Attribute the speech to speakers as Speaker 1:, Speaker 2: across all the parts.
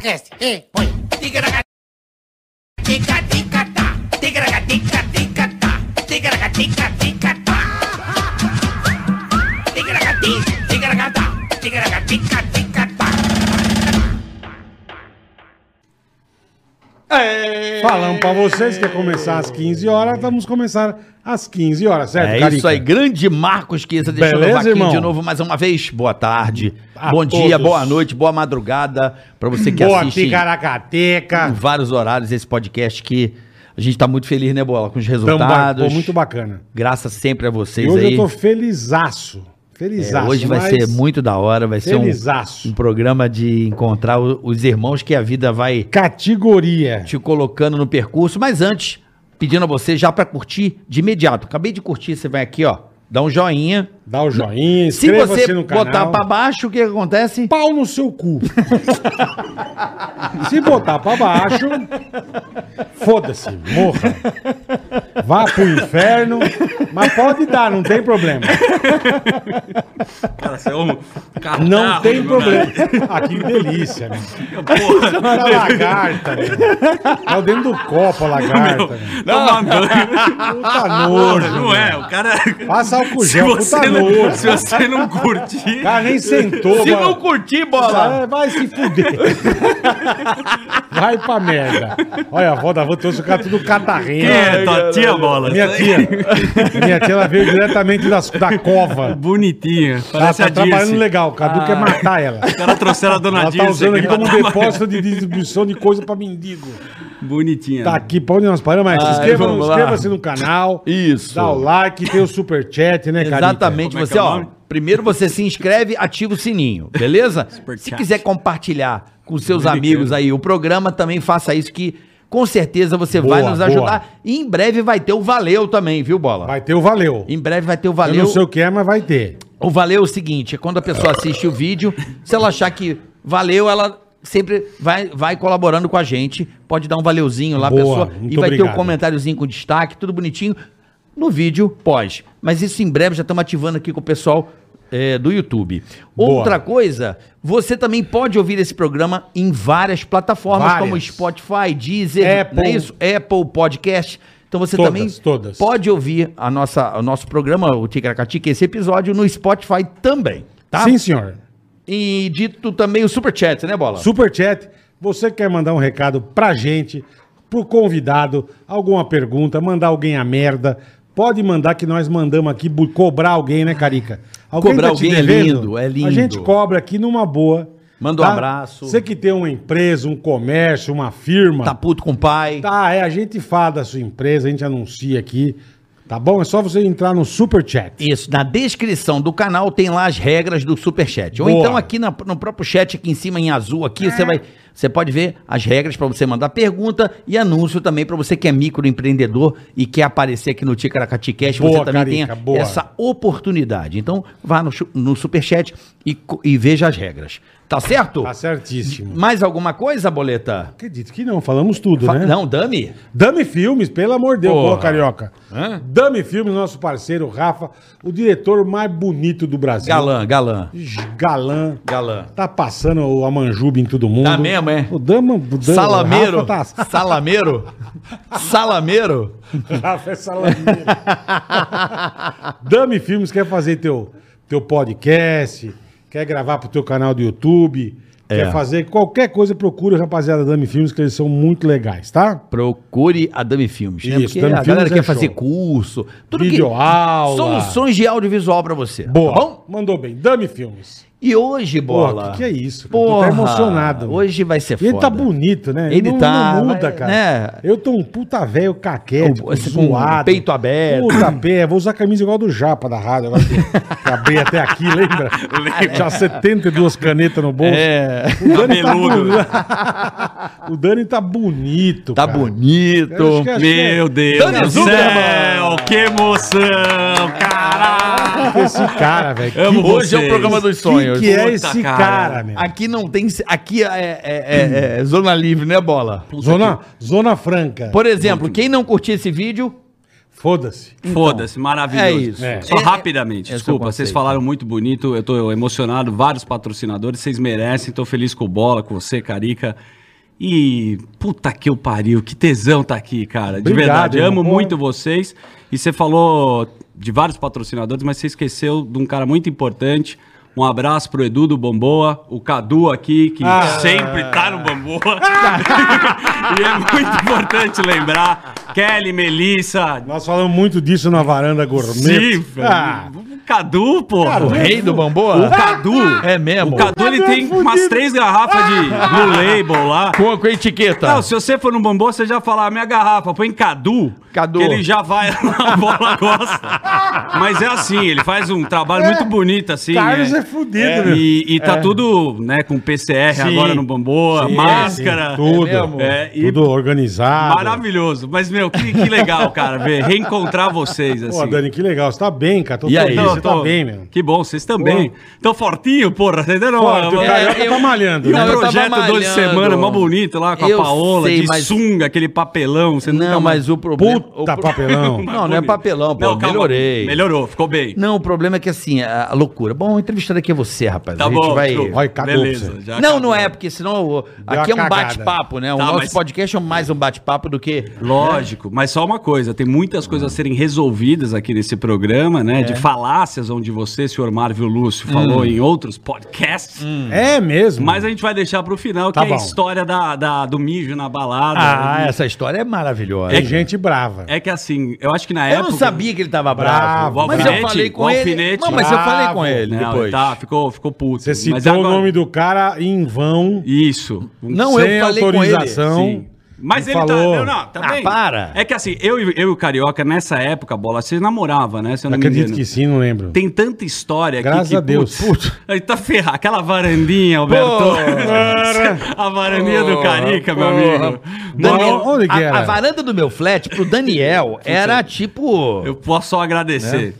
Speaker 1: S, E, põe. Tigaraga, tica, tica, tá. Tigaraga, tica, tica, tá. Tigaraga, tica, tica, tá. Tigaraga, ti, tigaraga, tá. Tigaraga, tica, tica, tá.
Speaker 2: Falamos pra vocês que ia começar às 15 horas, vamos começar às 15 horas, certo,
Speaker 3: É
Speaker 2: Carica?
Speaker 3: isso aí, grande Marcos Queza deixando
Speaker 2: Beleza,
Speaker 3: o vaquinho
Speaker 2: irmão?
Speaker 3: de novo mais uma vez. Boa tarde,
Speaker 2: A
Speaker 3: bom dia,
Speaker 2: todos.
Speaker 3: boa noite, boa madrugada pra você que
Speaker 2: Boa,
Speaker 3: assiste em
Speaker 2: ticaracateca.
Speaker 3: vários horários esse podcast que a gente tá muito feliz, né, Bola, com os
Speaker 2: Tamo ba-
Speaker 3: resultados.
Speaker 2: pô, muito bacana.
Speaker 3: Graças sempre a
Speaker 2: E
Speaker 3: vocês
Speaker 2: hoje
Speaker 3: aí.
Speaker 2: eu tô felizaço. Felizaço.
Speaker 3: É, hoje vai
Speaker 2: mas
Speaker 3: ser muito da hora, vai ser um,
Speaker 2: Felizaço.
Speaker 3: um programa de encontrar o- os irmãos que a vida vai
Speaker 2: Categoria.
Speaker 3: te colocando no percurso. Mas antes, pedindo a você já pra curtir de imediato. Acabei de curtir, você vai aqui, ó, dá um joinha.
Speaker 2: Dá o joinha,
Speaker 3: Se
Speaker 2: inscreva-se
Speaker 3: você
Speaker 2: no canal.
Speaker 3: botar pra baixo, o que acontece?
Speaker 2: Pau no seu cu. Se botar pra baixo, foda-se, morra. Vá pro inferno, mas pode dar, não tem problema.
Speaker 4: Cara, saiu um catarro
Speaker 2: Não
Speaker 4: do
Speaker 2: tem
Speaker 4: meu
Speaker 2: problema.
Speaker 4: nariz.
Speaker 2: Ah, que delícia, meu.
Speaker 4: né?
Speaker 2: é
Speaker 4: Porra,
Speaker 2: Uma lagarta, meu. É o dentro do copo a lagarta.
Speaker 4: meu.
Speaker 2: meu.
Speaker 4: Não, não,
Speaker 2: Puta
Speaker 4: não,
Speaker 2: nojo.
Speaker 4: não é. O cara.
Speaker 2: Passa álcool
Speaker 4: Se
Speaker 2: gel, puta
Speaker 4: você, não, se
Speaker 2: nojo.
Speaker 4: você não curtir.
Speaker 2: O cara nem sentou,
Speaker 3: Se
Speaker 2: mano.
Speaker 3: não curtir, bola.
Speaker 2: Ah, vai se fuder. Vai pra merda. Olha, a avó da avó trouxe o cara tudo catarrento.
Speaker 4: Quem é tua tia bola?
Speaker 2: Minha tia. Minha tia, ela veio diretamente das, da cova.
Speaker 4: é Bonitinha.
Speaker 2: Ela
Speaker 4: Parece
Speaker 2: tá
Speaker 4: a Dirce.
Speaker 2: trabalhando legal. O Cadu
Speaker 4: Ah.
Speaker 2: quer matar ela.
Speaker 4: Os caras trouxeram a dona
Speaker 2: Ela
Speaker 4: Dirce.
Speaker 2: tá usando aqui
Speaker 4: pra
Speaker 2: como um
Speaker 4: trabalhar.
Speaker 2: depósito de distribuição de coisa pra mendigo.
Speaker 4: Bonitinha.
Speaker 2: Tá aqui, pra onde nós paramos? Mas
Speaker 3: Ai,
Speaker 2: inscreva-
Speaker 3: Ah, vamos lá.
Speaker 2: Inscreva-se no canal.
Speaker 3: Isso.
Speaker 2: Dá o like, tem o superchat, né, Carica?
Speaker 3: Exatamente.
Speaker 4: Como é que
Speaker 3: Você,
Speaker 4: é o
Speaker 3: ó,
Speaker 4: nome?
Speaker 3: primeiro você se inscreve, ativa o sininho, beleza? Se
Speaker 4: chat.
Speaker 3: quiser compartilhar com seus amigos aí o programa, também faça isso que com certeza você
Speaker 2: Boa,
Speaker 3: vai nos
Speaker 2: boa.
Speaker 3: ajudar. E em breve vai ter o Valeu também, viu, Bola?
Speaker 2: Vai ter o valeu.
Speaker 3: Em breve vai ter o
Speaker 2: Eu
Speaker 3: Valeu.
Speaker 2: não sei o que é, mas vai ter.
Speaker 3: O valeu é o seguinte, é quando a pessoa assiste o vídeo, se ela achar que valeu, ela sempre vai, vai colaborando com a gente. Pode dar um valeuzinho lá,
Speaker 2: Boa,
Speaker 3: pessoa.
Speaker 2: muito
Speaker 3: E vai ter
Speaker 2: obrigado.
Speaker 3: um comentáriozinho com destaque, tudo bonitinho. No vídeo, pós. Mas isso em breve já estamos ativando aqui com o pessoal é, do YouTube.
Speaker 2: Boa.
Speaker 3: Outra coisa, você também pode ouvir esse programa em várias plataformas,
Speaker 2: Várias.
Speaker 3: como Spotify, Deezer,
Speaker 2: Apple.
Speaker 3: não é isso? Apple Podcast. Então você
Speaker 2: Todas,
Speaker 3: também
Speaker 2: todas.
Speaker 3: pode pode ouvir a nossa, o nosso programa, o Ticaracatica, esse episódio, no Spotify também, tá?
Speaker 2: Sim, senhor.
Speaker 3: E dito também o Super Chat, né, Bola?
Speaker 2: Superchat. Você quer mandar um recado pra gente, pro convidado, alguma pergunta, mandar alguém a merda, pode mandar que nós mandamos aqui bu- cobrar alguém, né, Carica? tá te
Speaker 3: Cobrar alguém é
Speaker 2: devendo?
Speaker 3: lindo, é lindo.
Speaker 2: A gente cobra aqui numa boa. tá?
Speaker 3: Manda um abraço.
Speaker 2: Você que tem uma empresa, um comércio, uma firma.
Speaker 3: Tá
Speaker 2: Tá,
Speaker 3: puto com o pai.
Speaker 2: é, a gente fala da sua empresa, a gente anuncia aqui. Tá bom? É só você entrar no Superchat.
Speaker 3: Isso, na descrição do canal tem lá as regras do Superchat. Ou
Speaker 2: Boa.
Speaker 3: então aqui na- no próprio chat, aqui em cima, em azul, aqui, você vai. Você pode ver as regras para você mandar pergunta e anúncio também para você que é microempreendedor e quer aparecer aqui no Ticaracati Cash. você
Speaker 2: Boa,
Speaker 3: também
Speaker 2: Carica,
Speaker 3: tem
Speaker 2: boa.
Speaker 3: essa oportunidade. Então vá no, chu- no Superchat e, co- e veja as regras. Tá certo?
Speaker 2: Tá certíssimo.
Speaker 3: Mais alguma coisa, Boleta?
Speaker 2: Acredito que não, falamos tudo,
Speaker 3: Fa-
Speaker 2: né?
Speaker 3: Não, Dami?
Speaker 2: Dame Filmes, pelo amor de Deus,
Speaker 3: Porra.
Speaker 2: boa carioca.
Speaker 3: Hã?
Speaker 2: Dame Filmes, nosso parceiro Rafa, o diretor mais bonito do Brasil.
Speaker 3: Galã, galã.
Speaker 2: Galã.
Speaker 3: Galã.
Speaker 2: Tá passando o- a manjuba em todo mundo.
Speaker 3: Tá mesmo, é?
Speaker 2: O Dama, o Dama-
Speaker 3: Salameiro?
Speaker 2: o Rafa, tá-
Speaker 3: Salameiro? Salameiro?
Speaker 2: Rafa é salameiro. Dame Filmes quer fazer teu, teu podcast, quer gravar pro teu canal do YouTube,
Speaker 3: É.
Speaker 2: quer fazer qualquer coisa, procura, rapaziada, Dame Filmes, que eles são muito legais, tá?
Speaker 3: Procure a Dami Filmes, né?
Speaker 2: Isso,
Speaker 3: Porque
Speaker 2: Dami
Speaker 3: a galera
Speaker 2: Filmes é
Speaker 3: quer fazer
Speaker 2: show.
Speaker 3: curso, tudo
Speaker 2: Videoaula.
Speaker 3: que soluções de audiovisual pra você.
Speaker 2: Boa.
Speaker 3: Tá bom?
Speaker 2: Mandou bem. Dame Filmes.
Speaker 3: E hoje, bola.
Speaker 2: Porra, que que é isso? cara?
Speaker 3: Porra,
Speaker 2: tô até emocionado. meu.
Speaker 3: Hoje vai ser
Speaker 2: Ele
Speaker 3: foda.
Speaker 2: tá bonito, né?
Speaker 3: Ele tá,
Speaker 2: muda,
Speaker 3: vai,
Speaker 2: cara.
Speaker 3: né?
Speaker 2: Eu tô um puta velho caquete,
Speaker 3: Esse com o peito aberto.
Speaker 2: Puta pé. Vou usar a camisa igual a do Japa da rádio. Agora que eu abri até aqui, lembra? Já 72 canetas no bolso.
Speaker 3: É.
Speaker 2: O, Dani tá
Speaker 4: Cabeludo.
Speaker 2: boni- o Dani tá bonito,
Speaker 3: Tá
Speaker 2: cara. Eu
Speaker 3: bonito.
Speaker 2: acho que é-
Speaker 4: Meu Deus
Speaker 3: Dani
Speaker 4: do
Speaker 3: Zuckerman.
Speaker 4: céu, que emoção, caralho.
Speaker 2: é Esse cara, velho.
Speaker 4: Amo
Speaker 2: que-
Speaker 3: Hoje é o
Speaker 4: vocês.
Speaker 3: programa dos
Speaker 2: Que,
Speaker 3: sonhos.
Speaker 2: que é
Speaker 4: Puta,
Speaker 2: esse cara,
Speaker 4: cara.
Speaker 2: meu?
Speaker 3: Aqui não tem. Aqui é, é- é- é zona livre, né, bola?
Speaker 2: Zona, Zona Franca.
Speaker 4: É
Speaker 3: Por exemplo, quem não curtir esse vídeo,
Speaker 2: Foda-se.
Speaker 4: Foda-se, maravilhoso.
Speaker 3: Então, é isso.
Speaker 2: É.
Speaker 4: Só
Speaker 3: É, é-
Speaker 4: rapidamente,
Speaker 3: esse é o
Speaker 4: desculpa,
Speaker 3: conceito.
Speaker 4: vocês falaram muito bonito, eu tô emocionado, vários patrocinadores, vocês merecem, tô feliz com o Bola, com você, Carica. E puta que eu pariu, que tesão tá aqui, cara. De
Speaker 2: Obrigado,
Speaker 4: verdade,
Speaker 2: irmão.
Speaker 4: amo
Speaker 2: Pô.
Speaker 4: muito vocês. E você falou de vários patrocinadores, mas você esqueceu de um cara muito importante. Um abraço pro Edu do Bomboa, o Cadu aqui, que
Speaker 2: Ah.
Speaker 4: sempre tá no Bomboa. e é muito importante lembrar. Kelly, Melissa,
Speaker 2: Nós falamos muito disso na varanda gourmet.
Speaker 4: Sim, velho.
Speaker 2: Ah,
Speaker 4: O Cadu, pô.
Speaker 2: Cara,
Speaker 3: O rei do bamboa?
Speaker 4: O Cadu.
Speaker 3: É mesmo?
Speaker 4: O Cadu, ele
Speaker 2: Cadu é
Speaker 4: tem
Speaker 2: fudido.
Speaker 4: umas três garrafas de Blue Label lá.
Speaker 3: Com, com etiqueta.
Speaker 4: Não, se você for no bambu, você já fala, "Ah, minha garrafa, põe Cadu,
Speaker 3: Cadu.
Speaker 4: que ele já vai na bola gosta. Mas é assim, ele faz um trabalho muito bonito, assim.
Speaker 2: É. Carlos
Speaker 4: né?
Speaker 2: é fudido, meu.
Speaker 4: E, e tá tudo, né, com PCR
Speaker 2: É. Sim.
Speaker 4: agora no bambu,
Speaker 2: Sim, sim,
Speaker 4: máscara.
Speaker 2: tudo.
Speaker 3: É mesmo?
Speaker 4: É, e-
Speaker 2: tudo organizado.
Speaker 4: Maravilhoso. Mas, meu, que, que legal, cara, ver, reencontrar vocês, assim.
Speaker 2: Pô, Dani, que legal. Você tá bem, cara. Tô
Speaker 3: E aí?
Speaker 2: feliz,
Speaker 4: Não,
Speaker 2: Você
Speaker 4: eu
Speaker 2: tá
Speaker 4: tô-
Speaker 2: bem, meu.
Speaker 4: Que bom, vocês também. Tão fortinho, porra. Vocês deram uma-
Speaker 2: Forte, o
Speaker 4: uma-
Speaker 3: É,
Speaker 2: cara- Carioca tá malhando,
Speaker 4: E
Speaker 2: né?
Speaker 4: um
Speaker 2: Não, eu
Speaker 4: projeto dois semanas, mó bonito lá, com
Speaker 3: Eu
Speaker 4: a Paola,
Speaker 3: sei,
Speaker 4: de
Speaker 3: mas-
Speaker 4: sunga, aquele papelão. Você
Speaker 3: Não,
Speaker 4: nunca mais-
Speaker 3: mas o problema... o
Speaker 2: Puta
Speaker 3: pro-
Speaker 2: papelão.
Speaker 3: Não, não é papelão, pô.
Speaker 4: Não, calma,
Speaker 3: melhorei.
Speaker 4: Melhorou, ficou bem.
Speaker 3: Não, o problema é que assim, a a loucura. Bom, entrevistando aqui é você, rapaz.
Speaker 4: Tá
Speaker 3: a gente
Speaker 4: bom,
Speaker 3: vai.
Speaker 4: Tru.
Speaker 2: Vai, cagou pra
Speaker 4: beleza.
Speaker 2: você.
Speaker 4: já
Speaker 3: Não,
Speaker 4: acabou.
Speaker 3: não é, porque senão o- aqui é
Speaker 2: uma
Speaker 3: um
Speaker 2: cagada.
Speaker 3: bate-papo, né? O
Speaker 4: Tá,
Speaker 3: nosso
Speaker 4: mas-
Speaker 3: podcast é mais um bate-papo do que.
Speaker 4: Né? Lógico, mas só uma coisa, tem muitas coisas a serem resolvidas aqui nesse programa, né?
Speaker 3: É.
Speaker 4: De falácias, onde você, senhor Marvio Lúcio,
Speaker 3: Hum.
Speaker 4: falou em outros podcasts.
Speaker 2: É mesmo.
Speaker 4: Mas a gente vai deixar pro final,
Speaker 2: Tá
Speaker 4: que é a
Speaker 2: bom.
Speaker 4: história da, da- do mijo na balada.
Speaker 3: Ah, essa história é maravilhosa.
Speaker 2: Tem gente brava.
Speaker 4: É que assim, eu acho que na
Speaker 3: eu
Speaker 4: época.
Speaker 3: não sabia que ele tava bravo.
Speaker 2: Bravo,
Speaker 3: mas eu
Speaker 4: alfinete,
Speaker 3: falei com
Speaker 4: o
Speaker 3: ele.
Speaker 4: alfinete.
Speaker 3: Não, mas eu
Speaker 2: Bravo.
Speaker 3: falei com ele
Speaker 4: Não,
Speaker 3: depois.
Speaker 4: Tá, ficou, ficou puto.
Speaker 2: Você citou
Speaker 4: Mas agora-
Speaker 2: o nome do cara em vão.
Speaker 4: Isso. Um
Speaker 3: Não, é eu
Speaker 2: sem
Speaker 3: falei com ele.
Speaker 2: autorização.
Speaker 4: Sim. Mas ele
Speaker 2: falou.
Speaker 4: tá. Não, não, tá
Speaker 3: Ah,
Speaker 4: bem.
Speaker 3: para.
Speaker 4: É que assim, eu, e- eu e o Carioca, nessa época, bola, vocês namoravam, né? Se eu não me
Speaker 2: Acredito
Speaker 4: engano.
Speaker 2: que sim, não lembro.
Speaker 4: Tem tanta história aqui
Speaker 2: Graças
Speaker 4: que,
Speaker 2: a Deus.
Speaker 4: putz, aí tá ferrado. Aquela varandinha, Alberto. a varandinha do Carica, meu amigo.
Speaker 3: Daniel,
Speaker 2: Não, onde que
Speaker 3: a,
Speaker 2: era?
Speaker 3: a varanda do meu flat pro Daniel era tipo.
Speaker 4: Eu posso só agradecer.
Speaker 2: Né?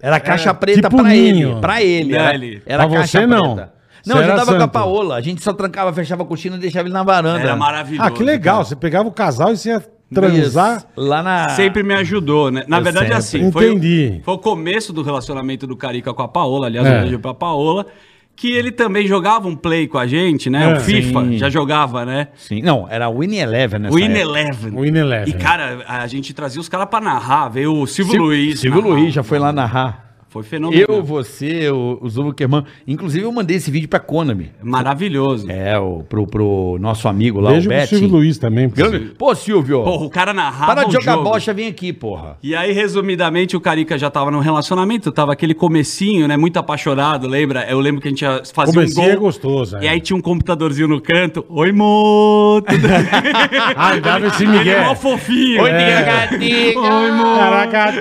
Speaker 3: Era caixa preta
Speaker 2: tipo
Speaker 3: pra
Speaker 2: ninho.
Speaker 3: ele. Pra ele.
Speaker 4: Não,
Speaker 3: Era,
Speaker 4: ele-
Speaker 3: era
Speaker 2: Pra
Speaker 3: caixa
Speaker 2: você, não.
Speaker 3: preta.
Speaker 2: Você
Speaker 3: Não, eu
Speaker 2: era
Speaker 3: tava com a
Speaker 2: santo.
Speaker 3: Paola. A gente só trancava, fechava a cortina e deixava ele na varanda.
Speaker 4: Era maravilhoso.
Speaker 2: Ah, que legal.
Speaker 4: então.
Speaker 2: Você pegava o casal e você ia transar.
Speaker 3: Isso, Lá na.
Speaker 4: sempre me ajudou, né? Na
Speaker 3: Eu
Speaker 4: verdade, é
Speaker 3: sempre.
Speaker 4: assim. Foi, o-
Speaker 2: Entendi.
Speaker 4: Foi o começo do relacionamento do Carica com a Paola, aliás,
Speaker 2: É.
Speaker 4: um beijo pra Paola. Que ele também jogava um play com a gente, né?
Speaker 2: É.
Speaker 4: O FIFA,
Speaker 3: Sim.
Speaker 4: já jogava, né?
Speaker 3: Sim. Não, era o Win Eleven, né?
Speaker 4: O In Eleven.
Speaker 2: O In Eleven.
Speaker 4: E, cara, a gente trazia os caras pra narrar. Veio o Silvio Luiz.
Speaker 3: Silvio
Speaker 4: narrar.
Speaker 3: Luiz já foi lá narrar.
Speaker 4: Foi fenomenal.
Speaker 3: Eu, você, o, o Zulukerman. Inclusive, eu mandei esse vídeo pra Konami.
Speaker 4: Maravilhoso.
Speaker 3: É, o, pro, pro nosso amigo lá,
Speaker 2: Beijo
Speaker 3: o
Speaker 2: pro
Speaker 3: Betinho.
Speaker 2: Silvio Luiz também. porque-
Speaker 3: Grande- Pô, Silvio,
Speaker 4: Porra, o cara narrava
Speaker 3: para de
Speaker 4: o
Speaker 3: jogar
Speaker 4: jogo.
Speaker 3: bocha, vem aqui, porra.
Speaker 4: E aí, resumidamente, o Carica já tava num relacionamento, tava aquele comecinho, né? Muito apaixonado, lembra? Eu lembro que a gente ia- fazia
Speaker 2: Comecinho
Speaker 4: um gol.
Speaker 2: é gostoso, é.
Speaker 4: E aí tinha um computadorzinho no canto. Oi, mo! tudo bem?"
Speaker 2: Ah, dava esse
Speaker 4: Ele é mó
Speaker 2: Miguel.
Speaker 4: fofinho.
Speaker 3: Oi,
Speaker 4: É.
Speaker 3: gatinho.
Speaker 4: Oi, mo!
Speaker 2: Caraca,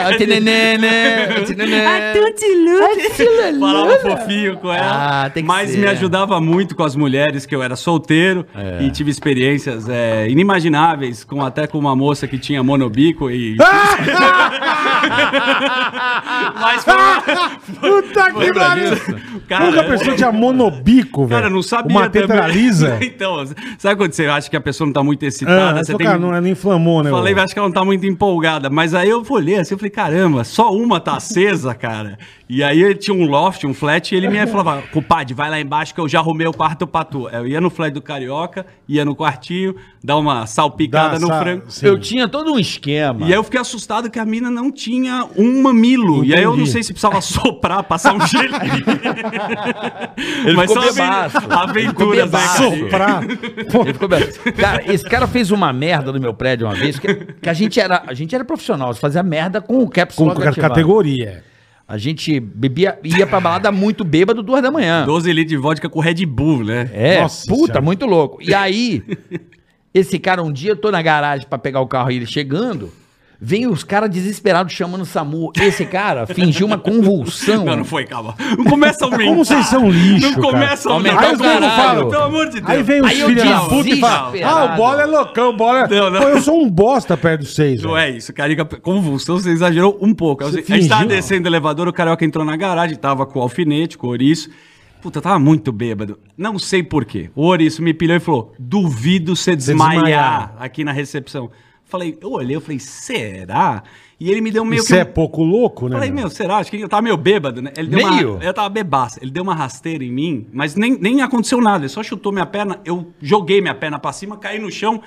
Speaker 2: É.
Speaker 4: Falava fofinho com ela.
Speaker 3: Ah, tem que
Speaker 4: mas
Speaker 3: ser.
Speaker 4: me ajudava muito com as mulheres, que eu era solteiro
Speaker 3: É.
Speaker 4: e tive experiências é, inimagináveis, com, até com uma moça que tinha monobico e.
Speaker 2: Ah!
Speaker 4: mas foi. um
Speaker 2: Puta que pariu.
Speaker 4: Cara,
Speaker 2: ah, Nunca pensou que tinha monobico, velho.
Speaker 4: Cara, eu não sabia.
Speaker 2: Uma teta
Speaker 4: também.
Speaker 2: lisa.
Speaker 4: então, sabe quando você acha que a pessoa não tá muito
Speaker 2: Ah,
Speaker 4: excitada?
Speaker 2: eu
Speaker 4: você
Speaker 2: tô,
Speaker 4: tem... um
Speaker 2: cara, não, ela inflamou, né?
Speaker 4: Falei,
Speaker 2: o-
Speaker 4: acho que ela não tá muito empolgada. Mas aí eu olhei assim, eu falei, caramba, só uma tá acesa, cara. E aí ele tinha um loft, um flat, e ele me falava, compadre, vai lá embaixo que eu já arrumei o quarto pra tu. Eu ia no flat do Carioca, ia no quartinho, dar uma salpicada
Speaker 2: Dá
Speaker 4: no
Speaker 2: essa-
Speaker 4: frango.
Speaker 2: sim.
Speaker 3: Eu tinha todo um esquema.
Speaker 4: E aí eu fiquei assustado que a mina não tinha um mamilo. E aí eu não
Speaker 2: Entendi.
Speaker 4: sei se precisava soprar, passar um gelo. Mas
Speaker 3: ficou
Speaker 4: só
Speaker 3: bebaço.
Speaker 4: aven-
Speaker 3: Ele ficou
Speaker 4: aventuras, né,
Speaker 3: bebaço.
Speaker 4: cara?
Speaker 2: Soprar.
Speaker 3: Ele ficou bem. Cara, esse cara fez uma merda no meu prédio uma vez, que, que a gente era, a gente era profissional, você fazia merda com o caps
Speaker 2: Com
Speaker 3: lock
Speaker 2: ca-
Speaker 3: ativado.
Speaker 2: categoria.
Speaker 3: A gente bebia, ia pra balada muito bêbado duas da manhã.
Speaker 4: 12 litros de vodka com Red Bull, né?
Speaker 3: É,
Speaker 2: Nossa
Speaker 3: puta,
Speaker 2: Senhora.
Speaker 3: muito louco. E aí, esse cara, um dia eu tô na garagem pra pegar o carro e ele chegando, vem os caras desesperados chamando o SAMU. Esse cara fingiu uma convulsão.
Speaker 4: Não, não foi, calma. Não começa a aumentar.
Speaker 2: Como vocês são um lixo,
Speaker 4: Não começa a
Speaker 3: cara. Aumentar
Speaker 4: aumentar. Aí os
Speaker 3: o
Speaker 4: caras
Speaker 3: caralho.
Speaker 4: falam, pelo amor de Deus.
Speaker 2: Aí vem os
Speaker 3: Aí eu
Speaker 2: filhos da puta e fala:
Speaker 3: desesperado.
Speaker 2: Ah, o bola é loucão, o bola é.
Speaker 4: Não, não.
Speaker 2: Pô, eu sou um bosta perto dos seis.
Speaker 4: Não
Speaker 2: velho.
Speaker 4: é isso, Carica. Convulsão, você exagerou um pouco.
Speaker 2: Você
Speaker 4: a gente tava
Speaker 2: fingiu?
Speaker 4: descendo o elevador, o Carioca entrou na garagem, tava com o alfinete, com o ouriço. Puta, tava muito bêbado. Não sei porquê. O ouriço me pilhou e falou: duvido você desmaiar,
Speaker 2: desmaiar.
Speaker 4: aqui na recepção. Falei, eu olhei, eu falei, será? E ele me deu meio um
Speaker 2: Isso é pouco louco, né?
Speaker 4: Falei,
Speaker 2: meu?
Speaker 4: meu, será? Acho que eu tava meio bêbado, né? Ele deu
Speaker 3: Meio?
Speaker 4: Uma, eu tava bebaça. Ele deu uma rasteira em mim, mas nem, nem aconteceu nada. Ele só chutou minha perna, eu joguei minha perna pra cima, caí no chão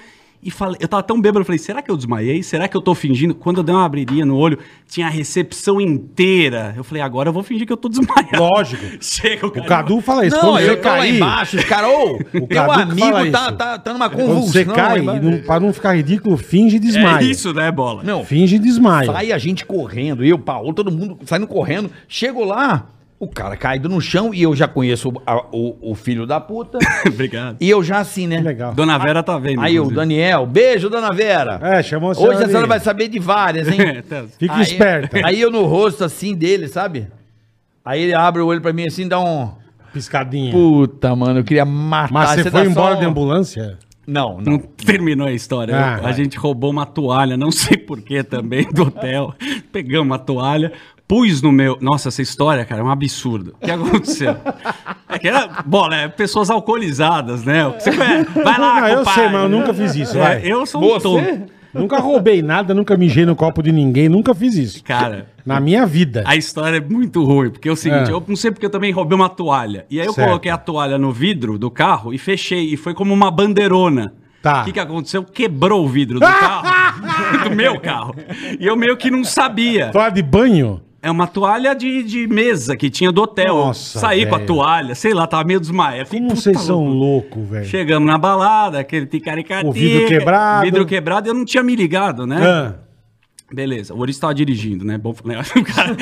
Speaker 4: e falei, eu tava tão bêbado, eu falei, será que eu desmaiei? Será que eu tô fingindo? Quando eu dei uma abridinha no olho, tinha a recepção inteira. Eu falei, agora eu vou fingir que eu tô desmaiado.
Speaker 2: Lógico.
Speaker 4: Chega o
Speaker 2: O
Speaker 4: cara.
Speaker 2: Cadu fala isso.
Speaker 3: Não,
Speaker 2: quando você
Speaker 3: eu tô lá
Speaker 2: cair,
Speaker 3: embaixo, os caras, ô,
Speaker 2: O Cadu
Speaker 3: meu
Speaker 2: que fala
Speaker 3: amigo tá,
Speaker 2: isso.
Speaker 3: tá, tá numa convulsão.
Speaker 2: quando você
Speaker 3: né,
Speaker 2: cai,
Speaker 3: lá embaixo.
Speaker 2: não, pra não ficar ridículo, finge e desmaia.
Speaker 4: É isso, né, bola?
Speaker 3: Não,
Speaker 2: Finge e desmaia.
Speaker 3: sai a gente correndo, eu, Paulo, todo mundo saindo correndo. Chego lá, o cara caído no chão e eu já conheço o, a- o- o filho da puta.
Speaker 4: Obrigado.
Speaker 3: e eu já assim, né?
Speaker 2: Que Legal.
Speaker 4: Dona Vera tá vendo.
Speaker 3: Aí o
Speaker 4: inclusive.
Speaker 3: Daniel, beijo, dona Vera.
Speaker 2: É, chamou a senhora
Speaker 3: Hoje a senhora
Speaker 2: ali.
Speaker 3: vai saber de várias,
Speaker 4: É,
Speaker 3: hein?
Speaker 4: tá.
Speaker 2: Fica esperta.
Speaker 3: Aí eu no rosto assim dele, sabe? Aí ele abre o olho pra mim assim, dá um.
Speaker 2: Piscadinha.
Speaker 3: Puta, mano, eu queria matar.
Speaker 2: Mas você
Speaker 3: dá
Speaker 2: foi
Speaker 3: só
Speaker 2: embora
Speaker 3: um-
Speaker 2: de ambulância?
Speaker 3: Não,
Speaker 4: Não
Speaker 3: não.
Speaker 4: terminou a história.
Speaker 2: Ah,
Speaker 4: a
Speaker 2: vai.
Speaker 4: gente roubou uma toalha, não sei porquê também, do hotel. Pegamos uma toalha, pus no meu. Nossa, essa história, cara, é um absurdo. O que aconteceu? É que era. Bola, é pessoas alcoolizadas, né? Você conhece? Vai lá,
Speaker 2: Não, eu
Speaker 4: compadre.
Speaker 2: sei, mas eu nunca fiz isso,
Speaker 4: É,
Speaker 2: vai.
Speaker 4: Eu sou um
Speaker 3: Você?
Speaker 4: tonto.
Speaker 2: Nunca roubei nada, nunca mijei no copo de ninguém, nunca fiz isso.
Speaker 4: Cara.
Speaker 2: Na minha vida.
Speaker 4: A história é muito ruim, porque é o seguinte,
Speaker 2: É.
Speaker 4: eu não sei porque eu também roubei uma toalha. E aí eu
Speaker 2: Certo.
Speaker 4: coloquei a toalha no vidro do carro e fechei, e foi como uma bandeirona.
Speaker 2: Tá.
Speaker 4: O que, que aconteceu? Quebrou o vidro do carro, do meu carro. E eu meio que não sabia.
Speaker 2: Toalha de banho?
Speaker 4: É uma toalha de, de mesa que tinha do hotel.
Speaker 2: Nossa,
Speaker 4: Saí com a
Speaker 2: velho.
Speaker 4: toalha, sei lá, tava meio desmaiado. Falei,
Speaker 2: Como
Speaker 4: puta
Speaker 2: vocês são
Speaker 4: loucura.
Speaker 2: loucos, velho?
Speaker 4: Chegamos na balada, aquele ticaricatica.
Speaker 2: O vidro quebrado.
Speaker 4: Vidro quebrado, eu não tinha me ligado, né?
Speaker 2: Ah,
Speaker 4: Beleza, o Oris tava dirigindo, né? Bom, né? O cara-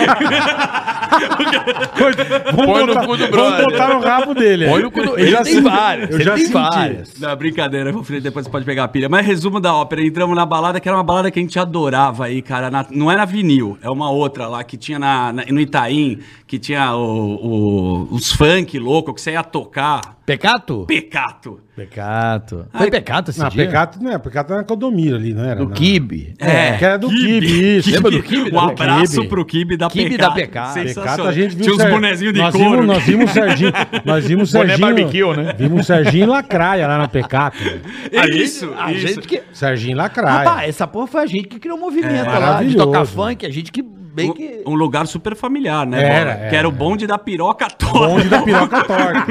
Speaker 2: Vamos
Speaker 3: Põe no
Speaker 2: botar-
Speaker 3: cu do
Speaker 2: vamos
Speaker 3: brother.
Speaker 2: botar no rabo dele. é.
Speaker 3: Põe no cu do-
Speaker 2: Eu
Speaker 3: Ele
Speaker 2: já
Speaker 3: tem
Speaker 2: senti-
Speaker 3: várias,
Speaker 2: Eu
Speaker 3: ele
Speaker 2: já
Speaker 3: tem
Speaker 2: senti.
Speaker 3: várias.
Speaker 4: Não, brincadeira, meu filho, depois você pode pegar a pilha. Mas resumo da ópera, entramos na balada, que era uma balada que a gente adorava aí, cara. na- não era vinil, é uma outra lá que tinha na, na- no Itaim, que tinha o- o- os funk louco, que você ia tocar.
Speaker 3: Pecato?
Speaker 4: Pecato.
Speaker 3: Pecato.
Speaker 4: Ah,
Speaker 3: Foi pecato esse
Speaker 2: Não,
Speaker 3: dia?
Speaker 2: pecato não é, pecato era na Codomiro ali, não era?
Speaker 3: Do
Speaker 2: não.
Speaker 3: kibe.
Speaker 2: É, que era do Kibe, isso.
Speaker 4: Kibe.
Speaker 3: Lembra do Kibe?
Speaker 4: Um
Speaker 3: Do
Speaker 4: abraço
Speaker 2: Kibe.
Speaker 4: pro Kibe da
Speaker 3: Kibe
Speaker 4: Pecato.
Speaker 3: da Pecato.
Speaker 2: Pecato
Speaker 4: Sensacional.
Speaker 2: a gente viu.
Speaker 4: Tinha
Speaker 2: Ser-
Speaker 4: uns bonezinhos de
Speaker 2: nós
Speaker 4: couro.
Speaker 2: Vimos, nós vimos um o Serginho. Nós vimos o
Speaker 5: Boné
Speaker 2: Serginho.
Speaker 5: barbecue, né?
Speaker 2: Vimos o Serginho Lacraia lá na Pecato. velho.
Speaker 4: É isso,
Speaker 3: A
Speaker 4: isso.
Speaker 3: gente que.
Speaker 2: Serginho Lacraia.
Speaker 3: Rapaz, essa porra foi a gente que criou o movimento lá. De
Speaker 2: Ah, é. maravilhoso.
Speaker 3: tocar funk, a gente que bem que.
Speaker 4: Um, um lugar super familiar, né?
Speaker 2: Era,
Speaker 4: Bola?
Speaker 2: era,
Speaker 4: que era o bonde da piroca torta.
Speaker 2: bonde da piroca torta.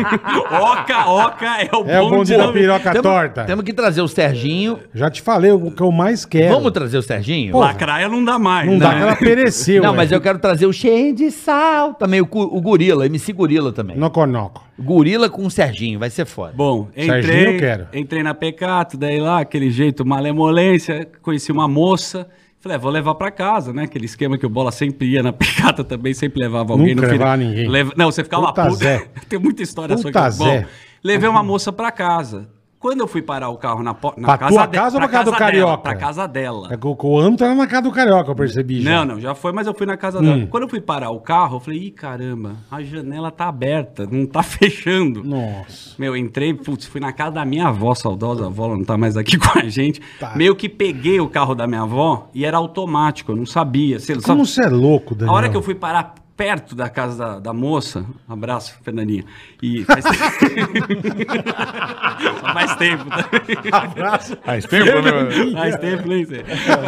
Speaker 4: Oca, oca, é o
Speaker 2: É o bonde da piroca
Speaker 3: Temos-
Speaker 2: torta.
Speaker 3: Temos que trazer o Serginho.
Speaker 2: Já te falei o que eu mais quero.
Speaker 3: Vamos trazer o Serginho?
Speaker 2: É. Pô,
Speaker 4: Lacraia não dá mais.
Speaker 2: Não
Speaker 4: né?
Speaker 2: dá, que ela pereceu. né?
Speaker 3: Não, mas
Speaker 2: velho.
Speaker 3: eu quero trazer o cheio de sal também, o, cu- o gorila, MC Gorila também.
Speaker 2: Noconoco.
Speaker 3: Gorila com o Serginho, vai ser foda.
Speaker 4: Bom,
Speaker 2: Serginho
Speaker 4: entrei,
Speaker 2: eu quero.
Speaker 4: entrei na Pecato, daí lá, aquele jeito, malemolência, conheci uma moça, falei, ah, vou levar pra casa, né? Aquele esquema que o Bola sempre ia na Pecato também, sempre levava alguém
Speaker 2: Nunca levava ninguém.
Speaker 4: Leva- Não, você ficava
Speaker 2: Puta Zé.
Speaker 4: Tem muita história sua
Speaker 2: Puta Zé.
Speaker 4: levei uma moça pra casa. Quando eu fui parar o carro na, po- na
Speaker 2: Pra tua
Speaker 4: de-
Speaker 2: casa ou pra casa do
Speaker 4: dela,
Speaker 2: Carioca?
Speaker 4: Pra casa dela.
Speaker 2: É que o o âmbito era na casa do carioca, eu percebi. já. Hum.
Speaker 4: Não, não, já foi, mas eu fui na casa dela. Quando eu fui parar o carro, eu falei, ih, caramba, a janela tá aberta, não tá fechando.
Speaker 2: Nossa.
Speaker 4: Meu, entrei, putz, fui na casa da minha avó, saudosa avó, ela não tá mais aqui com a gente.
Speaker 2: Tá.
Speaker 4: Meio que peguei o carro da minha avó e era automático, eu não sabia. Sei, lá,
Speaker 2: Como
Speaker 4: só-
Speaker 2: você é louco, Daniel.
Speaker 4: A hora que eu fui parar perto da casa da, da moça, um abraço, Fernandinha, e faz Só faz tempo. tá? Abraço.
Speaker 2: Ah,
Speaker 5: Faz tempo, né?
Speaker 4: Faz tempo, nem sei.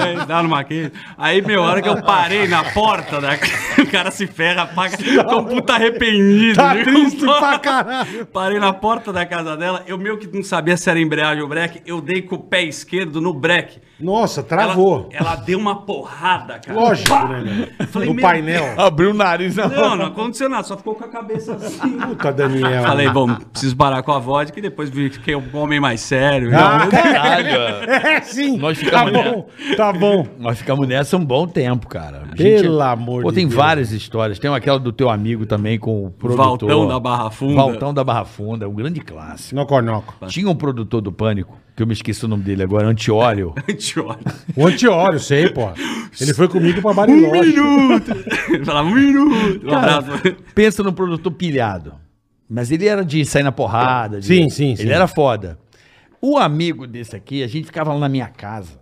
Speaker 4: Aí, Dá no maquete. Aí, meu, a hora que eu parei na porta, da... o cara se ferra, paga. Tô um puta arrependido.
Speaker 2: Tá
Speaker 4: viu?
Speaker 2: triste pra caralho.
Speaker 4: Parei na porta da casa dela, eu meio que não sabia se era embreagem ou breque, eu dei com o pé esquerdo no breque.
Speaker 2: Nossa,
Speaker 4: Ela,
Speaker 2: travou.
Speaker 4: ela deu uma porrada, cara.
Speaker 2: Lógico,
Speaker 4: Pá!
Speaker 2: né? meu?
Speaker 4: Falei,
Speaker 2: no
Speaker 4: meu
Speaker 2: painel.
Speaker 5: Abriu o nariz na
Speaker 4: Não, não aconteceu nada, só ficou com a cabeça assim.
Speaker 2: Puta, Daniel.
Speaker 4: Falei, bom, preciso parar com a vodka e depois vi- fiquei um homem mais sério.
Speaker 2: Ah,
Speaker 3: Caralho.
Speaker 2: é sim.
Speaker 3: Nós
Speaker 2: tá
Speaker 3: ficamos
Speaker 2: bom, tá bom.
Speaker 3: Nós ficamos nessa um bom tempo, cara. A
Speaker 2: Pelo amor
Speaker 3: pô,
Speaker 2: de
Speaker 3: tem
Speaker 2: Deus.
Speaker 3: várias histórias. Tem aquela do teu amigo também com o produtor.
Speaker 4: Valtão da Barra Funda.
Speaker 3: Valtão da Barra Funda, um grande clássico.
Speaker 2: Noconoco.
Speaker 3: Tinha um produtor do Pânico, que eu me esqueci o nome dele agora, Antióleo.
Speaker 4: Te olho.
Speaker 2: O antióleo, sei, pô. Ele foi comigo
Speaker 4: Um
Speaker 2: pra
Speaker 3: Um
Speaker 2: Bariloche.
Speaker 4: Falava, um minuto. Um abraço.
Speaker 3: Pensa num produtor pilhado. Mas ele era de sair na porrada. de-
Speaker 2: Sim, sim,
Speaker 3: Ele
Speaker 2: sim.
Speaker 3: era foda. O amigo desse aqui, a gente ficava lá na minha casa.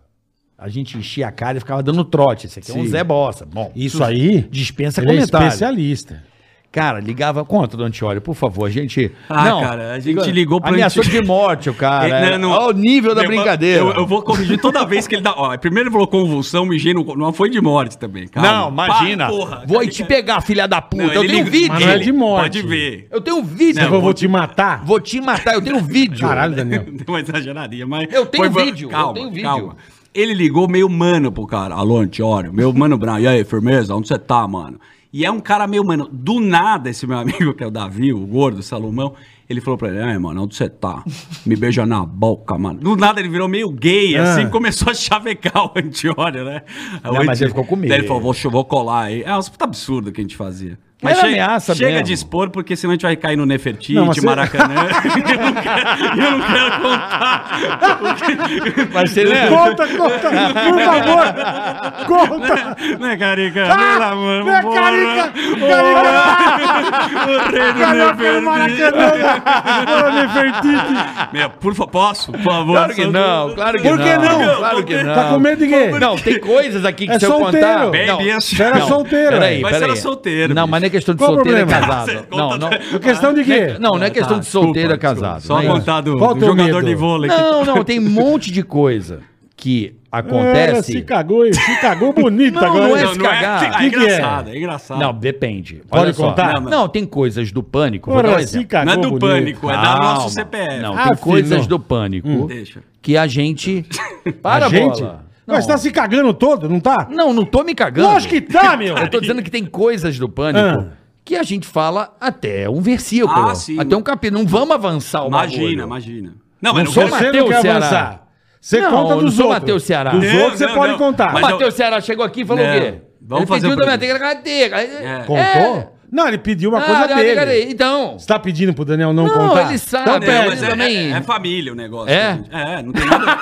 Speaker 3: A gente enchia a cara e ficava dando trote. Esse aqui é um
Speaker 2: Sim.
Speaker 3: Zé Bossa. Bom,
Speaker 2: Isso aí,
Speaker 3: Dispensa
Speaker 2: ele é
Speaker 3: comentário.
Speaker 2: especialista.
Speaker 3: Cara, ligava. Conta, Don Tioli, por favor. A gente.
Speaker 4: Ah, cara, a gente ligou pra-
Speaker 3: pra Ameaçou de morte o cara.
Speaker 4: Ele-
Speaker 3: era-
Speaker 4: não, não.
Speaker 3: Olha o nível da
Speaker 4: Eu-
Speaker 3: brincadeira.
Speaker 4: Eu, eu vou corrigir toda vez que ele dá. Ó, primeiro ele falou convulsão, me no. Não foi de morte também, cara.
Speaker 3: Não, imagina.
Speaker 4: tá
Speaker 3: vou te pegar, filha da puta. eu tenho um vídeo.
Speaker 2: Mas não é de morte.
Speaker 4: Pode ver.
Speaker 3: Eu tenho um vídeo.
Speaker 2: Eu
Speaker 3: vou,
Speaker 2: vou, vou te matar?
Speaker 3: vou te matar. Eu tenho um vídeo.
Speaker 2: Caralho, Daniel.
Speaker 4: Deu uma exageradinha, mas.
Speaker 3: Eu tenho
Speaker 4: foi-
Speaker 3: vídeo, eu
Speaker 4: Calma,
Speaker 3: tenho vídeo.
Speaker 4: calma. Ele ligou meio mano pro cara. Alô, Antiório, meu mano Brown. E aí, firmeza? Onde você tá, mano? E é um cara meio mano. Do nada, esse meu amigo, que é o Davi, o gordo, o Salomão, ele falou pra ele: Ai, mano, onde você tá? Me beija na boca, mano. Do nada ele virou meio gay,
Speaker 2: Ah.
Speaker 4: assim, começou a chavecar o Antiório, né? Aí o
Speaker 3: Não, mas
Speaker 4: Anti-
Speaker 3: ele ficou com medo.
Speaker 4: Daí ele falou: vou, cho- vou colar aí. É um puta absurdo que a gente fazia. Mas
Speaker 3: Era
Speaker 4: chega,
Speaker 3: ameaça
Speaker 4: chega
Speaker 3: mesmo.
Speaker 4: de expor, porque senão a gente vai cair no Nefertiti,
Speaker 2: Não, mas você-
Speaker 4: Maracanã. eu, não quero, eu não quero contar.
Speaker 3: Mas você lembra?
Speaker 2: Conta, conta, por favor! Conta!
Speaker 4: Né, Carica?
Speaker 2: Ah,
Speaker 4: Vai lá, mano.
Speaker 2: né,
Speaker 4: bora.
Speaker 2: Carica?
Speaker 4: Bora. O rei do
Speaker 2: Caralho, pelo
Speaker 4: Nefertiti.
Speaker 2: Maracanã! Pelo Nefertiti!
Speaker 4: Meu, por favor, posso? Por favor.
Speaker 3: Claro que
Speaker 4: só-
Speaker 3: não, claro que
Speaker 2: Por que não?
Speaker 3: Claro que não.
Speaker 2: Tá com medo de quê?
Speaker 3: Não, tem coisas aqui que
Speaker 2: É
Speaker 3: se eu
Speaker 2: solteiro.
Speaker 3: contar...
Speaker 4: Bem,
Speaker 3: não,
Speaker 4: bicho.
Speaker 2: Você era
Speaker 3: Não,
Speaker 2: solteiro.
Speaker 3: Peraí,
Speaker 2: velho.
Speaker 4: é Mas
Speaker 3: peraí.
Speaker 4: era solteiro,
Speaker 3: Não,
Speaker 4: bicho.
Speaker 3: mas não é questão de
Speaker 2: Qual o
Speaker 3: solteiro é
Speaker 2: problema? Ah,
Speaker 3: casado.
Speaker 4: Conta-
Speaker 3: Não, não.
Speaker 2: Por questão de quê?
Speaker 3: Não, não é questão de solteiro é
Speaker 4: Ah, tá, Desculpa,
Speaker 3: casado.
Speaker 4: Só
Speaker 3: não é isso.
Speaker 4: contar do,
Speaker 2: Qual o
Speaker 4: do
Speaker 2: teu
Speaker 4: jogador
Speaker 2: medo?
Speaker 4: de vôlei. que-
Speaker 3: Não, não, tem um monte de coisa que
Speaker 2: Ela
Speaker 3: acontece.
Speaker 2: se cagou, e se cagou bonito
Speaker 3: Não,
Speaker 2: agora.
Speaker 3: não é
Speaker 4: Não,
Speaker 3: se
Speaker 4: não
Speaker 3: cagar.
Speaker 4: É,
Speaker 2: Que
Speaker 4: é
Speaker 2: que é?
Speaker 4: engraçado, é engraçado.
Speaker 3: Não, depende.
Speaker 2: Pode
Speaker 3: Olha só.
Speaker 2: contar?
Speaker 3: Não, Não, tem coisas do pânico. Vou dar um
Speaker 2: Porra, se
Speaker 3: exemplo.
Speaker 2: cagou
Speaker 4: Não é do
Speaker 2: bonito.
Speaker 4: pânico, é da
Speaker 3: Calma.
Speaker 4: nosso CPF.
Speaker 3: Não,
Speaker 2: Ah,
Speaker 3: tem
Speaker 2: filho,
Speaker 3: coisas
Speaker 2: não.
Speaker 3: do pânico
Speaker 4: Deixa.
Speaker 3: que a gente.
Speaker 2: A
Speaker 3: Para,
Speaker 2: gente?
Speaker 3: bola. Não,
Speaker 2: Mas tá se cagando todo, não tá?
Speaker 3: não, não tô me cagando.
Speaker 2: Lógico que tá, meu.
Speaker 3: Eu tô dizendo que tem coisas do pânico
Speaker 2: Ah.
Speaker 3: que a gente fala até um versículo.
Speaker 4: Ah, sim.
Speaker 3: Até um capítulo. Não vamos avançar o
Speaker 4: Imagina,
Speaker 3: um bagulho.
Speaker 4: imagina. Não,
Speaker 3: Não
Speaker 4: mas não é
Speaker 3: sou
Speaker 4: quero-
Speaker 3: mais- Mateus Ceará.
Speaker 2: Você
Speaker 3: Não,
Speaker 2: conta
Speaker 3: eu
Speaker 2: dos
Speaker 3: não sou
Speaker 2: outros.
Speaker 3: Mateus Ceará.
Speaker 2: Dos
Speaker 4: Não,
Speaker 2: outros você
Speaker 4: não,
Speaker 2: pode
Speaker 4: não.
Speaker 2: contar.
Speaker 4: Mas-
Speaker 3: Mas Ah, Matheus Ceará chegou aqui e falou
Speaker 4: Não,
Speaker 3: o quê?
Speaker 4: vamos
Speaker 3: Ele
Speaker 4: fazer
Speaker 3: pediu
Speaker 4: o
Speaker 3: também.
Speaker 4: programa.
Speaker 3: É.
Speaker 2: Contou? Não, ele pediu uma
Speaker 3: Ah,
Speaker 2: coisa
Speaker 3: ah,
Speaker 2: dele.
Speaker 3: cadê? Então.
Speaker 2: Você tá pedindo pro Daniel não,
Speaker 3: Não,
Speaker 2: contar?
Speaker 3: ele sabe.
Speaker 2: Então
Speaker 3: Não,
Speaker 4: É,
Speaker 2: pede.
Speaker 4: mas é,
Speaker 3: também.
Speaker 4: é- é família o negócio.
Speaker 3: É?
Speaker 4: gente. É, não tem nada.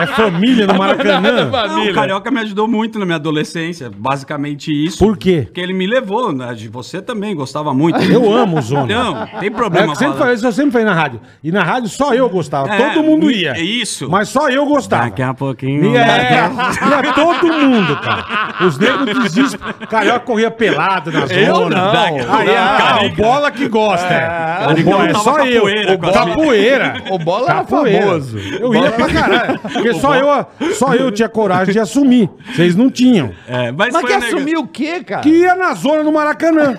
Speaker 2: É família no Maracanã.
Speaker 4: Não, o Carioca me ajudou muito na minha adolescência. Basicamente isso.
Speaker 2: Por quê?
Speaker 4: Porque ele me levou. Né? De Você também gostava muito.
Speaker 2: Eu amo o Zona.
Speaker 4: Não, tem
Speaker 2: É
Speaker 4: problema.
Speaker 2: que sempre
Speaker 4: falar.
Speaker 2: falei, isso eu sempre falei na rádio. E na rádio só eu gostava.
Speaker 4: É,
Speaker 2: todo mundo ia.
Speaker 4: é isso.
Speaker 2: Mas só eu gostava.
Speaker 4: Daqui a pouquinho. né?
Speaker 2: E é, e é todo mundo, cara. Os negros desistem. Carioca corria pelado na zona.
Speaker 4: Eu não.
Speaker 2: Aí,
Speaker 4: Não,
Speaker 2: ah,
Speaker 4: Carica.
Speaker 2: o bola que gosta. É, o
Speaker 4: Caricão
Speaker 2: bola, é
Speaker 4: tava
Speaker 2: só eu.
Speaker 4: capoeira
Speaker 2: O
Speaker 4: com as
Speaker 2: bola- capoeira.
Speaker 3: O Bola
Speaker 2: Tá
Speaker 3: era famoso.
Speaker 2: Eu ia pra caralho. Porque só eu, só eu tinha coragem de assumir. Vocês não tinham.
Speaker 4: É,
Speaker 3: Mas
Speaker 4: mas foi
Speaker 3: que
Speaker 4: um negócio-
Speaker 3: assumir o quê, cara?
Speaker 2: Que ia na zona do Maracanã.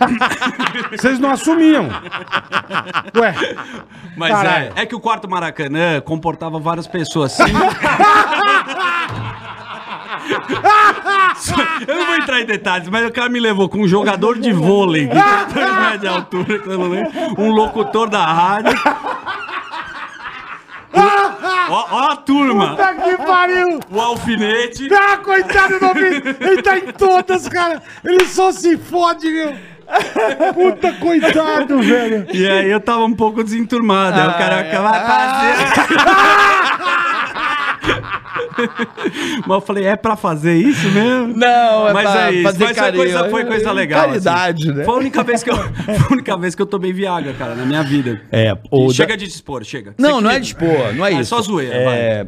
Speaker 2: Vocês não assumiam. Ué.
Speaker 4: Mas
Speaker 2: Caralho.
Speaker 4: é, é que o quarto Maracanã comportava várias pessoas. Sim. eu não vou entrar em detalhes, mas o cara me levou com um jogador de vôlei de 14 metros de altura, que eu não lembro, um locutor da rádio. Ó, ó a turma,
Speaker 2: Puta é que pariu!
Speaker 4: o alfinete.
Speaker 2: Ah, coitado do Vitor! Ele tá em todas, cara! Ele só se fode, meu! Puta, coitado, velho!
Speaker 4: E aí eu tava um pouco desenturmado. aí o "Ah, Carioca vai fazer. Mas eu falei, é pra fazer isso mesmo?
Speaker 3: Não, é
Speaker 4: mas
Speaker 3: pra
Speaker 4: é isso.
Speaker 3: fazer
Speaker 4: mas
Speaker 3: carinho. É
Speaker 4: foi coisa, foi coisa legal. assim.
Speaker 3: Caridade, né?
Speaker 4: Foi um a única vez que eu, foi a única vez que eu tomei Viagra, cara, na minha vida.
Speaker 3: É,
Speaker 4: E
Speaker 3: o da-
Speaker 4: chega de dispor, chega.
Speaker 3: Não,
Speaker 4: Você
Speaker 3: não
Speaker 4: que-
Speaker 3: é dispor, não é
Speaker 4: Ah, é
Speaker 3: isso.
Speaker 4: só zoeira,
Speaker 3: É,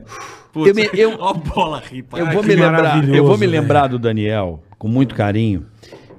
Speaker 4: Putz,
Speaker 3: Eu me- eu-
Speaker 4: Ó a bola ripa.
Speaker 3: eu vou
Speaker 2: que
Speaker 3: me lembrar,
Speaker 2: maravilhoso,
Speaker 3: eu vou me
Speaker 2: velho.
Speaker 4: né?
Speaker 3: lembrar do Daniel com muito carinho,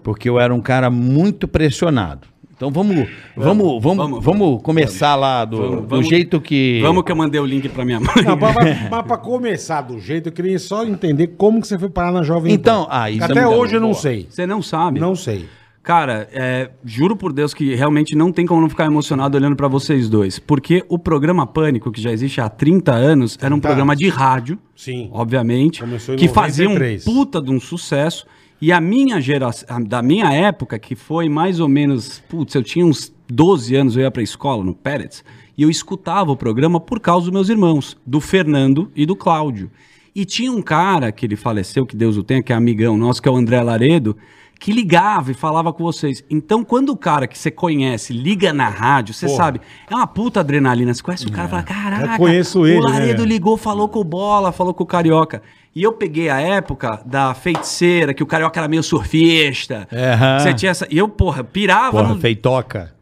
Speaker 3: porque eu era um cara muito pressionado. Então vamos, vamos, vamos, vamos,
Speaker 4: vamos,
Speaker 3: começar lá do, do
Speaker 4: vamos-
Speaker 3: jeito que Tá
Speaker 4: Vamos que eu mandei o link pra minha mãe.
Speaker 2: Não, mas, mas- mas pra começar do jeito, eu queria só entender como que você foi parar na Jovem
Speaker 3: Então, ah, isso é
Speaker 2: Até
Speaker 3: muito
Speaker 2: hoje eu não
Speaker 3: boa.
Speaker 2: sei.
Speaker 4: Você não sabe.
Speaker 2: Não sei.
Speaker 4: Cara, é, juro por Deus que realmente não tem como não ficar emocionado olhando pra vocês dois. Porque o programa Pânico, que já existe há 30 anos, era um
Speaker 3: Tá.
Speaker 4: programa de rádio,
Speaker 2: Sim.
Speaker 4: obviamente,
Speaker 2: Começou em
Speaker 4: que fazia um
Speaker 2: 93.
Speaker 4: puta de um sucesso. E a minha geração, da minha época, que foi mais ou menos, putz, eu tinha uns 12 anos, eu ia pra escola no Pérez, e eu escutava o programa por causa dos meus irmãos, do Fernando e do Cláudio. E tinha um cara que ele faleceu, que Deus o tenha, que é amigão nosso, que é o André Laredo, que ligava e falava com vocês. Então, quando o cara que você conhece liga na rádio, você sabe, é uma puta adrenalina. Você conhece o cara e fala, caraca,
Speaker 2: É. conheço
Speaker 4: o
Speaker 2: ele, né,
Speaker 4: Laredo
Speaker 2: velho?"
Speaker 4: ligou, falou com o Bola, falou com o Carioca. E eu peguei a época da feiticeira, que o Carioca era meio surfista.
Speaker 3: É, hã.
Speaker 4: Você tinha essa... E eu, porra, pirava.
Speaker 3: Porra,
Speaker 4: não,
Speaker 3: feitoca.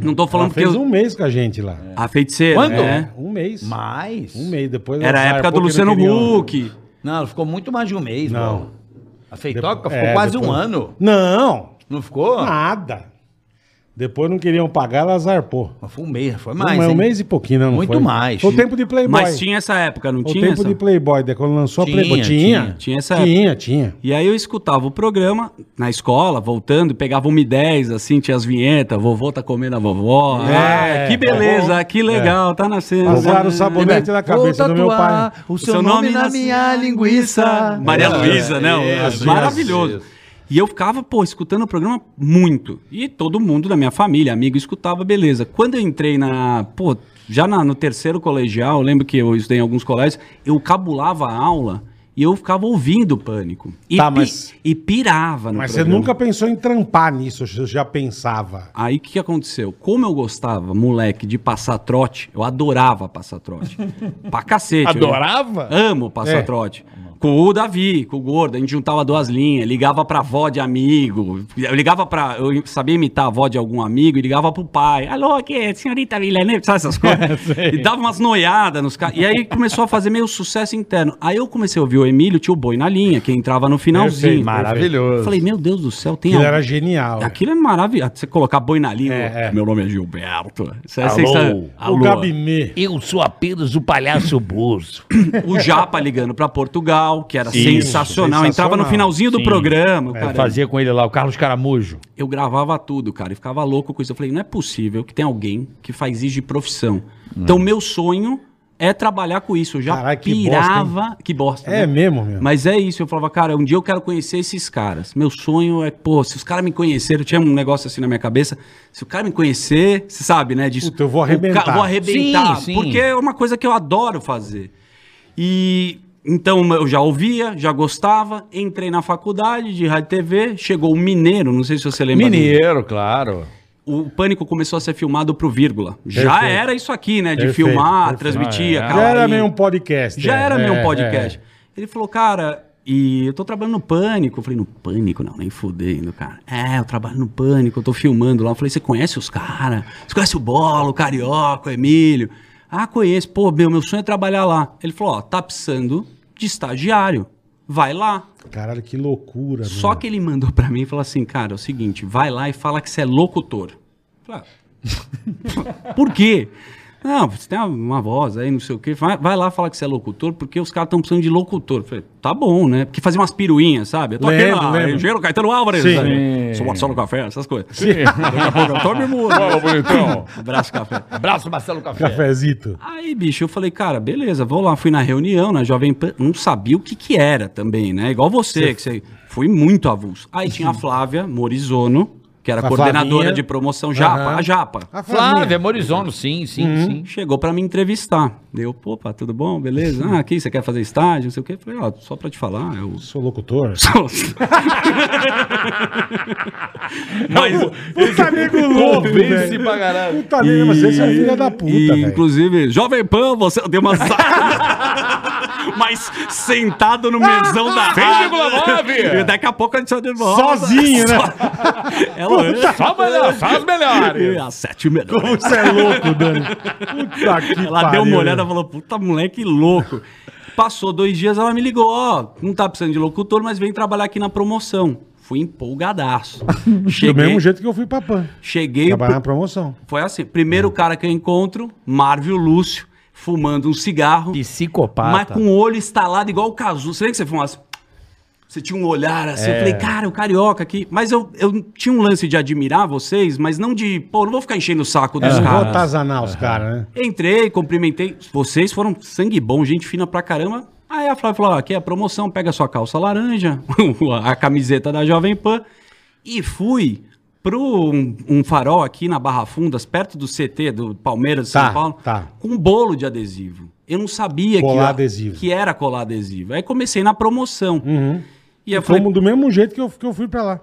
Speaker 4: não tô
Speaker 2: Ela
Speaker 4: falando porque...
Speaker 2: fez
Speaker 4: eu-
Speaker 2: um mês com a gente lá.
Speaker 4: A feiticeira,
Speaker 3: Quando?
Speaker 4: né?
Speaker 2: Um mês.
Speaker 3: É. Mas
Speaker 2: Um mês depois.
Speaker 4: Era a
Speaker 2: ela
Speaker 4: época do
Speaker 2: zarpou que um não
Speaker 4: Luciano
Speaker 2: queriam.
Speaker 4: Huck.
Speaker 3: Não, ela ficou muito mais de um mês,
Speaker 2: Não.
Speaker 3: Bola. A feitoca
Speaker 2: Depois-
Speaker 3: ficou
Speaker 2: é,
Speaker 3: quase um
Speaker 2: depois-
Speaker 3: ano.
Speaker 4: Ah.
Speaker 2: Não,
Speaker 3: Não ficou?
Speaker 2: nada. Depois não queriam pagar, ela zarpou.
Speaker 3: Mas Foi um mês, foi
Speaker 2: Mas
Speaker 3: mais.
Speaker 2: um
Speaker 4: é
Speaker 3: hein?
Speaker 2: mês e pouquinho, não, não
Speaker 3: Muito
Speaker 2: foi?
Speaker 3: mais.
Speaker 2: Foi o tempo de Playboy.
Speaker 4: Mas tinha essa época, não
Speaker 2: o
Speaker 4: tinha?
Speaker 2: tempo
Speaker 4: essa?
Speaker 2: de Playboy, de quando lançou
Speaker 3: Tinha,
Speaker 2: a Playboy. Tinha,
Speaker 3: tinha,
Speaker 4: tinha essa
Speaker 2: Tinha, tinha.
Speaker 4: E aí eu escutava o programa na escola, voltando, pegava um Mi 10, assim, tinha as vinhetas, vovô tá comendo a vovó.
Speaker 2: É,
Speaker 4: ah, que beleza, que legal, tá nascendo.
Speaker 2: Vazaram o sabonete da cabeça do meu pai.
Speaker 3: O seu, nome, na minha linguiça.
Speaker 4: Maria
Speaker 3: É.
Speaker 4: Luísa, né?
Speaker 5: é,
Speaker 2: isso,
Speaker 4: Maravilhoso.
Speaker 5: isso.
Speaker 4: E eu ficava, pô, escutando o programa muito. E todo mundo da minha família, amigo, escutava, beleza. Quando eu entrei na. Pô, já na- no terceiro colegial, eu lembro que eu estudei em alguns colégios, eu cabulava a aula e eu ficava ouvindo o pânico. E,
Speaker 2: Tá,
Speaker 4: pi-
Speaker 2: mas-
Speaker 4: e pirava no
Speaker 2: Mas você
Speaker 4: programa.
Speaker 2: nunca pensou em trampar nisso, você já pensava.
Speaker 4: Aí o que que aconteceu? Como eu gostava, moleque, de passar trote, eu adorava passar trote. pra cacete. eu-
Speaker 5: Adorava?
Speaker 4: Amo passar
Speaker 2: É.
Speaker 4: trote. Com o Davi, com o Gordo, a gente juntava duas linhas, ligava pra avó de amigo, eu ligava pra. Eu sabia imitar a avó de algum amigo e ligava pro pai. Alô, aqui é a senhorita Villeneuve, sabe essas coisas? e dava umas noiadas nos caras. E aí começou a fazer meio sucesso interno. Aí eu comecei a ouvir o Emílio, tinha o Boi na linha, que entrava no finalzinho.
Speaker 2: Perfeito,
Speaker 4: Eu
Speaker 5: Maravilhoso.
Speaker 4: Falei, meu Deus do céu, tem
Speaker 2: Aquilo
Speaker 4: algum-
Speaker 2: era genial.
Speaker 4: Aquilo é maravilhoso. Você colocar boi na língua.
Speaker 2: É, é.
Speaker 4: Meu nome é Gilberto. Isso é
Speaker 5: Alô.
Speaker 4: sensa-
Speaker 2: O
Speaker 4: Alô.
Speaker 2: gabinete.
Speaker 3: Eu sou apenas o palhaço Bozo.
Speaker 4: O Japa ligando pra Portugal, que era
Speaker 5: Isso,
Speaker 4: sensacional. Entrava no
Speaker 2: sensacional. É,
Speaker 4: finalzinho do programa. cara.
Speaker 3: Fazia com ele lá, o Carlos Caramujo.
Speaker 4: Eu gravava tudo, cara. E ficava louco com isso. Eu falei, não é possível que tenha alguém que faz isso de profissão. Então, meu sonho é trabalhar com isso. Eu já
Speaker 2: Caralho, Hum. que bosta, hein?
Speaker 4: pirava. que bosta.
Speaker 2: É mesmo, meu.
Speaker 4: Mas é isso, eu falava, cara, um dia eu quero conhecer esses caras. Meu sonho é, pô, se os caras me conhecerem, eu tinha um negócio assim na minha cabeça, se o cara me conhecer, você sabe, né, disso.
Speaker 2: Puta, eu vou
Speaker 4: O
Speaker 2: arrebentar.
Speaker 4: ca- Vou arrebentar,
Speaker 3: Sim, sim.
Speaker 4: porque é uma coisa que eu adoro fazer. E então eu já ouvia, já gostava, entrei na faculdade de rádio e TV, chegou o Mineiro, não sei se você lembra. dele.
Speaker 5: Mineiro, claro.
Speaker 4: O Pânico começou a ser filmado pro Vírgula. Já
Speaker 2: Perfeito.
Speaker 4: era isso aqui, né, de
Speaker 2: Perfeito,
Speaker 4: filmar,
Speaker 2: perfeito.
Speaker 5: Ah,
Speaker 4: transmitir,
Speaker 5: é.
Speaker 2: Já era
Speaker 4: calarinho.
Speaker 2: meio um podcast.
Speaker 4: Já
Speaker 2: é,
Speaker 4: era
Speaker 2: é,
Speaker 4: meu podcast.
Speaker 2: é.
Speaker 4: Ele falou, cara, e eu tô trabalhando no pânico. Eu falei, no pânico? Não, nem fudendo, cara. É, eu trabalho no pânico, eu tô filmando lá. Eu falei, você conhece os caras? Você conhece o Bolo, o Carioca, o Emílio? Ah, conheço. Pô, meu, meu sonho é trabalhar lá. Ele falou, ó, tá precisando de estagiário. Vai lá.
Speaker 2: Caralho, que loucura.
Speaker 4: Só
Speaker 2: meu.
Speaker 4: que ele mandou pra mim e falou assim, cara, é o seguinte, vai lá e fala que você é locutor. Eu falei, "Ah, Por quê? Não, você tem uma, uma voz aí, não sei o quê. Vai, vai lá falar que você é locutor, porque os caras estão precisando de locutor. Eu falei, tá bom, né? Porque fazia umas piruinhas, sabe? Eu tô
Speaker 2: Lembro,
Speaker 4: aqui na
Speaker 2: lembro.
Speaker 4: Engenheiro Caetano Álvares.
Speaker 2: Sim.
Speaker 4: sabe? Sou só no café, essas coisas.
Speaker 5: Tome muda. Fala, bonitão.
Speaker 4: Abraço, café.
Speaker 3: Abraço, Marcelo Café.
Speaker 2: Cafezito.
Speaker 4: Aí, bicho, eu falei, cara, beleza, vou lá. Fui na reunião, na Jovem Pan, não sabia o que que era também, né? Igual você, que você... Fui muito avulso. Aí tinha a Flávia Morizono, que era
Speaker 2: Uhum. A
Speaker 4: coordenadora
Speaker 2: Flavinha.
Speaker 4: de promoção Japa,
Speaker 2: Aham. Assim.
Speaker 4: a Japa.
Speaker 2: A
Speaker 3: Flávia Morizono, sim, sim,
Speaker 2: Uhum.
Speaker 3: sim.
Speaker 4: Chegou pra me entrevistar. Deu, opa, tudo bom, beleza? Ah, aqui, você quer fazer estágio, não sei o quê. Falei, ó, só pra te falar, eu...
Speaker 2: Sou locutor.
Speaker 4: Mas...
Speaker 2: Puta nego louco,
Speaker 5: Convence
Speaker 2: velho.
Speaker 5: pra caralho.
Speaker 2: Puta nego, mas você é filha da puta,
Speaker 4: e,
Speaker 2: velho.
Speaker 4: inclusive, Jovem Pan, você deu uma sarada, mas sentado no mesão da rádio.
Speaker 5: 6,9.
Speaker 4: E daqui a pouco a gente tá de volta.
Speaker 2: Sozinho, né?
Speaker 4: Ela é.
Speaker 5: Só melhor, só as melhores.
Speaker 4: a sete melhores.
Speaker 2: Você é louco, Dani. Puta que
Speaker 4: Ela deu uma
Speaker 2: né?
Speaker 4: olhada e falou, puta moleque louco. Passou dois dias, ela me ligou, ó, não tá precisando de locutor, mas vem trabalhar aqui na promoção. Fui empolgadaço.
Speaker 2: Do mesmo
Speaker 4: Cheguei,
Speaker 2: jeito que eu fui pra Pan.
Speaker 4: cheguei
Speaker 2: Trabalhar na É. promoção.
Speaker 4: foi assim, primeiro cara que eu encontro, Marvio Lúcio, fumando um cigarro.
Speaker 3: Psicopata.
Speaker 4: Mas com o olho estalado igual o Cazu. Você lembra que você fumasse? Você tinha um olhar assim. Eu falei, cara, o carioca aqui. Mas eu, eu tinha um lance de admirar vocês, mas não de. Pô, não vou ficar enchendo o saco dos
Speaker 2: Não É. vou
Speaker 4: caras. É.
Speaker 2: atazanar um os caras, né?
Speaker 4: Entrei, cumprimentei. Vocês foram sangue bom, gente fina pra caramba. Aí a Flávia falou: ó, aqui é a promoção, pega sua calça laranja, a camiseta da Jovem Pan. E fui pro um, um farol aqui na Barra Fundas, perto do CT do Palmeiras de
Speaker 2: Tá,
Speaker 4: São Paulo,
Speaker 2: tá.
Speaker 4: com um bolo de adesivo. Eu não sabia
Speaker 2: Colar
Speaker 4: que,
Speaker 2: adesivo. Uhum.
Speaker 4: que era colar adesivo. Aí comecei na promoção. E eu
Speaker 2: Foi
Speaker 4: falei,
Speaker 2: do mesmo jeito que eu, que eu fui pra lá.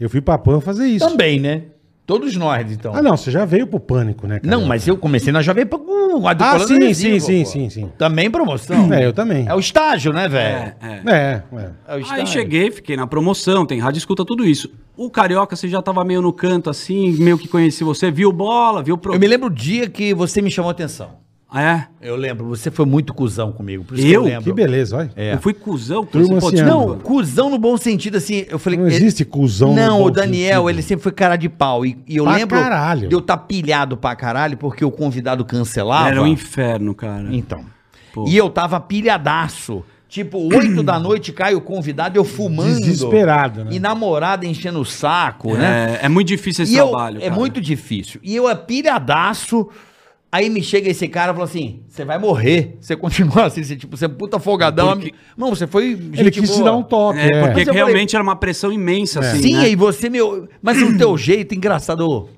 Speaker 2: Eu fui pra Pan fazer isso.
Speaker 3: Também, né? Todos nós, então.
Speaker 2: Ah, não, você já veio pro pânico, né, cara?
Speaker 3: Não, mas eu comecei na Jovem Pan com a
Speaker 2: Ah,
Speaker 3: decolando
Speaker 2: sim,
Speaker 3: adesivo,
Speaker 2: sim, sim,
Speaker 3: pô.
Speaker 2: sim, sim.
Speaker 3: Também promoção.
Speaker 2: É, eu também.
Speaker 3: É o estágio, né, velho?
Speaker 4: é, é.
Speaker 2: É, ué.
Speaker 3: É o estágio.
Speaker 4: Aí cheguei, fiquei na promoção, tem rádio escuta, tudo isso. O Carioca, você já tava meio no canto assim, meio que conheci você, viu bola, viu... Pro...
Speaker 3: Eu me lembro o dia que você me chamou a atenção.
Speaker 4: É.
Speaker 3: Eu lembro, você foi muito cuzão comigo, por isso
Speaker 4: Eu?
Speaker 3: que eu lembro.
Speaker 2: Que beleza, olha.
Speaker 3: É. assim,
Speaker 4: Eu fui cuzão.
Speaker 2: Turma
Speaker 4: pô,
Speaker 2: se
Speaker 4: desculpa.
Speaker 2: ama.
Speaker 3: Não, cuzão no bom sentido, assim, eu falei...
Speaker 2: Não existe cuzão no
Speaker 3: Não,
Speaker 2: bom
Speaker 3: o Daniel,
Speaker 2: sentido.
Speaker 3: ele sempre foi cara de pau. E, e eu
Speaker 2: Pra
Speaker 3: lembro
Speaker 2: caralho.
Speaker 3: de eu estar pilhado pra caralho, porque o convidado cancelava.
Speaker 4: Era um inferno, cara.
Speaker 3: Então.
Speaker 4: Pô.
Speaker 3: E eu tava pilhadaço. Tipo, 8 da noite cai o convidado, eu fumando.
Speaker 2: Desesperado, né?
Speaker 3: E namorada enchendo o saco, né?
Speaker 4: É, é muito difícil esse
Speaker 3: E eu,
Speaker 4: trabalho.
Speaker 3: é
Speaker 4: cara.
Speaker 3: muito difícil. E eu é pilhadaço. Aí me chega esse cara e fala assim: você vai morrer. Você continua assim, você, tipo, você é um puta folgadão.
Speaker 4: Porque-
Speaker 3: Não, você foi.
Speaker 2: Ele quis se dar um toque.
Speaker 4: É, porque
Speaker 3: Mas eu
Speaker 4: realmente
Speaker 3: falei- É.
Speaker 4: era uma pressão imensa, assim.
Speaker 3: Sim,
Speaker 4: né?
Speaker 3: aí você meu. Mas o teu jeito, engraçado. ô,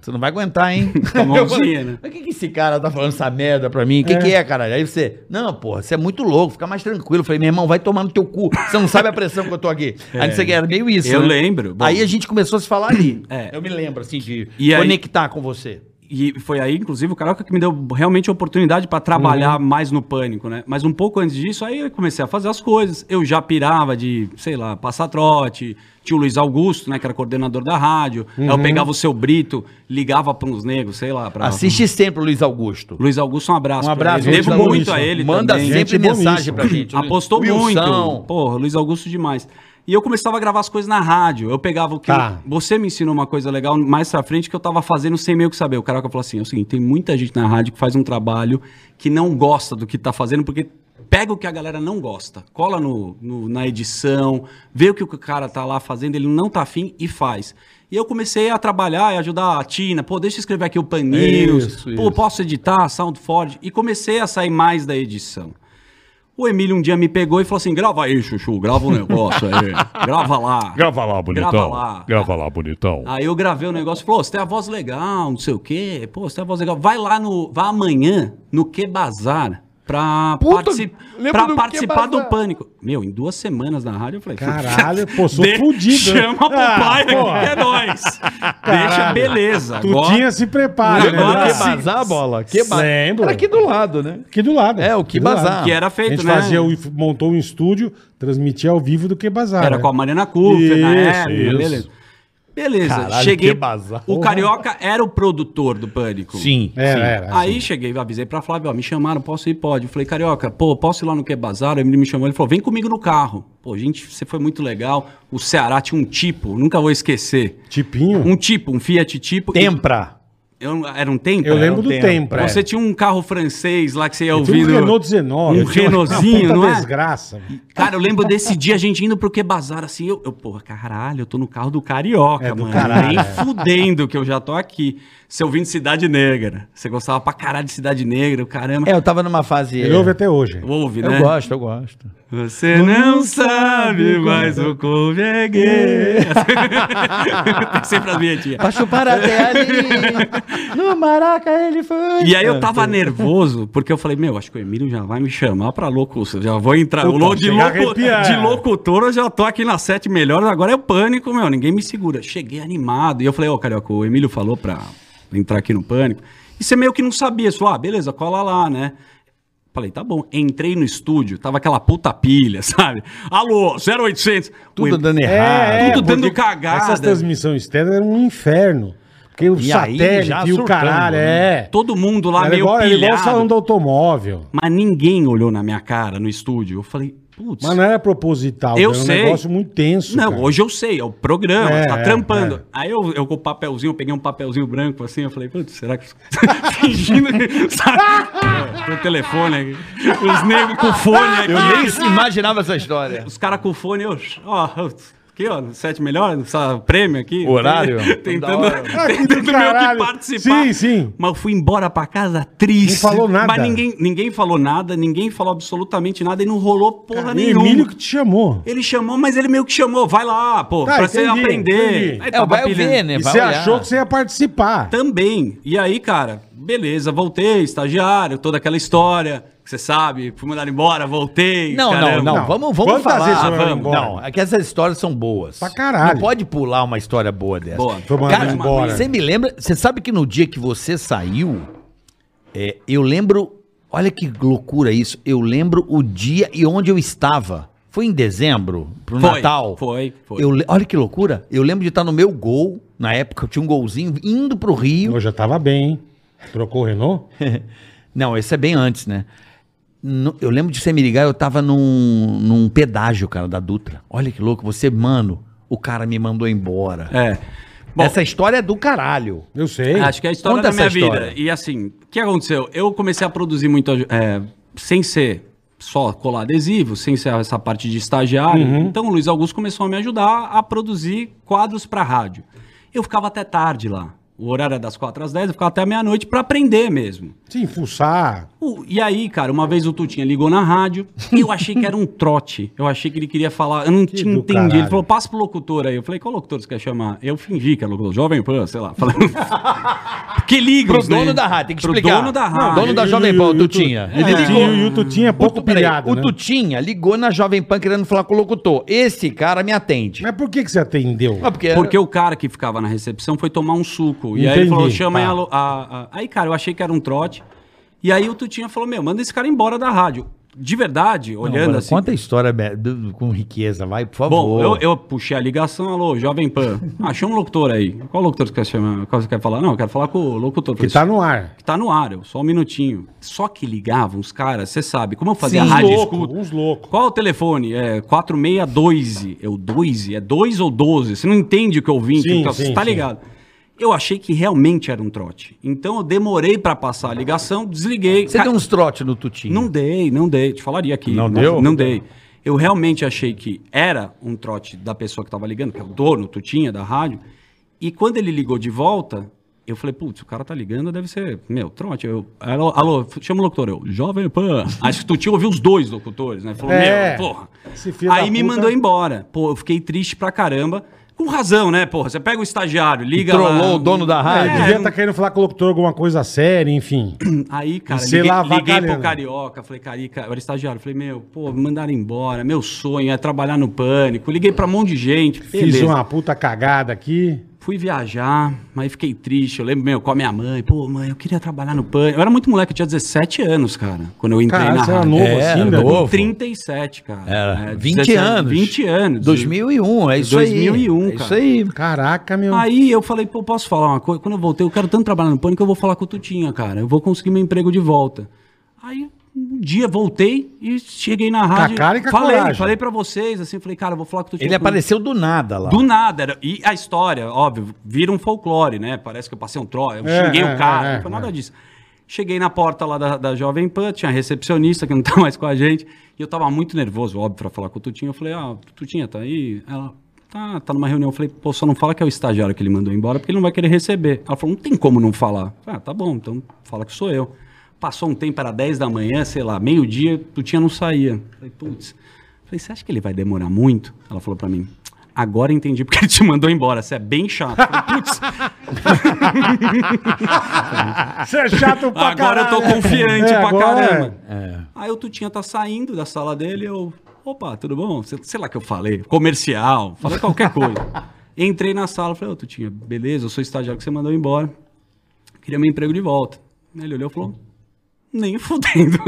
Speaker 3: Você não vai aguentar, hein?
Speaker 4: Tomar um
Speaker 3: Eu falei,
Speaker 4: dia, né?
Speaker 3: Mas o que, que esse cara tá falando essa merda pra mim? O que,
Speaker 2: É.
Speaker 3: que é, caralho? Aí você, não, porra, você é muito louco, fica mais tranquilo. Eu falei, meu irmão, vai tomar no teu cu. Você não sabe a pressão que eu tô aqui. Aí não sei o que, era meio isso.
Speaker 4: É.
Speaker 3: né?
Speaker 4: Eu lembro, bom.
Speaker 3: Aí a gente começou a se falar ali.
Speaker 4: É.
Speaker 3: Eu me lembro, assim, de
Speaker 4: E aí-
Speaker 3: conectar com você.
Speaker 4: E foi aí, inclusive, o Carioca que me deu realmente a oportunidade pra trabalhar
Speaker 2: Uhum.
Speaker 4: mais no pânico, né? Mas um pouco antes disso, aí eu comecei a fazer as coisas. Eu já pirava de, sei lá, passar trote. Tinha o Luiz Augusto, né, que era coordenador da rádio. Aí
Speaker 2: Uhum.
Speaker 4: eu pegava o seu Brito, ligava para uns negros, sei lá. Pra...
Speaker 3: Assiste sempre o Luiz Augusto.
Speaker 4: Luiz Augusto, um abraço.
Speaker 2: Um
Speaker 4: pra
Speaker 2: abraço,
Speaker 4: ele.
Speaker 2: Luiz
Speaker 4: Devo muito
Speaker 2: Augusto.
Speaker 4: a ele
Speaker 3: Manda
Speaker 4: também.
Speaker 3: sempre
Speaker 2: Gente é
Speaker 3: mensagem
Speaker 2: boníssima.
Speaker 3: pra gente. né?
Speaker 4: Apostou
Speaker 3: Wilson.
Speaker 4: muito. Porra, Luiz Augusto demais. E eu começava a gravar as coisas na rádio. Eu pegava o que.
Speaker 2: Tá.
Speaker 4: eu- você me ensinou uma coisa legal mais pra frente que eu tava fazendo sem meio que saber. O Caraca falou assim: é o seguinte, tem muita gente na rádio que faz um trabalho que não gosta do que tá fazendo, porque pega o que a galera não gosta, cola no, no- na edição, vê o que o cara tá lá fazendo, ele não tá afim e faz. E eu comecei a trabalhar e ajudar a Tina. Pô, deixa eu escrever aqui o Pan News.
Speaker 2: Isso,
Speaker 4: Pô, posso editar, Sound Ford. E comecei a sair mais da edição. O Emílio um dia me pegou e falou assim: grava aí, Chuchu, grava o negócio aí. grava lá.
Speaker 5: Grava lá, bonitão.
Speaker 4: Grava
Speaker 5: Grava
Speaker 4: lá.
Speaker 5: lá, bonitão.
Speaker 4: Aí eu gravei o negócio e falou: "Ô, você tem a voz legal, não sei o quê. Pô, você tem a voz legal. Vai lá no. Vai amanhã no Que Bazar pra,
Speaker 5: Puta,
Speaker 4: partici-
Speaker 5: lembro
Speaker 4: pra
Speaker 5: do Que
Speaker 4: participar do
Speaker 5: Bazar.
Speaker 4: pânico. Meu, em duas semanas na rádio eu falei:
Speaker 2: Caralho, pô, sou
Speaker 4: de-
Speaker 2: fudido.
Speaker 4: Chama pro
Speaker 2: Ah,
Speaker 4: pai aqui,
Speaker 2: porra.
Speaker 4: que é nóis. Deixa,
Speaker 2: Caralho.
Speaker 4: beleza.
Speaker 2: Tu
Speaker 4: agora-
Speaker 2: tinha se prepara, né?
Speaker 4: Agora-
Speaker 2: Ah,
Speaker 4: Que ba-
Speaker 3: bazar, bola? Que
Speaker 2: Lembro.
Speaker 3: Era aqui do lado, né?
Speaker 2: Aqui do lado.
Speaker 3: É, o que
Speaker 2: Aqui do lado.
Speaker 3: bazar.
Speaker 4: Que era feito,
Speaker 2: a gente
Speaker 4: né?
Speaker 2: fazia, o- montou um estúdio, transmitia ao vivo do que bazar.
Speaker 4: Era
Speaker 2: né?
Speaker 4: com a Mariana Kuffer na
Speaker 2: Isso,
Speaker 4: época,
Speaker 2: isso.
Speaker 4: beleza. Beleza,
Speaker 3: Caralho,
Speaker 4: cheguei.
Speaker 3: que bazar.
Speaker 4: O Carioca era o produtor do Pânico.
Speaker 3: Sim.
Speaker 2: Era, era. assim.
Speaker 4: Aí cheguei, avisei pra Flávio, ó, me chamaram, posso ir? Pode. Eu falei, Carioca, pô, posso ir lá no Que Bazar? Ele me chamou, ele falou, vem comigo no carro. Pô, gente, você foi muito legal. O Ceará tinha um tipo, nunca vou esquecer.
Speaker 2: Tipinho.
Speaker 4: Um tipo, um Fiat tipo.
Speaker 3: Tempra.
Speaker 4: Eu- era um tempo?
Speaker 2: Eu lembro do
Speaker 3: Tempra.
Speaker 2: tempo. é.
Speaker 4: Você tinha um carro francês lá que você ia
Speaker 2: Tinha
Speaker 4: ouvir.
Speaker 2: um
Speaker 4: no-
Speaker 2: Renault 19.
Speaker 4: Um
Speaker 2: tinha uma
Speaker 4: Renaultzinho,
Speaker 2: puta
Speaker 4: não é?
Speaker 2: desgraça.
Speaker 4: Cara, eu lembro desse dia a gente indo pro que bazar assim. Eu, eu porra, caralho, eu tô no carro do carioca,
Speaker 2: É, do
Speaker 4: mano.
Speaker 2: caralho,
Speaker 4: Nem
Speaker 2: é.
Speaker 4: fudendo que eu já tô aqui. Seu vim de Cidade Negra. Você gostava pra caralho de Cidade Negra, o caramba.
Speaker 3: É, eu tava numa fase. é.
Speaker 2: Ele ouve até hoje.
Speaker 4: Ouve,
Speaker 3: Eu
Speaker 4: né?
Speaker 3: gosto, eu gosto.
Speaker 4: Você não sabe, mas o couve é gay. Sempre as vinhetinhas.
Speaker 3: Pra chupar até ali. No maraca ele foi.
Speaker 4: E aí eu tava nervoso, porque eu falei, meu, acho que o Emílio já vai me chamar pra locução. Já vou entrar.
Speaker 2: Puta,
Speaker 4: o lo- de,
Speaker 2: chega a
Speaker 4: locu,
Speaker 2: arrepiar.
Speaker 4: de locutor eu já tô aqui na sete melhores, agora é o pânico, meu. Ninguém me segura. Cheguei animado. E eu falei, ô, Carioca, o Emílio falou pra entrar aqui no pânico. E você meio que não sabia. Você falou, ah, beleza, cola lá, né? Falei, tá bom. Entrei no estúdio, tava aquela puta pilha, sabe? Alô, 0800. O
Speaker 3: Tudo
Speaker 4: Em-
Speaker 2: É,
Speaker 3: dando errado.
Speaker 4: É, tudo
Speaker 2: porque
Speaker 4: dando cagada.
Speaker 2: Essas transmissões externas eram um inferno. Porque o
Speaker 3: E aí,
Speaker 2: satélite
Speaker 3: já
Speaker 2: e o
Speaker 3: surtando,
Speaker 2: caralho,
Speaker 3: né?
Speaker 2: é.
Speaker 4: Todo mundo lá
Speaker 2: Era
Speaker 4: meio
Speaker 2: igual, era igual o
Speaker 4: pilhado.
Speaker 2: salão do automóvel.
Speaker 4: Mas ninguém olhou na minha cara no estúdio. Eu falei, putz.
Speaker 2: Mas não era proposital,
Speaker 4: Eu
Speaker 2: era um
Speaker 4: sei.
Speaker 2: negócio muito tenso.
Speaker 4: Não,
Speaker 2: cara.
Speaker 4: hoje eu sei, é o programa,
Speaker 2: É,
Speaker 4: tá
Speaker 2: é,
Speaker 4: trampando.
Speaker 2: é.
Speaker 4: Aí eu, eu com o papelzinho, eu peguei um papelzinho branco assim, eu falei, putz, será que. Fingindo que. Sabe? É, Tem um telefone aqui. Os negros com fone aqui.
Speaker 3: Eu nem se imaginava essa história.
Speaker 4: Os caras com fone, eu. Ó, aqui, ó, no sete melhor, essa prêmio aqui.
Speaker 5: Horário?
Speaker 4: Tentando,
Speaker 3: Da hora.
Speaker 2: Ah, que do
Speaker 4: tentando meio que
Speaker 2: caralho.
Speaker 4: participar.
Speaker 2: Sim, sim.
Speaker 4: Mas eu fui embora pra casa triste.
Speaker 2: Não falou nada.
Speaker 4: Mas ninguém, ninguém falou nada, ninguém falou absolutamente nada e não rolou porra
Speaker 2: Cara, o
Speaker 4: nenhuma.
Speaker 2: Emílio que te chamou.
Speaker 4: Ele chamou, mas ele meio que chamou, vai lá, pô,
Speaker 2: Tá,
Speaker 4: pra você
Speaker 2: entendi,
Speaker 4: aprender.
Speaker 2: entendi.
Speaker 4: Aí
Speaker 3: É,
Speaker 4: tava
Speaker 3: vai
Speaker 4: pilhando.
Speaker 3: ver, né?
Speaker 2: E
Speaker 3: Vai
Speaker 2: você
Speaker 3: olhar.
Speaker 2: achou que você ia participar.
Speaker 4: Tá Também. E aí, cara, beleza, voltei, estagiário, toda aquela história que você sabe, fui mandado embora, voltei.
Speaker 3: Não, não,
Speaker 4: caramba.
Speaker 3: não,
Speaker 2: Não.
Speaker 3: Vamos, vamos
Speaker 2: Quantas
Speaker 3: falar.
Speaker 2: vezes você vai
Speaker 3: vamos.
Speaker 2: embora?
Speaker 3: Não, é que essas histórias são boas.
Speaker 2: Pra caralho.
Speaker 3: Não pode pular uma história boa dessa.
Speaker 4: Boa.
Speaker 2: Foi mandado
Speaker 3: Cara,
Speaker 2: embora.
Speaker 3: você me lembra. Você sabe que no dia que você saiu, é, eu lembro. Olha que loucura isso. Eu lembro o dia e onde eu estava. Foi em dezembro, pro
Speaker 4: Foi,
Speaker 3: Natal.
Speaker 4: foi, foi.
Speaker 3: Eu le- olha que loucura. Eu lembro de estar no meu gol. Na época eu tinha um golzinho indo pro Rio.
Speaker 2: Eu já tava bem, hein? Trocou o Renault?
Speaker 3: Não, esse é bem antes, né? No- eu lembro de você me ligar, eu tava num, num pedágio, cara, da Dutra. Olha que louco, você, mano, o cara me mandou embora.
Speaker 4: É. Bom,
Speaker 3: Essa história é do caralho.
Speaker 2: Eu sei.
Speaker 4: Acho que é a história
Speaker 3: Conta
Speaker 4: da minha
Speaker 3: essa
Speaker 4: vida.
Speaker 3: história.
Speaker 4: E assim, o que aconteceu? Eu comecei a produzir muito, é, sem ser só colar adesivo, sem ser essa parte de estagiário.
Speaker 3: Uhum.
Speaker 4: Então o Luiz Augusto começou a me ajudar a produzir quadros para rádio. Eu ficava até tarde lá. O horário era das quatro às 10, eu ficava até meia-noite para aprender mesmo.
Speaker 2: Sim, fuçar.
Speaker 4: O- E aí, cara, uma vez o Tutinha ligou na rádio e eu achei que era um trote. Eu achei que ele queria falar, eu não
Speaker 2: Que
Speaker 4: tinha
Speaker 2: do
Speaker 4: entendido.
Speaker 2: caralho.
Speaker 4: Ele falou, passa pro locutor aí. Eu falei, qual locutor você quer chamar? Eu fingi que era locutor, Jovem Pan, sei lá. Falando... Porque liga
Speaker 3: Pro
Speaker 4: os, né?
Speaker 3: dono da rádio, tem que
Speaker 4: Pro
Speaker 3: explicar.
Speaker 4: dono da
Speaker 3: Não,
Speaker 4: rádio.
Speaker 3: dono da Jovem Pan, o Tutinha.
Speaker 2: E
Speaker 3: Ele
Speaker 2: o
Speaker 3: ligou.
Speaker 2: Tutinha, e o Tutinha é
Speaker 4: um
Speaker 2: pouco
Speaker 3: Peraí,
Speaker 2: pilhado,
Speaker 3: o
Speaker 2: né?
Speaker 3: Tutinha ligou na Jovem Pan querendo falar com o locutor. Esse cara me atende.
Speaker 2: Mas por que, que você atendeu?
Speaker 3: Ah, porque,
Speaker 4: É, Porque o cara que ficava na recepção foi tomar um suco. E aí
Speaker 2: Entendi,
Speaker 4: ele falou, chama aí
Speaker 2: tá.
Speaker 4: a, lo- a- a- Aí, cara, eu achei que era um trote. E aí o Tutinha falou, meu, manda esse cara embora da rádio. De verdade,
Speaker 3: Não,
Speaker 4: olhando
Speaker 3: agora
Speaker 4: assim...
Speaker 3: Conta a história be- do- com riqueza, vai, por favor.
Speaker 4: Bom, eu, eu puxei a ligação, alô, Jovem Pan. Ah, chama um locutor aí. Qual locutor você quer chamar? Qual você quer falar? Não, eu quero falar com o locutor.
Speaker 2: Que tá no ar.
Speaker 4: que tá no ar, eu- só um minutinho. Só que ligavam os caras, você sabe, como eu fazia
Speaker 3: Sim.
Speaker 4: a rádio
Speaker 2: Louco,
Speaker 4: escuta.
Speaker 2: uns loucos.
Speaker 4: Qual é o telefone? É 462. É o 2? É 2 ou 12? Você não entende o que eu ouvi,
Speaker 2: Sim,
Speaker 4: então,
Speaker 2: sim,
Speaker 4: você tá
Speaker 2: sim.
Speaker 4: ligado? Eu achei que realmente era um trote. Então eu demorei pra passar a ligação, desliguei.
Speaker 3: Você
Speaker 4: Ca-
Speaker 3: deu
Speaker 2: um
Speaker 3: uns trotes no Tutinha.
Speaker 4: Não dei, não dei. Te falaria aqui.
Speaker 5: Não deu?
Speaker 4: Não dei. Eu realmente achei que era um trote da pessoa que tava ligando, que é o dono, o Tutinha, da rádio. E quando ele ligou de volta, eu falei, putz, o cara tá ligando, deve ser, meu, trote. Eu, alô, alô, chama o locutor. Eu, Jovem Pan. Acho que o Tutinha ouviu os dois locutores, né? Falou,
Speaker 2: É.
Speaker 4: meu, porra.
Speaker 2: Esse filho da
Speaker 4: Aí me
Speaker 2: puta-
Speaker 4: mandou embora. Pô, eu fiquei triste pra caramba. Com razão, né, porra? Você pega o estagiário, liga lá.
Speaker 3: Trollou o dono da
Speaker 2: Ah,
Speaker 3: rádio.
Speaker 2: ele
Speaker 4: É,
Speaker 2: devia
Speaker 4: não-
Speaker 2: estar querendo falar com o locutor alguma coisa séria, enfim.
Speaker 4: Aí, cara,
Speaker 2: Você
Speaker 4: liguei,
Speaker 2: lá
Speaker 4: liguei
Speaker 2: avacalhando.
Speaker 4: pro Carioca, falei, Carica, eu era estagiário, falei, meu, pô, me mandaram embora, meu sonho é trabalhar no pânico. Liguei pra um monte de gente,
Speaker 2: Fiz
Speaker 4: beleza.
Speaker 2: uma puta cagada aqui.
Speaker 4: Fui viajar, mas fiquei triste, eu lembro, meu, com a minha mãe, pô, mãe, eu queria trabalhar no pânico. Eu era muito moleque, eu tinha 17 anos, cara, quando eu entrei
Speaker 2: Caralho,
Speaker 4: na
Speaker 2: você era
Speaker 4: rádio.
Speaker 2: novo
Speaker 3: É,
Speaker 2: assim,
Speaker 3: era
Speaker 2: né?
Speaker 3: novo.
Speaker 4: 37, cara.
Speaker 3: Era,
Speaker 4: É,
Speaker 3: 20
Speaker 4: 17,
Speaker 3: anos.
Speaker 4: 20 anos.
Speaker 3: 2001, é isso
Speaker 4: 2001,
Speaker 3: aí. É
Speaker 4: cara.
Speaker 3: isso aí.
Speaker 2: Caraca, meu.
Speaker 4: Aí eu falei, pô, posso falar uma coisa? Quando eu voltei, eu quero tanto trabalhar no Pânico, eu vou falar com o Tutinha, cara. Eu vou conseguir meu emprego de volta. Aí um dia voltei e cheguei na rádio.
Speaker 2: cara e com a
Speaker 4: falei,
Speaker 2: coragem.
Speaker 4: falei pra vocês, assim, falei, cara, eu vou falar com o Tutinha.
Speaker 3: Ele
Speaker 4: Quando-
Speaker 3: apareceu do nada lá.
Speaker 4: do nada. era- E a história, óbvio, vira um folclore, né? Parece que eu passei um troll, eu
Speaker 2: É,
Speaker 4: xinguei
Speaker 2: é,
Speaker 4: o cara,
Speaker 2: é,
Speaker 4: não foi
Speaker 2: é.
Speaker 4: nada disso. Cheguei na porta lá da, da Jovem Pan, tinha a recepcionista que não tá mais com a gente, e eu tava muito nervoso, óbvio, pra falar com o Tutinha. Eu falei, ah, Tutinha, tá aí? Ela, tá, tá numa reunião. Eu falei, pô, só não fala que é o estagiário que ele mandou embora, porque ele não vai querer receber. Ela falou, não tem como não falar. Eu falei, Ah, tá bom, então fala que sou eu. Passou um tempo, era 10 da manhã, sei lá, meio-dia, Tutinha não saía. Eu Falei, putz. Falei, você acha que ele vai demorar muito? Ela falou pra mim, agora entendi porque ele te mandou embora, você é bem chato. Eu Falei, putz,
Speaker 2: Você é chato pra
Speaker 4: agora eu tô
Speaker 2: caralho.
Speaker 4: confiante
Speaker 2: É,
Speaker 4: pra
Speaker 2: agora é.
Speaker 4: caramba. Aí o Tutinha tá saindo da sala dele, eu, opa, tudo bom? Sei sei lá o que eu falei, comercial, falei qualquer coisa. Entrei na sala, falei, ô Tutinha, beleza, eu sou estagiário que você mandou embora, queria meu emprego de volta. Ele olhou e falou, nem fudendo.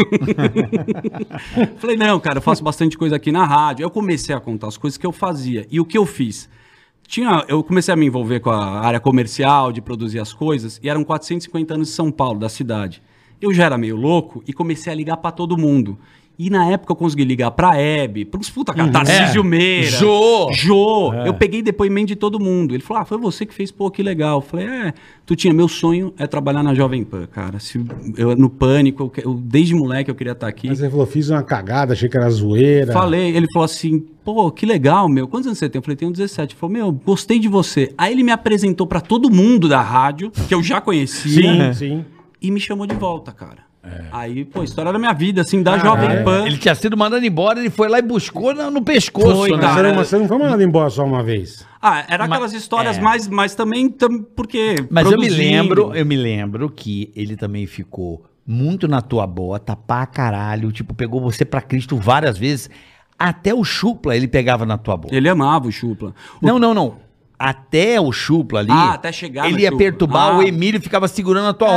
Speaker 4: Falei, não, cara, eu faço bastante coisa aqui na rádio. Eu comecei a contar as coisas que eu fazia. E o que eu fiz? Tinha, eu comecei a me envolver com a área comercial, de produzir as coisas, e eram 450 anos de São Paulo, da cidade. Eu já era meio louco e comecei a ligar pra todo mundo. E na época eu consegui ligar pra Hebe, pra uns puta cara, Tarcísio
Speaker 3: É.
Speaker 4: Meira.
Speaker 3: Jô.
Speaker 4: Jô.
Speaker 3: É.
Speaker 4: Eu peguei depoimento de todo mundo. Ele falou, ah, foi você que fez, pô, que legal. Eu falei, é, tu tinha, meu sonho é trabalhar na Jovem Pan, cara. Se eu, no pânico, eu que- eu, desde moleque eu queria estar aqui.
Speaker 3: é
Speaker 2: Mas ele falou, fiz uma cagada, achei que era zoeira.
Speaker 4: Falei, ele falou assim, pô, que legal, meu. Quantos anos você tem? Eu falei, tenho 17. Ele falou, meu, gostei de você. Aí ele me apresentou pra todo mundo da rádio, que eu já
Speaker 2: Sim,
Speaker 4: conhecia,
Speaker 2: sim.
Speaker 4: e me chamou de volta, cara. Aí, pô, história da minha vida, assim, da
Speaker 2: Caralho.
Speaker 4: Jovem Pan.
Speaker 3: É. Ah, Ele tinha sido mandado embora, ele foi lá e buscou no, no pescoço,
Speaker 4: Foi, tá.
Speaker 3: né?
Speaker 2: Mas
Speaker 4: cara.
Speaker 2: você não- mas você não foi mandado embora só uma vez.
Speaker 4: Ah, era aquelas histórias
Speaker 3: é.
Speaker 4: mais, mas também, tam- porque.
Speaker 3: Mas eu me
Speaker 4: produzindo.
Speaker 3: lembro, eu me lembro que ele também ficou muito na tua bota, pra caralho, tipo, pegou você pra Cristo várias vezes, até o chupla ele pegava na tua bota.
Speaker 4: Ele amava o Chupla. O-
Speaker 3: Não, não, não. Até o chupla ali.
Speaker 4: Ah, até chegar
Speaker 3: Ele
Speaker 4: no
Speaker 3: ia
Speaker 4: Chupla.
Speaker 3: perturbar,
Speaker 4: Ah.
Speaker 3: o Emílio ficava segurando a tua
Speaker 4: É,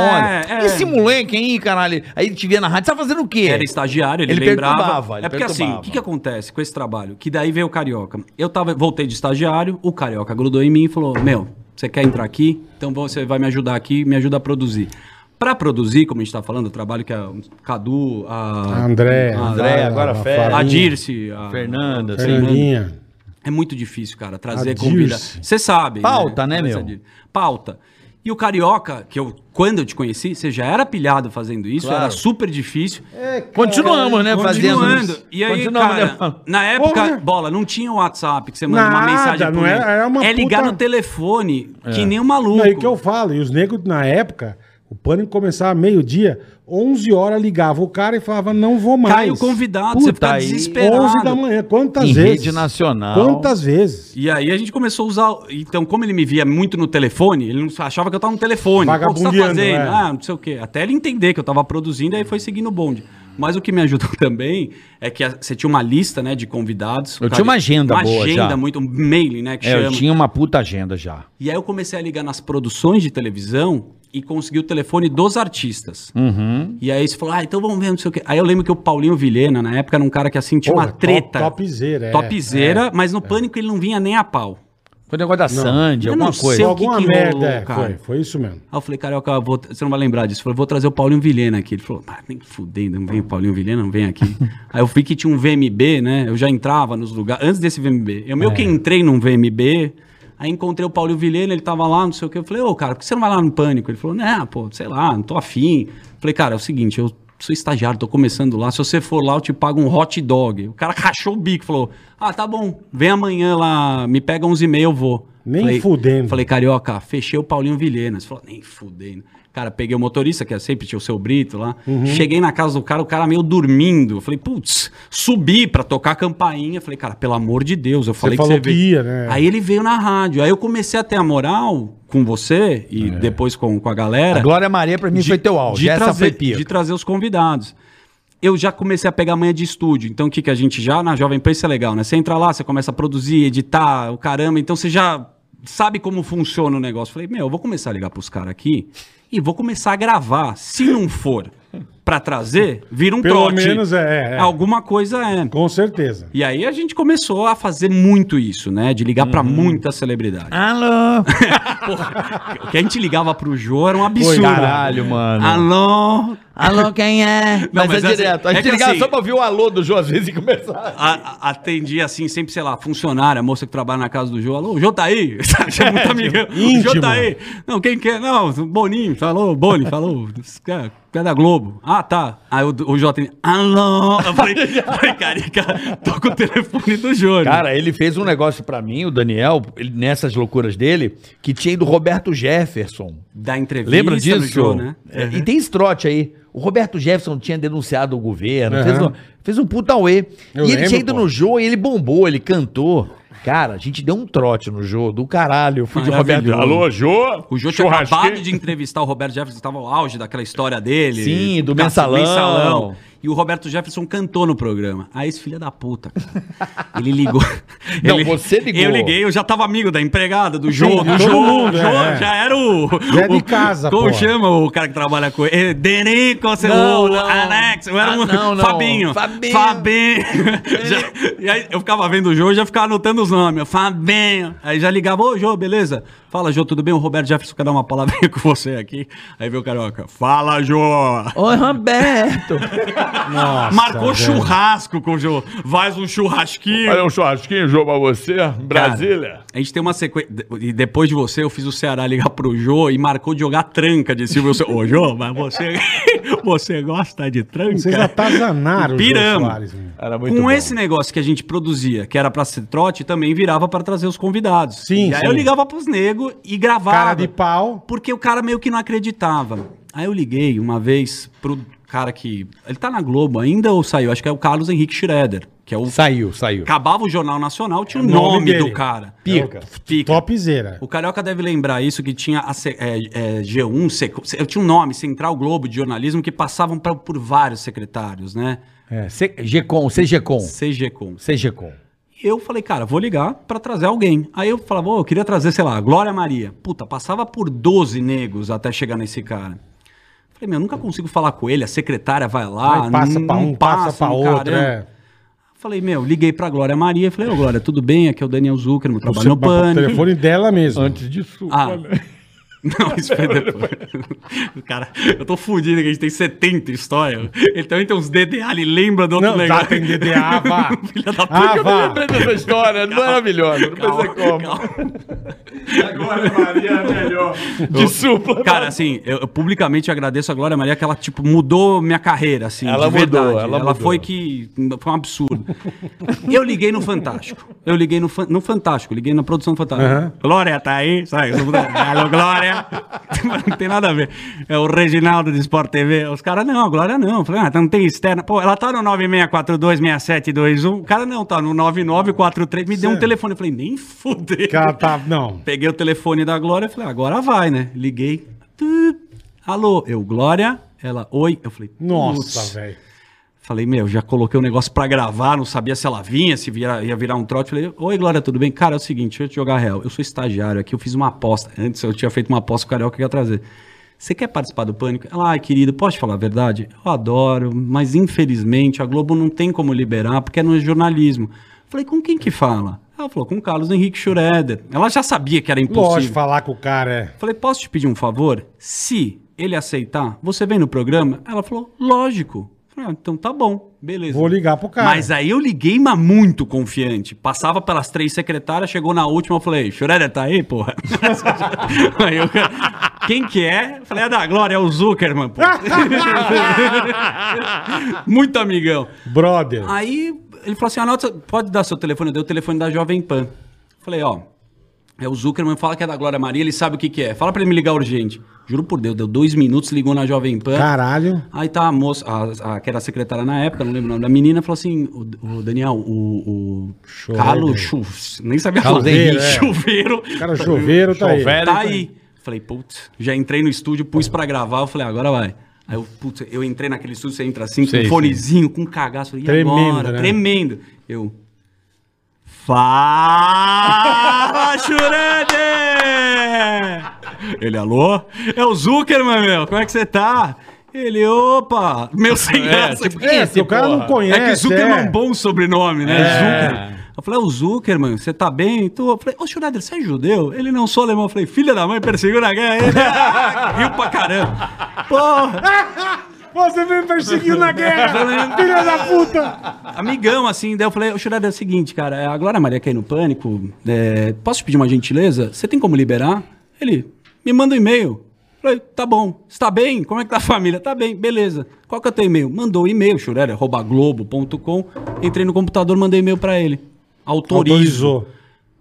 Speaker 3: onda.
Speaker 4: é.
Speaker 3: Esse moleque aí, caralho. Aí ele te via na rádio, você tá fazendo o quê?
Speaker 4: Era estagiário, ele,
Speaker 3: Ele
Speaker 4: lembrava.
Speaker 3: perturbava, ele
Speaker 4: é porque assim,
Speaker 3: perturbava.
Speaker 4: o que, que acontece com esse trabalho? Que daí veio o Carioca. Eu tava, voltei de estagiário, o Carioca grudou em mim e falou: Meu, você quer entrar aqui? Então você vai me ajudar aqui, me ajuda a produzir. Pra produzir, como a gente tá falando, o trabalho que a Cadu, a,
Speaker 2: André.
Speaker 4: Ah, André,
Speaker 3: agora
Speaker 2: Rafa-
Speaker 3: fera.
Speaker 4: a Dirce, a
Speaker 3: Fernanda,
Speaker 2: Fernandinha.
Speaker 4: É muito difícil, cara,
Speaker 2: A
Speaker 4: trazer
Speaker 2: Dirce.
Speaker 4: convida. Você sabe.
Speaker 3: Pauta, né, meu?
Speaker 4: Essa- Pauta. E o carioca, que eu quando eu te conheci, você já era pilhado fazendo isso,
Speaker 3: Claro. É,
Speaker 4: era super difícil.
Speaker 3: Continuamos, né? Fazendo
Speaker 4: Continuando.
Speaker 3: isso.
Speaker 4: E aí,
Speaker 3: Continuamos,
Speaker 4: cara,
Speaker 3: né?
Speaker 4: na época,
Speaker 2: Porra.
Speaker 4: bola, não tinha o WhatsApp que você manda uma
Speaker 2: Nada,
Speaker 4: mensagem
Speaker 2: não
Speaker 4: e-mail.
Speaker 2: era- era uma
Speaker 4: É ligar
Speaker 2: puta-
Speaker 4: no telefone, que nem um maluco.
Speaker 2: Não, é o que eu falo. E os negros, na época, o pânico começava meio-dia, 11 horas ligava o cara e falava, não vou mais.
Speaker 4: Cai o convidado,
Speaker 3: Puta,
Speaker 4: você fica
Speaker 3: aí,
Speaker 2: 11 da
Speaker 4: desesperado.
Speaker 2: manhã. Quantas
Speaker 3: Em
Speaker 2: vezes?
Speaker 3: rede nacional.
Speaker 2: Quantas vezes?
Speaker 4: E aí a gente começou a usar. Então, como ele me via muito no telefone, ele não achava que eu tava no telefone. Pô, o que você tá
Speaker 2: Vagabundeando,
Speaker 4: fazendo?
Speaker 2: é.
Speaker 4: Ah, não sei o quê. Até ele entender que eu tava produzindo, aí foi seguindo o bonde. Mas o que me ajudou também é que a- você tinha uma lista, né, de convidados.
Speaker 3: Eu tinha uma agenda
Speaker 4: uma
Speaker 3: boa
Speaker 4: agenda
Speaker 3: já.
Speaker 4: muito, um mailing, né, que
Speaker 3: É, eu
Speaker 4: chama.
Speaker 3: tinha uma puta agenda já.
Speaker 4: E aí eu comecei a ligar nas produções de televisão e consegui o telefone dos artistas.
Speaker 2: Hum?
Speaker 3: Uhum.
Speaker 4: E aí você falou, ah, então vamos ver, não sei o quê. Aí eu lembro que o Paulinho Vilhena, na época, era um cara que assim tinha uma
Speaker 2: Porra,
Speaker 4: treta.
Speaker 2: top- topzera, é.
Speaker 4: Topzera, mas no pânico ele não vinha nem a pau.
Speaker 3: Foi o negócio da Sandy,
Speaker 4: Eu
Speaker 3: alguma
Speaker 4: não
Speaker 3: coisa.
Speaker 4: sei o que
Speaker 2: Alguma
Speaker 4: que
Speaker 2: merda.
Speaker 4: rolou,
Speaker 2: é,
Speaker 4: cara?
Speaker 2: foi, foi isso mesmo.
Speaker 4: Aí eu falei, Carioca, eu vou- você não vai lembrar disso. Eu falei, vou trazer o Paulinho Vilhena aqui. Ele falou, ah, nem fudendo, não vem o Paulinho Vilhena, não vem aqui. Aí eu vi que tinha um VMB, né? Eu já entrava nos lugares, antes desse VMB. Eu
Speaker 2: É.
Speaker 4: meio que entrei num VMB, aí encontrei o Paulinho Vilhena, ele tava lá, não sei o quê. Eu falei, ô, cara, por que você não vai lá no Pânico? Ele falou, né, pô, sei lá, não tô afim. Eu falei, cara, é o seguinte, eu sou estagiário, tô começando lá, se você for lá, eu te pago um hot dog. O cara rachou o bico, falou, ah, tá bom, vem amanhã lá, me pega 11h30, eu vou.
Speaker 2: Nem
Speaker 4: Falei-
Speaker 2: fudendo.
Speaker 4: Falei, Carioca, fechei o Paulinho Vilhena. Você falou, nem fudendo. Cara, peguei o motorista, que é sempre tinha o seu Brito lá.
Speaker 2: Uhum.
Speaker 4: Cheguei na casa do cara, o cara meio dormindo. Falei, putz, subi pra tocar a campainha. Falei, cara, pelo amor de Deus, eu falei
Speaker 2: falou que
Speaker 4: veio.
Speaker 2: ia, né?
Speaker 4: Aí ele veio na rádio. Aí eu comecei a ter a moral com você e
Speaker 2: É.
Speaker 4: depois com, com a
Speaker 3: A
Speaker 4: galera.
Speaker 3: Glória Maria pra mim foi teu auge.
Speaker 4: de
Speaker 3: Essa
Speaker 4: trazer,
Speaker 3: foi pica.
Speaker 4: De trazer os convidados. Eu já comecei a pegar manha de estúdio. Então, o que, que a gente já, na Jovem Pan, isso é legal, né? Você entra lá, você começa a produzir, editar, o caramba. Então, você já sabe como funciona o negócio. Falei, meu, eu vou começar a ligar pros caras aqui e vou começar a gravar. Se não for pra trazer, vira um
Speaker 2: Pelo
Speaker 4: trote.
Speaker 2: menos é, é.
Speaker 4: Alguma coisa é.
Speaker 2: Com certeza.
Speaker 4: E aí a gente começou a fazer muito isso, né? De ligar
Speaker 3: Uhum.
Speaker 4: pra muita celebridade.
Speaker 3: Alô!
Speaker 4: O que a gente ligava pro Jô era um absurdo.
Speaker 3: caralho, mano.
Speaker 4: Alô,
Speaker 3: Alô, quem é?
Speaker 4: Não,
Speaker 3: mas,
Speaker 4: mas
Speaker 3: é
Speaker 4: assim,
Speaker 3: direto. A
Speaker 4: é
Speaker 3: gente
Speaker 4: que
Speaker 3: ligava
Speaker 4: assim-
Speaker 3: só pra ouvir o alô do Jô às vezes e começar.
Speaker 4: A- a- atendi assim, sempre, sei lá, funcionária, moça que trabalha na casa do Jô. Alô, o Jô tá aí? Sabe, tinha muito amigão. O Jô
Speaker 2: íntimo.
Speaker 4: tá aí? Não, quem quer? Não, o Boninho. Falou, Boni, falou. esse cara cara da Globo. Ah, tá. Aí o, o Jô atende. Alô. Eu falei, falei, carica, toca o telefone do Jô. né?
Speaker 3: Cara, ele fez um negócio pra mim, o Daniel, ele- nessas loucuras dele, que tinha do Roberto Jefferson.
Speaker 4: da entrevista
Speaker 3: Lembra
Speaker 4: do
Speaker 3: disso?
Speaker 4: Jô, né?
Speaker 3: É, E tem esse trote aí. O Roberto Jefferson tinha denunciado o governo,
Speaker 2: Aham.
Speaker 3: fez, um, fez um puta uê.
Speaker 2: Eu
Speaker 3: e ele
Speaker 2: lembro,
Speaker 3: tinha ido
Speaker 2: pô.
Speaker 3: no Jô e ele bombou, ele cantou. Cara, a gente deu um trote no Jô, do caralho. Eu fui de Roberto.
Speaker 4: Maravilhoso.
Speaker 5: Alô, Jô?
Speaker 4: O Jô tinha
Speaker 5: Churrasque-
Speaker 4: acabado de entrevistar o Roberto Jefferson, estava ao auge daquela história dele.
Speaker 3: Sim, do
Speaker 4: Tá-
Speaker 3: mensalão.
Speaker 4: E o Roberto Jefferson cantou no programa. Aí esse filho é da puta, cara. Ele ligou.
Speaker 3: Não, você ligou.
Speaker 4: Eu liguei, eu já tava amigo da empregada, do Jô.
Speaker 2: Sim,
Speaker 4: do
Speaker 2: todo
Speaker 4: Jô,
Speaker 2: mundo,
Speaker 4: Jô
Speaker 2: é, é.
Speaker 4: já era o...
Speaker 2: Já é de
Speaker 4: o-
Speaker 2: casa,
Speaker 4: Como
Speaker 2: pô.
Speaker 4: chama o cara que trabalha com ele? É, Denico, seu
Speaker 3: Não,
Speaker 4: o
Speaker 3: não.
Speaker 4: Alex. Eu era
Speaker 3: Ah,
Speaker 4: um...
Speaker 3: não, não.
Speaker 4: Fabinho.
Speaker 3: Fabinho.
Speaker 4: Fabinho. Já- e aí eu ficava vendo o Jô e já ficava anotando os nomes. Eu, Fabinho. Aí já ligava, ô Jô, beleza? Fala, Jô, tudo bem? O Roberto Jefferson quer dar uma palavrinha com você aqui. Aí veio o Carioca. Fala, Jô.
Speaker 3: Oi, Roberto.
Speaker 2: Nossa,
Speaker 4: Marcou
Speaker 2: velho.
Speaker 4: churrasco com o Jô. Faz um churrasquinho.
Speaker 5: Olha um churrasquinho, Jô, pra você. Brasília.
Speaker 4: A gente tem uma sequência. E depois de você, eu fiz o Ceará ligar pro Jô e marcou de jogar tranca de Silvio Santos. Ô, Jô, mas você, você gosta de tranca?
Speaker 2: Vocês atazanaram o Jô
Speaker 4: Piramos.
Speaker 2: Soares, né? meu.
Speaker 5: Era
Speaker 4: Com esse negócio que a gente produzia, que era pra ser trote, também virava pra trazer os convidados.
Speaker 2: Sim,
Speaker 4: E aí
Speaker 2: sim.
Speaker 4: eu ligava pros negros e gravava.
Speaker 2: Cara de pau.
Speaker 4: Porque o cara meio que não acreditava. Aí eu liguei uma vez pro cara que. Ele tá na Globo ainda ou saiu? Acho que é o Carlos Henrique Schroeder, que é o.
Speaker 3: Saiu, saiu.
Speaker 4: Acabava o Jornal Nacional, tinha o
Speaker 2: É o
Speaker 4: nome,
Speaker 2: nome dele.
Speaker 4: do cara. É
Speaker 3: Pica.
Speaker 4: Pica.
Speaker 2: Topzera.
Speaker 4: O Carioca deve lembrar isso, que tinha a se- é, é, G1, Seco- eu tinha um nome, Central Globo de Jornalismo, que passavam pra- por vários secretários, né?
Speaker 3: É, C- GCOM, CGCOM.
Speaker 4: CGCom.
Speaker 3: CGCOM.
Speaker 4: Eu falei, cara, vou ligar pra trazer alguém. Aí eu falava, ô, eu queria trazer, sei lá, a Glória Maria. Puta, passava por 12 negros até chegar nesse cara. Falei, meu, eu nunca consigo falar com ele, a secretária vai lá,
Speaker 2: Aí passa
Speaker 4: não-
Speaker 2: pra
Speaker 4: não
Speaker 2: um, passa, pra
Speaker 4: um
Speaker 2: outro.
Speaker 4: caramba.
Speaker 2: É.
Speaker 4: Falei, meu, liguei pra Glória Maria e falei, ô, Glória, tudo bem? Aqui é o Daniel Zuckerman, trabalho
Speaker 2: Você-
Speaker 4: no
Speaker 2: O
Speaker 4: Pânico.
Speaker 2: telefone dela mesmo.
Speaker 5: Antes disso,
Speaker 4: Ah.
Speaker 5: olha.
Speaker 4: Não, isso foi depois. Cara, eu tô fudido que a gente tem 70 histórias. Ele também tem uns DDA, ele lembra do outro
Speaker 2: Não, tá,
Speaker 4: negócio.
Speaker 2: tem DDA, vá.
Speaker 4: Filha da puta.
Speaker 2: Ah, vá.
Speaker 5: Lembrei dessa história, maravilhosa. Não
Speaker 4: Calma,
Speaker 5: sei como.
Speaker 4: calma.
Speaker 5: Agora Maria é melhor. De supla.
Speaker 4: Cara, assim, eu, eu publicamente agradeço a Glória Maria que ela, tipo, mudou minha carreira, assim,
Speaker 5: Ela
Speaker 4: de
Speaker 5: mudou,
Speaker 4: verdade.
Speaker 5: ela
Speaker 4: Ela,
Speaker 5: mudou.
Speaker 4: foi que... Foi um absurdo. eu liguei no Fantástico. Eu liguei no, Fan- no Fantástico, liguei na produção do Fantástico.
Speaker 2: Aham.
Speaker 4: Glória, tá aí? Sabe? todo mundo, Alô, Glória! não tem nada a ver. É o Reginaldo do Sport TV. Os caras, não, a Glória não. Eu Falei, ah, então não tem externa. Pô, ela tá no 96426721. O cara, não, tá no 9943. Me deu um
Speaker 2: Sério?
Speaker 4: telefone. Eu falei, nem fudei.
Speaker 2: Cara, tá, não.
Speaker 4: Peguei o telefone da Glória e falei, agora vai, né? Liguei. Tu. Alô, eu, Glória? Ela, oi. Eu falei, putz.
Speaker 2: Nossa, velho.
Speaker 4: Falei, meu, já coloquei o negócio pra gravar, não sabia se ela vinha, se vira- ia virar um trote. Falei, oi, Glória, tudo bem? Cara, é o seguinte, deixa eu te jogar real. Eu sou estagiário aqui, eu fiz uma aposta. Antes eu tinha feito uma aposta com o Carioca que ia trazer. Você quer participar do Pânico? Ela, ai, querido, posso te falar a verdade? Eu adoro, mas infelizmente a Globo não tem como liberar, porque é no jornalismo. Falei, com quem que fala? Ela falou, com o Carlos Henrique Schroeder. Ela já sabia que era impossível.
Speaker 2: Lógico, falar com o cara é.
Speaker 4: Falei, posso te pedir um favor? Se ele aceitar, você vem no programa? Ela falou, lógico. Falei, ah, então tá bom, beleza.
Speaker 2: Vou ligar pro cara.
Speaker 4: Mas é- aí eu liguei, mas muito confiante. Passava pelas três secretárias, chegou na última, eu falei, Schroeder tá aí, porra? aí eu, quem que é? Eu Falei, é da Glória, é o Zuckerman, pô.
Speaker 2: Ah,
Speaker 4: muito amigão.
Speaker 2: Brother.
Speaker 4: Aí ele falou assim: anota, pode dar seu telefone, eu dei o telefone da Jovem Pan. Falei, ó, é o Zuckerman, fala que é da Glória Maria, ele sabe o que, que é. Fala pra ele me ligar urgente. Juro por Deus, deu dois minutos, ligou na Jovem Pan.
Speaker 2: Caralho.
Speaker 4: Aí tá a moça, a, a- que era a secretária na época, não lembro o nome da menina, falou assim: o, o Daniel, o, o Carlos Chuf, nem sabia
Speaker 3: Carlos
Speaker 4: falar.
Speaker 2: Henrique, é.
Speaker 4: Chuveiro.
Speaker 2: Cara, chuveiro tá aí.
Speaker 5: Chuveiro.
Speaker 4: Tá aí. Falei, putz, já entrei no estúdio, pus pra gravar, eu falei, agora vai. Aí eu, putz, eu entrei naquele estúdio, você entra
Speaker 5: Sei,
Speaker 4: assim, com
Speaker 5: sei.
Speaker 4: um fonezinho, com um cagaço. Falei, e
Speaker 2: Tremendo,
Speaker 4: agora?
Speaker 2: né?
Speaker 4: Tremendo. Eu. Fala, Churande! Ele, alô? É o Zuckerman, meu, como é que você tá? Ele, opa! Meu sem graça.
Speaker 5: tipo,
Speaker 2: É,
Speaker 5: Esse,
Speaker 2: porque o cara
Speaker 5: porra.
Speaker 2: não conhece.
Speaker 4: É que Zuckerman é
Speaker 2: é.
Speaker 4: um bom sobrenome, né?
Speaker 2: É.
Speaker 4: Zuckerman. Eu falei, é o Zuckerman, você tá bem? Tô. Eu falei, ô Schneider, você é judeu? Ele não sou alemão. Eu falei, filha da mãe, perseguiu na guerra. Ele, ah, riu pra caramba. Porra,
Speaker 2: Você me perseguiu na guerra, filha da puta!
Speaker 4: amigão, assim. Daí eu falei, ô Schneider, é o seguinte, cara, a Glória Maria caiu no pânico. é, posso te pedir uma gentileza? Você tem como liberar? Ele, me manda um e-mail. Eu Falei, tá bom. Está bem? Como é que tá a família? Tá bem, beleza. Qual que é o teu e-mail? Mandou o e-mail, Schurer, arroba globo.com. Entrei no computador, mandei e-mail pra ele. Autorizo.
Speaker 2: Autorizou.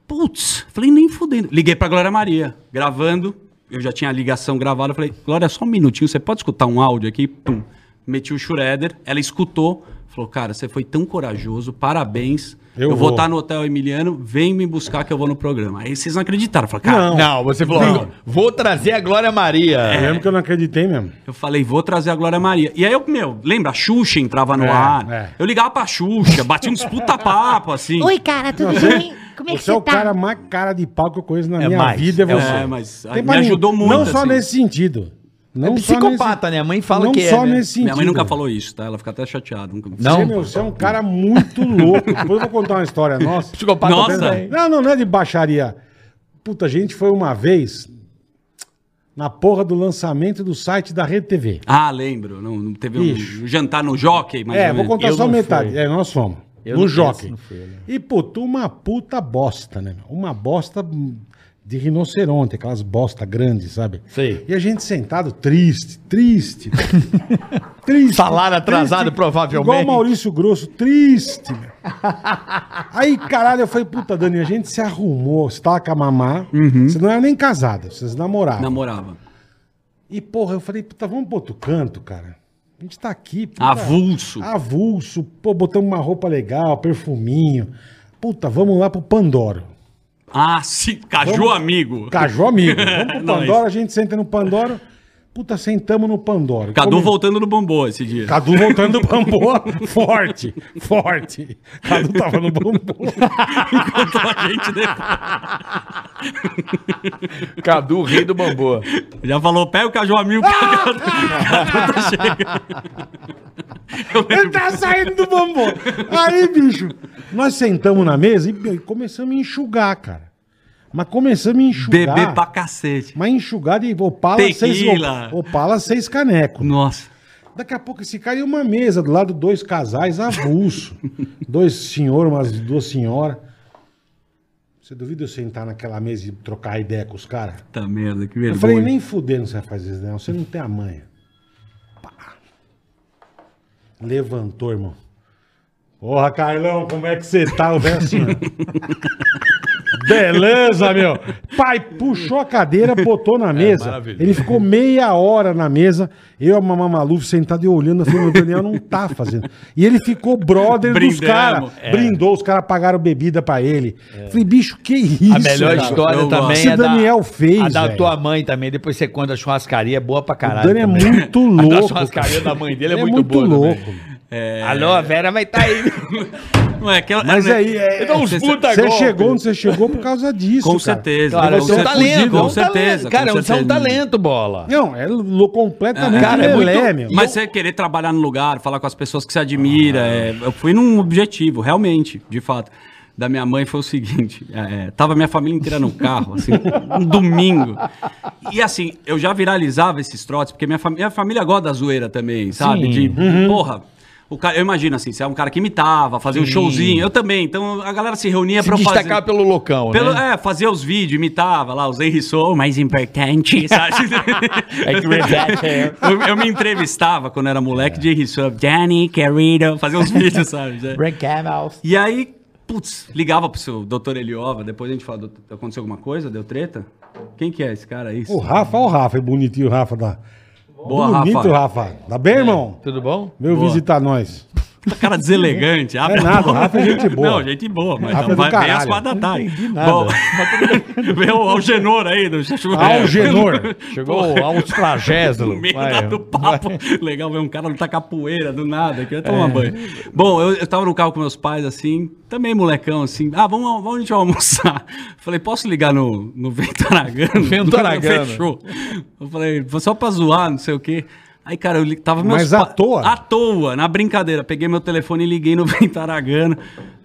Speaker 4: Putz, falei, nem fudendo. Liguei pra Glória Maria, gravando. Eu já tinha a ligação gravada. eu Falei, Glória, só um minutinho, você pode escutar um áudio aqui? Pum. Meti o Schroeder, ela escutou, falou, cara, você foi tão corajoso, parabéns.
Speaker 2: Eu
Speaker 4: Eu, vou
Speaker 2: vou.
Speaker 4: estar no Hotel Emiliano, vem me buscar que eu vou no programa. Aí vocês não acreditaram. Eu Falei, cara,
Speaker 2: Não.
Speaker 5: Não, você falou,
Speaker 2: Não. É.
Speaker 5: vou trazer a Glória
Speaker 2: Eu
Speaker 4: É.
Speaker 5: Maria.
Speaker 2: lembro que eu não acreditei mesmo.
Speaker 4: Eu falei, vou trazer a Glória Maria. E aí, eu, meu, lembra? A Xuxa entrava no
Speaker 2: É,
Speaker 4: ar.
Speaker 2: é.
Speaker 4: Eu ligava pra Xuxa, batia uns puta papo, assim.
Speaker 6: Oi, cara, tudo bem? Como é que
Speaker 2: Você é
Speaker 6: você
Speaker 2: o
Speaker 6: tá?
Speaker 2: cara mais cara de pau que eu conheço na
Speaker 5: É
Speaker 2: minha
Speaker 5: mais,
Speaker 2: vida, é
Speaker 5: é
Speaker 2: você.
Speaker 4: mais. É, mas
Speaker 2: Tem
Speaker 4: me
Speaker 2: pra ninguém.
Speaker 4: ajudou muito,
Speaker 2: Não só
Speaker 4: assim.
Speaker 2: nesse sentido. Não
Speaker 3: É
Speaker 2: só
Speaker 3: psicopata, né? A mãe fala
Speaker 2: não
Speaker 3: que é,
Speaker 2: só
Speaker 3: né?
Speaker 2: nesse sentido.
Speaker 4: Minha mãe nunca falou isso, tá? Ela fica até chateada. Nunca...
Speaker 3: Não.
Speaker 2: Você, meu, você é um cara muito louco. Depois eu vou contar uma história nossa.
Speaker 5: Psicopata
Speaker 4: Nossa.
Speaker 5: também.
Speaker 2: Não, não, não é de baixaria. Puta, a gente foi uma vez na porra do lançamento do site da Rede TV.
Speaker 4: Ah, lembro. Não, não teve
Speaker 2: Bicho.
Speaker 4: um jantar no jockey, mas.
Speaker 2: É, vou contar
Speaker 5: Eu
Speaker 2: só
Speaker 5: não
Speaker 2: metade.
Speaker 5: fui.
Speaker 2: É, nós fomos.
Speaker 5: Eu
Speaker 2: no
Speaker 5: não-
Speaker 2: jockey.
Speaker 5: esse não fui, né? eu lembro.
Speaker 2: E, puta, uma puta bosta, né? meu? Uma bosta de rinoceronte, aquelas bosta grandes, sabe?
Speaker 5: Sei.
Speaker 2: E a gente sentado triste, triste. triste.
Speaker 5: Salário atrasado, provavelmente.
Speaker 2: Igual o Maurício Grosso, triste. meu. Aí, caralho, eu falei, puta, Dani, a gente se arrumou, você tava com a mamá,
Speaker 5: Uhum.
Speaker 2: você não era nem casada, vocês namoravam.
Speaker 4: Namorava.
Speaker 2: E, porra, eu falei, puta, vamos pro outro canto, cara. A gente tá
Speaker 5: Ah,
Speaker 2: aqui. puta,
Speaker 4: Avulso.
Speaker 2: É. Avulso. Pô, botamos uma roupa legal, perfuminho. Puta, vamos lá pro Pandoro.
Speaker 4: Ah, sim. Caju amigo.
Speaker 2: Caju amigo. Vamos pro
Speaker 4: Não,
Speaker 2: Pandoro, a gente senta no Pandoro. Puta, sentamos no Pandoro.
Speaker 4: Cadu
Speaker 2: Come-
Speaker 4: voltando no bombô esse dia.
Speaker 2: Cadu voltando do Bambu. forte, forte. Cadu tava no Bambu.
Speaker 4: Encontrou a gente depois.
Speaker 5: Cadu, rei do bambu.
Speaker 4: Já falou, pega o Caju amigo. que o Cadu- Cadu tá chegando. Eu
Speaker 2: Ele
Speaker 4: lembro.
Speaker 2: tá saindo do Bambu. Aí, bicho, nós sentamos na mesa e e começamos a enxugar, cara. Mas começamos a enxugar.
Speaker 4: Beber pra cacete.
Speaker 2: Mas enxugar de opala
Speaker 4: Tequila.
Speaker 2: seis... Opala seis caneco.
Speaker 4: Nossa.
Speaker 2: Daqui a pouco esse cara e uma mesa do lado, dois casais avulso. dois senhores, umas duas senhoras. Você duvida eu sentar naquela mesa e trocar ideia com os caras?
Speaker 4: Puta merda, que
Speaker 2: Eu
Speaker 4: vergonha.
Speaker 2: falei, nem fudendo você vai fazer isso, não. Você não tem a manha. Pá. Levantou, irmão. Porra, Carlão, como é que você tá? O velho assim, ó. Beleza, meu. Pai, puxou a cadeira, botou
Speaker 4: É
Speaker 2: na mesa.
Speaker 7: maravilhoso.
Speaker 2: Ele ficou meia hora na mesa. Eu, a Mamá Maluf, sentado e olhando. Eu falei, meu, o Daniel não tá fazendo. E ele ficou brother dos
Speaker 4: Brindamos,
Speaker 2: caras.
Speaker 4: é.
Speaker 2: Brindou, os caras pagaram bebida pra ele. Falei, bicho, que isso?
Speaker 3: a melhor
Speaker 2: cara?
Speaker 3: história
Speaker 4: Eu
Speaker 3: também é
Speaker 4: gosto.
Speaker 2: Esse Daniel
Speaker 3: da,
Speaker 2: fez,
Speaker 3: a da
Speaker 2: velho.
Speaker 3: tua mãe também. Depois você conta a churrascaria, é boa pra caralho.
Speaker 2: Dani é
Speaker 3: também.
Speaker 2: muito
Speaker 3: A
Speaker 2: louco,
Speaker 3: da churrascaria da mãe dele é,
Speaker 2: Ele
Speaker 3: muito, boa. também.
Speaker 4: É,
Speaker 3: Alô, a Vera vai estar tá aí.
Speaker 4: não é aquela-
Speaker 2: Mas
Speaker 4: é-
Speaker 2: aí, é-
Speaker 4: Então, os
Speaker 3: Você-
Speaker 4: puta
Speaker 2: Você
Speaker 3: golpe.
Speaker 2: chegou onde você chegou por causa disso,
Speaker 4: Com
Speaker 2: cara.
Speaker 4: certeza. né? tá
Speaker 3: Cara,
Speaker 4: com
Speaker 3: você é um
Speaker 4: certeza,
Speaker 3: talento,
Speaker 4: com
Speaker 3: é um talento.
Speaker 4: certeza.
Speaker 3: Cara,
Speaker 4: com
Speaker 3: você é um
Speaker 4: certeza.
Speaker 3: talento, bola.
Speaker 2: Não, é lo- completamente
Speaker 3: Cara, é
Speaker 2: lelé,
Speaker 3: muito-
Speaker 2: meu.
Speaker 4: Mas você querer trabalhar no lugar, falar com as pessoas que você
Speaker 3: Ah.
Speaker 4: admira, é, eu fui num objetivo, realmente, de fato. Da minha mãe foi o seguinte: é, é, tava minha família inteira no carro, assim, um domingo. E assim, eu já viralizava esses trotes, porque minha, fami- minha família gosta da zoeira também, sabe? De,
Speaker 3: Uhum.
Speaker 4: porra. O cara, eu imagino assim, você é um cara que imitava, fazia um showzinho. Eu também. Então a galera se reunia
Speaker 3: Se
Speaker 4: pra eu fazer.
Speaker 3: destacar pelo loucão,
Speaker 4: Pelo,
Speaker 3: né?
Speaker 4: É, fazia os vídeos, imitava lá, os Henry Sou, mais importante, sabe?
Speaker 3: É que verdade, é.
Speaker 4: eu, eu me entrevistava quando era moleque de Henry Sou, Danny Carino, fazia uns vídeos, sabe? Já.
Speaker 3: Brand Camels.
Speaker 4: E aí, putz, ligava pro seu doutor Eliova, depois a gente fala, "Doutor, aconteceu alguma coisa? Deu treta? Quem que é esse cara aí?
Speaker 2: O Rafa, olha o Rafa, é bonitinho o Rafa da.
Speaker 4: Boa,
Speaker 2: Bonito,
Speaker 4: Rafa.
Speaker 2: Rafa. Tá bem, irmão?
Speaker 3: É. Tudo bom?
Speaker 2: Veio
Speaker 4: Boa.
Speaker 2: visitar nós.
Speaker 4: Tá cara deselegante. Abre a
Speaker 2: nada,
Speaker 4: boca.
Speaker 2: Rafa é gente boa.
Speaker 4: Não, gente boa, mas
Speaker 2: Rafa é
Speaker 4: não,
Speaker 2: do
Speaker 4: vai bem às
Speaker 2: caralho.
Speaker 4: quatro da
Speaker 2: Não
Speaker 4: tarde.
Speaker 2: entendi nada.
Speaker 4: Bom, veio o Algenor aí. Do... É.
Speaker 2: Algenor.
Speaker 3: Chegou a uns
Speaker 4: No
Speaker 3: tragésilos.
Speaker 4: meio
Speaker 3: Vai,
Speaker 4: da- do papo. Legal ver um cara lutar capoeira do nada, queria tomar banho. Bom, eu, eu tava no carro com meus pais, assim, também molecão, assim. Ah, vamos, vamos onde a gente vai almoçar? Falei, posso ligar no, no Ventoragano?
Speaker 3: Ventoragano.
Speaker 4: Fechou. Eu falei, "Vou só pra zoar, não sei o quê. Aí, cara, eu li- tava meus
Speaker 2: Mas à
Speaker 4: pa-
Speaker 2: toa?
Speaker 4: À toa, na brincadeira. Peguei meu telefone e liguei no Ventaragano.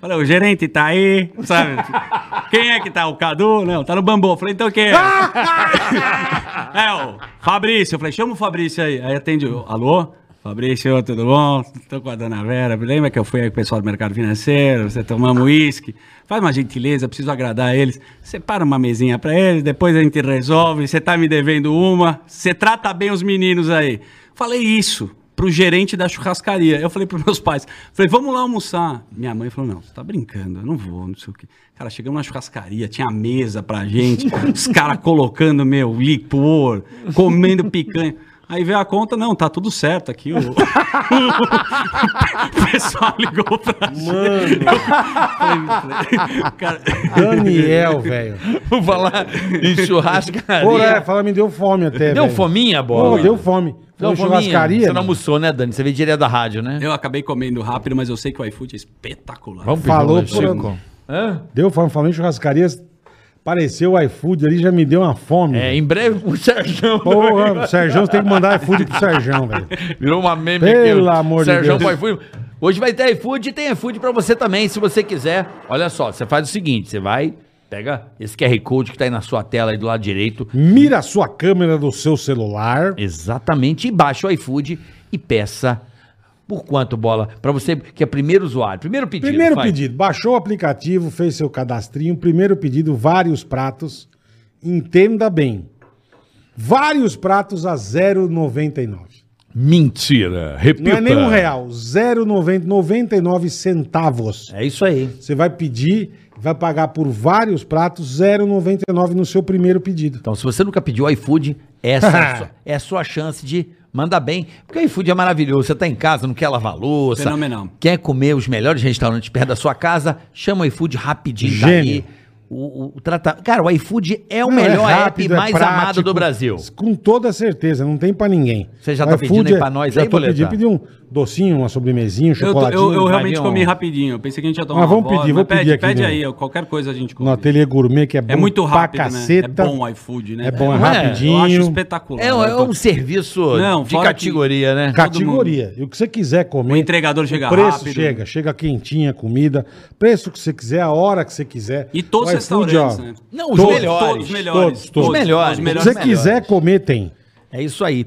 Speaker 4: Falei, o gerente tá aí, sabe? quem é que tá? O Cadu? Não, tá no Bambu. Falei, então quem é? É, o Fabrício. Eu falei, chama o Fabrício aí. Aí atende, o- alô? Fabrício, tudo bom? Tô com a dona Vera. Lembra que eu fui aí com o pessoal do mercado financeiro? Você tomamos uísque? Faz uma gentileza, preciso agradar eles. Separa uma mesinha pra eles, depois a gente resolve. Você tá me devendo uma. Você trata bem os meninos aí. Falei isso pro gerente da churrascaria. Eu falei pros meus pais, falei, vamos lá almoçar. Minha mãe falou, não, você tá brincando, eu não vou, não sei o quê. Cara, chegamos na churrascaria, tinha mesa pra gente, os caras colocando, meu, licor, comendo picanha. Aí veio a conta, não, tá tudo certo aqui. O, o pessoal ligou pra gente. Mano. Cara,
Speaker 2: Daniel, velho.
Speaker 3: Vou falar em
Speaker 2: Pô, é,
Speaker 3: churrascaria.
Speaker 2: fala, me deu fome até. é,
Speaker 3: Deu
Speaker 2: velho.
Speaker 3: fominha, bola?
Speaker 2: Pô, deu fome. Foi
Speaker 3: Deu
Speaker 2: uma
Speaker 3: fominha.
Speaker 2: churrascaria.
Speaker 3: Você não
Speaker 2: meu.
Speaker 3: almoçou, né, Dani? Você veio direto da rádio, né?
Speaker 4: eu acabei comendo rápido, mas eu sei que o iFood é espetacular.
Speaker 3: Vamos
Speaker 2: Falou
Speaker 3: pedir um lanche.
Speaker 2: por- Deu fome, falando em churrascaria. Apareceu o iFood ali, já me deu uma fome.
Speaker 3: É, em breve o Sérgio
Speaker 2: Porra, Sérgio, você tem que mandar iFood pro Sérgio, velho.
Speaker 3: virou uma meme
Speaker 2: Pelo amor de
Speaker 3: Sérgio
Speaker 2: Deus.
Speaker 3: Sérgio iFood. Hoje vai ter iFood e tem iFood pra você também, se você quiser. Olha só, você faz o seguinte, você vai, pega esse QR Code que tá aí na sua tela aí do lado direito,
Speaker 2: Mira a sua câmera do seu celular.
Speaker 3: Exatamente. E baixa o iFood e peça por quanto bola? Pra você que é primeiro usuário, primeiro pedido.
Speaker 2: Primeiro
Speaker 3: vai.
Speaker 2: pedido, baixou o aplicativo, fez seu cadastrinho. Primeiro pedido, vários pratos. Entenda bem. Vários pratos a 0,99.
Speaker 7: Mentira. Repita.
Speaker 2: Não é nem um real, 0,90, 99 centavos.
Speaker 3: É isso aí.
Speaker 2: Você vai pedir, vai pagar por vários pratos 0,99 no seu primeiro pedido.
Speaker 3: Então, se você nunca pediu iFood, essa é a sua, é a sua chance de mandar bem. Porque o iFood é maravilhoso. Você tá em casa, não quer lavar louça.
Speaker 4: Fenomenal.
Speaker 3: Quer comer os melhores restaurantes perto da sua casa? Chama o iFood rapidinho. tá
Speaker 2: Gênio.
Speaker 3: aí. O, o, o trata- Cara, o iFood é o
Speaker 2: Não,
Speaker 3: melhor
Speaker 2: rápido,
Speaker 3: app mais
Speaker 2: prático,
Speaker 3: amado do Brasil.
Speaker 2: Com toda certeza, não tem pra ninguém.
Speaker 3: Você já tá pedindo
Speaker 2: iFood é-
Speaker 3: aí pra nós
Speaker 2: já
Speaker 3: aí,
Speaker 2: tô
Speaker 3: Boleta?
Speaker 2: pedindo, pedi um docinho, uma sobremesinha, um
Speaker 4: Eu, tô- eu-
Speaker 2: chocolatinho.
Speaker 4: eu realmente
Speaker 3: um-
Speaker 4: comi rapidinho. Eu pensei que a gente ia tomar
Speaker 2: Mas Ah, vamos
Speaker 4: uma bola,
Speaker 2: pedir, vou
Speaker 4: pede,
Speaker 2: pedir aqui
Speaker 4: Pede
Speaker 2: no-
Speaker 4: aí, ó, qualquer coisa a gente come.
Speaker 2: No um ateliê gourmet, que é bom
Speaker 4: É muito
Speaker 2: pra
Speaker 4: rápido,
Speaker 2: caceta.
Speaker 4: né? É bom o iFood, né?
Speaker 2: É bom, é
Speaker 4: Não
Speaker 2: rapidinho.
Speaker 4: Eu acho espetacular.
Speaker 3: É, um- é um serviço
Speaker 4: Não,
Speaker 3: de
Speaker 4: fora que-
Speaker 3: categoria, né?
Speaker 2: Categoria. E o que você quiser comer.
Speaker 4: é O entregador chega
Speaker 2: o preço
Speaker 4: rápido.
Speaker 2: chega. Chega quentinha a comida. Preço que você quiser, a hora que você quiser.
Speaker 4: E todos
Speaker 2: O
Speaker 4: vocês
Speaker 2: iFood, ó.
Speaker 4: restaurantes, né?
Speaker 3: Não, os
Speaker 2: Todos,
Speaker 3: melhores.
Speaker 4: Todos melhores.
Speaker 2: Todos, todos.
Speaker 3: Os melhores.
Speaker 4: Os
Speaker 2: Se
Speaker 4: melhores.
Speaker 2: você quiser comer, tem.
Speaker 3: É isso aí.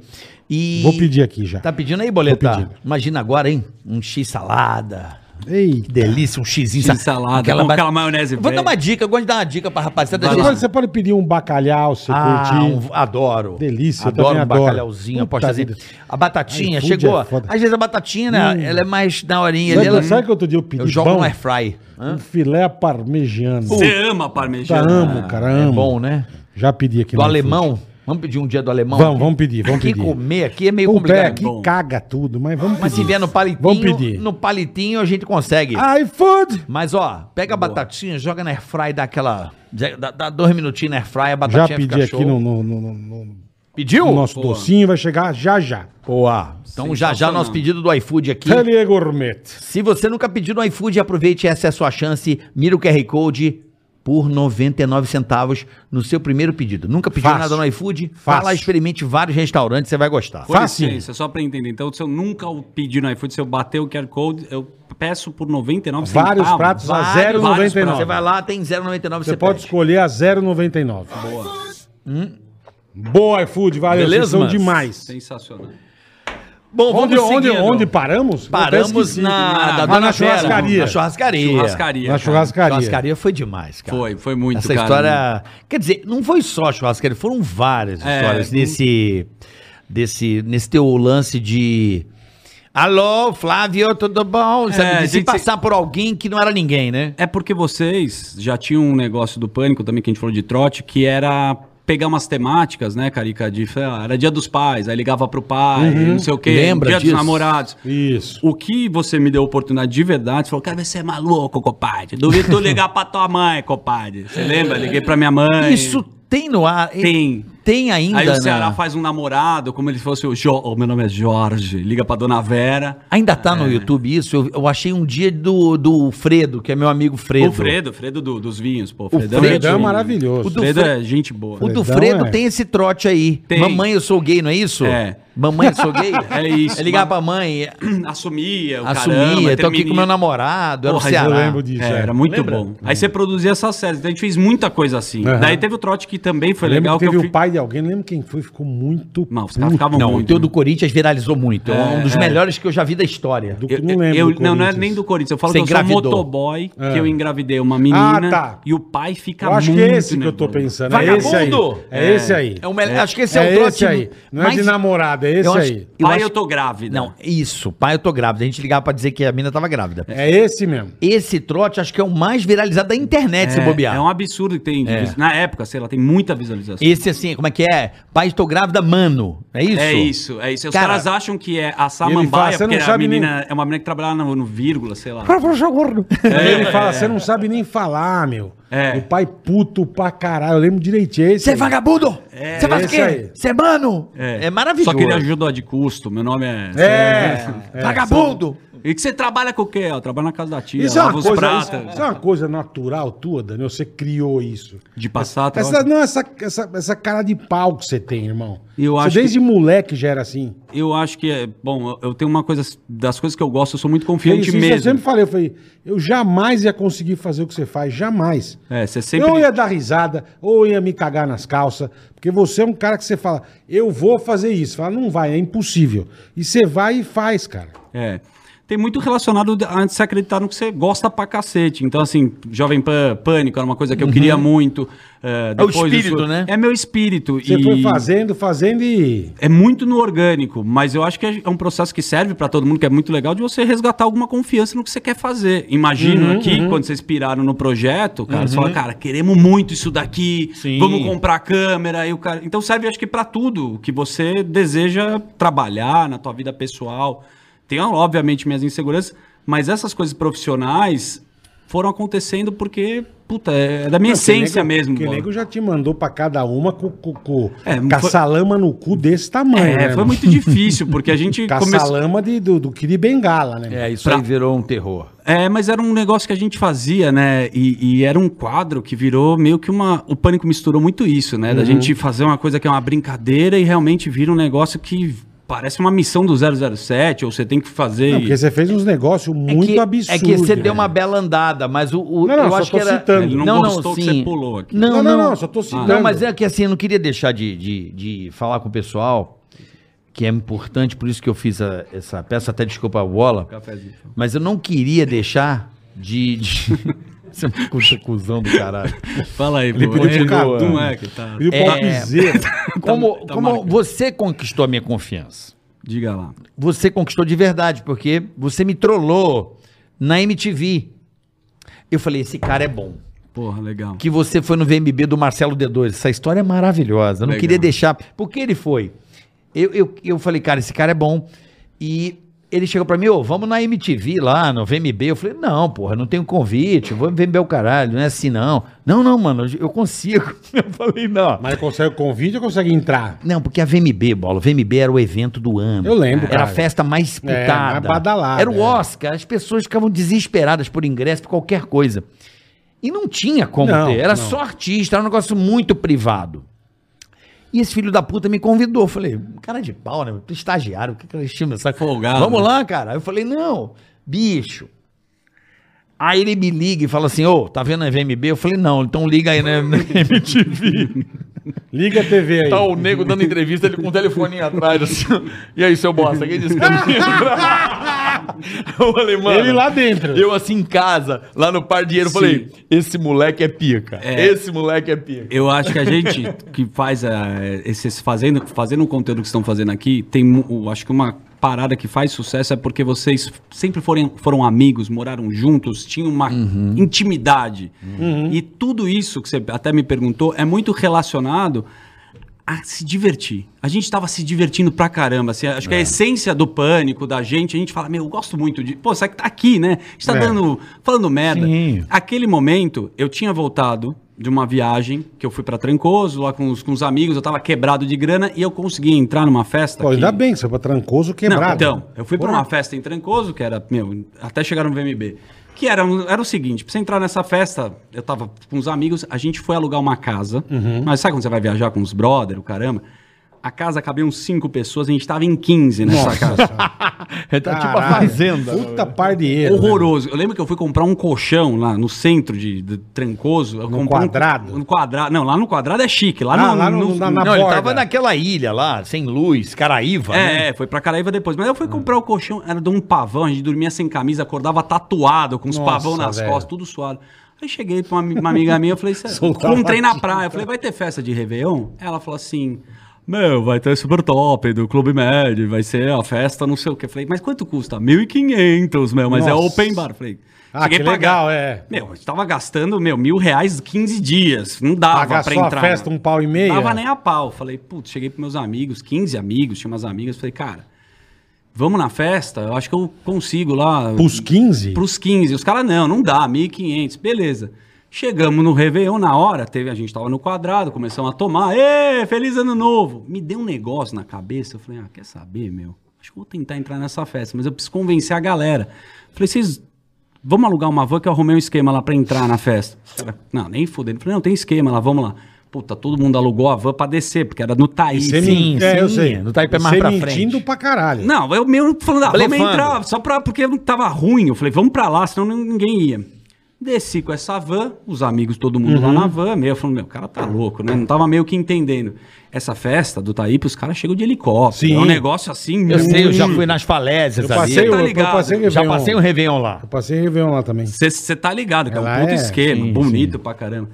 Speaker 3: E-
Speaker 2: Vou pedir aqui já.
Speaker 3: Tá pedindo aí, Boletar?
Speaker 2: Tô pedindo.
Speaker 3: Imagina agora, hein? Um X salada.
Speaker 2: Ei,
Speaker 3: Que delícia, um xizinho
Speaker 4: X salada, com
Speaker 3: ma-
Speaker 4: aquela maionese
Speaker 3: Vou
Speaker 4: velha.
Speaker 3: dar uma dica, eu gosto de dar uma dica pra rapaziada.
Speaker 4: Vai
Speaker 2: Você
Speaker 3: Às
Speaker 4: lá.
Speaker 2: pode,
Speaker 3: vezes-
Speaker 2: você pode pedir um bacalhau, se
Speaker 3: Ah,
Speaker 2: curtir.
Speaker 3: um- adoro.
Speaker 2: Delícia, eu
Speaker 3: adoro
Speaker 2: também
Speaker 3: um
Speaker 2: adoro.
Speaker 3: bacalhauzinho,
Speaker 2: Puta
Speaker 3: apostazinho.
Speaker 2: vida.
Speaker 3: A batatinha
Speaker 2: iFood
Speaker 3: chegou.
Speaker 2: é foda. Hum.
Speaker 3: Às vezes a batatinha, né, ela é mais na horinha.
Speaker 2: Sabe,
Speaker 3: ali, ela-
Speaker 2: sabe que outro dia eu pedi
Speaker 3: Eu jogo
Speaker 2: pão?
Speaker 3: no air fry.
Speaker 2: Um filé parmegiano. Ah,
Speaker 4: Você ama parmegiana?
Speaker 2: Puta, Tá, amo, cara,
Speaker 3: É
Speaker 2: amo.
Speaker 3: bom, né?
Speaker 2: Já pedi aqui
Speaker 3: Do
Speaker 2: no iFood.
Speaker 3: alemão. Vamos pedir um dia do alemão?
Speaker 2: Vamos, vamos pedir, vamos
Speaker 3: Aqui
Speaker 2: pedir.
Speaker 3: comer aqui é meio
Speaker 2: O pé
Speaker 3: complicado.
Speaker 2: aqui
Speaker 4: Bom.
Speaker 2: caga tudo, mas vamos
Speaker 3: Mas se vier no palitinho,
Speaker 2: Vamos pedir. Ah.
Speaker 3: no palitinho a gente consegue.
Speaker 2: iFood!
Speaker 3: Mas ó, pega a batatinha, joga na airfry, dá aquela. Dá, dá dois minutinhos na airfry, a
Speaker 2: Já
Speaker 3: batatinha
Speaker 2: pedi
Speaker 3: fica
Speaker 2: aqui no, no- no- no- no
Speaker 3: Pediu?
Speaker 2: nosso docinho, vai chegar já já.
Speaker 3: Boa. Então já já nosso pedido do iFood aqui.
Speaker 2: Tele Gourmet.
Speaker 3: Se você nunca pediu no iFood, aproveite, essa é a sua chance. Mira o QR Code por 99 centavos no seu primeiro pedido. Nunca pediu
Speaker 2: Fácil.
Speaker 3: nada no iFood? Vá
Speaker 2: Fácil.
Speaker 3: lá, experimente vários restaurantes, você vai gostar.
Speaker 4: Com
Speaker 2: Fácil.
Speaker 4: licença, só pra entender. Então, se eu nunca pedir no iFood, se eu bater o QR Code, eu peço por 99
Speaker 2: Vários
Speaker 4: centavos.
Speaker 2: pratos a
Speaker 3: Vários,
Speaker 4: vários
Speaker 2: 0,99.
Speaker 4: pratos.
Speaker 3: Você vai lá, tem 0,99
Speaker 2: Você pode
Speaker 3: pede. Hum?
Speaker 2: escolher a 0,99. Boa. Boa, iFood, valeu.
Speaker 3: Beleza,
Speaker 2: Vocês são
Speaker 3: mano?
Speaker 2: demais.
Speaker 4: Sensacional.
Speaker 3: Bom,
Speaker 2: Onde,
Speaker 3: vamos
Speaker 2: onde,
Speaker 3: seguindo.
Speaker 2: onde paramos? Eu até
Speaker 3: Paramos
Speaker 2: esqueci.
Speaker 3: na, da
Speaker 2: Ah,
Speaker 3: Dona
Speaker 2: na
Speaker 3: Vera.
Speaker 2: churrascaria.
Speaker 3: Na churrascaria.
Speaker 4: Churrascaria.
Speaker 2: Na
Speaker 4: cara.
Speaker 2: churrascaria.
Speaker 3: Churrascaria foi demais, cara.
Speaker 4: Foi, foi muito, né?
Speaker 3: Essa
Speaker 4: cara.
Speaker 3: história. Quer dizer, não foi só churrascaria, foram várias
Speaker 4: É,
Speaker 3: histórias
Speaker 4: não-
Speaker 3: nesse, desse, nesse teu lance de. Alô, Flávio, tudo bom? Sabe,
Speaker 4: É,
Speaker 3: de se
Speaker 4: gente,
Speaker 3: passar por alguém que não era ninguém, né?
Speaker 4: É porque vocês já tinham um negócio do pânico também que a gente falou de trote, que era pegar umas temáticas, né, Carica? De, sei lá, era dia dos pais, aí ligava pro pai, não sei o quê,
Speaker 3: Lembra
Speaker 4: dia
Speaker 3: disso?
Speaker 4: dos namorados.
Speaker 2: Isso.
Speaker 4: O que você me deu a oportunidade de verdade, você falou, cara, você é maluco, compadre. Duvido tu ligar pra tua mãe, compadre. Você lembra? Liguei pra minha mãe.
Speaker 3: Isso tem no ar. e-
Speaker 4: É, Tem.
Speaker 3: Tem ainda.
Speaker 4: Aí o
Speaker 3: né?
Speaker 4: Ceará faz um namorado, como ele fosse o Jo... O meu nome é Jorge. Liga pra Dona Vera.
Speaker 3: Ainda tá
Speaker 4: É.
Speaker 3: no YouTube isso? Eu, eu achei um dia do, do Fredo, que é meu amigo Fredo.
Speaker 4: O Fredo, Fredo do- dos vinhos, pô.
Speaker 2: O Fredão é
Speaker 4: gente-
Speaker 2: maravilhoso.
Speaker 4: O do Fredo é gente boa.
Speaker 3: O
Speaker 2: Fredão
Speaker 3: do Fredo
Speaker 2: é.
Speaker 3: tem esse trote aí.
Speaker 4: Tem.
Speaker 3: Mamãe, eu sou gay, não é isso?
Speaker 4: É.
Speaker 3: Mamãe, eu sou gay?
Speaker 4: É isso.
Speaker 3: É ligar pra mãe,
Speaker 4: Assumia, o caramba,
Speaker 3: assumia, tô aqui
Speaker 4: termini-
Speaker 3: com meu namorado,
Speaker 4: Porra,
Speaker 3: era
Speaker 4: eu
Speaker 3: o Ceará.
Speaker 2: lembro disso,
Speaker 4: É,
Speaker 2: é.
Speaker 4: era muito bom. Aí você produzia essas séries. Então a gente fez muita coisa assim.
Speaker 2: Aham.
Speaker 4: Daí teve o trote que também foi
Speaker 2: Eu lembro
Speaker 4: legal.
Speaker 2: que teve
Speaker 4: eu
Speaker 2: o pai de alguém, não lembro quem foi, ficou muito.
Speaker 4: Não, os caras
Speaker 2: puto.
Speaker 4: ficavam
Speaker 3: Não, o
Speaker 4: muito.
Speaker 3: teu do Corinthians viralizou muito. É, um dos melhores que eu já vi da história.
Speaker 2: Do-
Speaker 4: Eu,
Speaker 2: não
Speaker 4: eu-
Speaker 2: lembro
Speaker 4: eu-
Speaker 2: do
Speaker 4: não, não é
Speaker 2: Corinthians.
Speaker 4: nem do Corinthians. Eu falo
Speaker 3: Você
Speaker 4: que eu sou
Speaker 3: engravidou.
Speaker 4: motoboy, que
Speaker 2: É.
Speaker 4: eu engravidei uma menina.
Speaker 2: Ah, tá.
Speaker 4: E o pai fica
Speaker 2: Eu acho que
Speaker 4: muito
Speaker 2: é esse que eu tô
Speaker 4: nervoso.
Speaker 2: pensando. É
Speaker 3: Vagabundo!
Speaker 2: esse aí. É, esse aí.
Speaker 3: É o melhor. Acho que esse é,
Speaker 2: É
Speaker 3: o
Speaker 2: esse
Speaker 3: trote.
Speaker 2: aí. Não é de
Speaker 3: mais-
Speaker 2: namorado, é esse
Speaker 3: eu acho-
Speaker 2: aí.
Speaker 3: eu
Speaker 4: pai,
Speaker 3: acho-
Speaker 4: eu tô grávida.
Speaker 3: Não, isso, pai, eu tô grávida. A gente ligava pra dizer que a mina tava grávida.
Speaker 2: É esse mesmo.
Speaker 3: Esse trote acho que é o mais viralizado da internet, se bobear.
Speaker 4: É um absurdo que tem. de vis- Na época, sei lá, tem muita visualização.
Speaker 3: Esse assim, como é que é? Pai, estou grávida, mano. É isso?
Speaker 4: É isso, é isso. Os
Speaker 3: Cara,
Speaker 4: caras acham que é
Speaker 2: fala,
Speaker 4: a samambaia,
Speaker 2: "Você não
Speaker 4: porque a
Speaker 2: sabe nem-
Speaker 4: menina é uma menina que trabalhava no, no vírgula, sei lá.
Speaker 2: ele fala, você não sabe nem falar, meu.
Speaker 4: É.
Speaker 2: O pai puto pra caralho. Eu lembro direitinho. É esse
Speaker 3: Você é
Speaker 2: aí.
Speaker 3: vagabundo! Você faz o
Speaker 2: esse
Speaker 3: quê?
Speaker 2: aí.
Speaker 3: Você é mano! É, maravilhoso.
Speaker 4: Só que ele ajuda de custo, meu nome é...
Speaker 2: É. é.
Speaker 3: Vagabundo!
Speaker 4: E que você trabalha com o quê? Eu trabalho na casa da tia,
Speaker 2: Isso é, uma
Speaker 4: lavo os
Speaker 2: coisa,
Speaker 4: pratos.
Speaker 2: isso, isso é uma coisa natural tua, Daniel? Você criou isso.
Speaker 4: De passar, tá
Speaker 2: Essa,
Speaker 4: ótimo.
Speaker 2: não, essa, essa, essa cara de pau que você tem, irmão.
Speaker 4: Eu
Speaker 2: Você
Speaker 4: acho
Speaker 2: desde moleque já era assim.
Speaker 4: Eu acho que, é- bom, eu- eu tenho uma coisa, das coisas que eu gosto, eu sou muito confiante
Speaker 2: Isso- isso Eu
Speaker 4: mesmo.
Speaker 2: sempre falei, eu falei, eu jamais ia conseguir fazer o que você faz, jamais.
Speaker 4: É, você sempre...
Speaker 2: Eu ia dar risada, ou ia me cagar nas calças, porque você é um cara que você fala, eu vou fazer isso. Fala, não vai, é impossível. E você vai e faz, cara.
Speaker 4: É. Tem muito relacionado a você acreditar no que você gosta pra cacete. Então, assim, Jovem Pan, Pânico era uma coisa que eu
Speaker 2: Uhum.
Speaker 4: queria muito. É,
Speaker 3: o
Speaker 4: depois eu
Speaker 3: espírito,
Speaker 4: sou-
Speaker 3: né?
Speaker 4: É meu espírito.
Speaker 2: Você foi fazendo, fazendo e.
Speaker 4: É muito no orgânico, mas eu acho que é é um processo que serve pra todo mundo, que é muito legal de você resgatar alguma confiança no que você quer fazer.
Speaker 2: Uhum,
Speaker 4: Imagino aqui, quando vocês piraram no projeto, cara, você fala, cara, queremos muito isso daqui,
Speaker 3: Sim.
Speaker 4: vamos comprar a câmera. E o cara... Então serve, acho que, pra tudo que você deseja trabalhar na tua vida pessoal. Tem, obviamente, minhas inseguranças, mas essas coisas profissionais foram acontecendo porque, puta, é da minha essência mesmo.
Speaker 2: Que
Speaker 4: bola.
Speaker 2: nego já te mandou pra cada uma com, com, com,
Speaker 4: É,
Speaker 2: com
Speaker 4: foi-
Speaker 2: a salama no cu desse tamanho.
Speaker 4: É,
Speaker 2: né,
Speaker 4: foi
Speaker 2: irmão?
Speaker 4: muito difícil, porque a gente começou...
Speaker 2: Caça-lama de, do, do que de bengala, né?
Speaker 3: É, isso aí virou um terror.
Speaker 4: É, mas era um negócio que a gente fazia, né? E, e era um quadro que virou meio que uma. O
Speaker 2: Uhum.
Speaker 4: pânico misturou muito isso, né? Da gente fazer uma coisa que é uma brincadeira e realmente vira um negócio que parece uma missão do 007, ou você tem que fazer.
Speaker 2: Não,
Speaker 4: e-
Speaker 2: porque você fez uns negócios muito
Speaker 3: que,
Speaker 2: absurdos.
Speaker 3: É que você deu uma bela andada, mas o. o-
Speaker 2: Não, não,
Speaker 3: eu
Speaker 2: só
Speaker 3: acho
Speaker 2: tô
Speaker 3: que era.
Speaker 2: citando. Ele
Speaker 4: não gostou que você pulou aqui.
Speaker 3: Não, não, não,
Speaker 2: só tô citando.
Speaker 3: Não, mas é que assim, eu não queria deixar de, de, de falar com o pessoal, que é importante, por isso que eu fiz a- essa peça, até desculpa a bola.
Speaker 4: Cafezinho.
Speaker 3: Mas eu não queria deixar de. de... Você é um cu- cuzão do caralho.
Speaker 4: Fala aí,
Speaker 2: Ele pediu pro Cadu.
Speaker 4: Não é que tá.
Speaker 2: E o
Speaker 3: um É.
Speaker 2: Popzera.
Speaker 3: Como,
Speaker 4: tá
Speaker 3: como
Speaker 4: marcado.
Speaker 3: você conquistou a minha confiança?
Speaker 4: Diga lá.
Speaker 3: você conquistou de verdade, porque você me trollou na MTV. Eu falei, esse cara é bom.
Speaker 4: Porra, legal.
Speaker 3: Que você foi no VMB do Marcelo D2. Essa história é maravilhosa. Eu não
Speaker 4: Legal.
Speaker 3: queria deixar. Porque ele foi. Eu, eu, eu falei, cara, esse cara é bom. E ele chegou pra mim, ô, vamos na MTV lá, no VMB. Eu falei, não, porra, não tenho convite. Vou no VMB o caralho, não é assim não. Não, não, mano, eu consigo. Eu falei, não.
Speaker 2: Mas consegue o convite ou consegue entrar?
Speaker 3: Não, porque a VMB, bola, o VMB era o evento do ano.
Speaker 2: Eu lembro,
Speaker 3: Era
Speaker 2: cara.
Speaker 3: a festa mais disputada.
Speaker 2: É, mais badalada,
Speaker 3: Era o
Speaker 2: é.
Speaker 3: Oscar, as pessoas ficavam desesperadas por ingresso, por qualquer coisa. E não tinha como
Speaker 2: Não,
Speaker 3: ter,
Speaker 2: não.
Speaker 3: era só artista, era um negócio muito privado. E esse filho da puta me convidou. Eu Falei, cara de pau, né? Estagiário, o que que eles tinham? Sabe?
Speaker 4: Folgado.
Speaker 3: Vamos lá, cara. Eu falei, não, bicho. Aí ele me liga e fala assim, ô, tá vendo a VMB? Eu falei, não, então liga aí na, na MTV.
Speaker 2: Liga a TV aí.
Speaker 3: Tá o nego dando entrevista, ele com o telefoninho atrás, assim. E aí, seu bosta, quem disse que eu não ia entrar? Eu falei, mano.
Speaker 2: Ele lá dentro.
Speaker 3: Eu assim em casa, lá no par de dinheiro, falei, esse moleque é pica. Esse moleque é pica.
Speaker 4: Eu acho que a gente que faz eh, esses fazendo, fazendo o conteúdo que estão fazendo aqui, tem mu- o- acho que uma parada que faz sucesso é porque vocês sempre foram, foram amigos, moraram juntos, tinham uma intimidade. E tudo isso que você até me perguntou é muito relacionado a se divertir. A gente tava se divertindo pra caramba. assim, acho que a essência do pânico da gente, a gente fala, meu, eu gosto muito de. Pô, será que tá aqui, né? A gente tá
Speaker 2: É.
Speaker 4: dando. falando merda.
Speaker 3: Sim.
Speaker 4: Aquele momento, eu tinha voltado de uma viagem que eu fui pra Trancoso, lá com os, com os amigos, eu tava quebrado de grana e eu consegui entrar numa festa.
Speaker 2: Pô,
Speaker 4: que-
Speaker 2: ainda bem, você foi pra Trancoso
Speaker 4: Não,
Speaker 2: quebrado.
Speaker 4: então, eu fui pra
Speaker 2: Porra.
Speaker 4: uma festa em Trancoso, que era, meu, até chegar no VMB. Que era, um- era o seguinte, pra você entrar nessa festa, eu tava com uns amigos, a gente foi alugar uma casa.
Speaker 2: Uhum.
Speaker 4: Mas sabe quando você vai viajar com os brother, o caramba? A casa cabiam cinco pessoas, a gente tava em 15 nessa casa.
Speaker 3: Ele tá
Speaker 4: tipo
Speaker 3: tipo
Speaker 2: Caralho. Puta
Speaker 4: né?
Speaker 2: né? par de erro.
Speaker 4: Horroroso. Eu lembro que eu fui comprar um colchão lá no centro de, de Trancoso. Eu
Speaker 2: No
Speaker 4: comprei um-
Speaker 2: quadrado?
Speaker 4: no quadrado. Não, lá no quadrado é chique. Lá,
Speaker 2: Ah,
Speaker 4: no,
Speaker 2: lá no-
Speaker 4: no-
Speaker 2: na-
Speaker 4: no-
Speaker 2: na
Speaker 3: Não, ele
Speaker 2: borda.
Speaker 3: tava naquela ilha lá, sem luz, Caraíva. né?
Speaker 4: É, é, foi pra Caraíva depois. Mas eu fui comprar o colchão, era de um pavão, a gente dormia sem camisa, acordava tatuado, com os
Speaker 2: Nossa,
Speaker 4: pavão nas
Speaker 2: velho.
Speaker 4: costas, tudo suado. Aí cheguei pra uma, ami- uma amiga minha, eu falei, "Cê-
Speaker 2: Soltava
Speaker 4: encontrei na
Speaker 2: aqui.
Speaker 4: praia, eu falei, vai ter festa de Réveillon? Ela falou assim, meu, vai ter super top do Clube Med, vai ser a festa, não sei o quê. Eu falei, mas quanto custa? 1.500, meu, mas é
Speaker 2: Nossa.
Speaker 4: open bar. Eu falei,
Speaker 2: Ah,
Speaker 4: cheguei
Speaker 2: que
Speaker 4: a pagar.
Speaker 2: legal, é.
Speaker 4: Meu, a gente tava gastando, meu, mil reais 15 dias, não dava
Speaker 2: Pagar
Speaker 4: pra
Speaker 2: só a
Speaker 4: entrar. né?
Speaker 2: festa, um pau e meia?
Speaker 4: Dava nem a pau. Falei, putz, cheguei pros meus amigos, 15 amigos, tinha umas amigas, falei, cara, vamos na festa? Eu acho que eu consigo lá.
Speaker 2: Pros 15?
Speaker 4: Pros 15. Os caras, não, não dá, 1.500, beleza. Chegamos no Réveillon, na hora, teve, a gente tava no quadrado, começamos a tomar, ê, feliz ano novo. Me deu um negócio na cabeça, eu falei, ah, quer saber, meu? Acho que eu vou tentar entrar nessa festa, mas eu preciso convencer a galera. Falei, vocês, vamos alugar uma van que eu arrumei um esquema lá pra entrar na festa. Os caras, não, nem fudendo. Falei, não, tem esquema lá, vamos lá. Puta, todo mundo alugou a van pra descer, porque era no Thaís.
Speaker 2: Você
Speaker 3: Sim,
Speaker 2: men- é, eu
Speaker 3: sim,
Speaker 2: sei.
Speaker 3: não tá aí pra mais pra
Speaker 2: mentindo
Speaker 3: frente.
Speaker 2: pra caralho.
Speaker 4: Não, eu mesmo falando, ah, vamos
Speaker 3: Tipo- Blefando.
Speaker 4: entrar, só pra, porque não tava ruim. Eu falei, vamos pra lá, senão nin- ninguém ia. Desci com essa van, os amigos, todo mundo
Speaker 3: Uhum.
Speaker 4: lá na van, meio falando, meu, o cara tá louco, né? Não tava meio que entendendo. Essa festa do Taípe, os caras chegam de helicóptero.
Speaker 2: Sim.
Speaker 4: É um negócio assim.
Speaker 3: Eu sei, eu já
Speaker 4: muito-
Speaker 3: fui nas falésias
Speaker 2: Eu passei,
Speaker 3: ali.
Speaker 2: o-
Speaker 4: tá ligado.
Speaker 2: eu passei o
Speaker 3: Já
Speaker 2: Réveillon.
Speaker 3: passei o Réveillon lá.
Speaker 2: Eu passei o Réveillon lá também.
Speaker 4: Você tá ligado, que é um
Speaker 2: Ela
Speaker 4: puta
Speaker 2: é,
Speaker 4: esquema,
Speaker 3: sim,
Speaker 4: bonito pra caramba.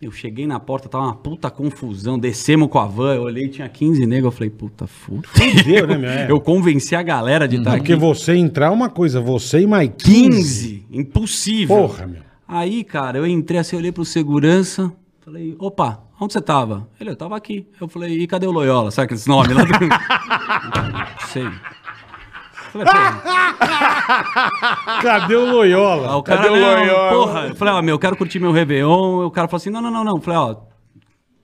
Speaker 4: Eu cheguei na porta, tava uma puta confusão, descemos com a van, eu olhei, tinha 15 negros, eu falei, puta, fudeu.
Speaker 2: Fudeu, né, meu? É.
Speaker 4: Eu convenci a galera
Speaker 3: Uhum.
Speaker 4: de estar tá
Speaker 2: Porque
Speaker 4: aqui.
Speaker 2: você entrar é uma coisa, você e mais 15.
Speaker 4: 15, impossível.
Speaker 2: Porra, meu.
Speaker 4: Aí, cara, eu entrei assim, olhei pro segurança, falei, opa, onde você tava? Ele, eu tava aqui. Eu falei, e cadê o Loyola? Sabe aqueles nomes lá? do- Não sei. Falei, pô,
Speaker 2: Cadê o Loyola?
Speaker 4: ah, o cara,
Speaker 7: Cadê o
Speaker 4: não,
Speaker 7: Loyola?
Speaker 4: porra. Eu falei, ó, meu, eu quero curtir meu Réveillon. O cara falou assim, não, não, não, não. Eu falei, ó,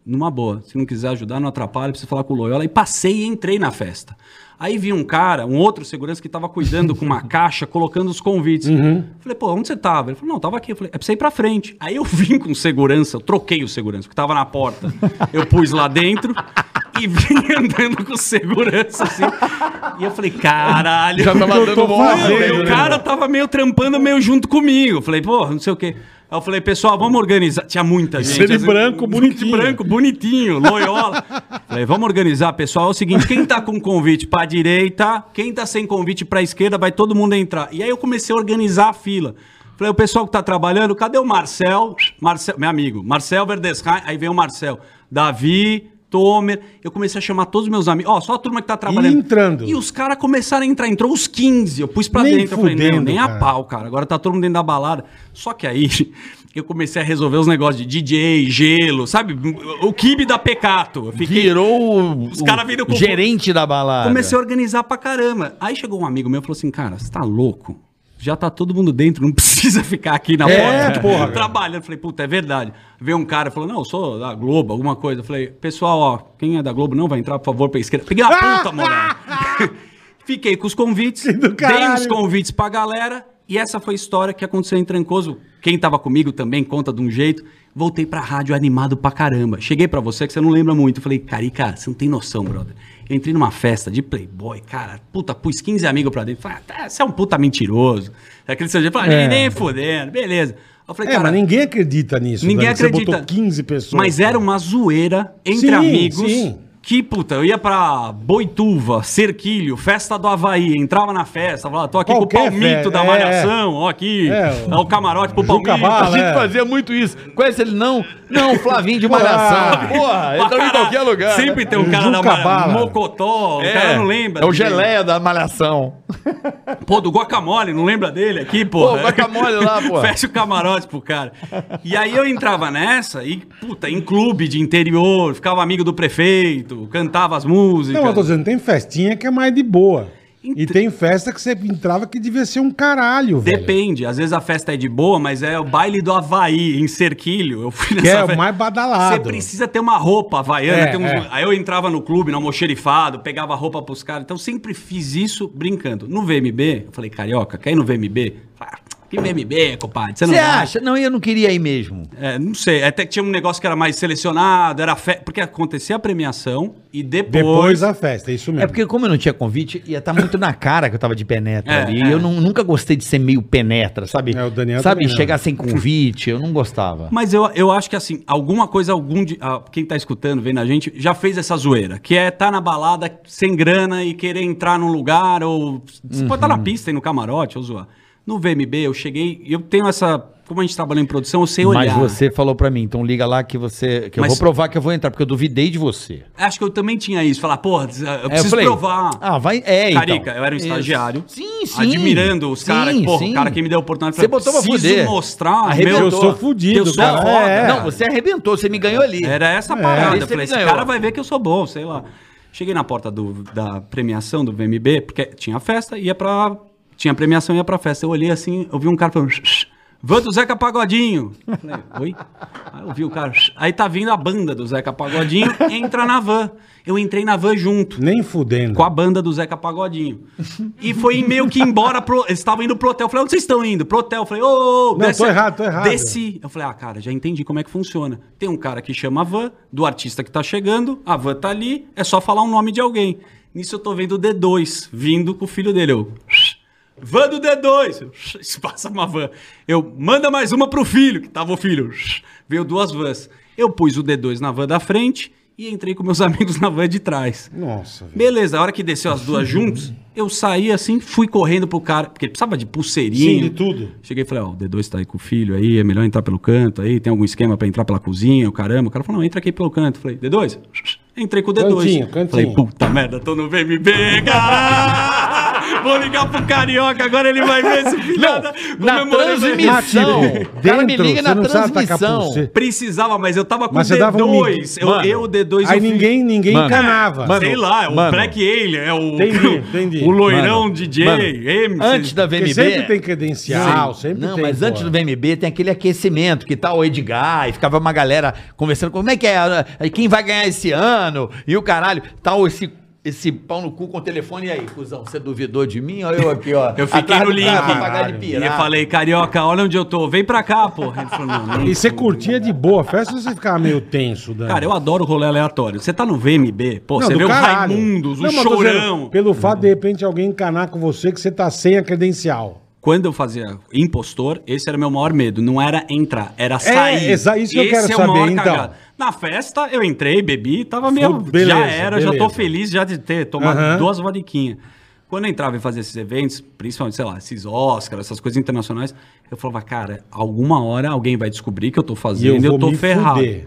Speaker 4: numa boa, se não quiser ajudar, não atrapalha, preciso falar com o Loyola. E passei e entrei na festa. Aí vi um cara, um outro segurança que tava cuidando com uma caixa, colocando os convites.
Speaker 7: Uhum.
Speaker 4: Falei, pô, onde você tava? Ele falou, não, tava aqui. Eu falei, é pra você ir pra frente. Aí eu vim com segurança, eu troquei o segurança, que tava na porta. Eu pus lá dentro. e vinha andando com segurança, assim. E eu falei, caralho.
Speaker 7: Já tava
Speaker 2: Eu tô
Speaker 7: dando bom.
Speaker 2: fazendo,
Speaker 4: Não, e o
Speaker 2: né?
Speaker 4: cara tava meio trampando, meio junto comigo. Eu Falei, pô, não sei o quê. Aí eu falei, pessoal, vamos organizar. Tinha muita gente.
Speaker 2: ele
Speaker 4: assim,
Speaker 2: branco, bonitinho.
Speaker 4: branco, bonitinho, loyola. falei, vamos organizar, pessoal. É o seguinte, quem tá com convite pra direita, quem tá sem convite pra esquerda, vai todo mundo entrar. E aí eu comecei a organizar a fila. Falei, o pessoal que tá trabalhando, cadê o Marcel? Marcel meu amigo, Marcel Verdesheim. Aí vem o Marcel. Davi, Tomer. Eu comecei a chamar todos os meus amigos. Ó, só a turma que tá trabalhando.
Speaker 2: entrando.
Speaker 4: E os caras começaram a entrar. Entrou os 15. Eu pus pra
Speaker 2: Nem
Speaker 4: dentro. Eu falei, não,
Speaker 2: fudendo,
Speaker 4: nem
Speaker 2: cara.
Speaker 4: a pau, cara. Agora tá todo mundo dentro da balada. Só que aí eu comecei a resolver os negócios de DJ, gelo, sabe? O kibe da pecato. Eu fiquei-
Speaker 3: Virou o,
Speaker 4: Os cara viram com-
Speaker 3: o gerente da balada.
Speaker 4: Comecei a organizar pra caramba. Aí chegou um amigo meu e falou assim, cara, você tá louco? Já tá todo mundo dentro, não precisa ficar aqui na
Speaker 2: É,
Speaker 4: porta
Speaker 2: porra, cara.
Speaker 4: trabalhando. Falei, puta, é verdade. Veio um cara e falou, não, eu sou da Globo, alguma coisa. Eu Falei, pessoal, ó, quem é da Globo não vai entrar, por favor, pra esquerda. Peguei uma puta, moleque. Fiquei com os convites,
Speaker 2: do
Speaker 4: dei
Speaker 2: caralho.
Speaker 4: os convites pra galera. E essa foi a história que aconteceu em Trancoso. Quem tava comigo também conta de um jeito. Voltei pra rádio animado pra caramba. Cheguei pra você que você não lembra muito. Falei, Carica, você não tem noção, brother. Eu entrei numa festa de playboy, cara. Puta, pus 15 amigos pra dentro. Falei, ah, tá, você é um puta mentiroso. Aquele seu jeito. Falei,
Speaker 2: É.
Speaker 4: nem fodendo, beleza. Eu falei,
Speaker 2: É, mas ninguém acredita nisso.
Speaker 4: Ninguém
Speaker 2: Dani. Você
Speaker 4: acredita.
Speaker 2: botou 15 pessoas.
Speaker 4: Mas era uma zoeira entre
Speaker 2: Sim,
Speaker 4: amigos.
Speaker 2: sim.
Speaker 4: Que, puta, eu ia pra Boituva, Cerquilho, Festa do Havaí, entrava na festa, falava, tô aqui
Speaker 2: Qualquer
Speaker 4: com o Palmito
Speaker 2: fe-
Speaker 4: da
Speaker 2: é.
Speaker 4: Malhação, ó aqui,
Speaker 2: É, o-
Speaker 4: ó o camarote pro
Speaker 2: Juca
Speaker 4: Palmito.
Speaker 3: Ah,
Speaker 2: Bala.
Speaker 7: A gente
Speaker 2: É.
Speaker 7: fazia muito isso.
Speaker 3: Conhece ele não? Não, Flavinho de Malhação.
Speaker 2: Porra.
Speaker 7: Porra,
Speaker 4: Pra
Speaker 7: eu tava em
Speaker 4: caralho.
Speaker 7: qualquer lugar.
Speaker 4: Sempre tem um cara
Speaker 2: Juca
Speaker 4: da Malha-
Speaker 2: Bala.
Speaker 4: Mocotó, o
Speaker 7: né?
Speaker 4: cara não lembra.
Speaker 3: né? É o
Speaker 4: dele.
Speaker 3: geleia da Malhação.
Speaker 4: Pô, do guacamole, não lembra dele aqui, pô?
Speaker 3: Pô, guacamole lá, pô.
Speaker 4: Fecha o camarote pro cara. E aí eu entrava nessa e, puta, em clube de interior, ficava amigo do prefeito, cantava as músicas.
Speaker 2: Não, eu tô dizendo, tem festinha que é mais de boa. E
Speaker 4: Ent-
Speaker 2: tem festa que você entrava que devia ser um caralho, velho.
Speaker 4: Depende, às vezes a festa é de boa, mas é o baile do Havaí, em Cerquilho. Eu fui
Speaker 2: Que é
Speaker 4: fe-
Speaker 2: o mais
Speaker 4: Você
Speaker 2: badalado.
Speaker 4: precisa ter uma roupa havaiana.
Speaker 2: É,
Speaker 4: ter uns-
Speaker 2: é.
Speaker 4: Aí eu entrava no clube, no almoxerifado, pegava roupa pros caras. Então sempre fiz isso brincando. No VMB, eu falei, carioca, quer ir no VMB? Ah, que VMB, compadre? Você não
Speaker 3: Você
Speaker 4: vai.
Speaker 3: acha? Não, eu não queria ir mesmo.
Speaker 4: É, não sei, até que tinha um negócio que era mais selecionado, era fe... porque acontecia a premiação e depois...
Speaker 2: Depois a festa, é isso mesmo.
Speaker 3: É porque como eu não tinha convite, ia estar muito na cara que eu tava de penetra
Speaker 4: É,
Speaker 3: ali.
Speaker 4: é.
Speaker 3: Eu não- nunca gostei de ser meio penetra, sabe?
Speaker 2: É, o Daniel
Speaker 3: sabe,
Speaker 2: também não.
Speaker 3: chegar sem convite, eu não gostava.
Speaker 4: Mas eu, eu acho que assim, alguma coisa, algum de, ah, quem tá escutando, vendo a gente, já fez essa zoeira, que é tá na balada sem grana e querer entrar num lugar ou você pode estar na pista e no camarote ou zoar. No VMB eu cheguei, eu tenho essa, como a gente trabalha em produção, eu sei olhar.
Speaker 3: Mas você falou pra mim, então liga lá que você. Que eu
Speaker 4: Mas-
Speaker 3: vou provar que eu vou entrar, porque eu duvidei de você.
Speaker 4: Acho que eu também tinha isso, falar, porra, eu
Speaker 3: Aí É, eu
Speaker 4: preciso
Speaker 3: falei,
Speaker 4: provar.
Speaker 3: Ah, vai. É, então.
Speaker 4: Carica, eu era um
Speaker 3: Isso.
Speaker 4: estagiário.
Speaker 3: Sim, sim.
Speaker 4: Admirando os caras.
Speaker 3: Sim,
Speaker 4: Porra,
Speaker 3: sim.
Speaker 4: o cara que me deu a oportunidade.
Speaker 3: Você
Speaker 4: falei,
Speaker 3: botou pra
Speaker 4: preciso
Speaker 3: fuder.
Speaker 4: mostrar
Speaker 3: Arrebentou.
Speaker 4: meu-
Speaker 2: Eu sou
Speaker 4: que eu
Speaker 2: fudido,
Speaker 4: sou
Speaker 2: cara.
Speaker 4: foda.
Speaker 2: É.
Speaker 3: Não, você arrebentou, você me ganhou ali.
Speaker 4: Era essa a
Speaker 3: Esse
Speaker 4: parada. Eu
Speaker 3: ele
Speaker 4: falei, esse
Speaker 3: ganhou.
Speaker 4: cara vai ver que eu sou bom, sei lá. Cheguei na porta do- da premiação do VMB, porque tinha festa, ia pra. Tinha premiação, ia pra festa. Eu olhei assim, eu vi um cara falando. "Shh, shh, Vã do Zeca Pagodinho. Eu Falei, oi? Aí eu vi o cara. "Shh." Aí tá vindo a banda do Zeca Pagodinho, entra na van. Eu entrei na van junto
Speaker 2: Nem fudendo.
Speaker 4: com a banda do Zeca Pagodinho. E foi meio que embora pro. Eles estavam indo pro hotel. Eu falei, onde vocês estão indo? Pro hotel. Eu falei, ô, ô, ô,
Speaker 2: Não, tô errado, tô errado.
Speaker 4: Desci. Eu falei, ah, cara, já entendi como é que funciona. Tem um cara que chama a van, do artista que tá chegando, a van tá ali, é só falar o nome de alguém. Nisso eu tô vendo o D2 vindo com o filho dele. Eu. Van do D2! Isso Passa uma van. Eu, manda mais uma pro filho, que tava o filho. Veio duas vans. Eu pus o D2 na van da frente e entrei com meus amigos na van de trás.
Speaker 2: Nossa, velho.
Speaker 4: Beleza, a hora que desceu as duas juntas, eu saí assim, fui correndo pro cara, porque ele precisava de pulseirinho.
Speaker 2: Sim, de tudo.
Speaker 4: Cheguei e falei, ó, o D2 tá aí com o filho aí, é melhor entrar pelo canto aí, tem algum esquema pra entrar pela cozinha, o caramba. O cara falou, não, entra aqui pelo canto. Falei, D2? Entrei com o D2.
Speaker 2: Cantinho, cantinho.
Speaker 4: Falei, puta merda, tô no VMB, cara! Vou ligar pro Carioca, agora ele vai ver esse filhada.
Speaker 3: na
Speaker 4: comemorando.
Speaker 3: transmissão.
Speaker 2: Matirou.
Speaker 3: O cara me
Speaker 2: Dentro,
Speaker 3: liga
Speaker 2: você
Speaker 3: na
Speaker 2: não precisava tacar
Speaker 3: transmissão.
Speaker 2: pulseira.
Speaker 4: Precisava, mas eu tava com
Speaker 2: Mas
Speaker 4: o
Speaker 2: você dava um
Speaker 4: D2.
Speaker 2: mico.
Speaker 4: eu,
Speaker 2: Mano,
Speaker 4: eu, D2,
Speaker 2: Aí
Speaker 4: eu fiz-
Speaker 2: ninguém, ninguém
Speaker 7: Mano.
Speaker 2: encanava.
Speaker 7: Mano,
Speaker 4: Sei lá, é o
Speaker 7: mano.
Speaker 4: Black Alien, é o,
Speaker 2: Entendi, entendi.
Speaker 4: o loirão
Speaker 7: Mano,
Speaker 4: DJ,
Speaker 7: mano,
Speaker 4: M.
Speaker 3: Antes da
Speaker 2: Porque
Speaker 3: VMB.
Speaker 2: sempre tem credencial, sempre
Speaker 3: não,
Speaker 2: tem.
Speaker 3: mas
Speaker 2: pô.
Speaker 3: antes do VMB tem aquele aquecimento que tá o Edgar e ficava uma galera conversando como é que é, ah, quem vai ganhar esse ano e o caralho, tal esse esse pau no cu com o telefone, e aí, cuzão, você duvidou de mim? Olha eu aqui, ó.
Speaker 4: Eu fiquei
Speaker 3: atrás
Speaker 4: no
Speaker 3: do
Speaker 4: link.
Speaker 3: Cara, pra pagar de
Speaker 4: e eu
Speaker 3: pirata.
Speaker 4: falei, carioca, olha onde eu tô, vem pra cá, porra. Ele falou, não, não.
Speaker 2: E você curtia de boa a festa ou você ficava meio tenso, Dani?
Speaker 4: Cara, eu adoro rolê aleatório. Você tá no VMB, pô,
Speaker 2: Não,
Speaker 4: você
Speaker 2: do
Speaker 4: vê o
Speaker 2: caralho.
Speaker 4: Raimundos, o
Speaker 2: Não, mas tô dizendo,
Speaker 4: Chorão.
Speaker 2: Pelo fato de, de repente, alguém encanar com você que você tá sem a credencial.
Speaker 4: Quando eu fazia impostor, esse era meu maior medo. Não era entrar, era sair.
Speaker 2: É, exa- isso que eu quero
Speaker 4: é o maior
Speaker 2: saber, então.
Speaker 4: cagado. Na festa, eu entrei, bebi, tava meio.
Speaker 2: Fu- beleza,
Speaker 4: já era, já tô
Speaker 2: beleza.
Speaker 4: feliz já de ter tomado
Speaker 2: Aham.
Speaker 4: duas vodiquinhas. Quando eu entrava e fazia esses eventos, principalmente, sei lá, esses Oscars, essas coisas internacionais, eu falava, cara, alguma hora alguém vai descobrir que eu tô fazendo e eu,
Speaker 2: vou
Speaker 4: tô
Speaker 2: me
Speaker 4: ferrado.
Speaker 2: fuder.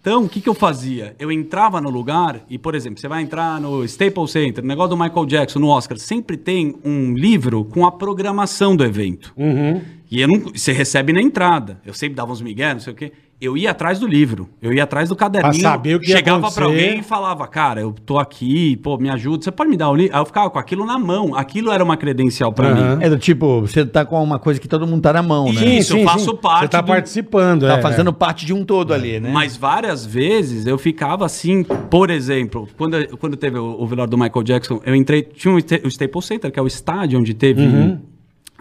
Speaker 4: Então, o que, que eu fazia? Eu entrava no lugar e, por exemplo, você vai entrar no Staples Center, no negócio do Michael Jackson, no Oscar, sempre tem um livro com a programação do evento.
Speaker 2: Hum.
Speaker 3: Uhum.
Speaker 4: E eu não, você recebe na entrada. Eu sempre dava uns migué, não sei o quê. Eu ia atrás do livro, eu ia atrás do caderninho.
Speaker 2: Pra saber o que ia
Speaker 4: Chegava pra
Speaker 2: acontecer.
Speaker 4: alguém e falava, cara, eu tô aqui, pô, me ajuda, você pode me dar o livro? Aí eu ficava com aquilo na mão. Aquilo era uma credencial pra
Speaker 2: Aham.
Speaker 4: mim.
Speaker 3: É do tipo, você tá com uma coisa que todo mundo tá na mão, né?
Speaker 4: Sim, Isso, eu faço parte
Speaker 2: Você tá
Speaker 4: do-
Speaker 2: participando,
Speaker 3: Tá
Speaker 2: é.
Speaker 3: fazendo parte de um todo ali,
Speaker 2: Hum.
Speaker 3: né?
Speaker 4: Mas várias vezes eu ficava assim, por exemplo, quando, eu- quando teve o, o velório do Michael Jackson, eu entrei, tinha um, sta- o Staples Center, que é o estádio onde teve
Speaker 2: Uhum.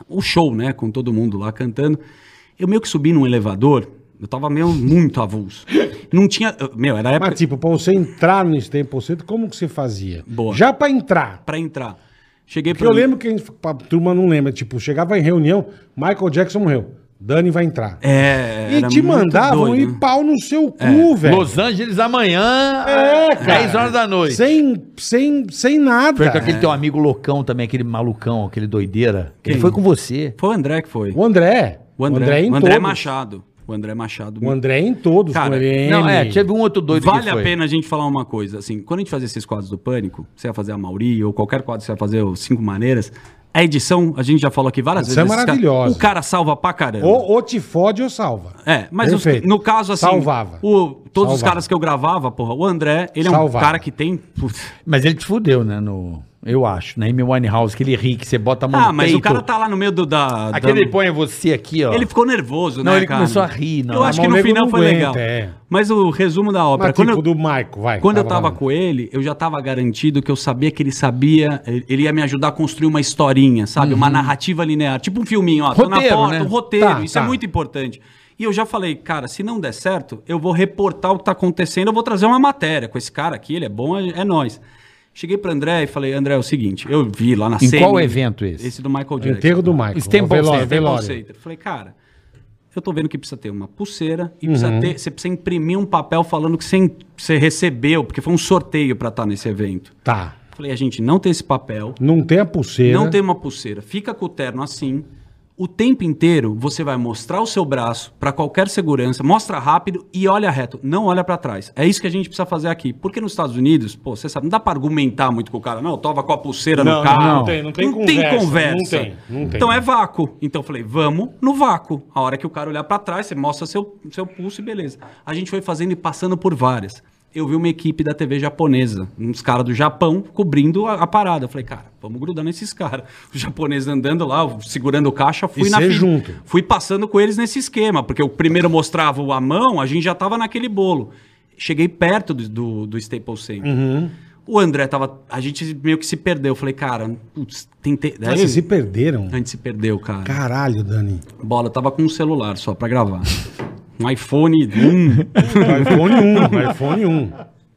Speaker 4: o show, né, com todo mundo lá cantando. Eu meio que subi num elevador, eu tava meio muito avulso. Não tinha, eu- meu, era a época
Speaker 2: Mas, tipo, pra você entrar no Stempo Centro, como que você fazia?
Speaker 4: Boa.
Speaker 2: Já pra entrar.
Speaker 4: pra entrar. Cheguei
Speaker 2: Porque eu lembro que a, gente, a turma não lembra. Tipo, chegava em reunião, Michael Jackson morreu. Dani vai entrar.
Speaker 4: É,
Speaker 2: e
Speaker 4: era
Speaker 2: te
Speaker 4: muito
Speaker 2: mandavam
Speaker 4: doido, né? É.
Speaker 2: ir pau no seu cu, velho.
Speaker 3: Los Angeles amanhã,
Speaker 2: É, cara.
Speaker 3: 10 horas da noite.
Speaker 2: Sem, sem, sem nada.
Speaker 3: Foi com aquele teu amigo loucão também, aquele malucão, aquele doideira. Ele
Speaker 4: Quem?
Speaker 3: foi com você.
Speaker 4: Foi o André que foi.
Speaker 2: O André.
Speaker 4: O André, o André,
Speaker 2: em todos.
Speaker 4: Machado. O André Machado.
Speaker 2: O André em todos.
Speaker 4: Cara,
Speaker 2: com ele,
Speaker 3: Não, é,
Speaker 2: N.
Speaker 3: teve um outro doido
Speaker 4: Vale
Speaker 3: que
Speaker 4: a
Speaker 3: foi.
Speaker 4: pena a gente falar uma coisa, assim, quando a gente fazia esses quadros do Pânico, você ia fazer a Mauri, ou qualquer quadro que você ia fazer, ou Cinco Maneiras, a edição, a gente já falou aqui várias
Speaker 2: Edição
Speaker 4: vezes.
Speaker 2: é
Speaker 4: esse cara-
Speaker 2: maravilhosa.
Speaker 4: O cara salva pra caramba.
Speaker 2: Ou, ou te fode ou salva.
Speaker 4: É, mas os-
Speaker 2: Perfeito.
Speaker 4: no caso, assim,
Speaker 2: Salvava.
Speaker 4: o- todos os
Speaker 2: Salvava.
Speaker 4: caras que eu gravava, porra, o André, ele é um
Speaker 2: Salvava.
Speaker 4: cara que tem... putz,
Speaker 3: Mas ele te fudeu, né? No, eu acho, na Amy Winehouse, aquele ri que é você bota a mão
Speaker 4: Ah,
Speaker 3: no
Speaker 4: mas
Speaker 3: peito.
Speaker 4: o cara tá lá no meio do, da... da-
Speaker 3: Aquele põe você aqui, ó.
Speaker 4: Ele ficou nervoso,
Speaker 3: Não,
Speaker 4: né,
Speaker 3: ele começou a rir, não.
Speaker 4: Eu acho
Speaker 2: Mas
Speaker 4: que
Speaker 2: o
Speaker 4: no
Speaker 2: nego
Speaker 4: final
Speaker 2: não
Speaker 4: foi
Speaker 2: aguenta,
Speaker 4: legal.
Speaker 2: é.
Speaker 4: Mas o resumo da
Speaker 2: Mas
Speaker 4: ópera...
Speaker 2: tipo
Speaker 4: quando eu-
Speaker 2: do Maico, vai.
Speaker 4: Quando eu tava
Speaker 2: falando.
Speaker 4: com ele, eu já tava garantido que eu sabia que ele sabia, ele ele ia me ajudar a construir uma historinha, sabe? Uma narrativa linear, tipo um filminho, ó, tô na
Speaker 3: Roteiro,
Speaker 4: porta,
Speaker 3: né?
Speaker 4: um roteiro,
Speaker 2: Tá,
Speaker 4: isso
Speaker 2: tá.
Speaker 4: é muito importante. E eu já falei, cara, se não der certo, eu vou reportar o que tá acontecendo, eu vou trazer uma matéria com esse cara aqui, ele é bom, é, é nós. Cheguei pro André e falei, André, é o seguinte, eu vi lá na
Speaker 3: Em
Speaker 4: CNN,
Speaker 3: qual evento esse?
Speaker 4: Esse do Michael Jackson.
Speaker 2: Enterro do Maico.
Speaker 3: Stemple
Speaker 2: velório,
Speaker 3: Center,
Speaker 2: velório.
Speaker 4: Conceito. Falei, cara, eu tô vendo que precisa ter uma pulseira e precisa ter, você precisa imprimir um papel falando que você, en- você recebeu, porque foi um sorteio pra estar nesse evento.
Speaker 2: Tá.
Speaker 4: Falei, a gente não tem esse papel,
Speaker 2: Não tem a pulseira.
Speaker 4: não tem uma pulseira, fica com o terno assim. O tempo inteiro você vai mostrar o seu braço pra qualquer segurança, mostra rápido e olha reto, não olha pra trás. É isso que a gente precisa fazer aqui. Porque nos Estados Unidos, pô, você sabe, não dá pra argumentar muito com o cara, não, eu tava com a pulseira
Speaker 2: Não,
Speaker 4: no carro.
Speaker 2: não tem, não tem conversa, não tem, não tem.
Speaker 4: Então é vácuo. Então eu falei, vamos no vácuo. A hora que o cara olhar pra trás, você mostra seu, seu pulso e beleza. A gente foi fazendo e passando por várias. Eu vi uma equipe da TV japonesa, uns caras do Japão, cobrindo a, a parada. Eu falei, cara, vamos grudar nesses caras. Os japoneses andando lá, eu segurando o caixa, fui
Speaker 2: E
Speaker 4: na
Speaker 2: você
Speaker 4: fila.
Speaker 2: junto.
Speaker 4: Fui passando com eles nesse esquema, porque o primeiro mostrava o a mão, a gente já tava naquele bolo. Cheguei perto do, do, do Staples Center.
Speaker 2: Uhum.
Speaker 4: O André tava. A gente meio que se perdeu. Eu falei, cara, putz, tentei.
Speaker 2: Ah,
Speaker 4: Daí,
Speaker 2: Vocês se perderam.
Speaker 4: a gente se perdeu, cara.
Speaker 2: Caralho, Dani.
Speaker 4: Bola, eu tava com um celular só pra gravar. Um iPhone 1
Speaker 2: iPhone 1, iPhone 1.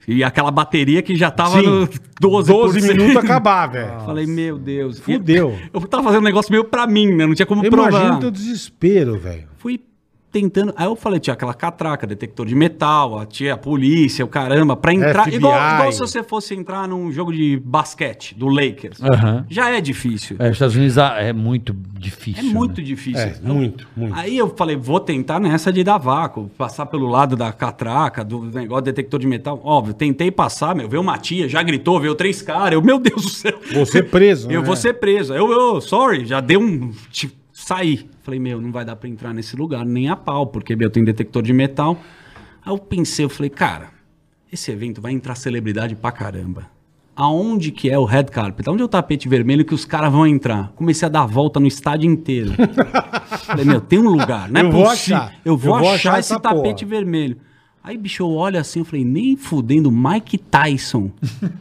Speaker 4: e aquela bateria que já tava
Speaker 2: Sim.
Speaker 4: no 12,
Speaker 2: 12 minutos
Speaker 4: acabou.
Speaker 2: acabar, velho.
Speaker 4: Falei, meu Deus.
Speaker 2: Fudeu.
Speaker 4: Eu tava fazendo um negócio meio pra mim, né? Não tinha como
Speaker 2: Imagina
Speaker 4: provar.
Speaker 2: o teu desespero, velho.
Speaker 4: Fui tentando. Aí eu falei, tinha aquela catraca, detector de metal, a tia, a polícia, o caramba, pra entrar.
Speaker 2: FBI.
Speaker 4: Igual, igual se você fosse entrar num jogo de basquete do Lakers.
Speaker 3: Aham.
Speaker 4: Já é difícil.
Speaker 3: É, os Estados Unidos ah, é muito
Speaker 4: É,
Speaker 3: difícil.
Speaker 4: muito
Speaker 3: né?
Speaker 4: difícil.
Speaker 2: É, muito, muito.
Speaker 4: Aí eu falei, vou tentar nessa de dar vácuo, passar pelo lado da catraca, do negócio do detector de metal. Óbvio, tentei passar, meu, veio uma tia, já gritou, veio três caras. Eu, meu Deus do céu.
Speaker 2: Vou ser preso,
Speaker 4: Eu
Speaker 2: né?
Speaker 4: vou ser preso. Eu, eu, sorry, já dei um. Tipo, saí. Falei, meu, não vai dar pra entrar nesse lugar, nem a pau, porque meu, tem detector de metal. Aí eu pensei, eu falei, cara, esse evento vai entrar celebridade pra caramba. Aonde que é o red carpet? Aonde é o tapete vermelho que os caras vão entrar? Comecei a dar volta no estádio inteiro. Falei, meu, tem um lugar, não é
Speaker 2: Eu vou
Speaker 4: possi-
Speaker 2: achar.
Speaker 4: Eu vou achar, esse
Speaker 2: essa
Speaker 4: tapete
Speaker 2: porra.
Speaker 4: vermelho. Aí, bicho, eu olho assim, eu falei, nem fudendo, Mike Tyson.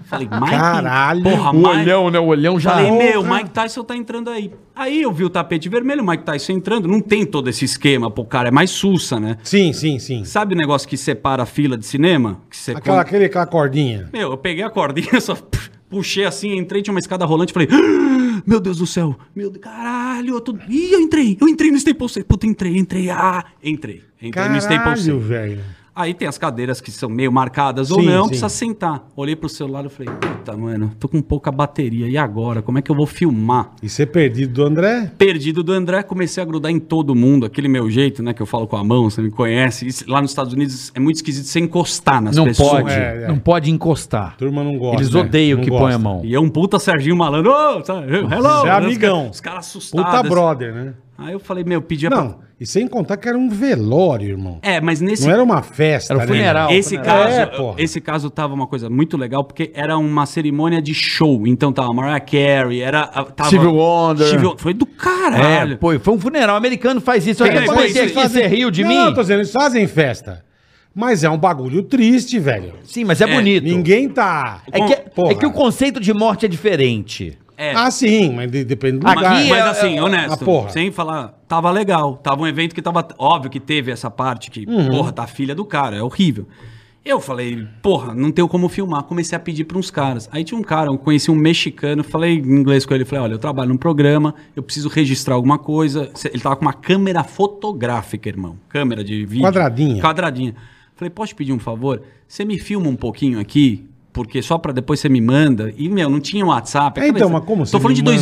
Speaker 4: Falei, Mike...
Speaker 2: Caralho,
Speaker 4: porra,
Speaker 7: O
Speaker 4: Mike...
Speaker 7: olhão, né? O olhão já.
Speaker 4: Falei, meu,
Speaker 2: Porra.
Speaker 4: Mike Tyson tá entrando aí. Aí eu vi o tapete vermelho, o Mike Tyson entrando. Não tem todo esse esquema, pô, cara, é mais sussa, né?
Speaker 2: Sim, sim, sim.
Speaker 4: Sabe o negócio que separa a fila de cinema? Que você
Speaker 2: Aquela, aquele, aquela cordinha.
Speaker 4: Meu, eu peguei a cordinha, só pu- puxei assim, entrei, tinha uma escada rolante, falei, "Ah, meu Deus do céu, meu Deus, caralho, eu tô... Ih, eu entrei, eu entrei no Staples Center, puta, entrei, entrei, ah, entrei, entrei no Staples
Speaker 2: Caralho,
Speaker 4: Center.
Speaker 2: velho.
Speaker 4: Aí tem as cadeiras que são meio marcadas ou
Speaker 2: Sim,
Speaker 4: não,
Speaker 2: sim.
Speaker 4: precisa sentar. Olhei pro celular e falei, puta, mano, tô com pouca bateria, e agora? Como é que eu vou filmar?
Speaker 2: E ser perdido do André?
Speaker 4: Perdido do André, comecei a grudar em todo mundo, aquele meu jeito, né, que eu falo com a mão, você me conhece. Isso, lá nos Estados Unidos é muito esquisito você encostar nas
Speaker 3: Não
Speaker 4: pessoas.
Speaker 3: pode,
Speaker 2: É, é.
Speaker 3: não pode encostar.
Speaker 2: Turma não gosta.
Speaker 3: Eles
Speaker 2: né?
Speaker 3: odeiam
Speaker 2: Não
Speaker 3: que
Speaker 2: gosta.
Speaker 3: põe a mão.
Speaker 4: E é um puta Serginho Malandro. Ô, sabe? hello!
Speaker 2: Você é
Speaker 4: né?
Speaker 2: amigão.
Speaker 4: Os caras assustados. assim.
Speaker 2: Puta brother, né?
Speaker 4: Aí eu falei, meu, pedia pra...
Speaker 2: Não, e sem contar que era um velório, irmão.
Speaker 4: É, mas nesse...
Speaker 2: Não era uma festa.
Speaker 3: Era um
Speaker 2: né?
Speaker 3: funeral.
Speaker 4: Esse
Speaker 3: É,
Speaker 4: caso,
Speaker 2: porra.
Speaker 4: esse caso tava uma coisa muito legal, porque era uma cerimônia de show. Então tava Mariah Carey, era... a- Tava...
Speaker 7: Stevie Wonder.
Speaker 4: Stevie- Foi do caralho.
Speaker 3: É, pô, foi um funeral americano, faz é isso. Olha,
Speaker 2: Eles
Speaker 3: depois
Speaker 2: fazem-
Speaker 3: aqui, você riu de
Speaker 2: não,
Speaker 3: mim?
Speaker 2: Não, tô dizendo, eles fazem festa. Mas é um bagulho triste, velho.
Speaker 3: Sim, mas é, bonito.
Speaker 2: Ninguém tá.
Speaker 3: É que,
Speaker 2: Porra.
Speaker 3: é que o conceito de morte é diferente.
Speaker 4: É.
Speaker 2: Ah, sim, mas de- depende do
Speaker 3: Aqui
Speaker 2: lugar.
Speaker 4: Mas,
Speaker 3: é-
Speaker 4: mas assim,
Speaker 3: é-
Speaker 2: ah,
Speaker 4: honesto,
Speaker 2: porra.
Speaker 4: sem falar, tava legal. Tava um evento que tava. Óbvio que teve essa parte que,
Speaker 3: Uhum.
Speaker 4: porra, tá a filha do cara, é horrível. Eu falei, porra, não tenho como filmar. Comecei a pedir pra uns caras. Aí tinha um cara, eu conheci um mexicano, falei em inglês com ele. Falei, olha, eu trabalho num programa, eu preciso registrar alguma coisa. Cê- Ele tava com uma câmera fotográfica, irmão. Câmera de vídeo.
Speaker 2: Quadradinha.
Speaker 4: Quadradinha. Falei, posso te pedir um favor? Você me filma um pouquinho aqui? Porque só pra depois você me manda. E, meu, não tinha WhatsApp.
Speaker 2: É, então,
Speaker 4: Aquela-
Speaker 2: mas como você
Speaker 4: Tô falando
Speaker 2: me
Speaker 4: de
Speaker 2: manda?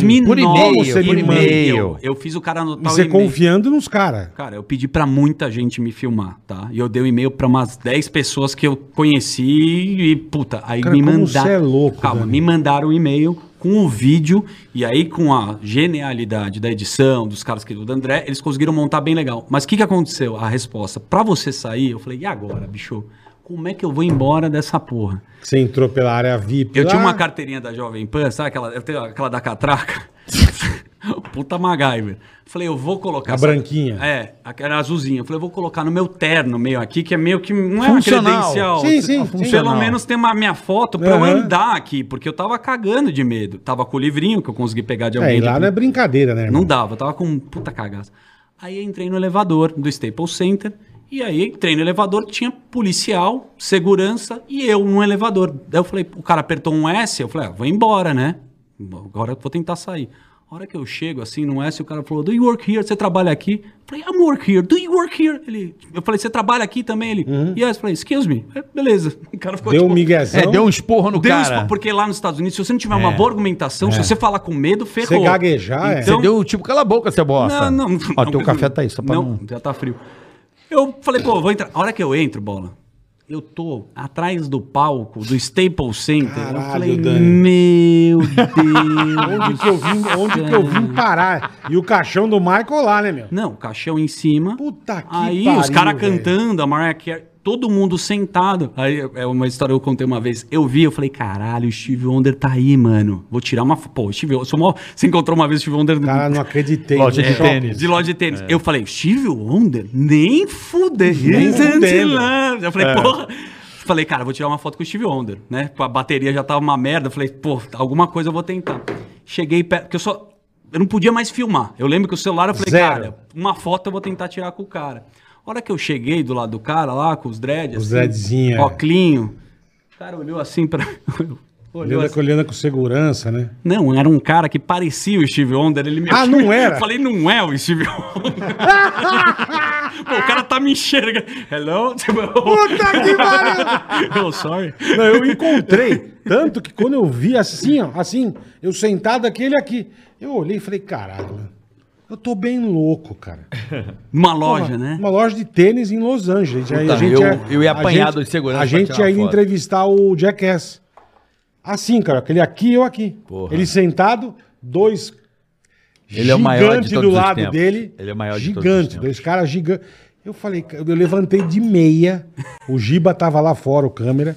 Speaker 3: Por
Speaker 4: 2009.
Speaker 2: Como você
Speaker 3: e-mail, por
Speaker 2: me manda?
Speaker 3: e-mail.
Speaker 4: Eu fiz o cara
Speaker 2: E
Speaker 4: anotar o
Speaker 2: você
Speaker 4: e-mail.
Speaker 2: confiando nos caras.
Speaker 4: Cara, eu pedi pra muita gente me filmar, tá? E eu dei o e-mail pra umas 10 pessoas que eu conheci e, puta, aí
Speaker 2: Cara,
Speaker 4: me
Speaker 2: como
Speaker 4: mandaram.
Speaker 2: você é louco,
Speaker 4: Calma,
Speaker 2: Dani.
Speaker 4: me mandaram o e-mail com o vídeo e aí com a genialidade da edição, dos caras que do André, eles conseguiram montar bem legal. Mas o que, que aconteceu? A resposta, pra você sair, eu falei, e agora, bicho? Como é que eu vou embora dessa porra?
Speaker 2: Você entrou pela área VIP.
Speaker 4: Eu
Speaker 2: lá.
Speaker 4: tinha uma carteirinha da Jovem Pan, sabe aquela, eu tenho aquela da catraca? Puta MacGyver. Falei, eu vou colocar...
Speaker 2: A branquinha.
Speaker 4: É, aquela azulzinha. Eu Falei, eu vou colocar no meu terno meio aqui, que é meio que... Não é uma
Speaker 3: Funcional.
Speaker 4: credencial.
Speaker 2: Sim, sim, sim.
Speaker 4: Pelo menos tem uma minha foto pra
Speaker 2: Aham.
Speaker 4: eu andar aqui, porque eu tava cagando de medo. Tava com o livrinho que eu consegui pegar de
Speaker 2: É,
Speaker 4: alguém.
Speaker 2: e
Speaker 4: de-
Speaker 2: lá não é brincadeira, né? irmão?
Speaker 4: não dava, eu tava com um puta cagaço. Aí eu entrei no elevador do Staples Center. E aí entrei no elevador, tinha policial, segurança e eu no elevador. Daí eu falei, o cara apertou um S, eu falei, ah, vou embora, né? Agora eu vou tentar sair. A hora que eu chego assim no S, o cara falou, do you work here? Você trabalha aqui? Eu falei, I'm work here, do you work here? Ele, eu falei, você trabalha aqui também? Ele, yes. Eu falei, excuse me. É, beleza. O cara ficou
Speaker 2: Uhum. Deu um
Speaker 4: tipo,
Speaker 2: miguezão.
Speaker 3: É, deu um esporro no
Speaker 4: Deu um
Speaker 3: cara.
Speaker 4: espo- porque lá nos Estados Unidos, se você não tiver uma boa argumentação, se você falar com medo, ferrou.
Speaker 2: É.
Speaker 4: Então,
Speaker 2: Você gaguejar, é.
Speaker 3: Você deu tipo, cala a boca, seu bosta.
Speaker 4: Não, não.
Speaker 3: Ó,
Speaker 4: não,
Speaker 3: teu café tá aí, só pra não...
Speaker 4: Não, já tá frio. Eu falei, pô, vou entrar. A hora que eu entro, bola, eu tô atrás do palco do Staples Center.
Speaker 2: Caralho,
Speaker 4: eu falei,
Speaker 2: Dani.
Speaker 3: um
Speaker 4: meu Deus.
Speaker 2: Onde que eu vim, onde que eu vim parar? E o caixão do Michael lá, né, meu?
Speaker 4: Não, o caixão em cima.
Speaker 2: Puta que
Speaker 4: Aí
Speaker 2: pariu,
Speaker 4: os caras
Speaker 2: velho.
Speaker 4: cantando, a Mariah Carey, todo mundo sentado. Aí é uma história que eu contei uma vez. Eu vi, eu falei, caralho, o Steve Wonder tá aí, mano. Vou tirar uma. fo- Pô, o Steve Wonder. Você encontrou uma vez o Steve Wonder no-
Speaker 2: Cara, não acreditei.
Speaker 3: Loja de
Speaker 2: No shopping.
Speaker 3: tênis.
Speaker 4: De loja de tênis. Eu falei, Steve Wonder? Nem fuder.
Speaker 2: É. Nem fudendo. É.
Speaker 4: Eu falei, porra. Falei, cara, vou tirar uma foto com o Steve Wonder, né? A bateria já tava uma merda. Eu Falei, pô, alguma coisa eu vou tentar. Cheguei perto, porque eu só. Eu não podia mais filmar. Eu lembro que o celular, eu falei,
Speaker 2: Zero.
Speaker 4: cara, uma foto eu vou tentar tirar com o cara. A hora que eu cheguei do lado do cara lá, com os dreads. assim,
Speaker 2: Os dreadzinho, é.
Speaker 4: Oclinho. O cara olhou assim pra. olhou
Speaker 2: Olhando,
Speaker 4: assim.
Speaker 2: com- olhando com segurança, né?
Speaker 4: Não, era um cara que parecia o Steve Wonder. Ele me
Speaker 2: Ah, não era?
Speaker 4: Eu falei, não é o Steve Wonder. Pô, o cara tá me enxergando. Hello?
Speaker 2: Puta que pariu!
Speaker 4: oh, sorry.
Speaker 2: Não, eu encontrei. Tanto que quando eu vi assim, ó, assim, eu sentado aqui, ele aqui. Eu olhei e falei, caralho, mano, eu tô bem louco, cara.
Speaker 4: Uma loja, né?
Speaker 2: Uma loja de tênis em Los Angeles. Aí
Speaker 3: Puta,
Speaker 2: a gente
Speaker 3: eu-
Speaker 2: ia-
Speaker 3: eu ia
Speaker 2: a
Speaker 3: apanhar
Speaker 2: gente-
Speaker 3: dos seguranças
Speaker 2: A
Speaker 3: pra
Speaker 2: gente
Speaker 3: tirar
Speaker 2: ia indo
Speaker 3: foto.
Speaker 2: entrevistar o Jackass. Assim, cara, aquele aqui eu aqui.
Speaker 3: Porra.
Speaker 2: Ele sentado, dois.
Speaker 3: Ele é o maior de
Speaker 2: gigante do
Speaker 3: todos os
Speaker 2: lado
Speaker 3: tempos.
Speaker 2: dele.
Speaker 3: Ele é o maior de
Speaker 2: gigante,
Speaker 3: todos os tempos.
Speaker 2: dois caras gigantes. Eu falei, cara, eu levantei de meia. O Giba tava lá fora, o câmera.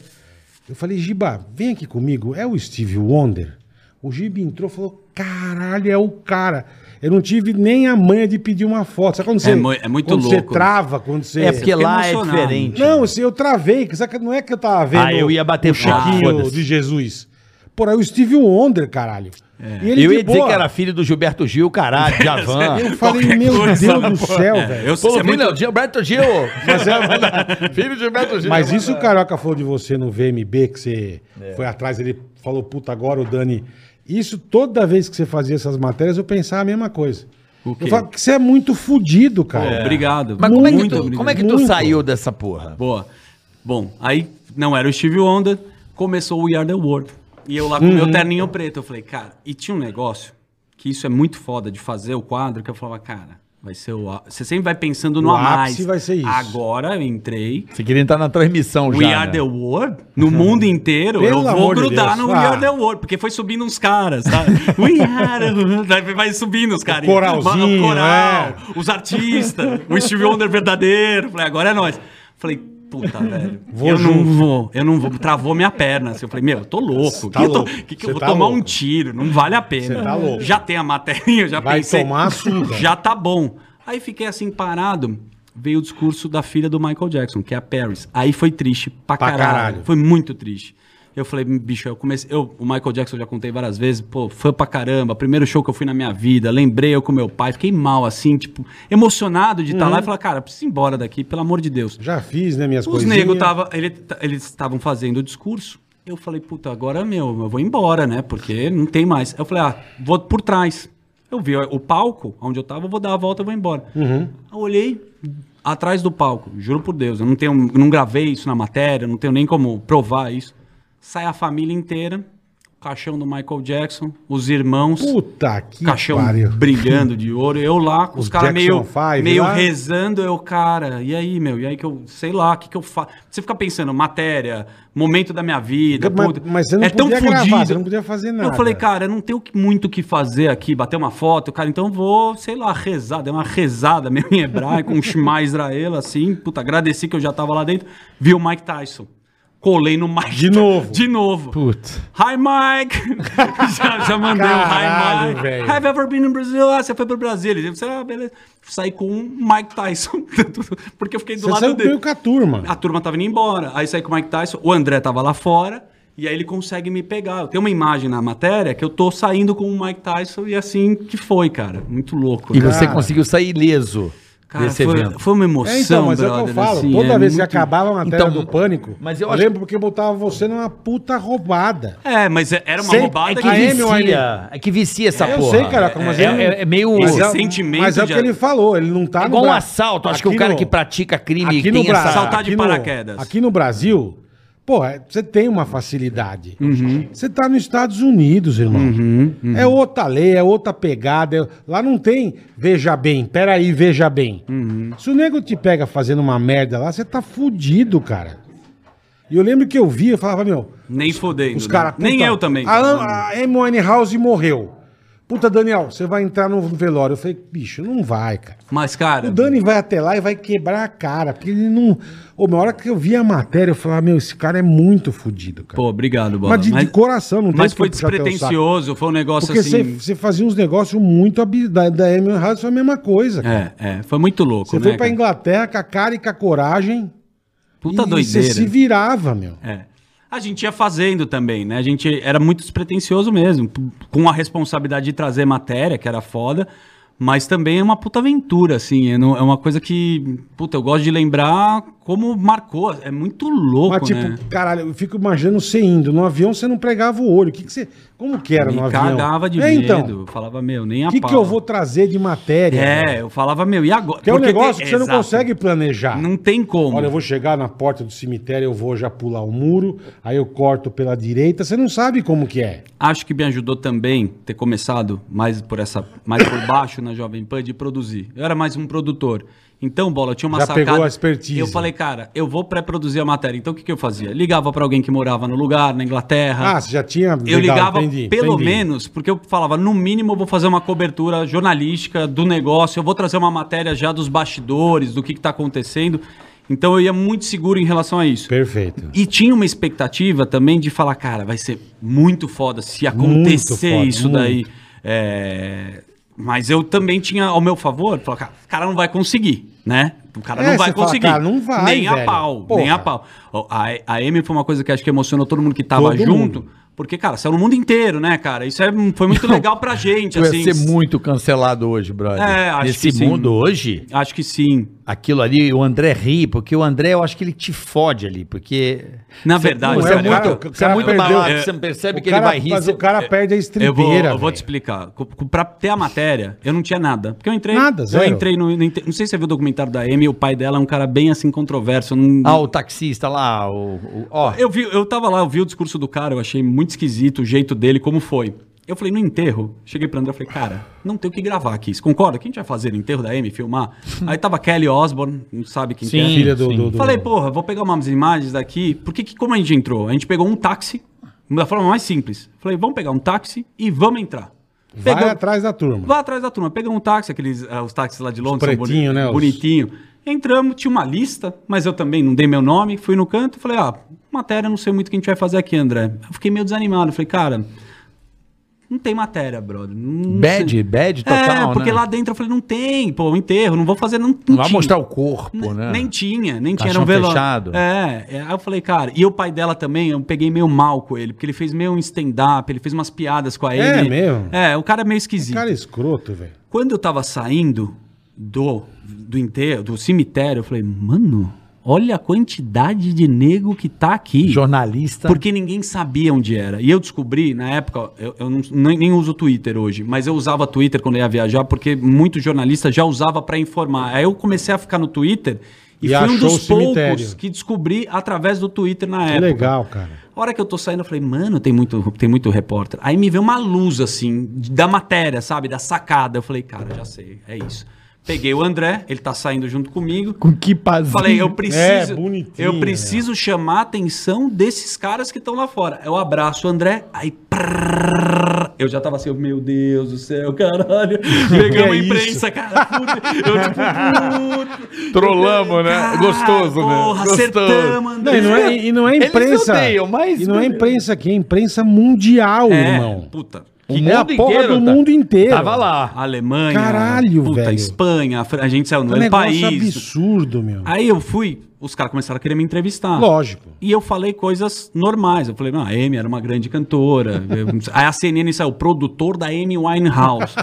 Speaker 2: Eu falei, Giba, vem aqui comigo. É o Steve Wonder? O Giba entrou e falou, caralho, é o cara. Eu não tive nem a manha de pedir uma foto. Sabe quando você,
Speaker 4: mu- é muito
Speaker 2: quando você
Speaker 4: louco.
Speaker 2: trava, quando você...
Speaker 3: É porque lá é
Speaker 4: emocionado.
Speaker 3: diferente.
Speaker 2: Não, assim, eu travei. Sabe, que não é que eu tava vendo
Speaker 3: Ah, eu ia bater
Speaker 2: o Chiquinho
Speaker 3: foda-se.
Speaker 2: de Jesus. Porra, aí o Steve Wonder, caralho.
Speaker 4: É.
Speaker 2: E
Speaker 3: Eu ia
Speaker 2: de
Speaker 3: dizer
Speaker 2: boa. é
Speaker 3: que era filho do Gilberto Gil, caralho, Javan.
Speaker 2: Eu falei,
Speaker 4: Qualquer
Speaker 2: meu
Speaker 4: coisa.
Speaker 2: Deus do céu, velho.
Speaker 4: Eu
Speaker 3: Pô,
Speaker 4: sei, é
Speaker 3: filho
Speaker 4: muito...
Speaker 3: do Gilberto Gil. é filho do Gilberto Gil.
Speaker 2: Mas
Speaker 4: é.
Speaker 2: isso o Carioca falou de você no VMB, que você foi atrás, ele falou, puta, agora o Dani. Isso, toda vez que você fazia essas matérias, eu pensava a mesma coisa.
Speaker 4: O quê?
Speaker 2: Eu falava que você é muito fudido,
Speaker 4: Pô,
Speaker 2: cara.
Speaker 4: Obrigado.
Speaker 3: Mas como é que
Speaker 4: muito
Speaker 3: tu,
Speaker 4: obrigado.
Speaker 3: como é que tu
Speaker 2: Muito.
Speaker 3: saiu dessa porra?
Speaker 4: Boa. Bom, aí não era o Steve Wonder, começou o We Are The World. E eu lá com
Speaker 2: Uhum.
Speaker 4: meu terninho preto, eu falei, cara, e tinha um negócio, que isso é muito foda de fazer o quadro, que eu falava, cara, vai ser o... á- Você sempre vai pensando no
Speaker 2: O
Speaker 4: a mais.
Speaker 2: ápice vai ser isso.
Speaker 4: Agora eu entrei,
Speaker 3: Você queria entrar na transmissão
Speaker 4: We
Speaker 3: já,
Speaker 4: Are
Speaker 3: né?
Speaker 4: The World, no mundo inteiro,
Speaker 2: Uhum. Pelo
Speaker 4: eu vou
Speaker 2: amor de
Speaker 4: grudar
Speaker 2: Deus.
Speaker 4: no We
Speaker 2: Ah.
Speaker 4: Are The World, porque foi subindo uns caras, sabe? We Are The World, aí vai subindo os caras.
Speaker 2: coralzinho,
Speaker 4: O coral,
Speaker 2: é.
Speaker 4: os artistas, o Steve Wonder verdadeiro, falei, agora é nós. Falei, puta, velho,
Speaker 2: Vou
Speaker 4: eu não
Speaker 2: junto.
Speaker 4: vou, eu não vou, travou minha perna, assim, eu falei, meu, eu tô louco,
Speaker 2: tá
Speaker 4: que eu tô-
Speaker 2: louco,
Speaker 4: que que
Speaker 2: você
Speaker 4: eu vou
Speaker 2: tá
Speaker 4: tomar
Speaker 2: louco.
Speaker 4: um tiro, não vale a pena.
Speaker 2: Você tá louco.
Speaker 4: Já tem a matéria, eu já
Speaker 2: Vai
Speaker 4: pensei.
Speaker 2: tomar açúcar.
Speaker 4: Já tá bom. Aí fiquei assim parado. Veio o discurso da filha do Michael Jackson, que é a Paris. Aí foi triste pra,
Speaker 2: Pra
Speaker 4: caralho.
Speaker 2: caralho.
Speaker 4: Foi muito triste. Eu falei, bicho, eu comecei. Eu, o Michael Jackson eu já contei várias vezes, pô, fã pra caramba. Primeiro show que eu fui na minha vida, lembrei eu com meu pai, fiquei mal, assim, tipo, emocionado de estar lá e falar, cara, preciso ir embora daqui, pelo amor de Deus.
Speaker 2: Já fiz, né, minhas
Speaker 4: Os
Speaker 2: coisas.
Speaker 4: negros tava, ele, t- eles estavam fazendo o discurso. Eu falei, puta, agora meu, eu vou embora, né? Porque não tem mais. Eu falei, ah, vou por trás. Eu vi ó, o palco onde eu tava, eu vou dar a volta, eu vou embora.
Speaker 2: Uhum.
Speaker 4: Eu olhei atrás do palco, juro por Deus, eu não tenho, não gravei isso na matéria, não tenho nem como provar isso. Sai a família inteira, o caixão do Michael Jackson, os irmãos
Speaker 2: Puta que
Speaker 4: caixão
Speaker 2: parião.
Speaker 4: brilhando de ouro. Eu lá, com os,
Speaker 2: Os
Speaker 4: caras meio,
Speaker 2: Jackson Five
Speaker 4: meio
Speaker 2: lá.
Speaker 4: rezando, eu, cara, e aí, meu? E aí que eu, sei lá, o que, que eu faço? Você fica pensando, matéria, momento da minha vida.
Speaker 2: Mas-
Speaker 4: puta,
Speaker 2: mas você não
Speaker 4: é tão
Speaker 2: podia gravar,
Speaker 4: fudido.
Speaker 2: você não podia fazer nada.
Speaker 4: Eu falei, cara, eu não tenho que- muito o que fazer aqui, bater uma foto, cara, então eu vou, sei lá, rezar. Dei uma rezada meio em hebraico, um Shema Israel, assim, puta, agradeci que eu já tava lá dentro. Vi o Mike Tyson. Colei no Mike.
Speaker 2: De novo.
Speaker 4: De novo.
Speaker 3: Putz.
Speaker 4: Hi, Mike! já, já mandei
Speaker 2: Caralho,
Speaker 4: um Hi, Mike.
Speaker 2: velho.
Speaker 4: Have you ever been in Brazil? Ah, você foi pro Brasil. Ele disse, ah, beleza. Saí com o Mike Tyson. porque eu fiquei do
Speaker 2: Você
Speaker 4: lado
Speaker 2: saiu
Speaker 4: dele.
Speaker 2: meio com a turma.
Speaker 4: A turma tava indo embora. Aí saí com o Mike Tyson. O André tava lá fora. E aí ele consegue me pegar. Eu tenho uma imagem na matéria que eu tô saindo com o Mike Tyson e assim que foi, cara. Muito louco.
Speaker 3: E
Speaker 4: né?
Speaker 3: você
Speaker 2: Cara.
Speaker 3: conseguiu sair ileso
Speaker 4: Cara,
Speaker 3: desse
Speaker 4: foi,
Speaker 3: evento.
Speaker 4: foi uma emoção,
Speaker 2: É, então, mas é o que
Speaker 4: brother,
Speaker 2: eu falo.
Speaker 4: assim,
Speaker 2: Toda
Speaker 4: é
Speaker 2: vez que
Speaker 4: muito-
Speaker 2: acabava a matéria
Speaker 3: Então,
Speaker 2: do pânico,
Speaker 3: mas eu
Speaker 2: eu
Speaker 3: acho-
Speaker 2: lembro porque botava você numa puta roubada.
Speaker 4: É, mas é- era uma
Speaker 2: Sempre-
Speaker 4: roubada
Speaker 3: É que
Speaker 2: A Amy
Speaker 3: vicia. É que vicia essa
Speaker 2: Eu
Speaker 3: porra.
Speaker 2: sei, cara, mas
Speaker 3: é,
Speaker 2: eu-
Speaker 3: é- é meio.
Speaker 4: Esse
Speaker 2: é,
Speaker 4: sentimento
Speaker 2: mas é o
Speaker 4: de-
Speaker 2: que ele falou, ele não tá
Speaker 3: É igual um
Speaker 2: Bra-
Speaker 3: assalto. Acho que o
Speaker 2: Aqui
Speaker 3: cara
Speaker 2: no-
Speaker 3: que pratica crime
Speaker 2: aqui
Speaker 3: tem
Speaker 2: no Brasil,
Speaker 3: essa.
Speaker 4: Saltar
Speaker 2: aqui
Speaker 4: de
Speaker 2: no-
Speaker 4: paraquedas.
Speaker 2: aqui no Brasil, pô, é- você tem uma facilidade.
Speaker 4: Uhum.
Speaker 2: Você tá nos Estados Unidos, irmão. É outra lei, é outra pegada. é- Lá não tem veja bem, peraí, veja bem.
Speaker 4: Uhum.
Speaker 2: Se o nego te pega fazendo uma merda lá, você tá fudido, cara. E eu lembro que eu via, eu falava, meu,
Speaker 4: Nem fodendo.
Speaker 2: os
Speaker 4: né?
Speaker 2: caras.
Speaker 4: Nem
Speaker 2: puta,
Speaker 4: eu também. Uhum.
Speaker 2: A, a M.O.N. House morreu. Puta, Daniel, você vai entrar no velório. Eu falei, bicho, não vai, cara.
Speaker 4: Mas, cara.
Speaker 2: O Dani vai até lá e vai quebrar a cara, porque ele não. Ô, na hora que eu vi a matéria, eu falei, ah, meu, esse cara é muito fudido, cara.
Speaker 4: Pô, obrigado, Bola.
Speaker 2: mas, de, de coração, não tem
Speaker 4: mas
Speaker 2: por
Speaker 4: foi
Speaker 2: que puxar teu saco.
Speaker 4: despretensioso, foi um negócio
Speaker 2: Porque você
Speaker 4: assim.
Speaker 2: você fazia uns negócios muito absurdos. Da, da Amy House foi a mesma coisa, cara.
Speaker 4: É, é, foi muito louco,
Speaker 2: Você
Speaker 4: né?
Speaker 2: foi pra
Speaker 4: cara?
Speaker 2: Inglaterra com a cara e com a coragem.
Speaker 4: Puta
Speaker 2: e
Speaker 4: doideira.
Speaker 2: Você se virava, meu.
Speaker 4: É. A gente ia fazendo também, né? A gente era muito despretensioso mesmo, p- com a responsabilidade de trazer matéria, que era foda, mas também é uma puta aventura, assim. É não- é uma coisa que, puta, eu gosto de lembrar como marcou. É muito louco,
Speaker 2: Mas, tipo,
Speaker 4: né?
Speaker 2: caralho, eu fico imaginando você indo. No avião você não pregava o olho. O que, que você. Como que era
Speaker 4: Me
Speaker 2: no avião?
Speaker 4: cagava de
Speaker 2: é,
Speaker 4: medo.
Speaker 2: então.
Speaker 4: eu falava, meu, nem a
Speaker 2: O que,
Speaker 4: pau.
Speaker 2: que eu vou trazer de matéria?
Speaker 4: É, eu falava, meu, e agora?
Speaker 2: Que é um
Speaker 4: Porque
Speaker 2: negócio
Speaker 4: tem-
Speaker 2: que você não
Speaker 4: Exato.
Speaker 2: consegue planejar.
Speaker 4: Não tem como.
Speaker 2: Olha, eu vou chegar na porta do cemitério, eu vou já pular o muro, aí eu corto pela direita. Você não sabe como que é.
Speaker 4: Acho que me ajudou também ter começado mais por essa, mais por baixo na Jovem Pan de produzir. Eu era mais um produtor. Então, bola, eu tinha uma
Speaker 2: Já
Speaker 4: sacada.
Speaker 2: pegou a expertise.
Speaker 4: Eu falei, cara, eu vou pré-produzir a matéria. Então, o que, que eu fazia? Ligava pra alguém que morava no lugar, na Inglaterra.
Speaker 2: Ah, você já tinha. legal,
Speaker 4: eu ligava
Speaker 2: entendi,
Speaker 4: pelo
Speaker 2: entendi.
Speaker 4: menos, porque eu falava, no mínimo eu vou fazer uma cobertura jornalística do negócio, eu vou trazer uma matéria já dos bastidores, do que está acontecendo. Então eu ia muito seguro em relação a isso.
Speaker 2: Perfeito.
Speaker 4: E tinha uma expectativa também de falar, cara, vai ser muito foda se acontecer
Speaker 2: foda,
Speaker 4: isso
Speaker 2: muito.
Speaker 4: daí. É, Mas eu também tinha ao meu favor, falava, cara, o cara não vai conseguir, né? O cara
Speaker 2: É,
Speaker 4: não vai
Speaker 2: você fala,
Speaker 4: conseguir.
Speaker 2: cara, não vai,
Speaker 4: nem a
Speaker 2: velho.
Speaker 4: pau,
Speaker 2: Porra.
Speaker 4: nem a pau. Ó, A, a Amy foi uma coisa que acho que emocionou todo mundo que tava
Speaker 2: Todo
Speaker 4: junto.
Speaker 2: mundo.
Speaker 4: Porque, cara, saiu no mundo inteiro, né, cara? Isso é, foi muito legal pra gente,
Speaker 3: Tu ia
Speaker 4: assim.
Speaker 3: ser muito cancelado hoje, brother.
Speaker 4: É, acho
Speaker 3: Nesse
Speaker 4: que sim.
Speaker 3: mundo hoje,
Speaker 4: Acho que sim.
Speaker 3: aquilo ali, o André ri, porque o André, eu acho que ele te fode ali, porque...
Speaker 4: Na verdade,
Speaker 3: você é
Speaker 2: cara,
Speaker 3: muito,
Speaker 2: o
Speaker 3: você é
Speaker 2: cara
Speaker 3: muito
Speaker 2: perdeu-
Speaker 3: balaco,
Speaker 2: é,
Speaker 3: você não percebe
Speaker 2: O
Speaker 3: que
Speaker 2: cara-
Speaker 3: ele vai rir.
Speaker 2: Mas
Speaker 3: você- é,
Speaker 2: o cara perde a
Speaker 4: Eu vou,
Speaker 2: estribeira.
Speaker 4: eu vou
Speaker 2: velho.
Speaker 4: te explicar. Co- co- Pra ter a matéria, eu não tinha nada. Porque eu entrei.
Speaker 2: Nada, zero.
Speaker 4: Eu entrei no. no inte- Não sei se você viu o documentário da Amy, o pai dela é um cara bem assim controverso. eu Não,
Speaker 3: Ah, o taxista lá, o... o- ó,
Speaker 4: Eu, vi, eu tava lá, eu vi o discurso do cara, eu achei muito esquisito o jeito dele, como foi. Eu falei, no enterro, cheguei pra André e falei, cara, não tem o que gravar aqui. Você concorda? O que a gente vai fazer no enterro da Amy, filmar? Aí tava Kelly Osborne, não sabe quem que é.
Speaker 3: Sim,
Speaker 2: Filha do,
Speaker 3: sim.
Speaker 2: do, do-
Speaker 4: Falei, porra, vou pegar umas imagens daqui. Porque que, como a gente entrou? A gente pegou um táxi, da forma mais simples. Falei, vamos pegar um táxi e vamos entrar.
Speaker 2: Vai
Speaker 4: Pegamos-
Speaker 2: atrás da turma.
Speaker 4: Vá atrás da turma. Pega um táxi, aqueles ah, os táxis lá de Londres. são
Speaker 2: pretinho, né, os-
Speaker 4: Bonitinho. Entramos, tinha uma lista, mas eu também não dei meu nome. Fui no canto e falei, ah, matéria, não sei muito o que a gente vai fazer aqui, André. Eu fiquei meio desanimado. Falei, cara, não tem matéria, brother. Não
Speaker 3: Bad,
Speaker 4: sei.
Speaker 3: bad
Speaker 4: É,
Speaker 3: total,
Speaker 4: porque
Speaker 3: né?
Speaker 4: lá dentro eu falei, não tem, pô, um enterro, não vou fazer, não, não
Speaker 3: Não vai
Speaker 4: tinha.
Speaker 3: mostrar o corpo,
Speaker 4: Ne-
Speaker 3: né?
Speaker 4: Nem tinha, nem tinha.
Speaker 3: Caixão
Speaker 4: um velório.
Speaker 3: fechado.
Speaker 4: É, é, aí eu falei, cara, e o pai dela também, eu peguei meio mal com ele, porque ele fez meio um stand-up, ele fez umas piadas com a
Speaker 2: É
Speaker 4: Amy.
Speaker 2: mesmo?
Speaker 4: É, o cara é meio esquisito.
Speaker 2: Cara escroto, velho.
Speaker 4: Quando eu tava saindo do, do enterro, do cemitério, eu falei, mano, olha a quantidade de nego que tá aqui.
Speaker 3: Jornalista.
Speaker 4: Porque ninguém sabia onde era. E eu descobri, na época, eu, eu não- nem, nem uso Twitter hoje, mas eu usava Twitter quando eu ia viajar, porque muito jornalista já usava pra informar. Aí eu comecei a ficar no Twitter e,
Speaker 2: E
Speaker 4: fui um
Speaker 2: achou
Speaker 4: dos
Speaker 2: o cemitério.
Speaker 4: poucos que descobri através do Twitter na
Speaker 2: Que
Speaker 4: época.
Speaker 2: legal, cara.
Speaker 4: A hora que eu tô saindo, eu falei, mano, tem muito, tem muito repórter. Aí me veio uma luz, assim, de- da matéria, sabe? Da sacada. Eu falei, cara, já sei, é isso. Peguei o André, ele tá saindo junto comigo.
Speaker 3: Com que pazinho.
Speaker 4: Falei, eu preciso.
Speaker 2: É, bonitinho,
Speaker 4: eu preciso chamar a atenção desses caras que estão lá fora. Eu abraço o André, aí. prrr, eu já tava assim, meu Deus do céu, caralho. Pegamos
Speaker 2: é
Speaker 4: a
Speaker 2: isso?
Speaker 4: imprensa, cara. puta. Eu tipo, puto.
Speaker 7: Trollamos, né?
Speaker 4: Cara,
Speaker 7: Gostoso, né?
Speaker 4: Porra,
Speaker 7: Gostoso.
Speaker 4: acertamos,
Speaker 2: Não,
Speaker 4: André.
Speaker 2: e, não é, e não é
Speaker 3: Eles
Speaker 2: imprensa.
Speaker 3: odeiam, mas-
Speaker 2: E não é imprensa aqui, é imprensa mundial,
Speaker 4: É,
Speaker 2: irmão.
Speaker 4: Puta.
Speaker 3: O
Speaker 2: É a
Speaker 3: mundo
Speaker 2: porra
Speaker 3: inteiro
Speaker 2: do
Speaker 3: tá-
Speaker 2: mundo inteiro.
Speaker 3: Tava lá.
Speaker 4: Alemanha.
Speaker 2: Caralho,
Speaker 4: puta,
Speaker 2: velho.
Speaker 4: Espanha, Fran- a gente saiu
Speaker 2: É
Speaker 4: no
Speaker 2: um negócio
Speaker 4: país.
Speaker 2: absurdo, meu.
Speaker 4: Aí eu fui, os caras começaram a querer me entrevistar.
Speaker 2: Lógico.
Speaker 4: E eu falei coisas normais. Eu falei, não, a Amy era uma grande cantora. Eu- Aí a CNN saiu, produtor da Amy Winehouse.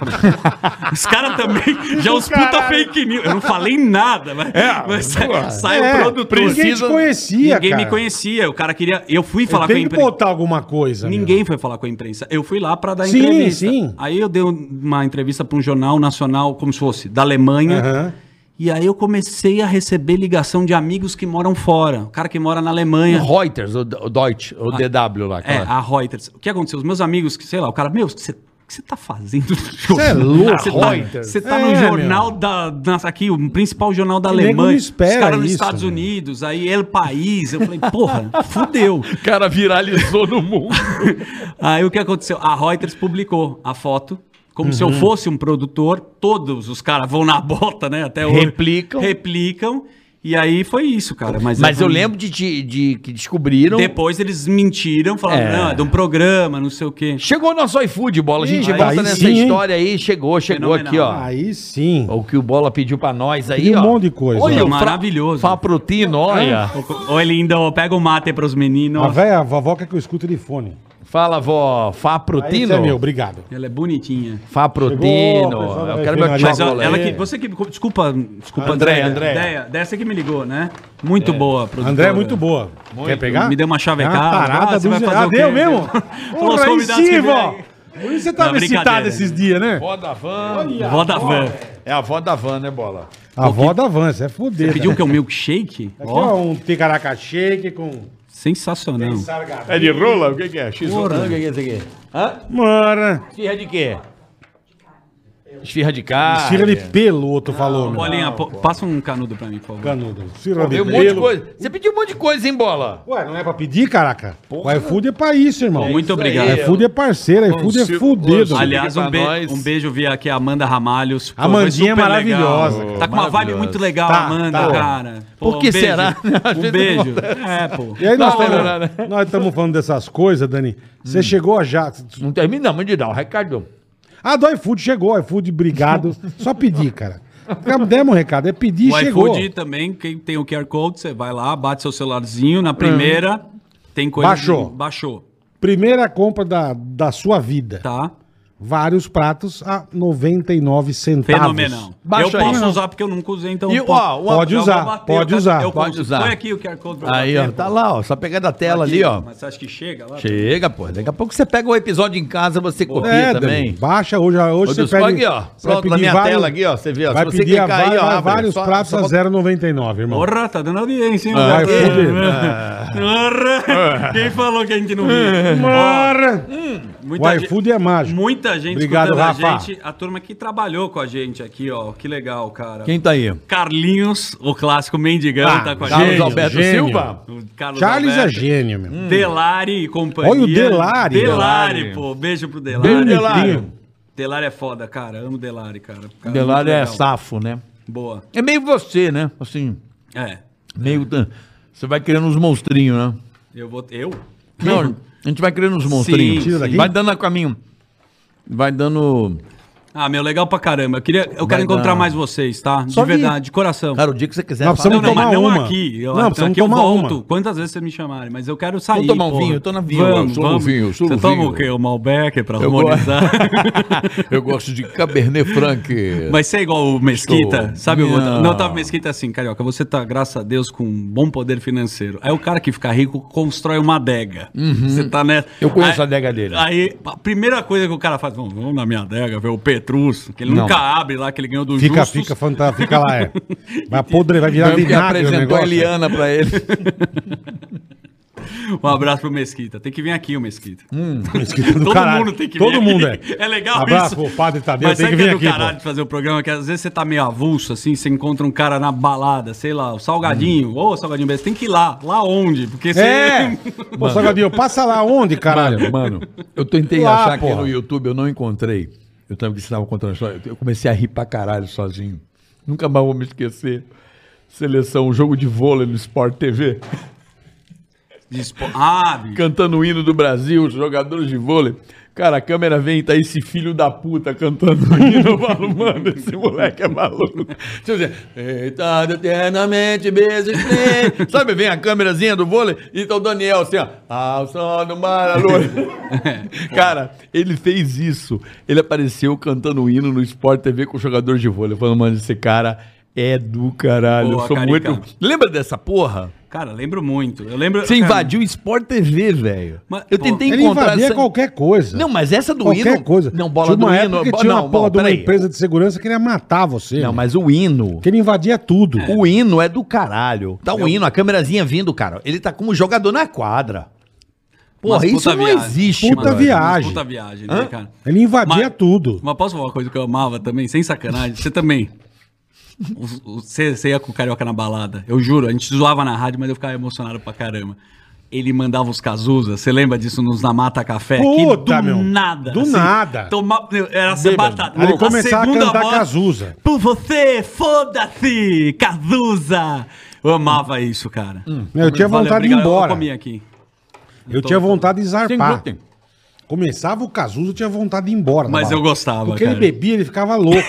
Speaker 4: os caras também, já os puta fake news. Eu não falei nada, mas,
Speaker 2: É,
Speaker 4: mas sai, sai o produtor.
Speaker 2: Ninguém te
Speaker 7: precisa-
Speaker 2: conhecia,
Speaker 4: Ninguém
Speaker 2: É, cara. um
Speaker 4: me conhecia. O cara queria. Eu fui falar com a
Speaker 2: Tem que
Speaker 4: imprensa.
Speaker 2: botar alguma coisa. meu.
Speaker 4: Ninguém foi falar com a imprensa. Eu fui lá pra dar
Speaker 2: Sim,
Speaker 4: entrevista.
Speaker 2: sim.
Speaker 4: Aí eu dei um, uma entrevista pra um jornal nacional, como se fosse, da Alemanha.
Speaker 2: Aham.
Speaker 4: E aí eu comecei a receber ligação de amigos que moram fora. O cara que mora na
Speaker 3: O
Speaker 4: Alemanha.
Speaker 3: Reuters, o, o Deutsche, o DW lá.
Speaker 4: É,
Speaker 3: claro.
Speaker 4: a Reuters. O que aconteceu? Os meus amigos, que sei lá, o cara, meu, o que você o que você tá fazendo? Você
Speaker 2: é louco,
Speaker 4: Você tá,
Speaker 2: Reuters.
Speaker 4: você tá
Speaker 2: É,
Speaker 4: no
Speaker 2: meu.
Speaker 4: jornal da, da- Aqui, o principal jornal da
Speaker 2: E nego
Speaker 4: Alemanha.
Speaker 2: não espera
Speaker 4: Os caras nos
Speaker 2: isso,
Speaker 4: Estados
Speaker 2: meu.
Speaker 4: Unidos, aí El País. Eu falei, porra, fudeu.
Speaker 7: O cara viralizou no mundo.
Speaker 4: Aí o que aconteceu? A Reuters publicou a foto. Como se eu fosse um produtor, todos os caras vão na bota, né? Até hoje.
Speaker 3: Replicam.
Speaker 4: Replicam. E aí foi isso, cara. Mas,
Speaker 3: Mas eu lembro de, de- de que descobriram.
Speaker 4: Depois eles mentiram, falaram,
Speaker 3: É.
Speaker 4: não, é de um programa, não sei o quê.
Speaker 3: Chegou o nosso iFood, bola. A gente
Speaker 2: Ih,
Speaker 3: volta
Speaker 2: aí
Speaker 3: nessa
Speaker 2: sim, hein?
Speaker 3: história aí. Chegou, chegou
Speaker 4: Fenomenal.
Speaker 3: aqui, ó.
Speaker 2: Aí sim.
Speaker 3: O que o Bola pediu pra nós aí,
Speaker 2: Pediu
Speaker 3: ó.
Speaker 2: um monte de coisa, Ah.
Speaker 3: Olha,
Speaker 2: né?
Speaker 3: o fra-
Speaker 4: Maravilhoso.
Speaker 3: Faprotino, olha.
Speaker 4: Ô, Elindo, pega o mate pros
Speaker 2: A
Speaker 4: meninos.
Speaker 2: velha vovó quer que eu escuto de fone.
Speaker 3: Fala, vó.
Speaker 2: Aí esse é meu,
Speaker 3: Faprotino.
Speaker 2: obrigado.
Speaker 4: Ela é bonitinha.
Speaker 2: Chegou,
Speaker 3: Faprotino.
Speaker 2: pessoal da
Speaker 3: Eu quero meu
Speaker 2: refinaria.
Speaker 4: Mas
Speaker 2: Joga bola
Speaker 4: ó,
Speaker 3: chocolate.
Speaker 2: aí.
Speaker 4: ela que, você que. Desculpa, desculpa,
Speaker 3: Andréia,
Speaker 4: André.
Speaker 3: Andréia.
Speaker 4: Dessa que me ligou, né? Muito boa, produtora.
Speaker 2: André é muito boa. Quer pegar?
Speaker 4: Me deu uma chavecada.
Speaker 2: É uma parada
Speaker 4: Ah, você
Speaker 2: do
Speaker 4: vai fazer
Speaker 2: Ah,
Speaker 4: o quê?
Speaker 2: deu mesmo?
Speaker 4: Falou, os
Speaker 2: Porra, aí
Speaker 4: convidados que
Speaker 2: sim,
Speaker 4: vieram.
Speaker 2: vó. Por isso você tava
Speaker 4: Não, brincadeira.
Speaker 2: excitado esses dias, né?
Speaker 7: Ó, da van.
Speaker 4: Roda a van.
Speaker 7: É a avó da van, né, bola?
Speaker 2: A vó da Vance, é foder.
Speaker 4: um Pediu o
Speaker 2: né?
Speaker 4: que? Um milkshake?
Speaker 2: Aqui,
Speaker 4: Ó,
Speaker 2: ó, um ticaraca shake com
Speaker 4: sensacional.
Speaker 2: sargado.
Speaker 7: É de rola? O que, que é? X
Speaker 3: O que é isso aqui? Hã?
Speaker 2: Mora.
Speaker 3: Esfirra de quê? Esfirra de carne.
Speaker 2: Tira de pelo, o outro falou, meu.
Speaker 4: Bolinha, pô, passa um canudo pra mim, por favor.
Speaker 2: Canudo. Tira de
Speaker 3: Veio um monte de
Speaker 2: pelo.
Speaker 3: coisa. Você pediu um monte de coisa, hein, Bola?
Speaker 2: Ué, não é pra pedir, caraca? O iFood é pra isso, irmão.
Speaker 4: Muito obrigado.
Speaker 2: O iFood é parceiro, o iFood é
Speaker 7: Consigo-
Speaker 2: fudido.
Speaker 4: Aliás, um,
Speaker 7: Liga pra
Speaker 4: be-
Speaker 7: nós.
Speaker 4: um beijo via aqui a Amanda Ramalhos. Pô,
Speaker 2: A Mandinha é
Speaker 4: foi super
Speaker 2: maravilhosa,
Speaker 4: legal.
Speaker 2: cara.
Speaker 4: Tá com uma vibe
Speaker 7: Maravilhosa.
Speaker 4: muito legal,
Speaker 2: Tá,
Speaker 4: Amanda,
Speaker 2: tá.
Speaker 4: cara.
Speaker 3: Por que
Speaker 4: beijo.
Speaker 3: será? Às
Speaker 4: Um
Speaker 3: vezes
Speaker 4: beijo. É, pô.
Speaker 2: E aí nós
Speaker 3: Não,
Speaker 2: estamos
Speaker 3: não, não,
Speaker 7: Hum.
Speaker 2: nós estamos falando dessas coisas, Dani. Você chegou a já.
Speaker 3: Não terminamos de dar o recado.
Speaker 2: Ah, do iFood chegou, iFood, obrigado. Só pedir, cara. Demos um recado, é pedir
Speaker 4: o
Speaker 2: e chegou.
Speaker 4: iFood também, quem tem o QR Code, você vai lá, bate seu celularzinho, na primeira tem coisa...
Speaker 2: Baixou.
Speaker 4: de- baixou,
Speaker 2: Primeira compra da, da sua vida.
Speaker 4: tá?
Speaker 2: Vários pratos a 99 centavos. É,
Speaker 4: Fenomenal.
Speaker 7: Baixa
Speaker 4: eu posso
Speaker 7: aí.
Speaker 4: usar porque eu nunca usei, então...
Speaker 7: E,
Speaker 4: eu po-
Speaker 7: ó, uma-
Speaker 2: Pode
Speaker 4: já
Speaker 2: usar,
Speaker 4: vou bater,
Speaker 2: pode
Speaker 4: eu-
Speaker 2: usar,
Speaker 4: eu
Speaker 7: pode
Speaker 4: consigo.
Speaker 7: usar.
Speaker 4: Põe aqui o QR Code pra
Speaker 3: Aí, ó,
Speaker 4: bater,
Speaker 3: tá
Speaker 4: pô.
Speaker 3: lá, ó. Só pegar da tela
Speaker 4: Aqui,
Speaker 3: ali, ó.
Speaker 4: Mas você acha que chega lá?
Speaker 3: Chega, pô. Daqui a pouco você pega o episódio em casa, você copia
Speaker 2: É,
Speaker 3: também.
Speaker 2: também. Baixa hoje, hoje
Speaker 7: Ô,
Speaker 2: você
Speaker 7: Deus,
Speaker 2: pede...
Speaker 7: olha aqui, ó.
Speaker 2: você vai
Speaker 7: Pronto, na
Speaker 2: pedir
Speaker 7: minha tela aqui, ó, você vê, ó. Se
Speaker 2: Vai
Speaker 7: você
Speaker 2: pedir a
Speaker 7: clicar aí,
Speaker 2: vai-
Speaker 7: ó,
Speaker 2: vai
Speaker 7: abre.
Speaker 2: vários
Speaker 7: Só-
Speaker 2: pratos
Speaker 7: só
Speaker 2: a
Speaker 7: bota-
Speaker 2: 0,99, irmão.
Speaker 4: Porra, tá dando audiência, hein?
Speaker 2: Vai
Speaker 4: Porra.
Speaker 2: foder.
Speaker 4: Porra. Quem falou que a gente não viu?
Speaker 2: Porra!
Speaker 7: Hum,
Speaker 4: Muita
Speaker 2: O
Speaker 4: gente-
Speaker 2: iFood é mágico.
Speaker 4: Muita gente
Speaker 2: Obrigado,
Speaker 4: escutando
Speaker 2: Rafa.
Speaker 4: a gente. A turma que trabalhou com a gente aqui, ó. Que legal, cara.
Speaker 3: Quem tá aí?
Speaker 4: Carlinhos, o clássico mendigão,
Speaker 2: Ah,
Speaker 4: tá com a
Speaker 2: gênio,
Speaker 4: gente.
Speaker 3: Alberto
Speaker 2: gênio.
Speaker 7: Silva?
Speaker 4: O Carlos
Speaker 2: Charles é
Speaker 4: Alberto,
Speaker 2: gênio, meu.
Speaker 7: Hum,
Speaker 4: Delari e companhia.
Speaker 2: Olha o Delari.
Speaker 4: Delari, pô. Beijo pro Delari.
Speaker 2: Beijo,
Speaker 4: Delari.
Speaker 2: Delari.
Speaker 4: é foda, cara. Amo Delari, cara. cara
Speaker 3: Delário
Speaker 4: muito
Speaker 3: é
Speaker 4: legal.
Speaker 3: safo, né?
Speaker 4: Boa.
Speaker 3: É meio você, né? Assim,
Speaker 4: É.
Speaker 3: meio. Você vai criando uns monstrinhos, né?
Speaker 4: Eu vou. Eu?
Speaker 3: Não, a gente vai criando uns monstrinhos.
Speaker 4: Tira
Speaker 2: daqui.
Speaker 3: Vai dando a caminho. Vai dando.
Speaker 4: Ah, meu, legal pra caramba. Eu, queria, eu
Speaker 3: Vai
Speaker 4: quero encontrar
Speaker 3: dar.
Speaker 4: mais vocês, tá?
Speaker 3: Só
Speaker 4: de
Speaker 3: que-
Speaker 4: verdade, de coração.
Speaker 3: Cara, o dia que você quiser.
Speaker 2: Não,
Speaker 3: fala.
Speaker 2: precisamos
Speaker 4: não,
Speaker 2: tomar
Speaker 4: mas não
Speaker 2: uma.
Speaker 4: aqui. Eu,
Speaker 2: Não,
Speaker 4: não,
Speaker 2: precisamos
Speaker 4: aqui eu
Speaker 2: tomar
Speaker 4: volto.
Speaker 2: uma.
Speaker 4: Quantas vezes vocês me chamarem, mas eu quero sair.
Speaker 3: Vamos tomar um
Speaker 4: porra.
Speaker 3: vinho, eu tô na vinho,
Speaker 4: Vamos,
Speaker 3: eu sou um
Speaker 4: vamos.
Speaker 7: vinho, eu sou
Speaker 4: Você
Speaker 7: um
Speaker 4: toma
Speaker 7: vinho.
Speaker 4: o quê? O Malbec pra
Speaker 7: Eu gosto-
Speaker 4: harmonizar?
Speaker 7: Eu gosto de Cabernet Franc.
Speaker 4: Mas você é igual o Mesquita,
Speaker 7: Estou.
Speaker 4: sabe? O
Speaker 3: Não.
Speaker 4: Otávio- não, o Otávio Mesquita é assim, carioca, você tá, graças a Deus, com um bom poder financeiro. Aí o cara que fica rico constrói uma adega. Você tá nessa.
Speaker 3: Uhum. Eu conheço a
Speaker 4: aí,
Speaker 3: adega dele.
Speaker 4: Aí, a primeira coisa que o cara faz, vamos, vamos na minha adega ver o Petrus, que ele
Speaker 3: Não.
Speaker 4: nunca abre lá, que ele ganhou do
Speaker 2: Fica,
Speaker 4: Justus.
Speaker 2: fica fantástico, fica lá, é. Vai podre, vai virar
Speaker 3: Ele
Speaker 2: vinagre o
Speaker 3: apresentou a
Speaker 2: negócio.
Speaker 3: Eliana pra ele.
Speaker 4: Um abraço pro Mesquita. Tem que vir aqui o Mesquita.
Speaker 2: Esquisito é do
Speaker 4: Todo
Speaker 2: caralho.
Speaker 4: mundo tem que
Speaker 2: Todo
Speaker 4: vir.
Speaker 2: mundo é.
Speaker 4: É legal
Speaker 2: Abraço,
Speaker 4: isso.
Speaker 2: pro padre Tadeu,
Speaker 4: Mas
Speaker 2: tem que
Speaker 4: sabe
Speaker 2: vir
Speaker 4: que é do
Speaker 2: aqui. pô.
Speaker 4: caralho de fazer o programa? Que às vezes você tá meio avulso, assim, você encontra um cara na balada, sei lá, o Salgadinho, ô Salgadinho Besta, tem que ir lá. Lá onde? Porque você...
Speaker 2: Hum. É! Pô, Salgadinho, passa lá onde, caralho?
Speaker 3: Mano, mano, eu tentei
Speaker 2: Lá,
Speaker 3: achar
Speaker 2: porra.
Speaker 3: aqui no YouTube, eu não encontrei. Eu também estava contando a história. Eu comecei a rir pra caralho sozinho. Nunca mais vou me esquecer. Seleção, um jogo de vôlei no Sport TV.
Speaker 4: Dispo- Ah, bicho.
Speaker 7: Cantando o hino do Brasil, os jogadores de vôlei. Cara, a câmera vem e tá esse filho da puta cantando o hino. Eu falo, mano, esse moleque é maluco. Deixa eu dizer, deitado eternamente, beijo pleno. Sabe, vem a câmerazinha do vôlei e tá o Daniel assim, ó. Ao som do mar, à luz. Cara, ele fez isso. Ele apareceu cantando o hino no Sport TV com os jogadores de vôlei. Eu falo, mano, esse cara é do caralho.
Speaker 4: Boa,
Speaker 7: eu sou
Speaker 4: Carica.
Speaker 7: muito... Lembra dessa porra?
Speaker 4: Cara, lembro muito. Eu lembro...
Speaker 7: Você
Speaker 4: cara,
Speaker 7: invadiu o Sport TV, velho.
Speaker 4: Mas,
Speaker 7: Eu
Speaker 4: pô,
Speaker 7: tentei
Speaker 2: Ele
Speaker 7: encontrar
Speaker 2: invadia
Speaker 7: essa-
Speaker 2: qualquer coisa.
Speaker 7: Não, mas é essa do
Speaker 2: qualquer
Speaker 7: hino.
Speaker 2: coisa.
Speaker 7: Não, bola
Speaker 2: tinha
Speaker 7: do
Speaker 2: uma
Speaker 7: hino.
Speaker 2: época que
Speaker 7: bo-
Speaker 2: tinha uma
Speaker 7: não,
Speaker 2: bola
Speaker 7: bom,
Speaker 2: de uma
Speaker 7: peraí.
Speaker 2: empresa de segurança que queria matar você.
Speaker 3: Não,
Speaker 2: meu.
Speaker 3: mas o hino.
Speaker 2: Porque ele invadia tudo.
Speaker 3: O hino é do caralho. Tá o hino, a câmerazinha vindo, cara. Ele tá como jogador na quadra. Porra,
Speaker 4: Mas
Speaker 3: isso
Speaker 4: puta
Speaker 3: não
Speaker 4: viagem.
Speaker 3: existe,
Speaker 2: Puta
Speaker 3: mano.
Speaker 2: viagem.
Speaker 4: mas Puta viagem, né, cara?
Speaker 2: Ele invadia
Speaker 4: Mas-
Speaker 2: tudo.
Speaker 4: Mas posso falar uma coisa que eu amava também, sem sacanagem? Você também. Os- os- Você você ia com o carioca na balada. Eu juro, a gente zoava na rádio, mas eu ficava emocionado pra caramba. Ele mandava os cazuzas, você lembra disso nos Na Mata Café?
Speaker 2: Puta,
Speaker 4: que do
Speaker 2: meu.
Speaker 4: nada. assim,
Speaker 2: Do nada.
Speaker 4: Toma, meu, era ser
Speaker 2: Bêbado.
Speaker 4: batata.
Speaker 2: Aí ele começava a
Speaker 4: segunda
Speaker 2: cantar Cazuza.
Speaker 4: Por você, foda-se, Cazuza. Eu amava isso, cara.
Speaker 2: Hum. Eu tinha
Speaker 4: Valeu,
Speaker 2: vontade de ir
Speaker 4: obrigado.
Speaker 2: embora.
Speaker 4: Eu comi aqui.
Speaker 2: Eu tinha vontade de zarpar.
Speaker 3: glúten.
Speaker 2: Começava o Cazuza, eu tinha vontade de ir embora. da
Speaker 4: Mas
Speaker 2: balada.
Speaker 4: eu gostava,
Speaker 2: Porque ele
Speaker 4: cara.
Speaker 2: bebia, ele ficava louco.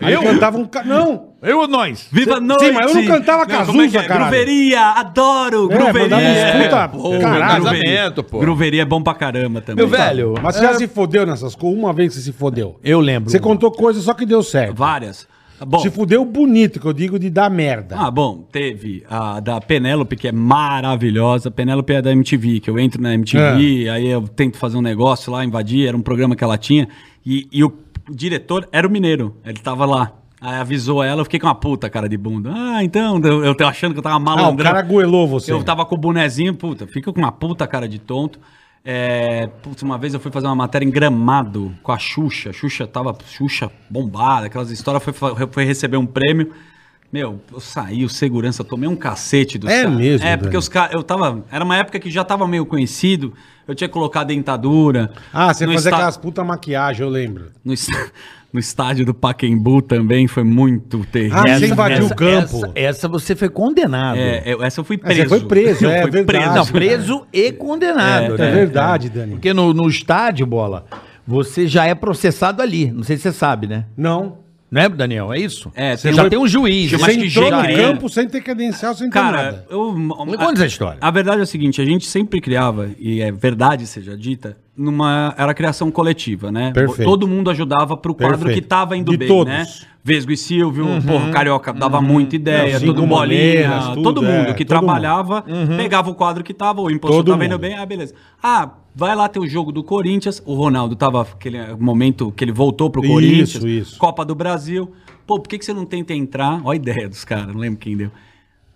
Speaker 2: Aí eu cantava um... ca- Não!
Speaker 7: Eu ou nós?
Speaker 4: Viva a
Speaker 2: Sim,
Speaker 4: noite! é
Speaker 2: mas eu não cantava Cazuza, caralho.
Speaker 4: Gruveria, adoro!
Speaker 2: É,
Speaker 4: Gruveria!
Speaker 2: mandava uns puta-
Speaker 4: Pô,
Speaker 2: caralho.
Speaker 7: Casamento, pô.
Speaker 4: Gruveria é bom pra caramba também.
Speaker 3: Meu velho.
Speaker 2: Então,
Speaker 3: É.
Speaker 2: Mas você
Speaker 4: É.
Speaker 2: já se fodeu nessas coisas? Uma vez que você se fodeu.
Speaker 3: Eu lembro.
Speaker 2: Você contou coisas só que deu certo.
Speaker 4: Várias. Bom,
Speaker 2: Se fudeu bonito, que eu digo de dar merda.
Speaker 4: ah, bom, teve a da Penélope, que é maravilhosa. Penélope é da MTV, que eu entro na
Speaker 2: É.
Speaker 4: MTV, aí eu tento fazer um negócio lá, invadir, era um programa que ela tinha. E, e o diretor era o mineiro, ele tava lá. Aí avisou ela, eu fiquei com uma puta cara de bunda. Ah, então, eu, eu tô achando que eu tava
Speaker 2: Ah, o
Speaker 4: malandrão.
Speaker 2: cara goelou você.
Speaker 4: Eu tava com o bonezinho, puta, fica com uma puta cara de tonto. É, putz, uma vez eu fui fazer uma matéria em Gramado com a Xuxa. Xuxa tava, Xuxa bombada, aquelas histórias, foi, fa- foi receber um prêmio. Meu, eu saí, o segurança, eu tomei um cacete dos
Speaker 2: É mesmo,
Speaker 4: É, porque
Speaker 2: Dani?
Speaker 4: os caras, eu tava, era uma época que já tava meio conhecido, eu tinha colocado dentadura.
Speaker 2: Ah, você
Speaker 4: No
Speaker 2: fazia
Speaker 4: esta-
Speaker 2: aquelas puta maquiagem, eu lembro.
Speaker 4: no, est- no estádio do Pacaembu também, foi muito terrível.
Speaker 2: Ah, você invadiu o campo.
Speaker 3: Essa, essa você foi condenado.
Speaker 4: É, eu- essa eu fui
Speaker 2: Ah, você
Speaker 4: preso.
Speaker 2: foi preso,
Speaker 4: eu
Speaker 2: é
Speaker 4: fui
Speaker 2: verdade.
Speaker 3: Não, preso e condenado,
Speaker 2: É
Speaker 3: né?
Speaker 2: verdade, Dani.
Speaker 3: Porque no, no estádio, bola, você já é processado ali. Não sei se você sabe, né?
Speaker 2: Não.
Speaker 3: Não é, Daniel? É isso?
Speaker 4: É,
Speaker 3: você
Speaker 4: tem
Speaker 3: já
Speaker 4: um-
Speaker 3: tem um juiz.
Speaker 4: Eu
Speaker 2: Você
Speaker 4: acho que
Speaker 2: entrou no
Speaker 4: já
Speaker 2: campo sem ter credencial, sem ter
Speaker 4: Cara,
Speaker 2: nada.
Speaker 4: eu.
Speaker 3: Me conta essa história.
Speaker 4: A verdade é o seguinte: a gente sempre criava, e é verdade seja dita, numa. Era criação coletiva, né?
Speaker 2: Perfeito.
Speaker 4: Todo mundo ajudava pro quadro
Speaker 2: Perfeito.
Speaker 4: que tava indo
Speaker 2: De
Speaker 4: bem,
Speaker 2: todos. Uhum.
Speaker 4: né? Vesgo e Silvio, porra, Carioca dava muita ideia,
Speaker 2: Não,
Speaker 4: todo
Speaker 2: Cinco
Speaker 4: bolinha,
Speaker 2: Maneiras, tudo,
Speaker 4: todo mundo
Speaker 2: é,
Speaker 4: que
Speaker 2: todo Uhum.
Speaker 4: trabalhava, pegava o quadro que tava, o impostor
Speaker 2: Todo
Speaker 4: tava indo
Speaker 2: mundo.
Speaker 4: bem, ah, beleza. Ah, vai lá ter o jogo do Corinthians, o Ronaldo tava aquele momento que ele voltou pro
Speaker 2: Isso,
Speaker 4: Corinthians,
Speaker 2: isso.
Speaker 4: Copa do Brasil. Pô, por que, que você não tenta entrar? Olha a ideia dos caras, não lembro quem deu.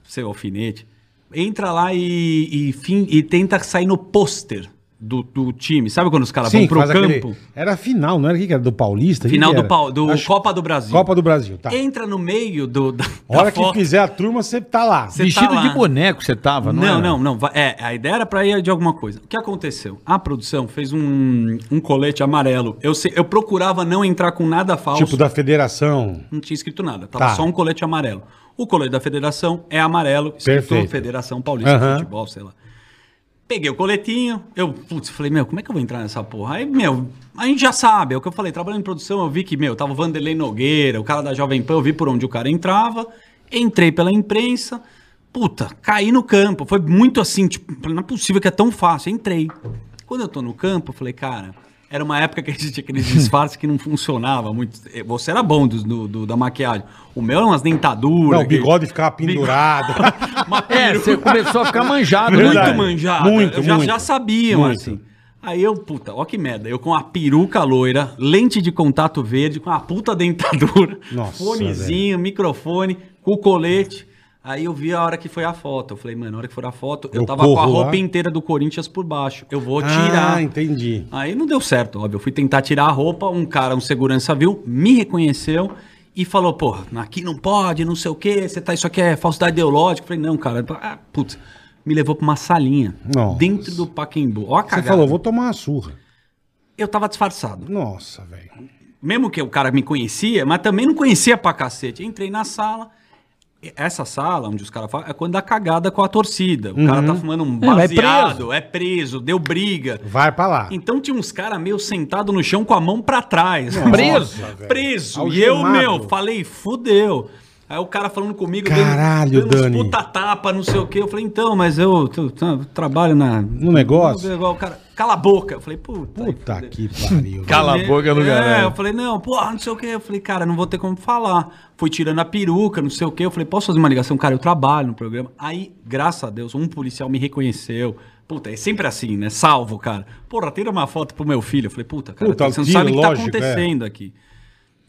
Speaker 4: Seu alfinete. Entra lá e, e, fim- e tenta sair no pôster do, do time. Sabe quando os caras vão
Speaker 2: Sim,
Speaker 4: pro
Speaker 2: faz
Speaker 4: campo?
Speaker 2: aquele... Era final, não era? O que que era? Do Paulista? O que
Speaker 4: Final
Speaker 2: que
Speaker 4: do,
Speaker 2: era?
Speaker 4: pau- do
Speaker 2: Acho-
Speaker 4: Copa do Brasil.
Speaker 2: Copa do Brasil, tá.
Speaker 4: Entra no meio do, da,
Speaker 2: A hora
Speaker 4: da
Speaker 2: que fizer a turma, você tá lá.
Speaker 4: Você
Speaker 3: Vestido
Speaker 4: tá lá.
Speaker 3: de boneco você tava, não
Speaker 4: Não,
Speaker 3: era?
Speaker 4: não, não. va- É, a ideia era pra ir de alguma coisa. O que aconteceu? A produção fez um, um colete amarelo. Eu, se- eu procurava não entrar com nada falso.
Speaker 2: Tipo da federação.
Speaker 4: Não tinha escrito nada. Tava
Speaker 2: Tá.
Speaker 4: só um colete amarelo. O colete da federação é amarelo. Escrito
Speaker 2: Perfeito.
Speaker 4: Federação Paulista
Speaker 2: Aham.
Speaker 4: de Futebol, sei lá. Peguei o coletinho, eu putz, falei, meu, como é que eu vou entrar nessa porra? Aí, meu, a gente já sabe, é o que eu falei, trabalhando em produção, eu vi que, meu, tava o Vanderlei Nogueira, o cara da Jovem Pan, eu vi por onde o cara entrava, entrei pela imprensa, puta, caí no campo, foi muito assim, tipo, falei, não é possível que é tão fácil, entrei. Quando eu tô no campo, eu falei, cara, era uma época que a gente tinha aqueles disfarces que não funcionava muito, você era bom dos- do, do- da maquiagem, o meu era umas dentaduras.
Speaker 2: Não, o bigode ficava pendurado.
Speaker 4: Uma
Speaker 3: É, você começou a ficar manjado. né?
Speaker 4: muito
Speaker 2: Verdade.
Speaker 4: manjada.
Speaker 2: Muito,
Speaker 4: Eu já,
Speaker 2: muito.
Speaker 4: já sabiam,
Speaker 2: Muito.
Speaker 4: assim. Aí eu, puta, ó que merda. Eu com a peruca loira, lente de contato verde, com a puta dentadura,
Speaker 2: Nossa,
Speaker 4: fonezinho, microfone, com o colete. Aí eu vi a hora que foi a foto. Eu falei, mano, a hora que for a foto, eu,
Speaker 2: Eu
Speaker 4: tava com a
Speaker 2: corro
Speaker 4: roupa
Speaker 2: lá.
Speaker 4: inteira do Corinthians por baixo. Eu vou tirar.
Speaker 2: Ah, entendi.
Speaker 4: Aí não deu certo, óbvio. Eu fui tentar tirar a roupa, um cara, um segurança viu, me reconheceu e falou, pô, aqui não pode, não sei o quê, você tá, isso aqui é falsidade ideológica. Eu falei, não, cara, ah, putz. Me levou pra uma salinha,
Speaker 2: Nossa.
Speaker 4: dentro do Pacaembu. Ó a
Speaker 2: Você
Speaker 4: cagada.
Speaker 2: falou, vou tomar uma surra.
Speaker 4: Eu tava disfarçado
Speaker 2: Nossa, velho.
Speaker 4: mesmo que o cara me conhecia, mas também não conhecia pra cacete. Entrei na sala. e Essa sala, onde os caras falam, é quando dá cagada com a torcida. O cara tá fumando um
Speaker 3: É, mas é
Speaker 4: baseado, é preso. deu briga.
Speaker 2: Vai pra lá.
Speaker 4: Então tinha uns caras meio sentado no chão com a mão pra trás.
Speaker 3: Preso?
Speaker 2: velho.
Speaker 4: Preso. E eu,
Speaker 2: Algemado.
Speaker 4: meu, falei, fudeu. Aí o cara falando comigo, dando-
Speaker 2: Caralho,
Speaker 4: dando uns
Speaker 2: Dani.
Speaker 4: puta tapa, não sei o quê. Eu falei, então, mas eu, tu- tu- trabalho na...
Speaker 2: No negócio?
Speaker 4: O cara, cala a boca. Eu falei, puta. aí
Speaker 2: Puta
Speaker 4: fudeu.
Speaker 2: que pariu. velho.
Speaker 7: Cala a boca do
Speaker 4: É,
Speaker 7: caralho.
Speaker 4: eu falei, não, porra, não sei o que. Eu falei, cara, não vou ter como falar. Fui tirando a peruca, não sei o que. Eu falei, posso fazer uma ligação? Cara, eu trabalho no programa. Aí, graças a Deus, um policial me reconheceu. Puta, é sempre assim, né? Salvo, cara. Porra, tira uma foto pro meu filho. Eu falei, puta, cara,
Speaker 2: Puta,
Speaker 4: você não
Speaker 2: tira,
Speaker 4: sabe o que tá
Speaker 2: lógico, é.
Speaker 4: acontecendo aqui.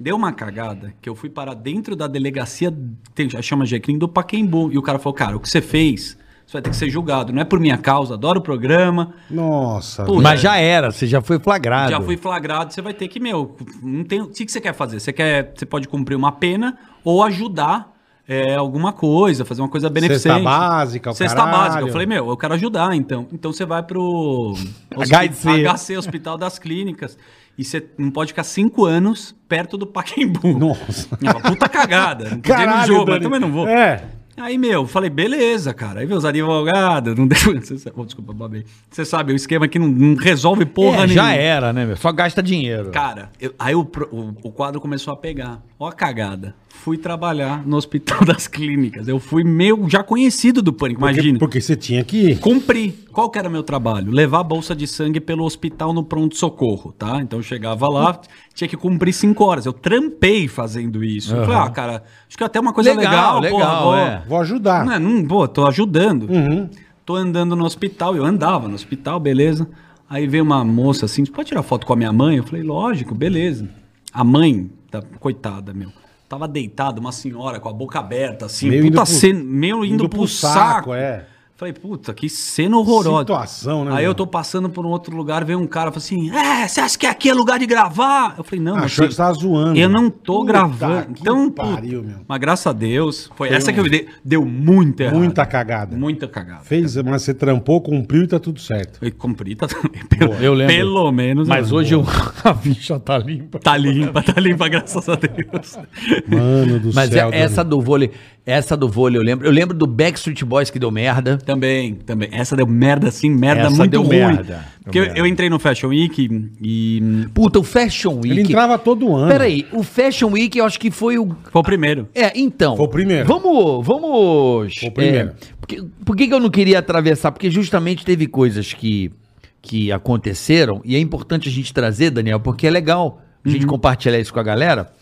Speaker 4: Deu uma cagada que eu fui para dentro da delegacia, tem, já chama Jecrim, do Paquembu. E o cara falou, cara, o que você fez, você vai ter que ser julgado. Não é por minha causa, adoro o programa.
Speaker 2: Nossa,
Speaker 4: Puta,
Speaker 2: velho.
Speaker 3: Mas já era, você já foi flagrado.
Speaker 4: Já fui flagrado, você vai ter que, meu, não tem, o que, que você quer fazer? Você quer, você pode cumprir uma pena ou ajudar é, alguma coisa, fazer uma coisa beneficente.
Speaker 2: básica, o
Speaker 4: Cesta
Speaker 2: caralho.
Speaker 4: básica. Eu falei, meu, eu quero ajudar, então. Então você vai pro
Speaker 3: HC.
Speaker 4: HC, Hospital das Clínicas, e você não pode ficar cinco anos perto do Pacaembu.
Speaker 2: Nossa.
Speaker 4: É uma puta cagada. Não podia ir no
Speaker 2: Caralho,
Speaker 4: um jogo, mas
Speaker 2: Dani.
Speaker 4: também não vou.
Speaker 2: É.
Speaker 4: Aí, meu, falei, beleza, cara. Aí meus advogados, não deu. Você sabe- oh, desculpa, babei. Você sabe, o esquema que não, não resolve porra
Speaker 3: É,
Speaker 4: nenhuma.
Speaker 3: já era, né, meu? Só gasta dinheiro.
Speaker 4: Cara, eu- aí o, pro- o, o quadro começou a pegar. Ó a cagada. Fui trabalhar no Hospital das Clínicas. Eu fui meio já conhecido do Pânico, imagina.
Speaker 2: Porque, porque você tinha que ir.
Speaker 4: Cumpri. Qual que era meu trabalho? Levar a bolsa de sangue pelo hospital no pronto-socorro, tá? Então eu chegava lá, tinha que cumprir cinco horas. Eu trampei fazendo isso. Eu Falei, ah, cara, acho que é até uma coisa legal.
Speaker 3: Legal, legal,
Speaker 4: vou-
Speaker 3: é.
Speaker 2: Vou ajudar.
Speaker 4: não, não, pô, tô ajudando.
Speaker 2: Uhum.
Speaker 4: Tô andando no hospital, eu andava no hospital, beleza. Aí veio uma moça assim, você pode tirar foto com a minha mãe? Eu falei, lógico, beleza. A mãe, da, coitada, meu, tava deitada, uma senhora com a boca aberta, assim,
Speaker 2: Meio
Speaker 4: puta
Speaker 2: indo pro-
Speaker 4: cena, meio indo, pro, saco.
Speaker 2: é.
Speaker 4: Falei, puta, que cena horrorosa.
Speaker 2: Situação, né,
Speaker 4: Aí
Speaker 2: meu?
Speaker 4: eu tô passando por um outro lugar, veio um cara, falou assim, é, você acha que aqui é lugar de gravar? Eu falei, não, mas
Speaker 2: Ah, Achou que
Speaker 4: se-
Speaker 2: você tava zoando.
Speaker 4: eu não tô
Speaker 2: Puta
Speaker 4: gravando.
Speaker 2: que
Speaker 4: Então,
Speaker 2: pariu,
Speaker 4: puta,
Speaker 2: meu.
Speaker 4: Mas graças a Deus, foi, essa que eu dei. Deu muito errado.
Speaker 2: Muita cagada.
Speaker 4: Muita cagada.
Speaker 2: Fez, mas você trampou, cumpriu e tá tudo certo.
Speaker 4: Eu cumpri, tá pelo,
Speaker 3: eu lembro.
Speaker 4: Pelo menos. um.
Speaker 7: Mas hoje eu- a bicha tá limpa.
Speaker 4: Tá limpa, tá limpa, graças a Deus.
Speaker 2: Mano do
Speaker 3: Mas
Speaker 2: céu.
Speaker 3: é- essa
Speaker 2: Dani.
Speaker 3: do vôlei, Essa do vôlei eu lembro. Eu lembro do Backstreet Boys que deu merda.
Speaker 4: Também, também. Essa deu merda, sim, merda
Speaker 3: Essa
Speaker 4: muito
Speaker 3: deu
Speaker 4: ruim.
Speaker 3: merda.
Speaker 4: Porque eu, eu entrei no Fashion Week e.
Speaker 3: Puta, o Fashion Week.
Speaker 2: Ele entrava todo ano.
Speaker 3: Peraí, o Fashion Week eu acho que foi o.
Speaker 4: Foi o primeiro.
Speaker 3: É, então.
Speaker 2: Foi o primeiro.
Speaker 3: Vamos. Vamos.
Speaker 2: Foi o primeiro.
Speaker 3: é, porque- por que, que eu não queria atravessar? Porque justamente teve coisas que, que aconteceram e é importante a gente trazer, Daniel, porque é legal a
Speaker 2: Uhum.
Speaker 3: gente compartilhar isso com a galera.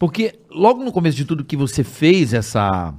Speaker 3: Porque logo no começo de tudo que você fez essa.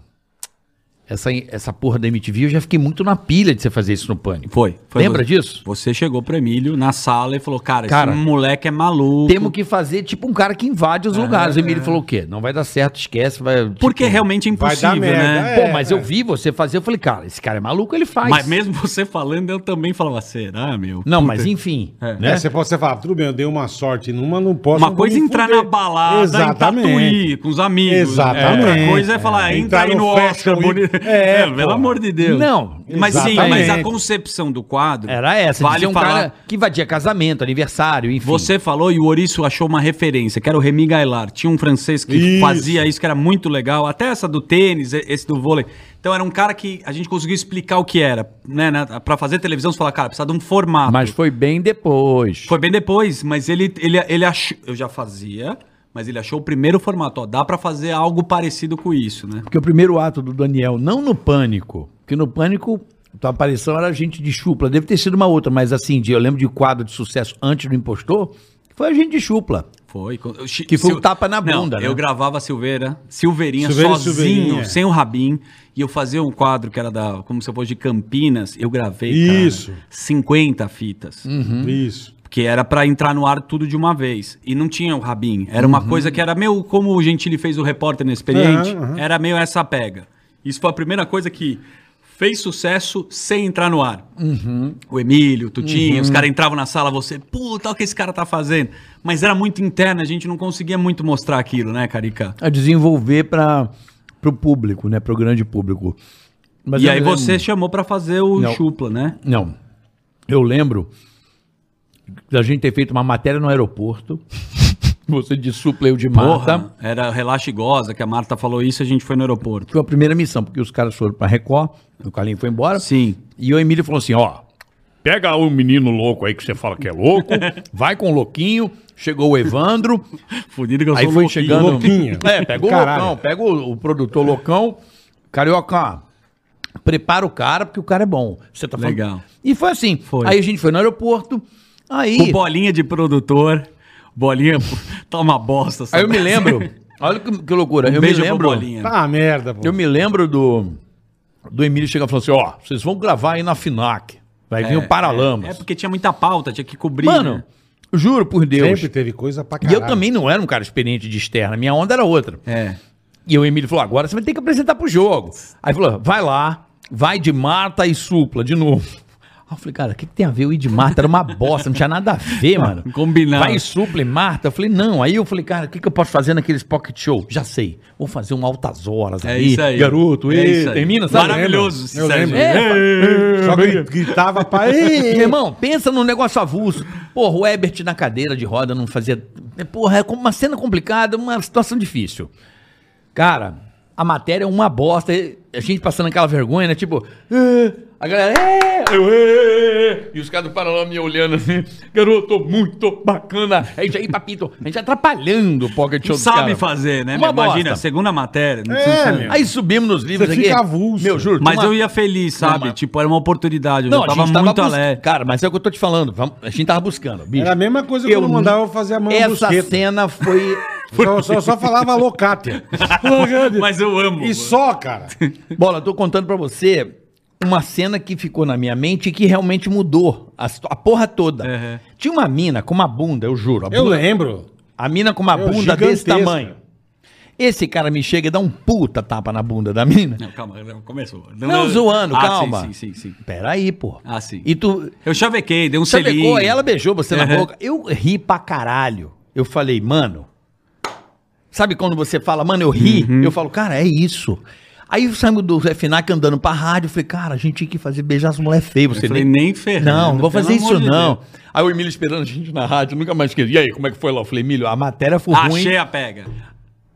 Speaker 3: Essa, essa porra da MTV, eu já fiquei muito na pilha de você fazer isso no pânico.
Speaker 4: Foi. foi
Speaker 3: Lembra
Speaker 4: você.
Speaker 3: disso?
Speaker 4: Você chegou pro Emílio na sala e falou: Cara,
Speaker 3: Cara,
Speaker 4: esse moleque é maluco.
Speaker 3: Temos que fazer tipo um cara que invade
Speaker 2: É.
Speaker 3: os lugares. O Emílio falou o quê? Não vai dar certo, esquece, vai.
Speaker 4: Porque
Speaker 3: tipo,
Speaker 4: realmente é
Speaker 2: vai
Speaker 4: impossível,
Speaker 2: dar merda,
Speaker 4: né?
Speaker 2: é.
Speaker 3: Pô, mas eu vi você fazer, eu falei, cara, esse cara é maluco, ele faz.
Speaker 4: Mas mesmo você falando, eu também falava: Será, meu?
Speaker 3: Não, mas enfim.
Speaker 2: É,
Speaker 3: Né?
Speaker 2: você pode você falar, tudo bem, eu dei uma sorte numa, não posso.
Speaker 4: Uma
Speaker 2: não vou
Speaker 4: coisa é
Speaker 2: me
Speaker 4: entrar
Speaker 2: fuder.
Speaker 4: na balada
Speaker 2: Exatamente.
Speaker 4: em Tatuí, com os amigos. né? é,
Speaker 2: Exatamente.
Speaker 4: Outra coisa é falar,
Speaker 2: É.
Speaker 4: entra aí
Speaker 2: Entrar
Speaker 4: no
Speaker 2: no
Speaker 4: Oscar.
Speaker 2: Fashion
Speaker 4: boni-
Speaker 2: Week.
Speaker 4: É,
Speaker 2: É,
Speaker 4: pelo
Speaker 2: porra.
Speaker 4: amor de Deus.
Speaker 3: Não,
Speaker 4: Mas sim, mas a
Speaker 2: exatamente.
Speaker 4: concepção do quadro
Speaker 3: Era essa, de
Speaker 4: vale
Speaker 3: ser um
Speaker 4: falar...
Speaker 3: cara que invadia casamento, aniversário, enfim.
Speaker 4: Você falou e o Ouriço achou uma referência, que era o Remy Gaillard. Tinha um francês que
Speaker 2: Isso.
Speaker 4: fazia isso, que era muito legal. Até essa do tênis, e- esse do vôlei. Então era um cara que a gente conseguiu explicar o que era. Né? né? Pra fazer televisão, você fala, cara, precisa de um formato.
Speaker 7: Mas foi bem depois.
Speaker 4: Foi bem depois, mas ele, ele, ele achou... Eu já fazia, mas ele achou o primeiro formato. Ó, dá pra fazer algo parecido com isso, né?
Speaker 3: Porque o primeiro ato do Daniel, não no pânico, porque no pânico tua aparição era gente de chupla, deve ter sido uma outra, mas assim, de- eu lembro de quadro de sucesso antes do impostor, foi a gente de chupla.
Speaker 4: Foi. co- eu chi-
Speaker 3: Que foi um
Speaker 4: Sil-
Speaker 3: tapa na bunda, né?
Speaker 4: Eu gravava Silveira, Silveirinha
Speaker 2: Silveira e
Speaker 4: sozinho,
Speaker 2: Silveirinha.
Speaker 4: sem o Rabin. E eu fazia um quadro que era da, como se eu fosse de Campinas. Eu gravei,
Speaker 2: Isso.
Speaker 4: cara, 50 fitas.
Speaker 3: Uhum.
Speaker 2: Isso.
Speaker 4: Porque era pra entrar no ar tudo de uma vez. E não tinha o Rabin. Era
Speaker 3: Uhum.
Speaker 4: uma coisa que era meio como o Gentili fez o repórter inexperiente.
Speaker 2: Aham, aham.
Speaker 4: Era meio essa pega. Isso foi a primeira coisa que fez sucesso sem entrar no ar.
Speaker 3: Uhum.
Speaker 4: O Emílio, o Tutinho, os caras entravam na sala, você, puta, olha o que esse cara tá fazendo. Mas era muito interno, a gente não conseguia muito mostrar aquilo, né, Carica?
Speaker 3: A desenvolver para o público, né, para o grande público. Mas
Speaker 4: e
Speaker 3: eu
Speaker 4: aí
Speaker 3: lembro-
Speaker 4: você chamou pra fazer o
Speaker 3: Não.
Speaker 4: Chupla, né?
Speaker 3: Não. Eu lembro da gente ter feito uma matéria no aeroporto. Você de supleu de mata.
Speaker 4: Porra, era Relaxa e Goza, que a Marta falou isso, a gente foi no aeroporto.
Speaker 3: Foi a primeira missão, porque os caras foram pra Record, o Carlinho foi embora.
Speaker 4: Sim.
Speaker 3: E o Emílio falou assim: ó, pega o menino louco aí que você fala que é louco, vai com o louquinho. Chegou o Evandro,
Speaker 4: Fudido que eu
Speaker 3: aí
Speaker 4: sou
Speaker 3: foi
Speaker 4: louquinho.
Speaker 3: chegando.
Speaker 2: Louquinho.
Speaker 3: É, pega o
Speaker 2: Caralho.
Speaker 3: loucão, pega o, o produtor loucão. Carioca, prepara o cara, porque o cara é bom. Você tá falando.
Speaker 4: Legal.
Speaker 3: E foi assim.
Speaker 4: Foi.
Speaker 3: Aí a gente foi no aeroporto. Aí.
Speaker 4: Com bolinha de produtor. Bolinha, pô, tá uma bosta.
Speaker 3: Aí
Speaker 4: sabe?
Speaker 3: eu me lembro. Olha que, que loucura. eu me
Speaker 4: um Beijo pro
Speaker 3: lembro.
Speaker 4: bolinha.
Speaker 2: Tá uma merda, pô.
Speaker 3: Eu me lembro do do Emílio chegar e falar assim: "Ó, vocês vão gravar aí na Finac. Vai vir o Paralamas".
Speaker 4: É porque tinha muita pauta, tinha que cobrir.
Speaker 3: Mano,
Speaker 4: né?
Speaker 3: juro por Deus.
Speaker 2: Sempre teve coisa pra
Speaker 3: E
Speaker 2: caralho.
Speaker 3: eu também não era um cara experiente de externa, minha onda era outra.
Speaker 4: É.
Speaker 3: E o Emílio falou: "Agora você vai ter que apresentar pro jogo". Aí falou: "Vai lá, vai de Marta e Supla de novo". Aí eu falei, cara, o que, que tem a ver o ir de Marta? Era uma bosta, não tinha nada a ver, mano.
Speaker 4: Combinado.
Speaker 3: Vai e supla e Marta. Eu falei, não. Aí eu falei, cara, o que, que eu posso fazer naqueles pocket show? Já sei. Vou fazer um altas horas
Speaker 4: É isso aí.
Speaker 3: Garoto,
Speaker 4: É
Speaker 3: e
Speaker 4: isso aí.
Speaker 3: termina, sabe? né,
Speaker 4: Maravilhoso,
Speaker 2: Eu
Speaker 4: Sérgio.
Speaker 2: lembro.
Speaker 4: É.
Speaker 2: Só gri- gritava pra.
Speaker 3: Meu
Speaker 2: Ei,
Speaker 3: irmão, pensa num negócio avulso. Porra, o Ebert na cadeira de roda não fazia. Porra, é como uma cena complicada, uma situação difícil. Cara, a matéria é uma bosta. e A gente passando aquela vergonha, né? Tipo. "Ah", A galera. "É".
Speaker 7: Eu, "Ê, ê, ê". E os caras do Paraná me olhando assim, garoto, muito bacana.
Speaker 3: A gente É aí, papito, a gente atrapalhando o pocket show
Speaker 4: Não
Speaker 3: dos
Speaker 4: sabe
Speaker 3: caras.
Speaker 4: fazer, né?
Speaker 3: Uma
Speaker 4: Imagina,
Speaker 3: bosta.
Speaker 4: segunda matéria. não precisa
Speaker 2: É,
Speaker 4: saber.
Speaker 2: meu.
Speaker 3: Aí subimos nos livros
Speaker 2: Você
Speaker 3: aqui.
Speaker 2: fica avulso.
Speaker 3: Meu, juro.
Speaker 4: Mas
Speaker 3: tinha
Speaker 4: eu
Speaker 3: uma-
Speaker 4: ia feliz, sabe?
Speaker 3: mas-
Speaker 4: Tipo, era uma oportunidade. Eu
Speaker 3: Não,
Speaker 4: já
Speaker 3: a
Speaker 4: tava
Speaker 3: gente tava
Speaker 4: muito
Speaker 3: buscando.
Speaker 4: alegre.
Speaker 3: Cara, mas é o que eu tô te falando. vamos- A gente tava buscando, bicho.
Speaker 2: Era a mesma coisa que eu não mandava eu fazer a mão
Speaker 3: Essa cena foi.
Speaker 2: Só, só, só falava locátia.
Speaker 4: Mas eu amo.
Speaker 2: E só, cara.
Speaker 3: Bola, eu tô contando pra você uma cena que ficou na minha mente e que realmente mudou a, situ- a porra toda.
Speaker 4: Uhum.
Speaker 3: Tinha uma mina com uma bunda, eu juro. A,
Speaker 2: Eu
Speaker 3: bunda,
Speaker 2: lembro.
Speaker 3: a mina com uma
Speaker 2: Eu,
Speaker 3: bunda desse
Speaker 2: gigantesca.
Speaker 3: tamanho. Esse cara me chega e dá um puta tapa na bunda da mina.
Speaker 4: Não, calma, não, começou.
Speaker 3: Não, zoando,
Speaker 4: Ah,
Speaker 3: calma.
Speaker 4: Sim, sim, sim. sim.
Speaker 3: Peraí, pô.
Speaker 4: Ah, sim.
Speaker 3: E tu,
Speaker 4: Eu chavequei, dei um
Speaker 3: Você
Speaker 4: selinho.
Speaker 3: pegou e é? ela beijou você na
Speaker 4: Uhum.
Speaker 3: boca. Eu ri pra caralho. Eu falei, mano. Sabe quando você fala, mano, eu ri?
Speaker 4: Uhum.
Speaker 3: Eu falo, cara, é isso. Aí saímos do FNAC andando pra rádio. Eu falei, cara, a gente tinha que fazer beijar as mulheres feias.
Speaker 4: Eu
Speaker 3: Você
Speaker 4: falei,
Speaker 3: nem-
Speaker 4: nem ferrando.
Speaker 3: Não, não vou
Speaker 4: pelo
Speaker 3: fazer
Speaker 4: amor
Speaker 3: isso,
Speaker 4: de
Speaker 3: não.
Speaker 4: Deus.
Speaker 3: Aí o Emílio esperando a gente na rádio, nunca mais esqueci. E aí, como é que foi lá? Eu falei, Emílio, a matéria foi ruim.
Speaker 4: Achei a pega.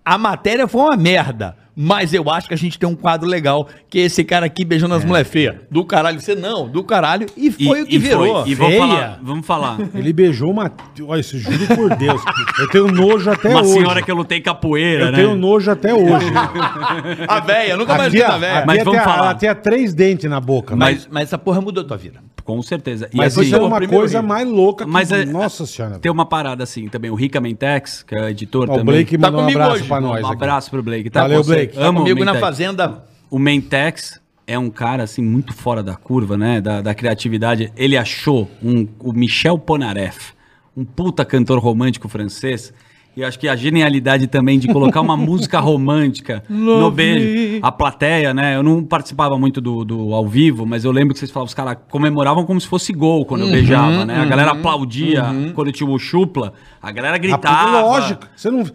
Speaker 3: A matéria foi uma merda. Mas eu acho que a gente tem um quadro legal, que é esse cara aqui beijando as mulher feia. Do caralho, você não, do caralho. E foi o que virou.
Speaker 4: E vamos
Speaker 2: Feia.
Speaker 4: falar, vamos falar.
Speaker 2: Ele beijou uma. Olha, isso juro por Deus. Eu tenho nojo até
Speaker 3: É
Speaker 4: Uma
Speaker 2: hoje.
Speaker 4: senhora que eu lutei capoeira,
Speaker 2: Eu
Speaker 4: né?
Speaker 3: um
Speaker 2: tenho nojo até hoje. é
Speaker 3: A véia, nunca mais vi
Speaker 2: Havia,
Speaker 3: a véia.
Speaker 2: havia
Speaker 4: Mas vamos
Speaker 2: até-
Speaker 4: falar.
Speaker 2: Ela tinha três dentes na boca. né?
Speaker 3: Mas, mas essa porra mudou tua vida.
Speaker 4: Com certeza. E
Speaker 2: Mas
Speaker 4: assim,
Speaker 2: isso é uma
Speaker 3: primeiro
Speaker 2: coisa
Speaker 3: rio.
Speaker 2: mais louca que.
Speaker 4: Mas é-
Speaker 2: Nossa senhora.
Speaker 4: tem uma parada assim também. O Rica Mentex, que é editor
Speaker 2: Ó, o
Speaker 4: também.
Speaker 2: Blake
Speaker 3: Tá
Speaker 2: mandou um
Speaker 3: comigo
Speaker 2: abraço
Speaker 3: hoje,
Speaker 2: pra
Speaker 3: um
Speaker 2: nós.
Speaker 4: Um
Speaker 2: aqui.
Speaker 4: abraço pro Blake. Tá
Speaker 2: Valeu,
Speaker 4: com você.
Speaker 2: Blake. Tá
Speaker 4: Amo
Speaker 3: Comigo
Speaker 4: o
Speaker 3: na
Speaker 4: Mentex.
Speaker 3: fazenda.
Speaker 4: O Mentex é um cara, assim, muito fora da curva, né? Da, da criatividade. Ele achou um, o Michel Ponareff, um puta cantor romântico francês. E acho que a genialidade também de colocar uma música romântica no beijo. A plateia, né? Eu não participava muito do, do ao vivo, mas eu lembro que vocês falavam, os caras comemoravam como se fosse gol quando
Speaker 2: Uhum,
Speaker 4: eu beijava, né? A galera aplaudia quando eu tinha o chupla, a galera
Speaker 2: Ah, porque,
Speaker 4: gritava.
Speaker 2: Lógico. Você não.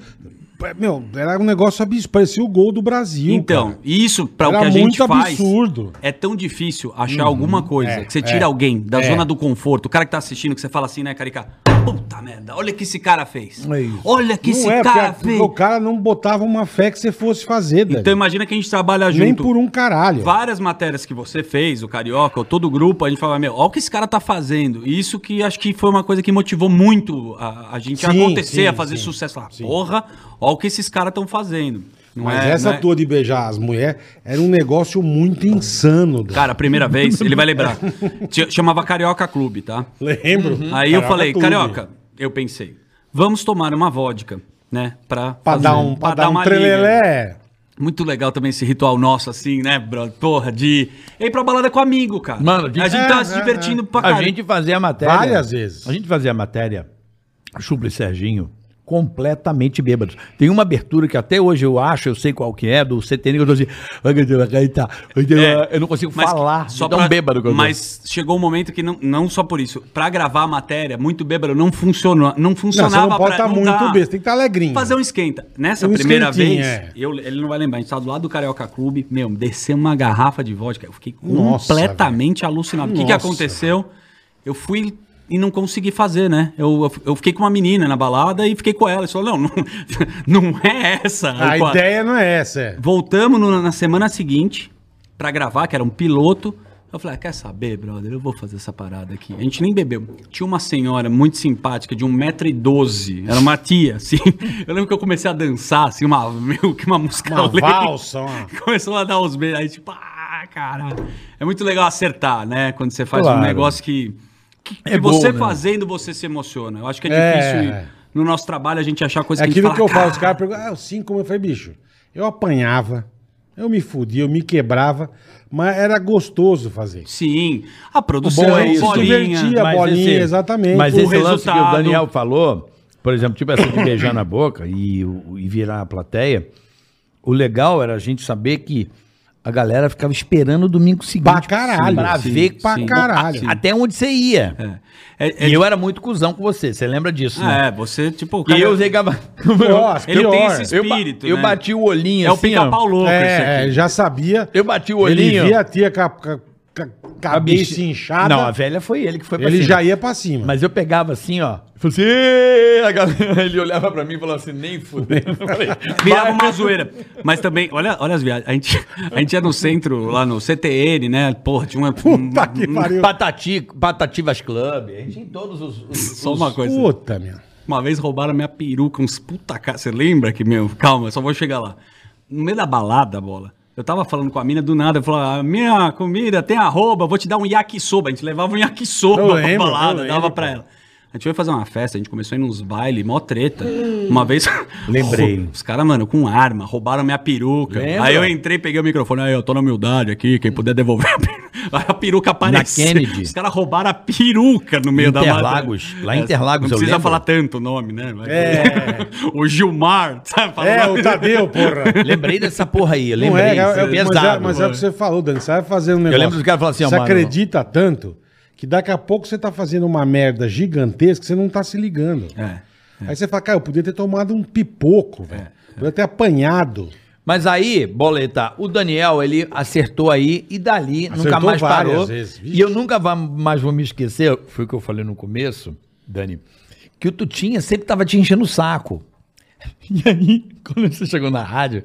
Speaker 2: Meu, era um negócio absurdo. Parecia o gol do Brasil.
Speaker 4: Então,
Speaker 2: cara.
Speaker 4: isso para o
Speaker 2: Era
Speaker 4: que a gente
Speaker 2: muito
Speaker 4: faz
Speaker 2: absurdo.
Speaker 4: é tão difícil achar alguma coisa
Speaker 2: é,
Speaker 4: que você tira
Speaker 2: é,
Speaker 4: alguém da
Speaker 2: é.
Speaker 4: zona do conforto, o cara que tá assistindo que você fala assim, né, carica? Puta merda, olha o que esse cara fez.
Speaker 2: É isso.
Speaker 4: Olha que
Speaker 2: Não
Speaker 4: esse
Speaker 2: é, porque a-
Speaker 4: cara
Speaker 2: porque
Speaker 4: fez.
Speaker 2: o cara não botava uma fé que você fosse fazer, Dani.
Speaker 4: Então imagina que a gente trabalha junto.
Speaker 2: Nem por um caralho.
Speaker 4: Várias matérias que você fez, o Carioca, ou todo o grupo, a gente fala, meu, olha o que esse cara tá fazendo. E isso que acho que foi uma coisa que motivou muito a, a gente a
Speaker 2: Sim,
Speaker 4: acontecer,
Speaker 2: sim,
Speaker 4: a fazer
Speaker 2: sim,
Speaker 4: sucesso. Falar,
Speaker 2: sim.
Speaker 4: porra, olha o que esses caras estão fazendo. Não
Speaker 2: Mas
Speaker 4: é-
Speaker 2: essa
Speaker 4: não é-
Speaker 2: tua de beijar as mulheres era um negócio muito insano. Dani.
Speaker 4: Cara, a primeira vez, ele vai lembrar. Ch- Chamava Carioca Clube, tá?
Speaker 2: Lembro.
Speaker 4: Aí eu
Speaker 2: Hum, Carioca
Speaker 4: falei,
Speaker 2: tudo.
Speaker 4: Carioca, eu pensei, vamos tomar uma vodka, né? Pra,
Speaker 2: Pra
Speaker 4: fazer-
Speaker 2: dar um, pra dar um
Speaker 4: liga.
Speaker 2: trelelé.
Speaker 4: Muito legal também esse ritual nosso, assim, né, bro? Porra, de ir pra balada com amigo, cara.
Speaker 3: Mano,
Speaker 4: a
Speaker 3: de-
Speaker 4: gente
Speaker 2: é,
Speaker 4: tava se
Speaker 2: é,
Speaker 4: divertindo pra
Speaker 3: A
Speaker 4: caralho.
Speaker 3: gente fazia a matéria.
Speaker 2: Várias vezes.
Speaker 3: A gente fazia a matéria, Chubla e Serginho, completamente bêbados. Tem uma abertura que até hoje eu acho, eu sei qual que é, do CTN, que eu tô assim. "Ai, meu Deus, aí tá, ai, Deus,
Speaker 4: É,
Speaker 3: eu não consigo
Speaker 4: mas
Speaker 3: falar.
Speaker 4: Só
Speaker 3: de
Speaker 2: um
Speaker 3: tão
Speaker 4: pra,
Speaker 3: bêbado que eu tô.
Speaker 4: Mas chegou um momento que não, não só por isso. Pra gravar a matéria, muito bêbado, não funcionou. Não
Speaker 2: Não, você
Speaker 4: funcionava
Speaker 2: não pode
Speaker 4: pra-
Speaker 2: estar
Speaker 4: não
Speaker 2: muito
Speaker 4: dá.
Speaker 2: besta, tem que estar alegrinho.
Speaker 4: Fazer um esquenta. Nessa
Speaker 2: Um
Speaker 4: primeira
Speaker 2: esquentinho,
Speaker 4: vez,
Speaker 2: é.
Speaker 4: eu- ele não vai lembrar, a gente tava do lado do Carioca Clube, meu, desceu uma garrafa de vodka. Eu fiquei
Speaker 2: Nossa,
Speaker 4: completamente alucinado. O que, que
Speaker 2: Nossa,
Speaker 4: aconteceu? Eu fui e não consegui fazer, né? Eu, eu- eu fiquei com uma menina na balada e fiquei com ela. Ela falou, não, não, não é essa.
Speaker 2: A
Speaker 4: Eu falei,
Speaker 2: ideia não é essa, é.
Speaker 4: Voltamos no- na semana seguinte pra gravar, que era um piloto. Eu falei, ah, quer saber, brother? Eu vou fazer essa parada aqui. A gente nem bebeu. Tinha uma senhora muito simpática, de 1,12m. Era uma tia, assim. Eu lembro que eu comecei a dançar, assim, uma, meio que uma música
Speaker 2: Uma
Speaker 4: alegre.
Speaker 2: valsa, uma-
Speaker 4: Começou a dar os beijos. Aí, tipo, ah, caralho. É muito legal acertar, né? Quando você faz um
Speaker 3: Claro.
Speaker 4: negócio que. que,
Speaker 3: É
Speaker 4: que você
Speaker 3: bom, né?
Speaker 4: fazendo, você se emociona. Eu acho que é
Speaker 2: É.
Speaker 4: difícil. No nosso trabalho, a gente achar coisa
Speaker 2: É aquilo
Speaker 4: a
Speaker 2: que
Speaker 4: gente
Speaker 2: eu
Speaker 4: fala,
Speaker 2: falo, os caras perguntam, ah, o 5 como eu falei, bicho, eu apanhava, eu me fudia, eu me quebrava, mas era gostoso fazer.
Speaker 4: Sim. A produção,
Speaker 2: bom é isso,
Speaker 4: bolinha.
Speaker 2: divertir. a bolinha, exatamente.
Speaker 3: Mas
Speaker 2: O
Speaker 3: esse lance que o
Speaker 4: resultado.
Speaker 3: Daniel falou, por exemplo, tipo essa de beijar na boca e, o- e virar a plateia, o legal era a gente saber que a galera ficava esperando o domingo seguinte.
Speaker 2: Pra caralho.
Speaker 3: Pra
Speaker 2: Sim,
Speaker 3: ver
Speaker 2: pra
Speaker 3: o-
Speaker 2: caralho.
Speaker 3: a- até onde você ia.
Speaker 4: É, é,
Speaker 3: E eu era muito cuzão com você, você lembra disso, né?
Speaker 4: é, você, tipo, o
Speaker 3: E
Speaker 4: cara-
Speaker 3: eu chegava.
Speaker 2: Nossa,
Speaker 4: Ele tem
Speaker 2: pior.
Speaker 4: esse
Speaker 3: Eu, ba-
Speaker 4: espírito,
Speaker 3: eu
Speaker 4: né?
Speaker 3: bati o olhinho
Speaker 4: É o
Speaker 3: assim, ó.
Speaker 4: pica-pau louco esse aqui.
Speaker 2: É, é, já sabia.
Speaker 3: Eu bati o
Speaker 2: Ele
Speaker 3: olhinho.
Speaker 2: via a tia com a, com a- com a
Speaker 3: a
Speaker 2: cabeça
Speaker 3: bicha-
Speaker 2: inchada,
Speaker 3: Não, a velha foi ele que foi
Speaker 2: ele
Speaker 3: cima.
Speaker 2: já ia pra cima.
Speaker 3: Mas eu pegava assim, ó. Eu falei assim, "Ê", a galera, ele olhava pra mim e falava assim, nem fudendo. Eu falei,
Speaker 4: Virava uma zoeira. Mas também, olha, olha as viagens. A gente, a gente ia no centro, lá no CTN, né? Porra, tinha uma. um-
Speaker 2: Puta que pariu.
Speaker 3: Patati, Patativas Club. A gente em todos os. os-
Speaker 4: um- Só uma coisa.
Speaker 2: Puta, meu.
Speaker 4: Uma vez roubaram minha peruca, uns puta cara. Você lembra que, meu? Calma, eu só vou chegar lá. No meio da balada, bola. Eu tava falando com a mina do nada, eu falava, "A minha comida tem arroba, vou te dar um yakisoba. A gente levava um yakisoba
Speaker 2: Eu
Speaker 4: pra
Speaker 2: lembro, eu
Speaker 4: balada,
Speaker 2: lembro,
Speaker 4: dava pra
Speaker 2: cara.
Speaker 4: ela. A gente foi fazer uma festa, a gente começou a ir nos bailes, mó treta. Uma vez.
Speaker 3: Lembrei.
Speaker 4: Os caras, mano, com arma, roubaram minha peruca.
Speaker 3: Lembra?
Speaker 4: Aí eu entrei, peguei o microfone, aí eu tô na humildade aqui, quem puder devolver a peruca. A peruca apareceu.
Speaker 3: Kennedy.
Speaker 4: Os caras roubaram a peruca no meio da É,
Speaker 3: Interlagos. Lá em Interlagos,
Speaker 4: Não
Speaker 3: eu
Speaker 4: precisa
Speaker 3: lembro.
Speaker 4: falar tanto o nome, né? Vai-
Speaker 2: É.
Speaker 4: o Gilmar, sabe? Fala
Speaker 2: É,
Speaker 4: nome-
Speaker 2: o Tadeu, porra.
Speaker 3: Lembrei dessa porra aí, eu
Speaker 2: Não
Speaker 3: lembrei.
Speaker 2: é, é, é,
Speaker 3: isso
Speaker 2: mas,
Speaker 3: é
Speaker 2: é,
Speaker 3: pesado.
Speaker 2: mas é o que você falou, Dani. Você vai fazer um negócio.
Speaker 3: lembro do cara falar assim, ó,
Speaker 2: Você
Speaker 3: mano,
Speaker 2: acredita tanto que daqui a pouco você tá fazendo uma merda gigantesca que você não tá se ligando.
Speaker 4: É.
Speaker 2: Aí você fala, cara, eu podia ter tomado um pipoco, velho. Podia ter apanhado.
Speaker 3: Mas aí, boleta, o Daniel, ele acertou aí e dali nunca
Speaker 2: Acertou
Speaker 3: mais
Speaker 2: várias
Speaker 3: parou.
Speaker 2: vezes, vixe.
Speaker 3: e eu nunca va- mais vou me esquecer, foi o que eu falei no começo, Dani, que o Tutinha sempre tava te enchendo o saco. E aí, quando você chegou na rádio,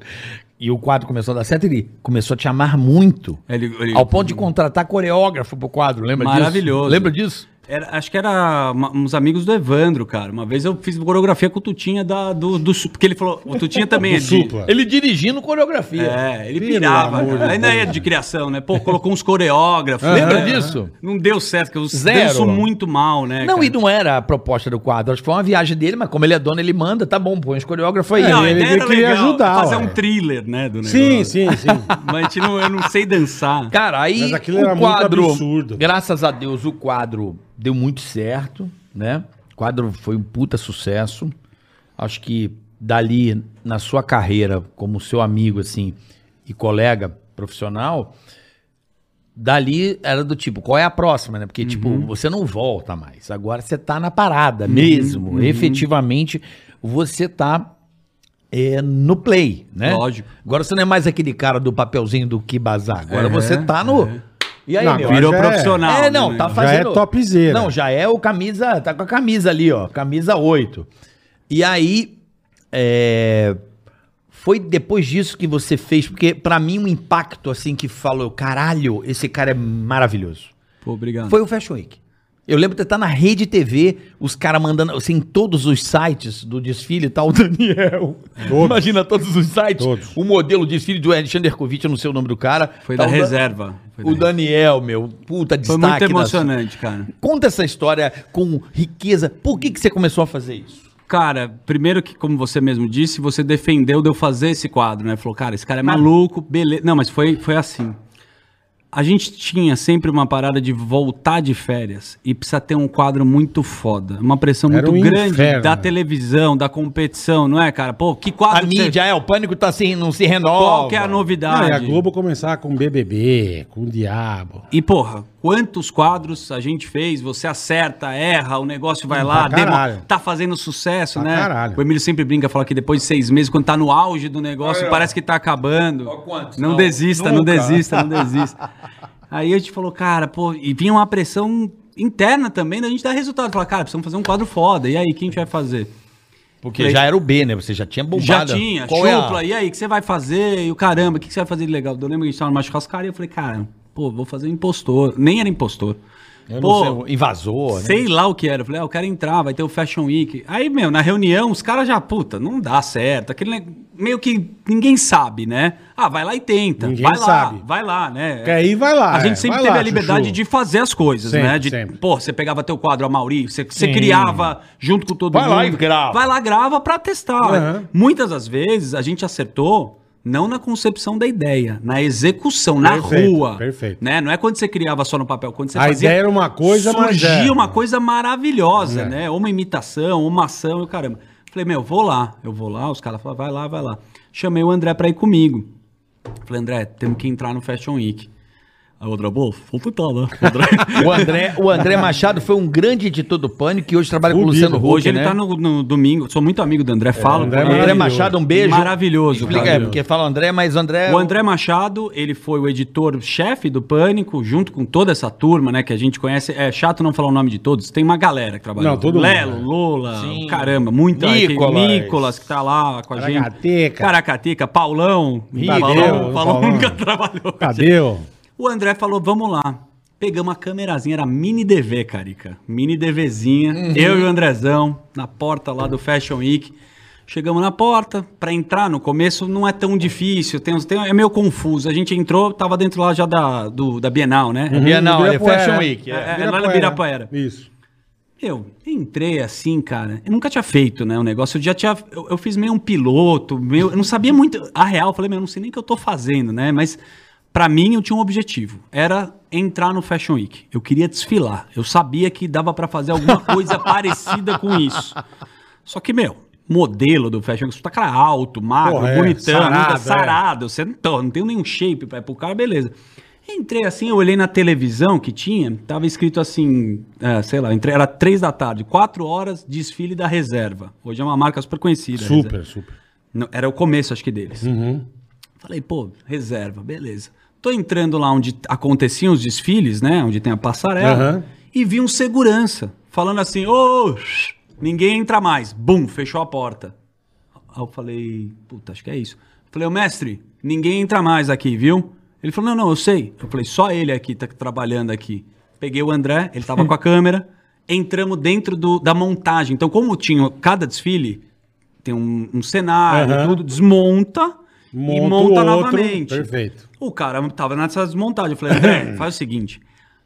Speaker 3: E o quadro começou a dar certo, ele começou a te amar muito.
Speaker 4: Ele- ele-
Speaker 3: Ao ponto de contratar coreógrafo pro quadro, lembra
Speaker 4: Maravilhoso.
Speaker 3: disso? Lembra disso?
Speaker 4: Era- acho que era uma- uns amigos do Evandro, cara. Uma vez eu fiz coreografia com o Tutinha da, do, do Su- Porque ele falou. O Tutinha também é de-
Speaker 2: Supla.
Speaker 7: Ele dirigindo coreografia.
Speaker 4: É, ele
Speaker 2: Pelo
Speaker 4: pirava.
Speaker 2: amor
Speaker 4: cara.
Speaker 2: de
Speaker 4: Ainda é de criação, né? Pô, colocou uns coreógrafos.
Speaker 7: Lembra
Speaker 4: né?
Speaker 7: disso?
Speaker 4: Não deu certo, porque eu
Speaker 3: Zero.
Speaker 4: danço muito mal, né?
Speaker 3: Não,
Speaker 4: cara?
Speaker 3: e não era a proposta do quadro. Acho que foi uma viagem dele, mas como ele é dono, ele manda, tá bom, põe os coreógrafos aí.
Speaker 2: É,
Speaker 4: Não, a
Speaker 2: ele-
Speaker 4: ideia
Speaker 2: ele
Speaker 4: era
Speaker 2: queria
Speaker 4: legal,
Speaker 2: ajudar,
Speaker 4: Fazer
Speaker 2: ué.
Speaker 4: um thriller, né? Do
Speaker 2: Sim,
Speaker 4: negócio.
Speaker 2: sim, sim.
Speaker 4: Mas a gente não, eu não sei dançar.
Speaker 3: Cara, aí
Speaker 2: Mas aquilo era muito absurdo.
Speaker 3: Graças a Deus, o quadro deu muito certo, né? O quadro foi um puta sucesso. Acho que dali, na sua carreira, como seu amigo, assim, e colega profissional, dali era do tipo, qual é a próxima, né? Porque, tipo,
Speaker 2: Uhum.
Speaker 3: você não volta mais. Agora você tá na parada mesmo.
Speaker 2: Uhum.
Speaker 3: Efetivamente, você tá é, no play, né?
Speaker 4: Lógico.
Speaker 3: Agora você não é mais aquele cara do papelzinho do que bazar.
Speaker 2: É.
Speaker 3: Agora você tá no. E aí,
Speaker 2: Não,
Speaker 3: meu?
Speaker 2: agora
Speaker 4: Virou
Speaker 2: já é-
Speaker 4: profissional.
Speaker 3: é, não,
Speaker 4: né,
Speaker 3: tá
Speaker 4: meu?
Speaker 2: Já é
Speaker 3: fazendo.
Speaker 2: topzera.
Speaker 3: Não, já é o camisa. Tá com a camisa ali, ó. Camisa 8. E aí. é, Foi depois disso que você fez, porque pra mim um impacto assim que falou, caralho, esse cara é maravilhoso.
Speaker 4: Pô, obrigado.
Speaker 3: Foi o Fashion Week. Eu lembro de estar na rede TV, os caras mandando, assim, em todos os sites do desfile, tá o Daniel.
Speaker 2: Todos.
Speaker 3: Imagina todos os sites.
Speaker 2: Todos.
Speaker 3: O modelo de desfile do Alexander Kovic, eu não sei o nome do cara.
Speaker 4: Foi
Speaker 3: tá
Speaker 4: da
Speaker 3: o Dan-
Speaker 4: reserva. Foi,
Speaker 3: O
Speaker 4: da-
Speaker 3: Daniel, meu, puta
Speaker 4: Foi
Speaker 3: destaque.
Speaker 4: muito
Speaker 3: da-
Speaker 4: emocionante, cara.
Speaker 3: Conta essa história com riqueza. Por que, que você começou a fazer isso?
Speaker 4: Cara, primeiro que, como você mesmo disse, você defendeu de eu fazer esse quadro, né? Falou, cara, esse cara é maluco, beleza. Não, mas foi, foi assim. A gente tinha sempre uma parada de voltar de férias e precisa ter um quadro muito foda. Uma pressão
Speaker 2: Era
Speaker 4: muito
Speaker 2: um
Speaker 4: grande
Speaker 2: inferno.
Speaker 4: da televisão, da competição, não é, cara? Pô, que
Speaker 3: A
Speaker 4: quadro que você-
Speaker 3: mídia, é, o pânico tá assim, não se renova.
Speaker 4: Qual que é a
Speaker 2: Ah, e
Speaker 4: novidade?
Speaker 2: a Globo começar com BBB, com o Diabo.
Speaker 4: E, porra, quantos quadros a gente fez? Você acerta, erra, o negócio vai
Speaker 2: Hum,
Speaker 4: lá,
Speaker 2: pra caralho.
Speaker 4: demo- tá fazendo sucesso,
Speaker 2: Pra
Speaker 4: né?
Speaker 2: caralho.
Speaker 4: O Emílio sempre brinca, fala que depois de seis meses, quando tá no auge do negócio,
Speaker 7: Olha,
Speaker 4: parece que tá acabando.
Speaker 7: Ó quantos,
Speaker 4: não,
Speaker 7: não,
Speaker 4: desista, não
Speaker 7: nunca.
Speaker 4: desista, não desista. Aí a gente falou, cara, pô, e vinha uma pressão interna também da gente dar resultado. Falar, cara, precisamos fazer um quadro foda. E aí, quem a gente vai fazer?
Speaker 3: Porque já era o B, né? Você já tinha
Speaker 4: Já
Speaker 3: bombado.
Speaker 4: tinha,
Speaker 3: Qual é a-
Speaker 4: chupla, e aí, o que você vai fazer? E o caramba, o que que você vai fazer de legal? Eu lembro que a gente tava numa churrascaria, eu falei, cara, pô, vou fazer um impostor. Nem era impostor.
Speaker 3: Eu não
Speaker 4: pô,
Speaker 3: sei, invasor, né?
Speaker 4: sei lá o que era. Eu falei, ah, eu quero entrar, vai ter o Fashion Week. Aí, meu, na reunião, os caras já, puta, não dá certo. Aquele neg- meio que ninguém sabe, né? Ah, vai lá e tenta.
Speaker 2: Ninguém
Speaker 4: vai
Speaker 2: sabe.
Speaker 4: lá, vai lá, né?
Speaker 2: Que aí vai lá,
Speaker 4: A
Speaker 2: é,
Speaker 4: gente sempre
Speaker 2: vai
Speaker 4: teve
Speaker 2: lá,
Speaker 4: a liberdade
Speaker 2: Chuchu.
Speaker 4: de fazer as coisas,
Speaker 2: Sempre,
Speaker 4: né? De,
Speaker 2: sempre.
Speaker 4: Pô, você pegava teu quadro, a Mauri, você, você
Speaker 2: Sim.
Speaker 4: criava junto com todo
Speaker 7: Vai
Speaker 4: mundo.
Speaker 7: lá e grava.
Speaker 4: Vai lá, grava pra testar.
Speaker 2: Aham.
Speaker 4: Muitas das vezes a gente acertou não na concepção da ideia, na execução, na
Speaker 2: Perfeito,
Speaker 4: rua.
Speaker 2: perfeito.
Speaker 4: Né? Não é quando você criava só no papel, quando você
Speaker 2: A ideia era uma coisa, mas é.
Speaker 4: surgia
Speaker 2: era.
Speaker 4: uma coisa maravilhosa, né? Uma imitação, uma ação, eu caramba. Falei, meu, vou lá. Eu vou lá, os caras falaram, vai lá, vai lá. Chamei o André pra ir comigo. Falei, André, temos que entrar no Fashion Week. Aí o André, pô, vou tentar, né?
Speaker 3: O
Speaker 4: O André-
Speaker 3: André, o André Machado foi um grande editor do Pânico e hoje trabalha com o
Speaker 2: Fudido.
Speaker 3: Luciano Huck,
Speaker 4: Hoje ele
Speaker 3: né? É,
Speaker 4: tá no, no domingo, sou muito amigo do André, falo.
Speaker 2: André
Speaker 4: com ele.
Speaker 3: André
Speaker 2: Maravilhoso.
Speaker 3: Machado, um beijo.
Speaker 4: Maravilhoso,
Speaker 3: Explica aí,
Speaker 4: cara.
Speaker 3: porque é fala André, mas André...
Speaker 4: O André Machado, ele foi o editor-chefe do Pânico, junto com toda essa turma, né, que a gente conhece. É chato não falar o nome de todos, tem uma galera que trabalha.
Speaker 2: Não, todo mundo,
Speaker 4: Lelo,
Speaker 2: né?
Speaker 4: Lula, caramba, muita.
Speaker 3: Nicolas.
Speaker 4: que- Nicolas, que tá lá com a gente.
Speaker 2: Caracateca.
Speaker 4: Caracateca. Paulão. Ih,
Speaker 2: Tadeu,
Speaker 4: Paulão, Paulão
Speaker 2: Paulão.
Speaker 4: nunca trabalhou. com a gente.
Speaker 2: Cadê? o-
Speaker 4: O André falou, vamos lá. Pegamos uma camerazinha, era mini DV, Carica. Mini DVzinha. Eu e o Andrezão, na porta lá do Fashion Week. Chegamos na porta, pra entrar no começo não é tão difícil, tem, uns- tem- é meio confuso. A gente entrou, tava dentro lá já da, do- da Bienal, né?
Speaker 3: Bienal, é
Speaker 2: Hum, Ibirapuera.
Speaker 3: Fashion Week. é.
Speaker 4: É, é lá no Ibirapuera.
Speaker 2: Isso.
Speaker 4: Eu entrei assim, cara. Eu nunca tinha feito, né? O negócio. Eu já tinha. Eu, eu fiz meio um piloto, meio. Eu não sabia muito. A real, eu falei, meu, eu não sei nem o que eu tô fazendo, né? Mas pra mim eu tinha um objetivo. Era entrar no Fashion Week. Eu queria desfilar. Eu sabia que dava pra fazer alguma coisa parecida com isso. Só que, meu, modelo do Fashion Week, você tá cara alto, magro,
Speaker 2: Porra, é,
Speaker 4: bonitão,
Speaker 2: sarado, é.
Speaker 4: sarado, sarado. Você não, tô, Ah, não tem nenhum shape pra ir pro cara, beleza. Entrei assim, eu olhei na televisão que tinha, tava escrito assim, é, sei lá, entrei, era três da tarde, quatro horas, desfile da reserva. Hoje é uma marca super conhecida. a Reserva.
Speaker 2: Super, Uhum. super.
Speaker 4: Não, era o começo, acho que, deles. Falei, pô, reserva, beleza. Tô entrando lá onde aconteciam os desfiles, né? Onde tem a passarela.
Speaker 2: Aham.
Speaker 4: E vi um segurança falando assim, ô, shh, ninguém entra mais. Bum, fechou a porta. Aí eu falei, puta, acho que é isso. Falei, ô mestre, ninguém entra mais aqui, viu? Ele falou, não, não, eu sei. Eu falei, só ele aqui tá trabalhando aqui. Peguei o André, ele tava com a câmera, entramos dentro do, da montagem. Então, como tinha cada desfile, tem um, um cenário,
Speaker 2: Aham.
Speaker 4: tudo, desmonta
Speaker 2: Monta
Speaker 4: e
Speaker 2: o
Speaker 4: monta
Speaker 2: outro,
Speaker 4: novamente.
Speaker 2: perfeito.
Speaker 4: O cara tava nessa desmontagem. Eu falei, André, faz o seguinte.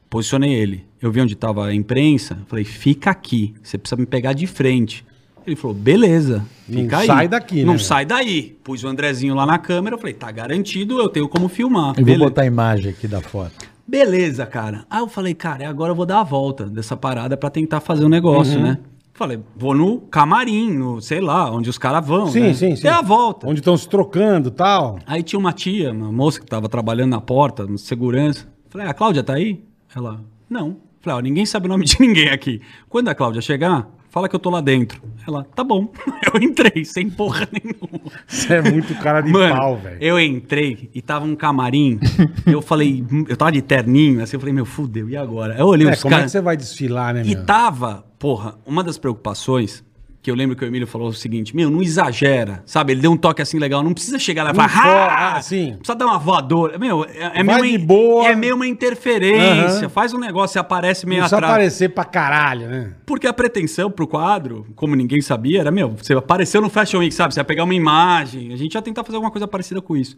Speaker 4: Posicionei ele. Eu vi onde tava a imprensa. Falei, fica aqui. Você precisa me pegar de frente. Ele falou, beleza.
Speaker 2: Não
Speaker 4: Fica aí.
Speaker 2: sai daqui, né,
Speaker 4: Não
Speaker 2: meu?
Speaker 4: sai daí. Pus o Andrezinho lá na câmera. Eu falei, tá garantido, eu tenho como filmar.
Speaker 3: Eu vou
Speaker 4: Beleza.
Speaker 3: botar a imagem aqui da foto.
Speaker 4: Beleza, cara. Aí eu falei, cara, agora eu vou dar a volta dessa parada pra tentar fazer um
Speaker 2: Uhum.
Speaker 4: negócio, né? Falei, vou no camarim, no, sei lá, onde os caras vão.
Speaker 2: Sim,
Speaker 4: né?
Speaker 2: sim, sim.
Speaker 4: Dei a volta.
Speaker 2: Onde estão se trocando e tal.
Speaker 4: Aí tinha uma tia, uma moça que tava trabalhando na porta, no segurança. Falei, a Cláudia tá aí? Ela, não. Falei, ó, ninguém sabe o nome de ninguém aqui. Quando a Cláudia chegar, fala que eu tô lá dentro. Ela, tá bom. Eu entrei, sem porra nenhuma.
Speaker 2: Você é muito cara de
Speaker 4: Mano,
Speaker 2: pau, velho.
Speaker 4: eu entrei e tava um camarim. eu falei, hum, eu tava de terninho, assim, eu falei, meu, fudeu, e agora? Eu olhei
Speaker 2: É,
Speaker 4: os tá
Speaker 2: como é que
Speaker 4: caras.
Speaker 2: você vai desfilar, né,
Speaker 4: E
Speaker 2: meu?
Speaker 4: tava, porra, uma das preocupações que eu lembro que o Emílio falou o seguinte: meu, não exagera, sabe? Ele deu um toque assim legal, não precisa chegar lá e
Speaker 2: Não
Speaker 4: falar, "Ah!"
Speaker 2: for- ah, sim.
Speaker 4: precisa dar uma voadora. Meu, é, é
Speaker 2: Vai
Speaker 4: meio, uma-
Speaker 2: de boa.
Speaker 4: é meio uma interferência,
Speaker 2: Aham.
Speaker 4: faz um negócio, você aparece meio
Speaker 2: Não só
Speaker 4: atrás.
Speaker 2: aparecer pra caralho, né?
Speaker 4: Porque a pretensão pro quadro, como ninguém sabia, era, meu, você apareceu no Fashion Week, sabe? Você ia pegar uma imagem, a gente ia tentar fazer alguma coisa parecida com isso.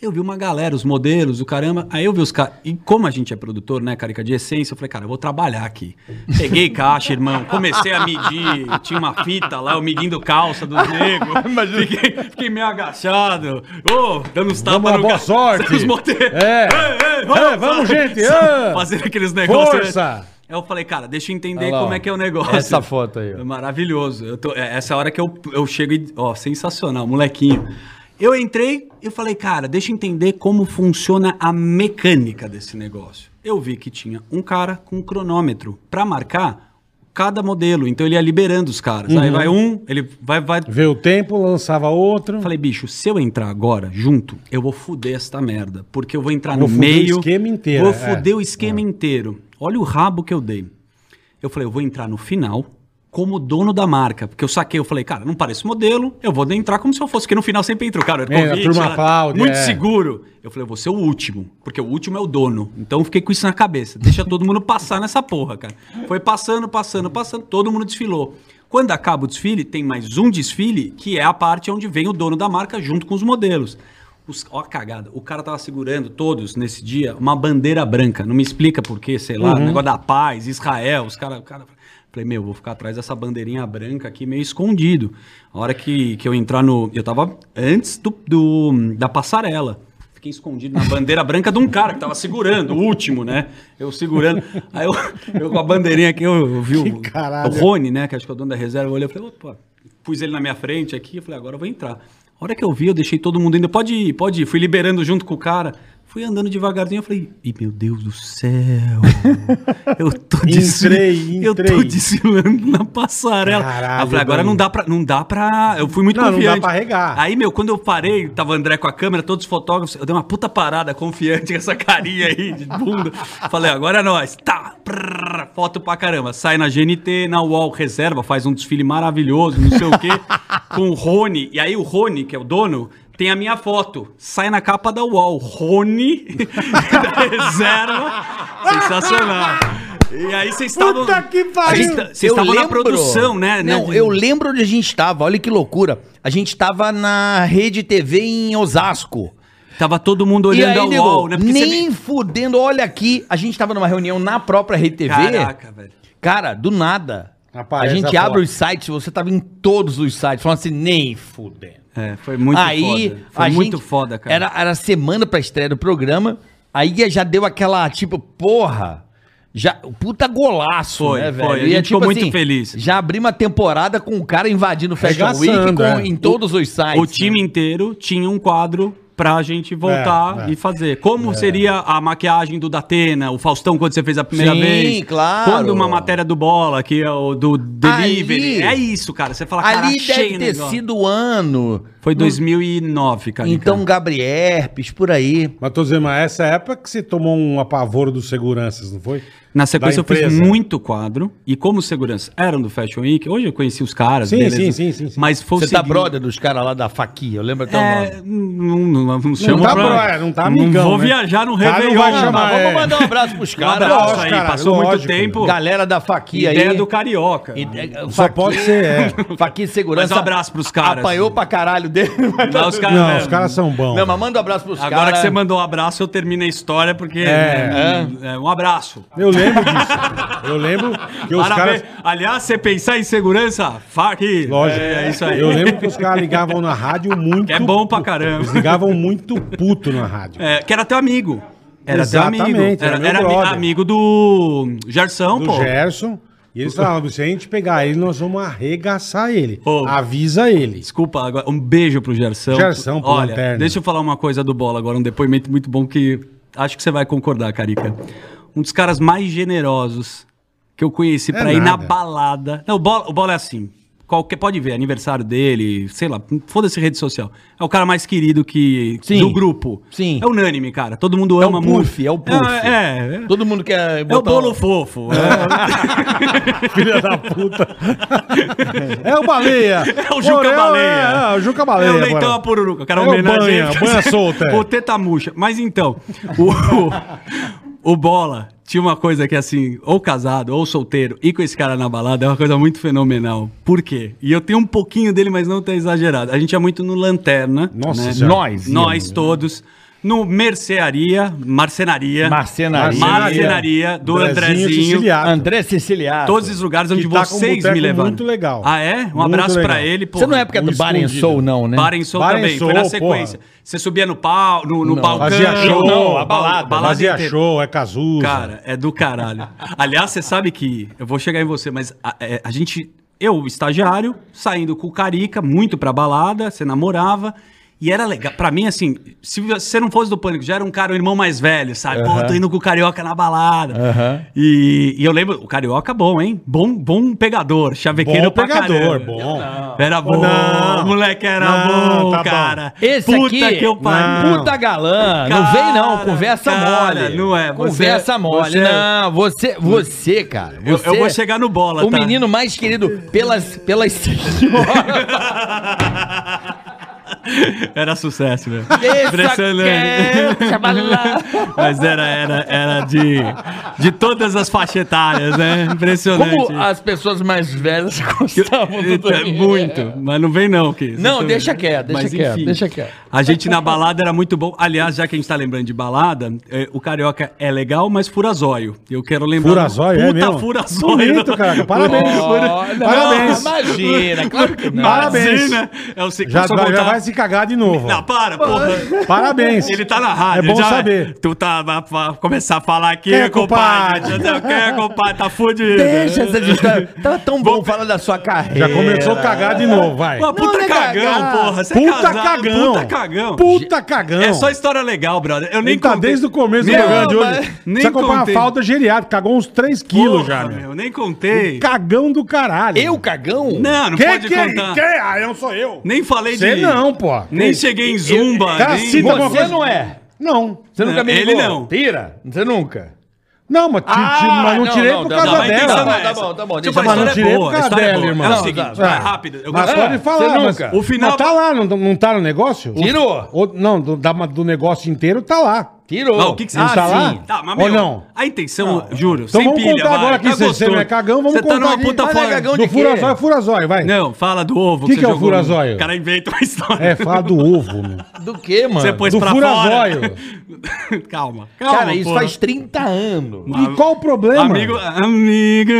Speaker 4: Eu vi uma galera, os modelos, o caramba. Aí eu vi os caras. E como a gente é produtor, né, carica de essência, eu falei, cara, eu vou trabalhar aqui. Peguei caixa, irmão, comecei a medir. Tinha uma fita lá, eu medindo calça dos negros.
Speaker 7: Imagina.
Speaker 4: Fiquei, fiquei meio agachado. Ô, dando
Speaker 2: Vamos
Speaker 4: uns tapas
Speaker 2: lá,
Speaker 4: no
Speaker 2: boa
Speaker 4: ca-
Speaker 2: sorte.
Speaker 4: Os modelos.
Speaker 2: É. É, vamos, gente, é.
Speaker 4: Fazendo aqueles negócios. né?
Speaker 2: Força.
Speaker 4: Aí eu falei, cara, deixa eu entender
Speaker 3: Olha lá,
Speaker 4: como
Speaker 3: ó.
Speaker 4: é que é o negócio.
Speaker 3: Essa foto aí, ó.
Speaker 4: É Maravilhoso. Eu tô- é essa hora que eu, eu chego e. Ó, sensacional, molequinho. Eu entrei e falei, cara, deixa eu entender como funciona a mecânica desse negócio. Eu vi que tinha um cara com um cronômetro pra marcar cada modelo. Então ele ia liberando os caras.
Speaker 3: Uhum.
Speaker 4: Aí vai um, ele vai, vai
Speaker 2: Vê o tempo, lançava outro.
Speaker 4: eu Falei, bicho, se eu entrar agora junto, eu vou fuder esta merda. Porque eu vou entrar
Speaker 2: Vou
Speaker 4: no
Speaker 2: fuder o
Speaker 4: meio.
Speaker 2: esquema inteiro,
Speaker 4: Vou
Speaker 2: é.
Speaker 4: fuder o esquema inteiro. Olha o rabo que eu dei. Eu falei, eu vou entrar no final como dono da marca. Porque eu saquei, eu falei, cara, não pareço modelo, eu vou entrar como se eu fosse. Porque no final sempre entro, cara.
Speaker 2: É, a turma
Speaker 4: ela-
Speaker 2: aplaude,
Speaker 4: Muito
Speaker 2: é.
Speaker 4: seguro. Eu falei, eu vou ser o último. Porque o último é o dono. Então eu fiquei com isso na cabeça. Deixa todo mundo passar nessa porra, cara. Foi passando, passando, passando. Todo mundo desfilou. Quando acaba o desfile, tem mais um desfile, que é a parte onde vem o dono da marca junto com os modelos. Os, ó a cagada. O cara tava segurando, todos, nesse dia, uma bandeira branca. Não me explica por quê, sei lá. Negócio da paz, Israel, os caras... Cara, Falei, meu, vou ficar atrás dessa bandeirinha branca aqui, meio escondido. A hora que, que eu entrar no... Eu tava antes do, do- da passarela. Fiquei escondido na bandeira branca de um cara que tava segurando, o último, né? Eu segurando. Aí eu, eu com a bandeirinha aqui, eu, eu vi o,
Speaker 2: Que caralho.
Speaker 4: o Rony, né? Que acho que é o dono da reserva. Eu olhei e falei, opa, pus ele na minha frente aqui. Eu falei, agora eu vou entrar. A hora que eu vi, eu deixei todo mundo indo. Pode ir, pode ir. Fui liberando junto com o cara. Fui andando devagarzinho. Eu falei, e meu Deus do céu. Eu tô, desfil-
Speaker 2: Entrei,
Speaker 4: eu tô
Speaker 2: entrei.
Speaker 4: desfilando na passarela.
Speaker 2: Caralho,
Speaker 4: eu falei, agora
Speaker 2: Dani.
Speaker 4: não dá, pra, não dá pra. Eu fui muito
Speaker 2: Não, não dá
Speaker 4: confiante.
Speaker 2: pra regar.
Speaker 4: Aí Aí, meu, quando eu parei, tava o André com a câmera, todos os fotógrafos, eu dei uma puta parada confiante com essa carinha aí de bunda. Falei, agora é nós. Tá, prrr, foto pra caramba. Sai na GNT, na UOL Reserva, faz um desfile maravilhoso, não sei o quê, com o Rony. E aí o Rony, que é o dono, tem a minha foto. Sai na capa da UOL. Rony da Reserva. Sensacional. E aí vocês estavam...
Speaker 2: Puta que pariu!
Speaker 4: A gente tá- Vocês
Speaker 3: Eu
Speaker 4: estavam na
Speaker 8: lembro-
Speaker 4: produção, né? né,
Speaker 8: Não,
Speaker 4: de-
Speaker 8: eu lembro onde a gente tava, olha que loucura. A gente tava na Rede TV em Osasco.
Speaker 4: Tava todo mundo
Speaker 8: E
Speaker 4: olhando
Speaker 8: aí,
Speaker 4: a
Speaker 8: nego,
Speaker 4: UOL, né? Porque você-
Speaker 8: nem fudendo, olha aqui, a gente tava numa reunião na própria Rede TV.
Speaker 4: Caraca, velho.
Speaker 8: Cara, do nada.
Speaker 2: Aparece
Speaker 8: a gente
Speaker 2: a
Speaker 8: abre os
Speaker 2: foto.
Speaker 8: sites, você tava em todos os sites, falando assim, nem fudendo.
Speaker 4: É, foi muito
Speaker 8: aí,
Speaker 4: foda. Foi
Speaker 8: a
Speaker 4: muito
Speaker 8: gente-
Speaker 4: foda, cara.
Speaker 8: Era, era semana pra estreia do programa, aí já deu aquela, tipo, porra, já, puta golaço,
Speaker 4: Foi,
Speaker 8: né,
Speaker 4: foi.
Speaker 8: velho?
Speaker 4: A
Speaker 8: E é,
Speaker 4: gente ficou muito feliz.
Speaker 8: Já abrimos a temporada com o cara invadindo o Fashion
Speaker 2: Arregaçando,
Speaker 8: Week com-
Speaker 2: é.
Speaker 8: em todos os sites. né?
Speaker 4: o time inteiro tinha um quadro pra gente voltar
Speaker 2: É, é.
Speaker 4: e fazer. Como seria a maquiagem do Datena, o Faustão quando você fez a primeira
Speaker 8: Sim,
Speaker 4: vez.
Speaker 8: claro.
Speaker 4: Quando uma matéria do Bola, que é o do
Speaker 8: Ali-
Speaker 4: Delivery. é isso, cara. Você fala, cara, né,
Speaker 8: Ali
Speaker 4: achei
Speaker 8: deve
Speaker 4: o
Speaker 8: ter
Speaker 4: negócio.
Speaker 8: sido o ano.
Speaker 4: Foi 2009, cara.
Speaker 8: Então, Gabriel Herpes, por aí.
Speaker 2: Mas tô dizendo, mas essa época que você tomou um apavoro dos seguranças, não foi?
Speaker 4: Na sequência, eu
Speaker 2: Da
Speaker 4: fiz
Speaker 2: empresa.
Speaker 4: muito quadro. E como os seguranças eram do Fashion Week, hoje eu conheci os caras.
Speaker 2: Sim,
Speaker 4: beleza.
Speaker 2: sim, sim, sim, sim.
Speaker 4: Mas foi o
Speaker 3: Você tá
Speaker 4: seguinte-
Speaker 3: brother dos caras lá da faquia, eu lembro até o nome.
Speaker 4: É, não, não, não, não chama
Speaker 2: tá
Speaker 4: pra-
Speaker 2: brother, não tá amigão,
Speaker 4: Não vou
Speaker 2: né?
Speaker 4: viajar no
Speaker 2: Cara, não
Speaker 4: Réveillon.
Speaker 2: vai chamar,
Speaker 4: mas
Speaker 2: é.
Speaker 3: Vamos mandar um abraço pros
Speaker 4: Um
Speaker 3: caras.
Speaker 4: abraço
Speaker 2: Lógico,
Speaker 4: aí,
Speaker 2: cara,
Speaker 4: passou muito
Speaker 2: lógico.
Speaker 4: tempo.
Speaker 3: Galera da faquia
Speaker 4: Ideia
Speaker 3: aí.
Speaker 4: do carioca.
Speaker 3: Ide-
Speaker 2: Só
Speaker 3: Faqui-
Speaker 2: pode ser, é.
Speaker 3: Faquia de segurança.
Speaker 4: Mas um abraço pros caras.
Speaker 3: Apanhou pra caralho dele. mas-
Speaker 4: Lá os caras-
Speaker 2: Não,
Speaker 4: é,
Speaker 2: os caras são bons.
Speaker 3: Não, mas manda um abraço pros
Speaker 4: Agora que
Speaker 3: caras.
Speaker 4: você mandou um abraço, eu termino a história, porque. né, é, um abraço.
Speaker 2: Eu lembro disso. Eu lembro que os
Speaker 4: Parabéns.
Speaker 2: caras.
Speaker 4: Aliás, você pensar em segurança, faque.
Speaker 2: Lógico.
Speaker 4: É, é isso aí.
Speaker 2: Eu lembro que os caras ligavam na rádio muito.
Speaker 4: Que é bom pra
Speaker 2: pu-
Speaker 4: caramba.
Speaker 2: Eles ligavam muito puto na rádio.
Speaker 4: É, que era teu amigo. Era
Speaker 2: Exatamente,
Speaker 4: teu amigo.
Speaker 2: era
Speaker 4: Era,
Speaker 2: meu
Speaker 4: era ami-
Speaker 2: brother.
Speaker 4: amigo do Gerson,
Speaker 2: do
Speaker 4: pô.
Speaker 2: Gerson. E eles falavam: se a gente pegar ele, nós vamos arregaçar ele.
Speaker 4: Ô.
Speaker 2: Avisa ele.
Speaker 4: Desculpa, agora, um beijo pro Gerson.
Speaker 2: Gerson, pro
Speaker 4: Olha,
Speaker 2: Lanterna.
Speaker 4: deixa eu falar uma coisa do Bola agora, um depoimento muito bom que acho que você vai concordar, Carica. Um dos caras mais generosos que eu conheci
Speaker 3: É
Speaker 4: pra ir na
Speaker 2: nada.
Speaker 4: balada. Não, o Bola, o Bola é assim. Qualquer, pode ver, aniversário dele, sei lá, foda-se rede social. É o cara mais querido que
Speaker 3: Sim.
Speaker 4: do grupo.
Speaker 3: Sim.
Speaker 4: É unânime, cara. Todo mundo
Speaker 3: É o
Speaker 4: ama
Speaker 3: Puff,
Speaker 4: muito.
Speaker 3: é o Puff.
Speaker 4: É, é,
Speaker 3: Todo mundo quer
Speaker 4: é o
Speaker 3: botar
Speaker 4: bolo
Speaker 3: um-
Speaker 4: fofo.
Speaker 2: Filha da puta. É o baleia.
Speaker 4: É o Juca
Speaker 2: Porém,
Speaker 4: Baleia.
Speaker 2: É, é o Juca Baleia.
Speaker 4: É o leitão a
Speaker 2: agora.
Speaker 4: pururuca. Cara,
Speaker 2: É o
Speaker 4: homenagem.
Speaker 2: banha, banha solta, é.
Speaker 4: O tetamuxa. Mas então, o, o Bola tinha uma coisa que assim, ou casado, ou solteiro, e com esse cara na balada, é uma coisa muito fenomenal. Por quê? E eu tenho um pouquinho dele, mas não tá exagerado. A gente é muito no Lanterna.
Speaker 2: Nossa
Speaker 4: né?
Speaker 2: Senhora.
Speaker 3: Nós.
Speaker 4: Nós todos. No Mercearia, Marcenaria.
Speaker 3: Marcenaria.
Speaker 4: Marcenaria do Andrezinho.
Speaker 2: Siciliato.
Speaker 3: André Siciliano.
Speaker 4: Todos os lugares onde
Speaker 2: Que tá com um
Speaker 4: vocês
Speaker 2: boteco
Speaker 4: me levaram.
Speaker 2: muito legal.
Speaker 4: Ah, é? Um
Speaker 2: Muito
Speaker 4: abraço
Speaker 2: legal.
Speaker 4: pra ele.
Speaker 3: Você não é
Speaker 4: porra.
Speaker 3: época do
Speaker 2: Um
Speaker 3: Bar and
Speaker 2: escondido.
Speaker 3: Soul, não, né?
Speaker 4: Bar and Soul
Speaker 2: Bar and
Speaker 4: também, foi na
Speaker 2: Soul,
Speaker 4: sequência.
Speaker 2: porra.
Speaker 4: Você subia no pau, no, no balcão.
Speaker 2: Fazia show,
Speaker 4: não,
Speaker 2: a
Speaker 3: balada,
Speaker 2: Fazia
Speaker 4: inteira.
Speaker 2: show, é Cazuza.
Speaker 4: Cara, é do caralho. Aliás, você sabe que, eu vou chegar em você, mas a, é, a gente, eu, estagiário, saindo com o Carica, muito pra balada, você namorava, e era legal. Pra mim, assim, se você não fosse do Pânico, já era um cara, um irmão mais velho, sabe? Pô, tô indo com o Carioca na balada. E, e eu lembro, o Carioca bom, hein? Bom, bom pegador, chavequeiro
Speaker 2: Bom
Speaker 4: pra
Speaker 2: pegador,
Speaker 4: caramba.
Speaker 2: bom.
Speaker 4: Era bom,
Speaker 2: Não.
Speaker 4: moleque era
Speaker 2: Não,
Speaker 4: bom,
Speaker 2: tá bom.
Speaker 4: cara.
Speaker 3: Esse
Speaker 4: Puta
Speaker 3: aqui-
Speaker 4: que eu pariu.
Speaker 3: Puta galã, não
Speaker 4: Cara,
Speaker 3: vem não, conversa
Speaker 4: cara,
Speaker 3: mole.
Speaker 4: não é, você-
Speaker 3: conversa mole.
Speaker 4: você-
Speaker 3: não, você, você, cara.
Speaker 4: Eu,
Speaker 3: você-
Speaker 4: eu vou chegar no bola,
Speaker 3: O
Speaker 4: tá?
Speaker 3: menino mais querido pelas, pelas senhoras.
Speaker 4: Era sucesso, velho.
Speaker 3: Impressionante.
Speaker 4: Mas era, era, era de, de todas as faixa etárias, né? Impressionante.
Speaker 3: Como as pessoas mais velhas gostavam do
Speaker 4: Eita,
Speaker 3: Toninho.
Speaker 4: Então, é muito, mas não vem não, que
Speaker 3: Não, deixa quieto, deixa quieto, deixa quieto.
Speaker 4: A gente na balada era muito bom. Aliás, já que a gente tá lembrando de balada, eh, o carioca é legal, mas furazóio. Eu quero lembrar.
Speaker 2: Furazóio, é
Speaker 4: Puta
Speaker 2: mesmo?
Speaker 4: furazóio.
Speaker 2: Bonito, cara. Parabéns.
Speaker 3: Ó, não,
Speaker 2: Parabéns.
Speaker 3: Imagina, claro que não.
Speaker 2: Parabéns.
Speaker 4: Imagina, é o se-
Speaker 2: Já,
Speaker 4: só
Speaker 2: vai- já
Speaker 4: voltar-
Speaker 2: vai se cagar de novo. ó.
Speaker 4: Não, para, porra.
Speaker 2: Parabéns.
Speaker 4: Ele tá na rádio.
Speaker 2: É bom
Speaker 4: já-
Speaker 2: saber.
Speaker 4: Tu tá vai- vai começar a falar aqui,
Speaker 2: Quem é
Speaker 4: compadre.
Speaker 2: culpado?
Speaker 4: Já tá- Quem é compadre? Tá fudido.
Speaker 3: Deixa essa história. Tava tão bom falar da sua
Speaker 2: Já
Speaker 3: carreira.
Speaker 2: começou a cagar de novo, vai.
Speaker 4: Uma puta
Speaker 3: não é
Speaker 4: cagão,
Speaker 3: cagar.
Speaker 4: porra. É. Você é
Speaker 2: Puta
Speaker 4: casado,
Speaker 2: cagão.
Speaker 4: Puta cagão.
Speaker 2: Puta cagão.
Speaker 4: É só história legal, brother. Eu nem
Speaker 2: Ele tá desde o começo do
Speaker 4: Nem-
Speaker 2: programa de
Speaker 3: Não,
Speaker 2: hoje.
Speaker 3: mas-
Speaker 4: nem
Speaker 2: Precisa comprar uma
Speaker 4: contei.
Speaker 2: falda geriátrica. Cagou uns 3 quilos
Speaker 4: Porra,
Speaker 2: já, né? Um
Speaker 4: meu, nem contei.
Speaker 2: Cagão do caralho.
Speaker 3: Eu, cagão?
Speaker 4: Não, não
Speaker 2: Quem
Speaker 4: pode
Speaker 2: que é?
Speaker 4: contar.
Speaker 2: Quem é? Ah, eu não sou eu.
Speaker 4: Nem falei
Speaker 2: Você
Speaker 4: de...
Speaker 2: não, pô.
Speaker 4: Nem cheguei em Zumba.
Speaker 2: Cara,
Speaker 4: nem-
Speaker 2: cita alguma
Speaker 3: Você
Speaker 2: coisa-
Speaker 3: não é.
Speaker 2: Não.
Speaker 3: Você
Speaker 4: Não,
Speaker 3: nunca me
Speaker 4: ele
Speaker 3: ligou?
Speaker 4: não.
Speaker 3: Tira. Você nunca.
Speaker 2: Não, mas, ti-
Speaker 3: Ah,
Speaker 2: ti- mas não,
Speaker 3: não,
Speaker 2: tirei
Speaker 3: não,
Speaker 2: por
Speaker 3: não,
Speaker 2: causa
Speaker 3: não, mas
Speaker 4: tem
Speaker 2: dela.
Speaker 4: que ser
Speaker 3: Não,
Speaker 4: nessa.
Speaker 3: tá bom, tá bom,
Speaker 4: Deixa
Speaker 3: deixa
Speaker 4: eu
Speaker 3: eu
Speaker 4: falar, a
Speaker 2: falar. Não
Speaker 4: história é boa, a
Speaker 2: tirei por
Speaker 4: história
Speaker 2: causa
Speaker 4: é boa.
Speaker 2: dela, irmão.
Speaker 4: É o seguinte,
Speaker 2: Não,
Speaker 4: vai
Speaker 2: tá.
Speaker 4: rápido. Eu
Speaker 2: Mas
Speaker 4: gosto-
Speaker 2: pode falar.
Speaker 3: você
Speaker 2: mas-
Speaker 3: nunca.
Speaker 4: O final...
Speaker 2: Mas tá lá, não, não tá no negócio?
Speaker 3: Tirou.
Speaker 2: O- não, do, da- do negócio inteiro tá lá.
Speaker 3: Tirou.
Speaker 4: Não, o que, que você
Speaker 2: Não tá lá?
Speaker 4: Tá, mas
Speaker 2: Ou
Speaker 4: meu,
Speaker 2: não?
Speaker 4: A intenção, juro,
Speaker 2: Então vamos contar
Speaker 4: vai,
Speaker 2: agora aqui,
Speaker 4: tá
Speaker 2: se você
Speaker 4: gostoso.
Speaker 2: não é cagão, vamos
Speaker 4: Você
Speaker 2: contar
Speaker 4: tá numa
Speaker 2: aqui. é
Speaker 4: puta
Speaker 3: Mas
Speaker 4: fora.
Speaker 3: cagão de
Speaker 2: Do
Speaker 3: quê?
Speaker 2: furazói, furazói, vai.
Speaker 4: Não, fala do ovo
Speaker 2: Que que é o
Speaker 4: jogou no-
Speaker 2: furazóio?
Speaker 4: O cara inventa uma história.
Speaker 2: É, fala do ovo, meu.
Speaker 3: Do que, mano?
Speaker 4: Você pôs
Speaker 2: do
Speaker 4: pra
Speaker 2: furazóio.
Speaker 4: fora. calma, calma.
Speaker 3: Cara, isso
Speaker 4: porra.
Speaker 3: faz 30 anos.
Speaker 2: E qual o problema?
Speaker 4: Amigo, amiga.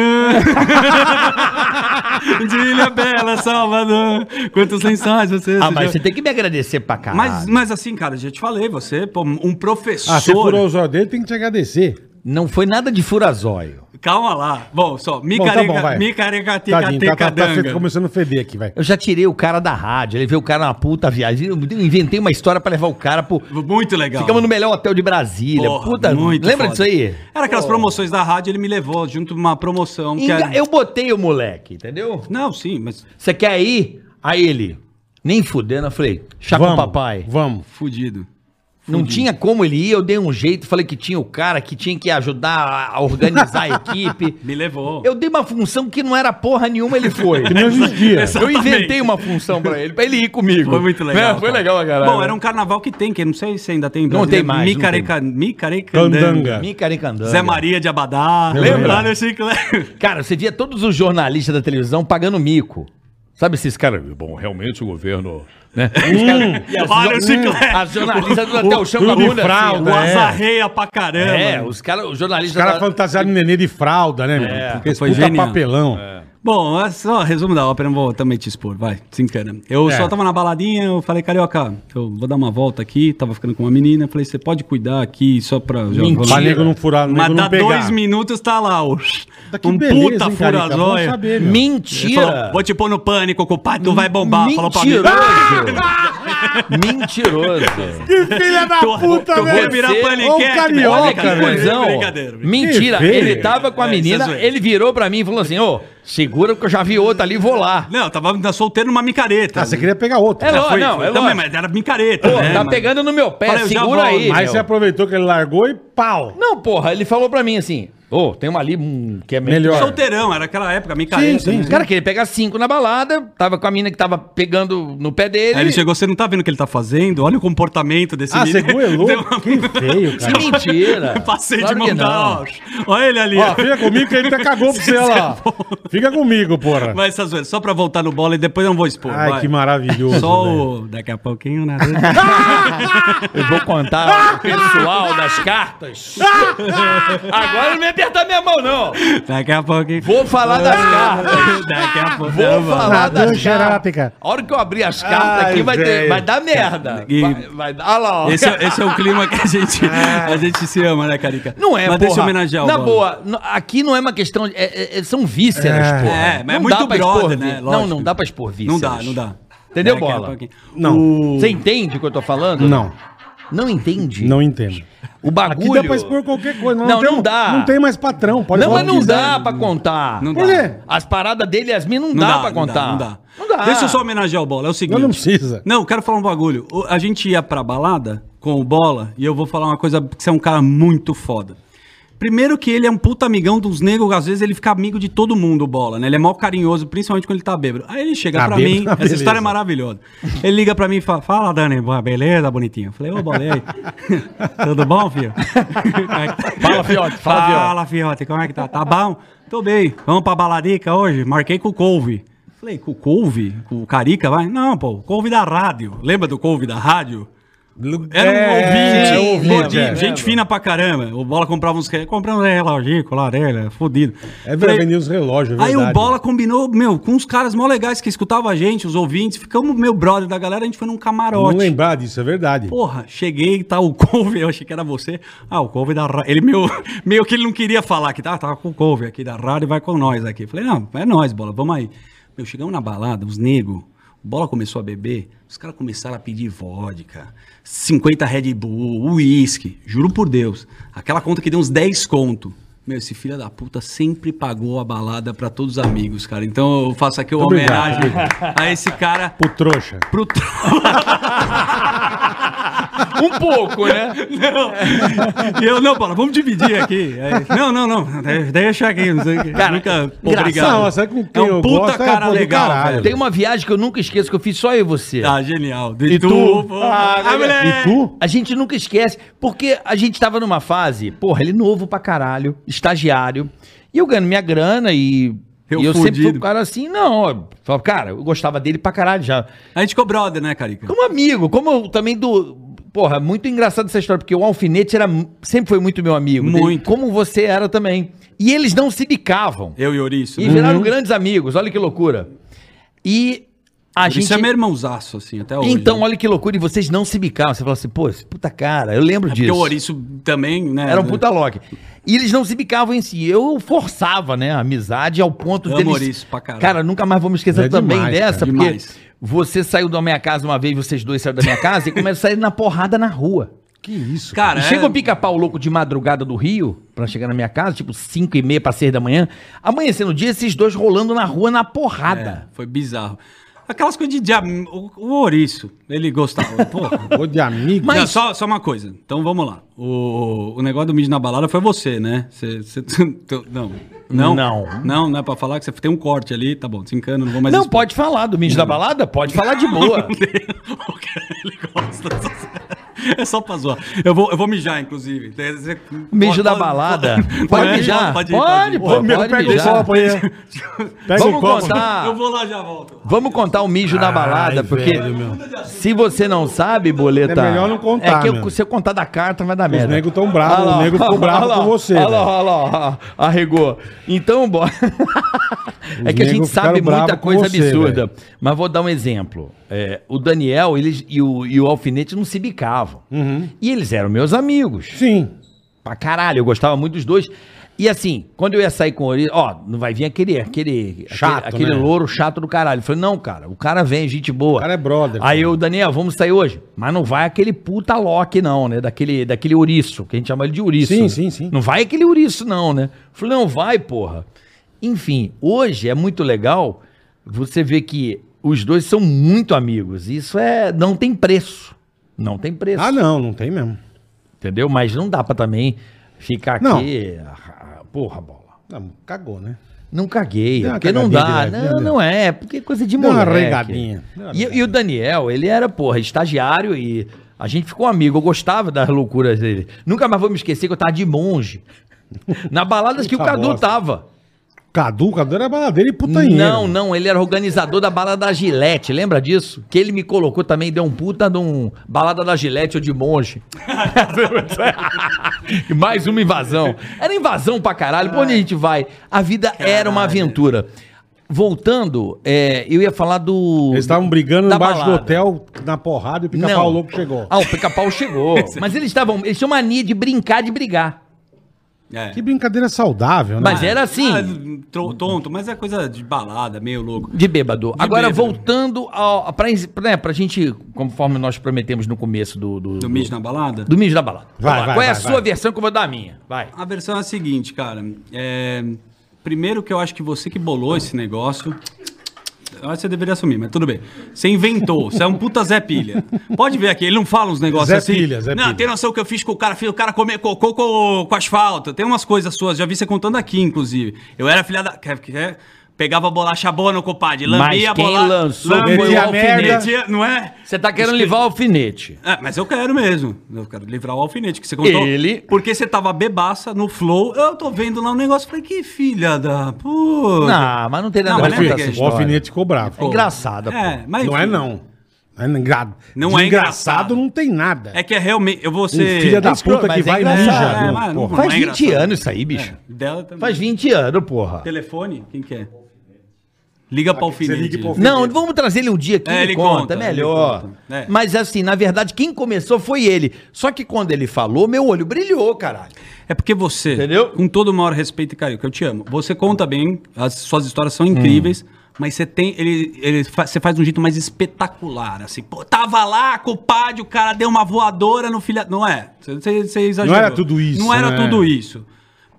Speaker 4: de Ilha Bela, Salvador. Quantos lençóis você.
Speaker 3: Ah, mas
Speaker 4: já-
Speaker 3: você tem que me agradecer pra
Speaker 2: tá
Speaker 3: caralho.
Speaker 4: mas, mas assim, cara, já te falei, você, pô, um professor.
Speaker 2: Ah, você furou os olhos dele, tem que te agradecer.
Speaker 3: Não foi nada de furazóio.
Speaker 4: Calma lá. Bom, só.
Speaker 2: Bom, tá bom,
Speaker 4: Micareca,
Speaker 2: vai.
Speaker 4: micareca,
Speaker 2: Tadinho, tá,
Speaker 4: teca,
Speaker 2: tá, tá,
Speaker 4: teca,
Speaker 2: começando a feder aqui, vai.
Speaker 3: Eu já tirei o cara da rádio. Ele veio o cara na puta viagem. Eu inventei uma história pra levar o cara pro.
Speaker 4: Muito legal.
Speaker 3: Ficamos no melhor hotel de Brasília.
Speaker 4: Porra,
Speaker 3: puta, lembra
Speaker 4: foda.
Speaker 3: disso aí?
Speaker 4: Era aquelas promoções da rádio, ele me levou junto uma promoção. Que
Speaker 3: Enga-
Speaker 4: era-
Speaker 3: Eu botei o moleque, entendeu?
Speaker 4: Não, sim, mas
Speaker 3: Você quer ir? Aí ele, nem fudendo, eu falei, chá com o papai.
Speaker 2: Vamos.
Speaker 4: fudido.
Speaker 3: Não tinha como ele ir, eu dei um jeito, falei que tinha o cara que tinha que ajudar a organizar a equipe.
Speaker 4: Me levou.
Speaker 3: Eu dei uma função que não era porra nenhuma, ele foi.
Speaker 2: Que não existia.
Speaker 3: Eu
Speaker 4: Exatamente.
Speaker 3: inventei uma função pra ele, pra ele ir comigo.
Speaker 4: Foi muito legal.
Speaker 3: Né? Foi
Speaker 4: cara.
Speaker 3: legal pra caralho.
Speaker 4: Bom, era um carnaval que tem, que eu não sei se ainda tem. em
Speaker 3: Não
Speaker 4: Brasília.
Speaker 3: tem mais, não
Speaker 4: Micareca, Micarecandanga.
Speaker 2: Candanga.
Speaker 3: Micaricandanga.
Speaker 4: Zé Maria de Abadá.
Speaker 2: Lembra?
Speaker 4: Lá no Chiclete.
Speaker 3: Cara, você via todos os jornalistas da televisão pagando mico. Sabe esses caras? Bom, realmente o governo. Né?
Speaker 2: Hum.
Speaker 3: Os caras-
Speaker 4: Lá no
Speaker 3: A
Speaker 4: Chiclete.
Speaker 3: jornalista do até o chão com a
Speaker 2: Clube
Speaker 3: bunda assim,
Speaker 2: Fralda.
Speaker 4: O
Speaker 2: É.
Speaker 4: Azarreia pra caramba.
Speaker 3: É, os caras, os
Speaker 2: Os
Speaker 3: jornalistas.
Speaker 2: caras
Speaker 3: da-
Speaker 2: fantasiaram o nenê de fralda, né? meu? Porque esse
Speaker 4: foi
Speaker 2: puta
Speaker 4: É, genial.
Speaker 2: papelão.
Speaker 4: Bom, é só resumo da ópera, não vou também te expor, vai, se encana. Eu
Speaker 2: É.
Speaker 4: só tava na baladinha, eu falei, carioca, eu vou dar uma volta aqui, tava ficando com uma menina, eu falei, você pode cuidar aqui só pra... já-
Speaker 2: Pra nego não furar,
Speaker 4: Mas
Speaker 2: nego
Speaker 4: dá
Speaker 2: não pegar.
Speaker 4: dois minutos, tá lá, o...
Speaker 2: Puta, que
Speaker 4: um
Speaker 2: beleza,
Speaker 4: puta
Speaker 2: hein, Carica? Bom
Speaker 4: furazóia.
Speaker 2: saber, meu.
Speaker 4: Ele
Speaker 3: Mentira!
Speaker 4: falou, vou te pôr no pânico, compadre, tu vai bombar. Falou pra mim. Ah!
Speaker 3: Mentiroso. Mentiroso.
Speaker 2: Que filha da
Speaker 4: Tu,
Speaker 2: puta,
Speaker 4: tu vai
Speaker 2: velho.
Speaker 4: virar
Speaker 3: Você-
Speaker 4: paniquete.
Speaker 2: Ô,
Speaker 4: velho.
Speaker 2: carioca,
Speaker 4: Olha,
Speaker 3: Que
Speaker 2: Cara,
Speaker 3: cuzão.
Speaker 4: Brincadeira, brincadeira.
Speaker 3: Mentira.
Speaker 2: Que
Speaker 3: Ele
Speaker 2: feio.
Speaker 3: tava com a
Speaker 4: É, isso é
Speaker 3: menina,
Speaker 4: zoeira.
Speaker 3: ele virou pra mim e falou assim: ô, segura que eu já vi outra ali, vou lá.
Speaker 4: Não, eu tava solteiro numa micareta.
Speaker 2: Ah, você queria pegar outro.
Speaker 3: É lógico,
Speaker 4: Foi-
Speaker 3: não,
Speaker 4: foi
Speaker 3: é
Speaker 4: também,
Speaker 3: lógico.
Speaker 4: mas era micareta,
Speaker 3: Pô,
Speaker 4: né?
Speaker 3: tá
Speaker 4: mas-
Speaker 3: pegando no meu pé,
Speaker 4: Falei, eu já
Speaker 3: segura
Speaker 4: volto.
Speaker 3: aí.
Speaker 2: Aí
Speaker 3: meu.
Speaker 2: você aproveitou que ele largou e pau.
Speaker 3: Não, porra, ele falou pra mim assim: ô, tem uma ali hum, que é melhor.
Speaker 2: Melhor.
Speaker 4: Solteirão, era aquela época, micareta.
Speaker 2: Sim, sim,
Speaker 4: né?
Speaker 3: Cara, queria pegar cinco na balada, tava com a mina que tava pegando no pé dele.
Speaker 4: Aí ele chegou, você não tá vendo o que ele tá fazendo? Olha o comportamento desse
Speaker 2: Ah, você é
Speaker 4: Deu
Speaker 2: louco?
Speaker 4: uma-
Speaker 2: Que feio, cara.
Speaker 3: Mentira.
Speaker 4: Passei
Speaker 3: Claro
Speaker 4: de
Speaker 3: que
Speaker 4: mão
Speaker 3: não.
Speaker 4: ó. Olha ele ali.
Speaker 2: Ó, fica comigo que ele até cagou pra você, olha
Speaker 4: é
Speaker 2: lá. Fica comigo, porra.
Speaker 4: Mas essas vezes, só pra voltar no bola e depois eu não vou expor.
Speaker 2: Ai,
Speaker 4: vai.
Speaker 2: que maravilhoso.
Speaker 4: Só
Speaker 2: velho.
Speaker 4: o... Daqui a pouquinho, né? Daqui
Speaker 3: Eu vou contar Tá
Speaker 4: Ah!
Speaker 3: o pessoal das cartas. Agora não me apertar minha mão, não.
Speaker 4: a pouquinho.
Speaker 3: Vou falar das
Speaker 4: Ah!
Speaker 3: cartas.
Speaker 4: Daqui a pouco.
Speaker 3: Vou falar
Speaker 2: Nadando
Speaker 3: das cartas.
Speaker 2: xerápica.
Speaker 3: A hora que eu abrir as cartas
Speaker 2: Ai,
Speaker 3: aqui vai, ter,
Speaker 2: velho.
Speaker 3: vai dar merda.
Speaker 4: Ah, E-
Speaker 3: Vai, vai dar. Olha lá, ó.
Speaker 4: Esse, é- esse é o clima que a gente, a gente se ama, né, Carica?
Speaker 3: É. Não é,
Speaker 4: Mas
Speaker 3: porra.
Speaker 4: deixa eu homenagear o
Speaker 3: Na
Speaker 4: Bola.
Speaker 3: boa, n- aqui não é uma questão. de- é- é- são vísceras,
Speaker 2: É.
Speaker 3: porra.
Speaker 4: É, mas é
Speaker 3: Não
Speaker 4: muito
Speaker 3: dá pra expor
Speaker 4: brother, né?
Speaker 3: vi- Não,
Speaker 4: Lógico.
Speaker 3: não dá pra expor
Speaker 4: Não
Speaker 3: vísceras.
Speaker 4: dá, não dá.
Speaker 3: Entendeu,
Speaker 4: Daqui a
Speaker 3: Bola?
Speaker 4: pouquinho.
Speaker 2: Não,
Speaker 3: Você entende o que eu tô falando?
Speaker 2: não,
Speaker 3: Não entende?
Speaker 2: não entendo.
Speaker 3: O
Speaker 2: Aqui
Speaker 3: bagulho.
Speaker 2: dá pra expor qualquer coisa.
Speaker 3: Não,
Speaker 2: tem
Speaker 3: não
Speaker 2: um-
Speaker 3: dá.
Speaker 2: Não tem mais patrão. Pode
Speaker 3: Não,
Speaker 2: falar
Speaker 3: mas
Speaker 2: o
Speaker 3: não
Speaker 2: que quiser.
Speaker 3: dá pra contar.
Speaker 4: Não
Speaker 2: Por
Speaker 4: dá.
Speaker 2: quê?
Speaker 3: As paradas dele e as minhas não,
Speaker 4: Não
Speaker 3: dá,
Speaker 4: dá,
Speaker 3: pra
Speaker 4: não dá,
Speaker 3: contar.
Speaker 4: Não dá.
Speaker 3: Não dá.
Speaker 4: Deixa eu só homenagear o Bola. É o seguinte.
Speaker 2: Não, não precisa.
Speaker 4: Não, eu quero falar um bagulho. O- A gente ia pra balada com o Bola e eu vou falar uma coisa que você é um cara muito foda. Primeiro que ele é um puta amigão dos negros, às vezes ele fica amigo de todo mundo, o Bola, né? Ele é mó carinhoso, principalmente quando ele tá bêbado. Aí ele chega
Speaker 2: Tá
Speaker 4: pra
Speaker 2: bêbado,
Speaker 4: mim,
Speaker 2: tá
Speaker 4: essa
Speaker 2: beleza.
Speaker 4: história é maravilhosa. Ele liga pra mim e fala, fala, Dani, boa, beleza, bonitinho? Eu falei, ô, Bola, e aí? Tudo bom, filho?
Speaker 3: Fala, fiote, fala, fiote.
Speaker 4: Fala, Fiote, como é que tá? Tá bom? Tô bem. Vamos pra baladica hoje? Marquei com o Couve. Falei, com o Couve? Com o Carica, vai? Não, pô, o Couve da rádio. Lembra do Couve da rádio? Era um
Speaker 2: É, é um
Speaker 4: ouvinte,
Speaker 2: ouvinte,
Speaker 4: gordinho,
Speaker 2: é.
Speaker 4: gente fina pra caramba. O Bola comprava uns... re- Comprava um reloginho com larelha, fudido.
Speaker 2: É
Speaker 4: Falei,
Speaker 2: verdade, os relógios, é
Speaker 4: Aí o
Speaker 2: verdade.
Speaker 4: Bola combinou, meu, com uns caras mó legais que escutavam a gente, os ouvintes. Ficamos, meu brother da galera, a gente foi num
Speaker 2: Não
Speaker 4: camarote.
Speaker 2: lembrar disso, é verdade.
Speaker 4: Porra, cheguei, tá o couve, eu achei que era você. Ah, o couve da rádio. Ele meio, meio que ele não queria falar que tá, tava com o couve aqui da rádio e vai com nós aqui. Falei, não, é nós, bola, vamos aí. Meu, chegamos na balada, os negros, o bola começou a beber, os caras começaram a pedir vodka, 50 Red Bull, uísque, juro por Deus. Aquela conta que deu uns 10 conto. Meu, esse filho da puta sempre pagou a balada pra todos os amigos, cara. Então eu faço aqui uma
Speaker 2: Obrigado,
Speaker 4: homenagem a esse cara
Speaker 2: Pro trouxa.
Speaker 4: pro tro-
Speaker 3: Um pouco, né?
Speaker 4: E eu, não, Paulo, vamos dividir aqui. Aí, não, não, não, de- deixa aqui. Não sei o que.
Speaker 3: Cara,
Speaker 4: Nunca,
Speaker 2: engraçado. Não, sabe com quem
Speaker 4: é um
Speaker 2: eu
Speaker 4: puta
Speaker 2: gosto? É,
Speaker 4: cara
Speaker 2: pô, do
Speaker 4: legal,
Speaker 2: caralho.
Speaker 4: velho.
Speaker 3: Tem um uma viagem que eu nunca esqueço que eu fiz só eu e você.
Speaker 4: Ah, genial. De
Speaker 3: E tu?
Speaker 4: pô.
Speaker 3: Ah,
Speaker 4: Ah, moleque.
Speaker 2: né, E tu?
Speaker 3: A gente nunca esquece, porque a gente tava numa fase, porra, ele é novo pra caralho, estagiário, e eu ganho minha grana e.
Speaker 4: Eu
Speaker 3: e eu sempre fui
Speaker 4: fudido.
Speaker 3: um cara assim, não, ó, falava, cara, eu gostava dele pra caralho já.
Speaker 4: A gente ficou brother, né, Carica?
Speaker 3: Como amigo, como eu também do. Porra, muito engraçado essa história, porque o Alfinete era, sempre foi muito meu amigo. dele,
Speaker 4: Muito.
Speaker 3: como você era também. E eles não se bicavam.
Speaker 4: Eu e Ouriço.
Speaker 3: E
Speaker 4: né?
Speaker 3: viraram grandes amigos, olha que loucura. E a
Speaker 4: Ouriço
Speaker 3: gente.
Speaker 4: é meu irmãozaço, assim, até hoje.
Speaker 3: Então,
Speaker 4: né?
Speaker 3: olha que loucura, e vocês não se bicavam. Você fala assim, pô, esse puta cara, eu lembro
Speaker 4: É Porque
Speaker 3: disso.
Speaker 4: o Ouriço também, né?
Speaker 3: Era um puta lock. E eles não se bicavam em si. Eu forçava, né, a amizade ao ponto
Speaker 4: Amo
Speaker 3: deles...
Speaker 4: Ouriço pra caralho.
Speaker 3: Cara, nunca mais vou me esquecer
Speaker 2: É
Speaker 3: também
Speaker 2: demais,
Speaker 3: dessa,
Speaker 4: cara.
Speaker 3: porque
Speaker 4: Demais.
Speaker 3: você saiu da minha casa uma vez, vocês dois saíram da minha casa e começaram a sair na porrada na rua.
Speaker 2: Que isso?
Speaker 4: Cara,
Speaker 3: E
Speaker 4: é-
Speaker 3: chega o pica-pau louco de madrugada do Rio, pra chegar na minha casa, tipo 5 e meia pra 6 da manhã. Amanhecendo o dia, esses dois rolando na rua na porrada.
Speaker 4: É, foi bizarro. Aquelas coisas de. de am- o, o ouriço, ele gostava. Porra.
Speaker 2: Ô, de amigo.
Speaker 4: Não, só, só uma coisa. Então vamos lá. O, o negócio do mídia na balada foi você, né? Você, você- tu- não. Não.
Speaker 3: Não.
Speaker 4: Não, não é pra falar que você tem um corte ali, tá bom, desencana, não vou mais.
Speaker 3: não,
Speaker 4: expor.
Speaker 3: pode falar do mídia da balada? Pode falar de boa.
Speaker 4: O cara, ele gosta. É só pra zoar. Eu vou, eu vou mijar, inclusive.
Speaker 3: Mijo
Speaker 4: Pode-
Speaker 3: da
Speaker 4: pode-
Speaker 3: balada.
Speaker 4: pode-
Speaker 3: Pode, mijar? Pode,
Speaker 4: pode ir, pode ir.
Speaker 3: pode,
Speaker 4: Ô,
Speaker 2: meu, pega esse
Speaker 3: mijar.
Speaker 2: copo aí. é. ó. Pega
Speaker 3: Vamos
Speaker 2: o copo.
Speaker 3: contar.
Speaker 4: um Eu vou lá e já volto.
Speaker 3: Vamos contar o mijo da balada, porque
Speaker 2: velho, meu.
Speaker 3: se você não sabe, boleta.
Speaker 2: É melhor não contar,
Speaker 3: É que eu-
Speaker 2: meu.
Speaker 3: se eu contar da carta, vai dar merda.
Speaker 2: nego tão bravo,
Speaker 3: Ah lá,
Speaker 2: o nego ficou
Speaker 3: ah
Speaker 2: bravo
Speaker 3: lá,
Speaker 2: com você,
Speaker 3: Olha
Speaker 2: velho.
Speaker 3: lá, olha lá, ó, arregou. Então, bora. é que a
Speaker 2: nego
Speaker 3: gente sabe
Speaker 2: ficaram bravo
Speaker 3: muita
Speaker 2: com
Speaker 3: coisa
Speaker 2: você,
Speaker 3: absurda. Mas vou dar um exemplo. É, o Daniel eles, e, o, e o Alfinete não se bicavam.
Speaker 2: Uhum.
Speaker 3: E eles eram meus amigos
Speaker 2: Sim.
Speaker 3: pra caralho. Eu gostava muito dos dois. E assim, quando eu ia sair com ele, ó, não vai vir aquele, aquele,
Speaker 2: Chato,
Speaker 3: aquele, aquele
Speaker 2: né?
Speaker 3: louro chato do caralho. Eu falei, não, cara, o cara vem, gente boa.
Speaker 2: O cara é brother,
Speaker 3: Aí
Speaker 2: cara.
Speaker 3: eu, Daniel, vamos sair hoje. Mas não vai aquele puta Loki, não, né? Daquele, daquele ouriço, que a gente chama ele de ouriço.
Speaker 2: Sim,
Speaker 3: né?
Speaker 2: sim, sim.
Speaker 3: Não vai aquele ouriço, não, né? Eu falei, não vai, porra. Enfim, hoje é muito legal você ver que os dois são muito amigos. Isso é. Não tem preço. Não tem preço.
Speaker 2: Ah, não, não tem mesmo.
Speaker 3: Entendeu? Mas não dá pra também ficar aqui.
Speaker 2: Não.
Speaker 3: ah, Porra, bola.
Speaker 2: Não, cagou, né?
Speaker 3: Não caguei. é
Speaker 2: Deu uma
Speaker 3: porque não
Speaker 2: cagadinha
Speaker 3: dá.
Speaker 2: de leve,
Speaker 3: Não,
Speaker 2: né?
Speaker 3: não é. Porque é coisa de
Speaker 2: Deu uma
Speaker 3: moleque.
Speaker 2: regadinha. Deu uma
Speaker 3: E, e o Daniel, ele era, porra, estagiário e a gente ficou amigo. Eu gostava das loucuras dele. Nunca mais vou me esquecer que eu tava de monge. Na balada que o
Speaker 2: Puta
Speaker 3: Cadu
Speaker 2: bosta.
Speaker 3: tava.
Speaker 2: Cadu, Cadu era baladeiro e putanheiro.
Speaker 3: Não, não, ele era organizador da balada da Gillette, lembra disso? Que ele me colocou também, deu um puta de um balada da Gillette ou de monge. Mais uma invasão. Era invasão pra caralho, pra onde a gente vai? A vida era uma aventura. Voltando, é, eu ia falar do...
Speaker 2: Eles estavam brigando
Speaker 3: da
Speaker 2: embaixo do
Speaker 3: balada.
Speaker 2: hotel, na porrada, e o pica-pau louco chegou.
Speaker 3: Ah, o pica-pau chegou. Mas eles estavam. Eles tinham mania de brincar, de brigar.
Speaker 4: É.
Speaker 2: Que brincadeira saudável, né?
Speaker 3: Mas era assim.
Speaker 4: Ah, tro- tonto, mas é coisa de balada, meio louco.
Speaker 3: De bêbado. Agora,
Speaker 4: bêbado.
Speaker 3: voltando ao, pra, pra, pra gente, conforme nós prometemos no começo do. Do,
Speaker 4: Do mijo na balada?
Speaker 3: do mijo da balada.
Speaker 2: Vai,
Speaker 3: Vamos lá.
Speaker 2: vai,
Speaker 3: Qual é a
Speaker 2: vai,
Speaker 3: sua
Speaker 2: vai.
Speaker 3: versão que eu vou dar a minha? Vai.
Speaker 4: A versão é a seguinte, cara. É, Primeiro que eu acho que você que bolou esse negócio. Eu acho que você deveria assumir, mas tudo bem. Você inventou, você é um puta Zé Pilha. Pode ver aqui, ele não fala uns negócios
Speaker 2: Zé
Speaker 4: assim.
Speaker 2: Pilha, Zé
Speaker 4: não,
Speaker 2: Pilha.
Speaker 4: tem noção que eu fiz com o cara, fiz o cara comer cocô com, com asfalto. Tem umas coisas suas, já vi você contando aqui, inclusive. Eu era filha da. quer- quer- Pegava bolacha boa no compadre, lambia a
Speaker 3: Mas quem
Speaker 4: bola-
Speaker 3: lançou
Speaker 4: lambia-
Speaker 2: foi o merda.
Speaker 4: metia- não é?
Speaker 3: Você tá querendo levar o alfinete.
Speaker 4: É, mas eu quero mesmo. Eu quero livrar o alfinete que você contou.
Speaker 3: Ele-
Speaker 4: Porque você tava bebaça no flow. Eu tô vendo lá um negócio. Falei, que filha da puta.
Speaker 3: Não, mas não tem nada
Speaker 4: Não,
Speaker 3: a
Speaker 4: mas
Speaker 3: ver
Speaker 4: não
Speaker 3: com essa
Speaker 4: é
Speaker 2: O
Speaker 4: que-
Speaker 3: história.
Speaker 2: alfinete ficou bravo.
Speaker 3: É engraçada, pô.
Speaker 4: mas
Speaker 2: não
Speaker 4: enfim.
Speaker 2: é, não. Não é engra-
Speaker 4: Não é engraçado.
Speaker 2: engraçado. Não tem nada.
Speaker 4: É que é realmente. Eu vou
Speaker 2: Um
Speaker 4: ser.
Speaker 2: filho da
Speaker 3: é escroto,
Speaker 2: puta que
Speaker 3: mas é
Speaker 2: vai e
Speaker 3: engraçado.
Speaker 2: mija.
Speaker 4: É,
Speaker 2: não,
Speaker 4: mas não-
Speaker 2: porra.
Speaker 3: Faz
Speaker 4: é
Speaker 3: 20
Speaker 4: engraçado.
Speaker 3: anos isso aí, bicho.
Speaker 4: é, Dela também.
Speaker 3: Faz 20 anos, porra.
Speaker 4: Telefone? Quem que é? Liga pra alfinete.
Speaker 2: liga pro alfinete.
Speaker 3: Não, vamos trazer ele um dia que
Speaker 4: É,
Speaker 3: ele,
Speaker 4: ele
Speaker 3: conta,
Speaker 4: conta,
Speaker 3: é melhor.
Speaker 4: ele conta. É.
Speaker 3: Mas assim, na verdade, quem começou foi ele. Só que quando ele falou, meu olho brilhou, caralho.
Speaker 4: É porque você,
Speaker 3: Entendeu?
Speaker 4: com todo o maior respeito e carinho, que eu te amo, você conta bem, as suas histórias são incríveis, mas você tem. Ele, ele fa- você faz de um jeito mais espetacular, assim. Pô, tava lá, compadre, o cara deu uma voadora no filha. Não é? Você- Você você exagerou.
Speaker 2: era tudo isso,
Speaker 4: Não era
Speaker 2: né?
Speaker 4: tudo isso.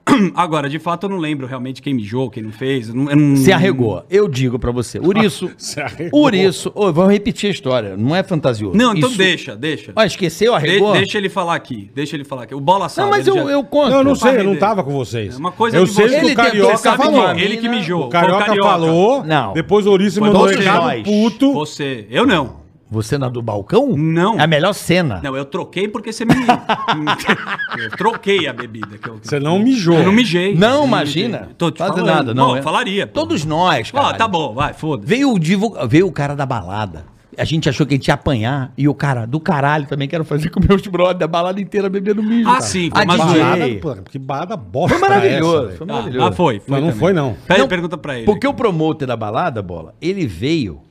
Speaker 4: Agora, de fato, eu não lembro realmente quem mijou, quem não fez. eu não- eu não-
Speaker 3: Se arregou. Eu digo pra você. Uriço.
Speaker 2: Se arregou.
Speaker 3: Uriço. Ô, vamos repetir a história. Não é fantasioso.
Speaker 4: Não, então
Speaker 3: Isso-
Speaker 4: deixa, deixa.
Speaker 3: Ó, esqueceu,
Speaker 4: De-
Speaker 3: arregou?
Speaker 4: deixa ele falar aqui. Deixa ele falar aqui. O bola sabe.
Speaker 3: Não, mas
Speaker 4: ele
Speaker 3: eu,
Speaker 4: já-
Speaker 3: eu conto.
Speaker 2: Não, eu não sei, eu não
Speaker 4: dele.
Speaker 2: tava com vocês.
Speaker 4: É uma coisa
Speaker 2: eu
Speaker 4: de
Speaker 2: sei
Speaker 4: você-
Speaker 2: que
Speaker 3: Ele
Speaker 2: o
Speaker 3: tentou,
Speaker 2: Carioca
Speaker 3: sabe que
Speaker 2: falou.
Speaker 4: Ele que mijou.
Speaker 2: O Carioca,
Speaker 4: Foi o
Speaker 2: falou,
Speaker 3: Não.
Speaker 2: depois o Ouriço
Speaker 4: Foi
Speaker 2: mandou um
Speaker 4: você.
Speaker 2: recado
Speaker 3: Nós.
Speaker 2: puto.
Speaker 4: Você. Eu não.
Speaker 3: Você na do balcão?
Speaker 4: Não.
Speaker 3: É a melhor cena.
Speaker 4: Não, eu troquei porque você me. eu troquei a bebida. que eu-
Speaker 2: Você não mijou.
Speaker 4: Eu não mijei.
Speaker 3: Não,
Speaker 4: Eu
Speaker 3: imagina.
Speaker 4: mijei. Tô te
Speaker 3: Faz
Speaker 4: falando.
Speaker 3: nada, não.
Speaker 4: Pô,
Speaker 3: é-
Speaker 4: falaria. pô.
Speaker 3: Todos nós,
Speaker 4: Ó,
Speaker 3: cara.
Speaker 4: tá bom, vai, foda-se.
Speaker 3: Veio o, divulga... Veio o cara da balada. A gente achou que a gente ia apanhar. E o cara do caralho também quero fazer com meus brothers. A balada inteira bebendo mijo.
Speaker 4: Ah,
Speaker 3: cara.
Speaker 4: sim, foi
Speaker 3: A
Speaker 4: uma
Speaker 3: DJ.
Speaker 4: zoeira.
Speaker 2: Balada, é, pô, que balada bosta.
Speaker 3: Foi
Speaker 2: é
Speaker 3: maravilhoso.
Speaker 2: essa,
Speaker 3: foi
Speaker 2: velho?
Speaker 4: Ah,
Speaker 3: maravilhoso.
Speaker 4: ah, foi. foi
Speaker 2: Não, não
Speaker 4: também.
Speaker 2: foi, não.
Speaker 4: Pera,
Speaker 3: Não,
Speaker 4: pergunta pra ele.
Speaker 3: Porque o promotor da balada, bola, ele veio,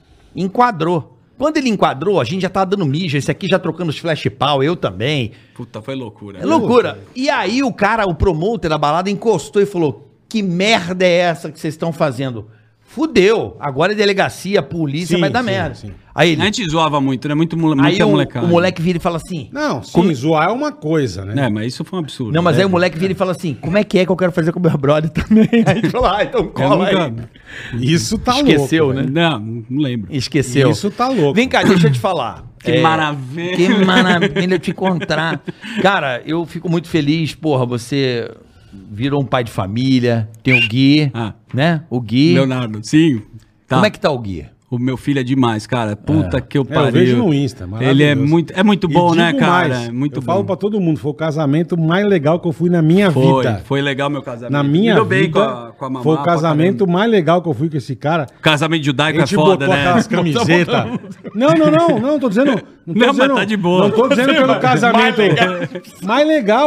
Speaker 3: enquadrou. Quando ele enquadrou, a gente já tava dando mija, esse aqui já trocando os flash pau, eu também.
Speaker 4: Puta, foi loucura.
Speaker 3: É loucura. E aí o cara, o promotor da balada, encostou e falou: Que merda é essa que vocês estão fazendo? Fudeu. Agora é delegacia, polícia,
Speaker 2: Sim,
Speaker 3: vai dar
Speaker 2: sim,
Speaker 3: merda.
Speaker 2: sim.
Speaker 3: Aí
Speaker 4: A
Speaker 3: ele.
Speaker 4: gente zoava muito, né? Muito mole-
Speaker 3: Aí
Speaker 4: muita
Speaker 3: o,
Speaker 4: molecada. né?
Speaker 3: o moleque vira e fala assim.
Speaker 2: Não, sim, zoar é uma coisa, né?
Speaker 4: É, mas isso foi um absurdo.
Speaker 3: Não, mas aí
Speaker 4: é,
Speaker 3: o moleque vira e fala assim: como é que é que eu quero fazer com o meu brother também? Aí ele fala, ah, então
Speaker 4: Eu
Speaker 3: cola aí.
Speaker 4: nunca-
Speaker 2: Isso tá
Speaker 3: Esqueceu,
Speaker 2: louco.
Speaker 3: né?
Speaker 4: Não, não lembro.
Speaker 3: Esqueceu.
Speaker 2: Isso tá louco.
Speaker 3: Vem cá, deixa eu te falar. É,
Speaker 4: Que maravilha.
Speaker 3: Que maravilha te encontrar. Cara, eu fico muito feliz, porra, você virou um pai de família, tem o Gui,
Speaker 4: Ah.
Speaker 3: né? O Gui.
Speaker 4: Leonardo, sim. Tá.
Speaker 3: Como é que tá o Gui?
Speaker 4: O meu filho é demais, cara. Puta que eu
Speaker 2: velho. É,
Speaker 4: pariu.
Speaker 2: eu vejo no Insta,
Speaker 4: Ele é
Speaker 2: maravilhoso.
Speaker 4: muito, é muito
Speaker 2: E
Speaker 4: bom, né,
Speaker 2: digo
Speaker 4: cara?
Speaker 2: mais,
Speaker 4: É muito
Speaker 2: eu
Speaker 4: bom.
Speaker 2: falo pra todo mundo, foi o casamento mais legal que eu fui na minha
Speaker 4: Foi,
Speaker 2: vida.
Speaker 4: foi legal meu casamento.
Speaker 2: Na minha
Speaker 4: Me deu
Speaker 2: vida,
Speaker 4: bem com a, com a mamá.
Speaker 2: foi o
Speaker 4: pra
Speaker 2: casamento
Speaker 4: caramba.
Speaker 2: mais legal que eu fui com esse cara.
Speaker 4: Casamento
Speaker 2: A
Speaker 4: judaico é
Speaker 2: gente
Speaker 4: foda,
Speaker 2: botou
Speaker 4: né?
Speaker 2: aquelas camisetas. Não, não, não, não, tô dizendo. Não, tô
Speaker 4: Não, mas
Speaker 2: dizendo,
Speaker 4: tá de boa.
Speaker 2: Não tô dizendo pelo casamento. Mais legal,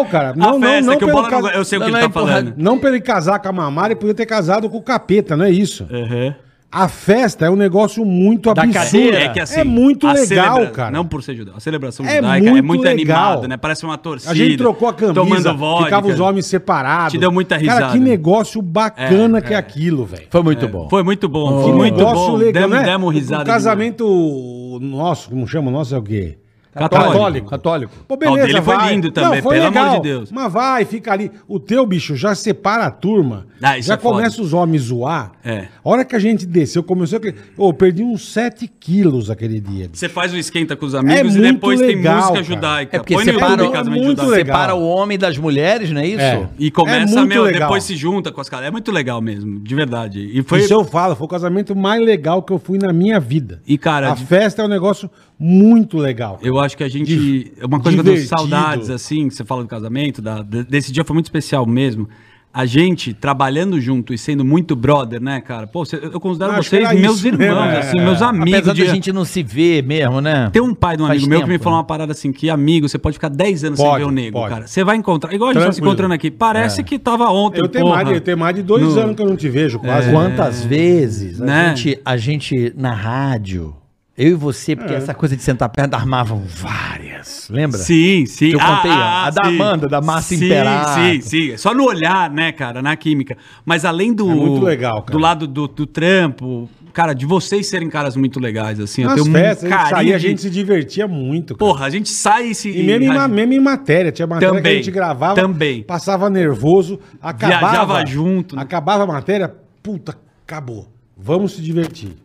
Speaker 2: cara.
Speaker 4: A
Speaker 2: Não, não,
Speaker 4: festa é
Speaker 2: não
Speaker 4: que o
Speaker 2: pelo
Speaker 4: Bola não-
Speaker 2: casamento.
Speaker 4: Eu sei o que
Speaker 3: Não,
Speaker 4: ele tá
Speaker 3: não, porra,
Speaker 4: falando.
Speaker 2: Não é pra ele casar com a mamara, ele podia ter casado com o capeta, não é isso?
Speaker 4: Uhum.
Speaker 2: A festa é um negócio muito absurdo.
Speaker 3: cadeira.
Speaker 2: É, muito
Speaker 4: assim, a
Speaker 2: legal,
Speaker 4: celebra-
Speaker 2: cara.
Speaker 4: Não por ser judeu. A celebração
Speaker 2: É
Speaker 4: judaica é
Speaker 2: muito
Speaker 4: muito
Speaker 2: legal.
Speaker 4: animado, né? Parece uma torcida.
Speaker 2: a gente trocou a camisa,
Speaker 4: Tomando vodka.
Speaker 2: ficava os homens separados.
Speaker 4: Te deu muita
Speaker 2: Cara,
Speaker 4: risada. É,
Speaker 2: que negócio bacana que é aquilo, velho.
Speaker 8: Foi muito bom.
Speaker 4: Foi muito
Speaker 2: Oh.
Speaker 4: bom. foi muito bom. demos,
Speaker 2: né?
Speaker 4: demos risada.
Speaker 2: O casamento nosso, como chama? o Nosso é o quê?
Speaker 4: Católico.
Speaker 8: Católico.
Speaker 2: Pô,
Speaker 4: Ah, o dele foi
Speaker 2: vai.
Speaker 4: lindo também,
Speaker 2: foi
Speaker 4: pelo amor de Deus.
Speaker 2: Mas vai, fica ali. O teu bicho já separa a turma.
Speaker 4: Ah, isso
Speaker 2: já
Speaker 4: é foda.
Speaker 2: começa os homens zoar.
Speaker 4: É.
Speaker 2: A hora que a gente desceu, começou. que- Ô, eu perdi uns 7 quilos aquele dia. bicho.
Speaker 4: Você faz o esquenta com os amigos
Speaker 2: É
Speaker 4: e
Speaker 2: muito
Speaker 4: depois tem
Speaker 2: legal,
Speaker 4: música
Speaker 2: cara.
Speaker 4: judaica.
Speaker 3: É porque
Speaker 4: no
Speaker 3: separa-
Speaker 4: YouTube
Speaker 3: é
Speaker 4: casamento
Speaker 2: muito
Speaker 4: judaico.
Speaker 2: legal.
Speaker 3: Separa o homem das mulheres, não é isso?
Speaker 2: É.
Speaker 4: E
Speaker 2: É
Speaker 4: começa,
Speaker 2: muito
Speaker 4: meu,
Speaker 2: legal.
Speaker 4: depois se junta com as caras. É muito legal mesmo, de verdade. E foi.
Speaker 2: Isso é um- eu falo, foi o casamento mais legal que eu fui na minha vida.
Speaker 4: E, cara,
Speaker 2: a
Speaker 4: de-
Speaker 2: festa é um negócio muito legal.
Speaker 4: Eu acho que a gente. é
Speaker 2: Di-
Speaker 4: Uma coisa que eu tenho
Speaker 2: divertido.
Speaker 4: saudades, assim, que você fala do casamento, da- de- desse dia foi muito especial mesmo. A gente trabalhando junto e sendo muito brother, né, cara? Pô, cê- eu considero
Speaker 2: Acho que
Speaker 4: vocês
Speaker 2: era
Speaker 4: meus
Speaker 2: isso
Speaker 4: irmãos,
Speaker 2: mesmo, é.
Speaker 4: assim, meus amigos.
Speaker 3: Apesar da
Speaker 4: de-
Speaker 3: gente não se ver mesmo, né?
Speaker 4: Tem um pai de um
Speaker 3: Faz
Speaker 4: amigo meu que
Speaker 3: tempo,
Speaker 4: me falou
Speaker 3: né?
Speaker 4: uma parada assim, que amigo, você pode ficar 10 anos sem
Speaker 2: Pode,
Speaker 4: ver o nego,
Speaker 2: pode.
Speaker 4: cara. Você vai encontrar. Igual a gente tá se
Speaker 2: Tranquilo. É.
Speaker 4: encontrando aqui. Parece que É. tava ontem,
Speaker 2: Eu tenho, mais de, eu tenho mais de dois anos que eu não te vejo, quase.
Speaker 3: Quantas vezes a,
Speaker 4: Né?
Speaker 3: gente, a gente na rádio, eu e você, porque essa coisa de sentar perto armavam várias, lembra?
Speaker 4: Sim, sim. Ah,
Speaker 3: Que eu contei, a da Amanda, da Márcia
Speaker 4: sim,
Speaker 3: Imperato.
Speaker 4: Sim, sim. É Só no olhar, né, cara, na química. Mas além do.
Speaker 2: É muito legal, cara.
Speaker 4: Do lado do, do trampo, cara, de vocês serem caras muito legais, assim.
Speaker 2: Nas
Speaker 4: eu tenho
Speaker 2: festas,
Speaker 4: um
Speaker 2: a gente
Speaker 4: carinho.
Speaker 2: saía, a
Speaker 4: de-
Speaker 2: gente se divertia muito. cara.
Speaker 4: Porra, a gente sai e se.
Speaker 2: E mesmo em, ma- mesmo em matéria, tinha matéria que a
Speaker 4: Também,
Speaker 2: gente gravava,
Speaker 4: também.
Speaker 2: passava nervoso, acabava.
Speaker 4: Viajava junto. né?
Speaker 2: Acabava a matéria, puta, acabou. Vamos se divertir.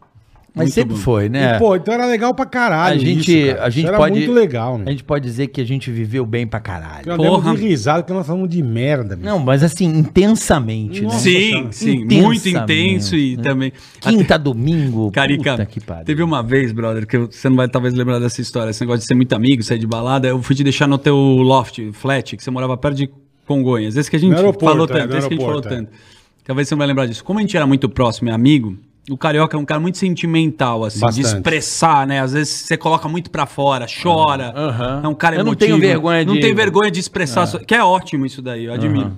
Speaker 3: Mas sempre foi, né?
Speaker 2: E, pô, então era legal pra caralho.
Speaker 3: a gente,
Speaker 2: isso, cara.
Speaker 3: a
Speaker 2: Isso
Speaker 3: gente
Speaker 2: era
Speaker 3: pode,
Speaker 2: muito legal,
Speaker 3: A
Speaker 2: né?
Speaker 3: gente pode dizer que a gente viveu bem pra caralho.
Speaker 2: Eu lembro
Speaker 4: Porra.
Speaker 2: de risada que nós falamos de merda, meu.
Speaker 3: Não, mas assim, intensamente, né?
Speaker 4: Sim, sim. Muito intenso e também.
Speaker 3: Quinta, domingo,
Speaker 4: Carica,
Speaker 3: puta que pariu.
Speaker 4: teve um uma vez, brother, que eu- você não vai talvez lembrar dessa história, esse negócio de ser muito amigo, sair de balada, eu fui te deixar no teu loft, flat, que você morava perto de Congonhas, esse que a gente
Speaker 2: No aeroporto,
Speaker 4: falou
Speaker 2: é,
Speaker 4: tanto,
Speaker 2: no
Speaker 4: esse que a gente falou
Speaker 2: aeroporto, é.
Speaker 4: tanto. Talvez você não vai lembrar disso. Como a gente era muito próximo e amigo, o Carioca é um cara muito sentimental, assim, de
Speaker 2: Bastante.
Speaker 4: expressar, né? Às vezes você coloca muito pra fora, chora, é um cara
Speaker 8: Eu não
Speaker 4: emotivo.
Speaker 8: tenho vergonha
Speaker 4: Não
Speaker 8: de-
Speaker 4: tem vergonha de expressar, sua- que é ótimo isso daí, eu admiro.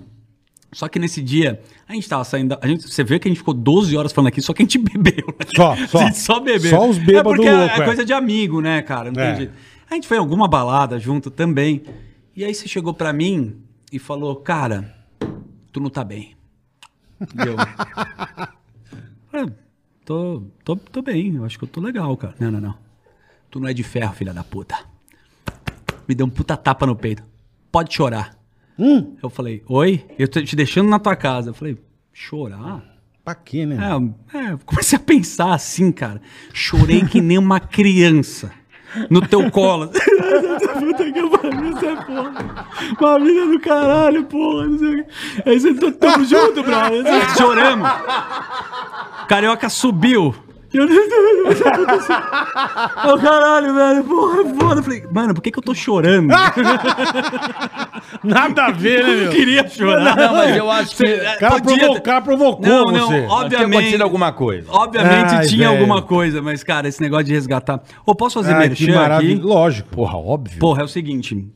Speaker 4: Só que nesse dia, a gente tava saindo. da- A gente, você vê que a gente ficou 12 horas falando aqui, só que a gente bebeu. Né?
Speaker 2: Só, só.
Speaker 4: A gente só bebeu.
Speaker 2: Só os bêbados
Speaker 4: É porque é-
Speaker 2: louco,
Speaker 4: é,
Speaker 2: é.
Speaker 4: coisa de amigo, né, cara? Não
Speaker 2: É.
Speaker 4: tem jeito. A gente foi em alguma balada junto também. E aí você chegou pra mim e falou: Cara, tu não tá bem. E eu. "Ah, tô, tô, tô bem, eu acho que eu tô legal, cara. Não, não, não. Tu não é de ferro, filha da puta. Me deu um puta tapa no peito. Pode chorar. Eu falei, oi? Eu tô te deixando na tua casa. Eu falei, chorar?
Speaker 2: Pra quê, né? meu?
Speaker 4: É, é, eu comecei a pensar assim, cara. Chorei que nem uma criança. No teu colo. Puta que pariu, isso é porra. Família do caralho, porra. Não sei o quê. Aí você tá tamo junto, brother. Choramos. Carioca subiu. E eu. tá Ô, caralho, velho. Porra, é foda. Eu falei, mano, por que, que eu tô chorando?
Speaker 2: Nada a ver, né, meu?
Speaker 4: Eu queria chorar.
Speaker 8: Não, mas eu acho que
Speaker 4: Cê-
Speaker 2: O cara,
Speaker 4: Podia-
Speaker 2: provocou, o cara provocou
Speaker 4: Não, não,
Speaker 2: você.
Speaker 4: ó-
Speaker 8: tinha acontecido alguma coisa.
Speaker 4: Obviamente
Speaker 2: Ai,
Speaker 4: tinha
Speaker 2: velho.
Speaker 4: alguma coisa, mas, cara, esse negócio de resgatar. Ou posso fazer
Speaker 2: Ai, que
Speaker 4: merchan aqui?
Speaker 2: maravilha. Lógico.
Speaker 8: Porra, óbvio.
Speaker 4: Porra, é o seguinte.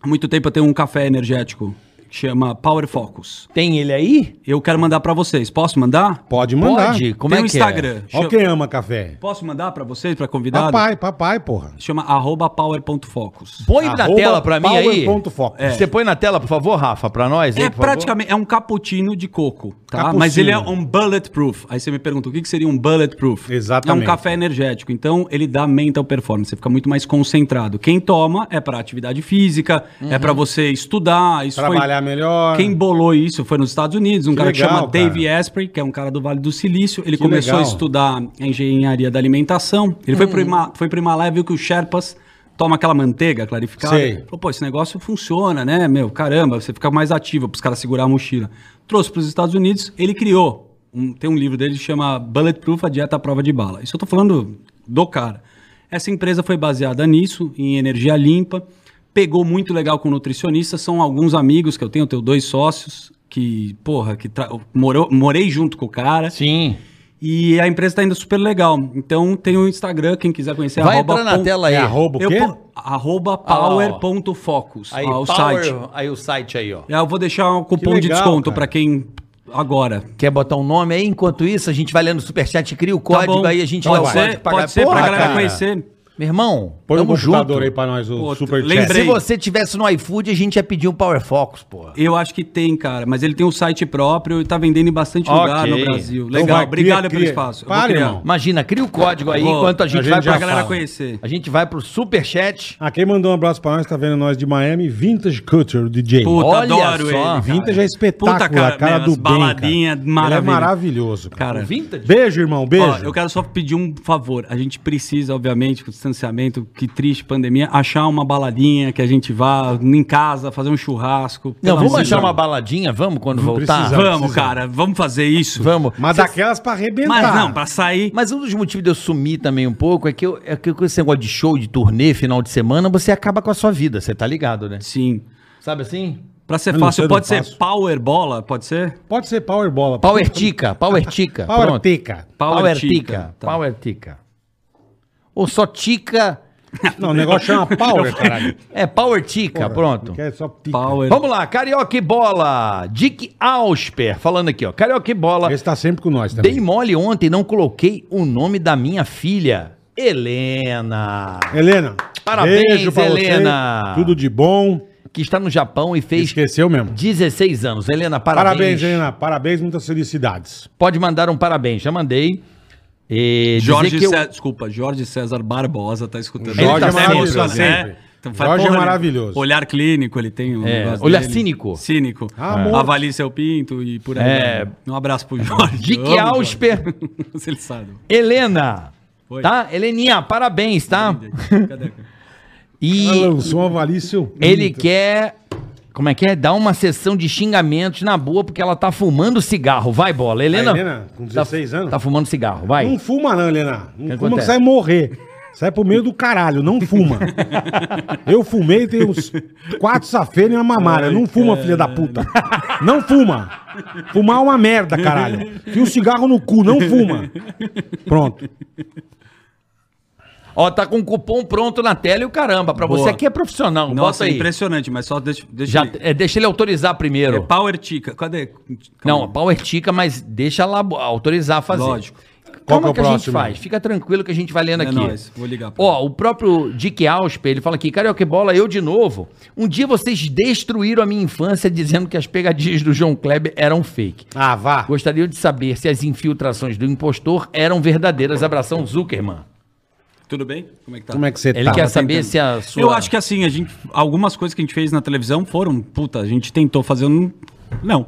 Speaker 4: Há muito tempo eu tenho um café energético que chama Power Focus.
Speaker 3: Tem ele aí?
Speaker 4: Eu quero mandar pra vocês. Posso mandar?
Speaker 2: Pode mandar.
Speaker 3: Pode? Como
Speaker 4: Tem
Speaker 3: é
Speaker 4: um
Speaker 3: que
Speaker 4: Instagram.
Speaker 2: Ó
Speaker 4: Chama-
Speaker 2: quem ama café.
Speaker 4: Posso mandar pra vocês, pra convidado?
Speaker 2: Papai, papai, porra.
Speaker 4: Chama arroba power.focus.
Speaker 3: é? Põe na
Speaker 2: Arroba
Speaker 3: tela pra mim aí.
Speaker 2: power.foco.
Speaker 3: Você põe na tela, por favor, Rafa, pra nós aí,
Speaker 4: É
Speaker 3: por favor.
Speaker 4: praticamente, é um cappuccino de coco, tá?
Speaker 2: Cappuccino.
Speaker 4: Mas ele é um bulletproof. Aí você me pergunta, o que, que seria um bulletproof?
Speaker 2: Exatamente.
Speaker 4: É um café energético, então ele dá mental performance, você fica muito mais concentrado. Quem toma é pra atividade física, é pra você estudar, isso foi-
Speaker 2: Uhum. Trabalhar melhor.
Speaker 4: Quem bolou isso foi nos Estados Unidos, um
Speaker 2: Que
Speaker 4: cara que
Speaker 2: legal,
Speaker 4: chama
Speaker 2: cara.
Speaker 4: Dave Asprey, que é um cara do Vale do Silício. Ele começou a
Speaker 2: legal. Hum.
Speaker 4: estudar engenharia da alimentação. Ele foi pro Hima- foi para Himalaia e viu que os Sherpas tomam aquela manteiga clarificada.
Speaker 2: Sei.
Speaker 4: Falou, pô, esse negócio funciona, né, meu? Caramba, você fica mais ativo pros caras segurar a mochila. Trouxe pros Estados Unidos, ele criou. um- tem um livro dele que chama Bulletproof, a dieta à prova de bala. Isso eu tô falando do cara. Essa empresa foi baseada nisso, em energia limpa pegou muito legal com nutricionista, são alguns amigos que eu tenho, eu tenho dois sócios que, porra, que tra- morou, morei junto com o cara.
Speaker 3: Sim.
Speaker 4: E a empresa tá indo super legal. Então tem o Instagram, quem quiser conhecer,
Speaker 3: Vai
Speaker 4: arroba
Speaker 3: entrar na
Speaker 4: pon-
Speaker 3: tela aí.
Speaker 2: É arroba o
Speaker 4: Eu
Speaker 2: quê?
Speaker 4: pon- arroba
Speaker 3: Ah, lá, ó.
Speaker 4: power.focus,
Speaker 3: Aí,
Speaker 4: ó, o
Speaker 3: power-
Speaker 4: site.
Speaker 3: aí o site aí, ó.
Speaker 4: Eu vou deixar um cupom de
Speaker 2: legal,
Speaker 4: desconto
Speaker 2: cara.
Speaker 4: para quem agora.
Speaker 3: Quer botar um nome aí? Enquanto isso, a gente vai lendo o superchat, cria o código
Speaker 4: Tá bom?
Speaker 3: aí, a gente
Speaker 4: pode
Speaker 3: dá o
Speaker 4: ser,
Speaker 3: código
Speaker 4: pode
Speaker 3: pagar-
Speaker 4: ser pra
Speaker 3: Porra,
Speaker 4: galera
Speaker 3: cara.
Speaker 4: conhecer.
Speaker 3: Meu irmão,
Speaker 2: Põe o
Speaker 3: tamo
Speaker 2: computador
Speaker 3: junto.
Speaker 2: aí pra nós, o
Speaker 4: Pô,
Speaker 2: super
Speaker 3: Se
Speaker 4: lembrei.
Speaker 3: você tivesse no iFood, a gente ia pedir um Power Focus, porra.
Speaker 4: Eu acho que tem, cara, mas ele tem um site próprio e tá vendendo em bastante lugar
Speaker 3: Ok.
Speaker 4: no Brasil.
Speaker 2: Então
Speaker 4: Legal,
Speaker 2: vai, cria,
Speaker 4: obrigado pelo
Speaker 2: cria.
Speaker 4: espaço. Eu vou
Speaker 2: Para,
Speaker 4: criar.
Speaker 2: irmão.
Speaker 3: Imagina, cria o código aí
Speaker 4: Vou,
Speaker 3: enquanto a
Speaker 4: a
Speaker 3: gente,
Speaker 2: gente
Speaker 3: vai
Speaker 2: já
Speaker 3: pra
Speaker 2: fala.
Speaker 3: galera
Speaker 4: Galera
Speaker 3: conhecer.
Speaker 4: conhecer.
Speaker 3: A gente vai pro superchat.
Speaker 2: Ah, quem mandou um abraço pra nós, tá vendo nós de Miami, Vintage Culture, o DJ.
Speaker 4: Puta,
Speaker 3: Olha
Speaker 4: adoro
Speaker 3: só,
Speaker 4: ele.
Speaker 3: cara.
Speaker 2: Vintage é espetáculo,
Speaker 4: Puta,
Speaker 2: cara,
Speaker 4: cara,
Speaker 2: a cara
Speaker 4: meu,
Speaker 2: do
Speaker 4: as
Speaker 2: bem, cara.
Speaker 4: baladinha
Speaker 2: Ele é
Speaker 4: maravilha.
Speaker 2: maravilhoso, cara.
Speaker 4: Cara,
Speaker 3: Vintage?
Speaker 2: Beijo, irmão, beijo.
Speaker 4: ó, eu quero só pedir um favor. A gente precisa, obviamente, com o distanciamento, que triste pandemia, achar uma baladinha que a gente vá em casa, fazer um churrasco.
Speaker 3: Não,
Speaker 4: Pelo
Speaker 3: vamos
Speaker 4: amor de
Speaker 3: achar
Speaker 4: Deus.
Speaker 3: uma baladinha, vamos quando voltar?
Speaker 2: precisa.
Speaker 4: Vamos, cara, vamos fazer isso.
Speaker 3: Vamos.
Speaker 2: Mas daquelas pra arrebentar.
Speaker 4: Mas não, pra sair.
Speaker 3: Mas um dos motivos de eu sumir também um pouco é que, eu, é que com esse negócio de show, de turnê, final de semana, você acaba com a sua vida, você tá ligado, né?
Speaker 4: Sim.
Speaker 3: Sabe assim?
Speaker 4: Pra ser
Speaker 2: Eu não sei,
Speaker 4: fácil,
Speaker 2: eu
Speaker 4: pode
Speaker 2: não
Speaker 4: ser
Speaker 2: faço.
Speaker 4: power bola, pode ser?
Speaker 2: Pode ser Power Bola.
Speaker 3: Power Tica, Power Tica.
Speaker 2: Power
Speaker 3: pronto.
Speaker 2: Tica.
Speaker 3: Power Tica.
Speaker 4: Tica, tá.
Speaker 3: Power Tica. Ou só Tica.
Speaker 2: Não, o negócio chama Power, caralho.
Speaker 3: É, Power Tica, pronto.
Speaker 2: Que é só tica.
Speaker 4: Power.
Speaker 3: Vamos lá, Carioca e Bola. Dick Ausper falando aqui, ó. Carioca e Bola.
Speaker 2: Esse tá sempre com nós também.
Speaker 3: Dei mole ontem, não coloquei o nome da minha filha, Helena,
Speaker 2: Helena.
Speaker 3: Parabéns,
Speaker 2: pra você.
Speaker 3: Helena.
Speaker 2: Tudo de bom.
Speaker 3: que está no Japão e fez
Speaker 2: Esqueceu mesmo.
Speaker 3: 16 anos. Helena, parabéns.
Speaker 2: Parabéns, Helena. Parabéns, muitas felicidades.
Speaker 3: Pode mandar um parabéns, já mandei. E dizer
Speaker 4: Jorge
Speaker 3: que eu-
Speaker 4: César, desculpa, Jorge César Barbosa tá escutando.
Speaker 2: Jorge
Speaker 4: Ele tá
Speaker 3: é
Speaker 4: sempre,
Speaker 3: maravilhoso,
Speaker 4: né?
Speaker 2: sempre.
Speaker 4: Então faz
Speaker 2: Jorge é
Speaker 4: porra, né?
Speaker 2: maravilhoso.
Speaker 4: Olhar clínico, ele tem um
Speaker 3: É,
Speaker 4: negócio
Speaker 3: olhar cínico.
Speaker 4: Cínico.
Speaker 2: Ah, amor.
Speaker 4: Avalie seu pinto e por aí.
Speaker 3: É.
Speaker 4: vai. Um abraço pro Jorge.
Speaker 3: Dick
Speaker 4: Eu amo o
Speaker 3: Ausper.
Speaker 4: Jorge. Se ele sabe.
Speaker 3: Helena,
Speaker 4: Oi.
Speaker 3: tá? Heleninha, parabéns, tá?
Speaker 4: Cadê?
Speaker 3: Então,
Speaker 2: Ela
Speaker 3: E
Speaker 2: lançou uma valício.
Speaker 3: ele quer, como é que é? Dar uma sessão de xingamentos na boa, porque ela tá fumando cigarro. Vai, bola. Helena,
Speaker 2: Helena, com 16
Speaker 3: tá,
Speaker 2: anos? Hum.
Speaker 3: tá fumando cigarro, vai.
Speaker 2: Não fuma, não, Helena. Não
Speaker 3: que
Speaker 2: fuma que
Speaker 3: acontece?
Speaker 2: sai morrer. Sai pro meio do caralho, não fuma. Eu fumei tem uns quatro safeiros e uma mamária. Não fuma, filha da puta. Não fuma. Fumar é uma merda, caralho. Fia o cigarro no cu, não fuma. Pronto.
Speaker 3: Ó, tá com o cupom pronto na tela e o caramba. Pra
Speaker 4: Boa.
Speaker 3: você que é profissional, bota
Speaker 4: Nossa, é
Speaker 3: aí.
Speaker 4: impressionante, mas só deixa. deixa
Speaker 3: Já,
Speaker 4: ele-
Speaker 3: é, deixa ele autorizar primeiro.
Speaker 4: É Power Tica. Cadê? Calma.
Speaker 3: Não, a Power Tica, mas deixa lá bo- autorizar a fazer.
Speaker 4: Lógico.
Speaker 2: Qual que
Speaker 3: Como
Speaker 2: é
Speaker 3: é
Speaker 2: o
Speaker 3: que a gente
Speaker 2: próximo?
Speaker 3: faz? Fica tranquilo que a gente vai lendo
Speaker 4: É
Speaker 3: aqui.
Speaker 4: nóis, vou ligar pra
Speaker 3: Ó, o próprio Dick Ausper, ele fala aqui, Carioca e Bola, eu de novo. Um dia vocês destruíram a minha infância dizendo que as pegadinhas do João Kleber eram fake.
Speaker 2: Ah, vá.
Speaker 3: Gostaria de saber se as infiltrações do impostor eram verdadeiras. Abração, Zuckerman.
Speaker 4: Tudo bem? Como é que tá?
Speaker 2: Como é que você tá?
Speaker 3: Ele quer
Speaker 4: tava
Speaker 3: saber
Speaker 4: tentando.
Speaker 3: se a sua...
Speaker 4: Eu acho que assim, a gente, algumas coisas que a gente fez na televisão foram, puta, a gente tentou fazer um. Não.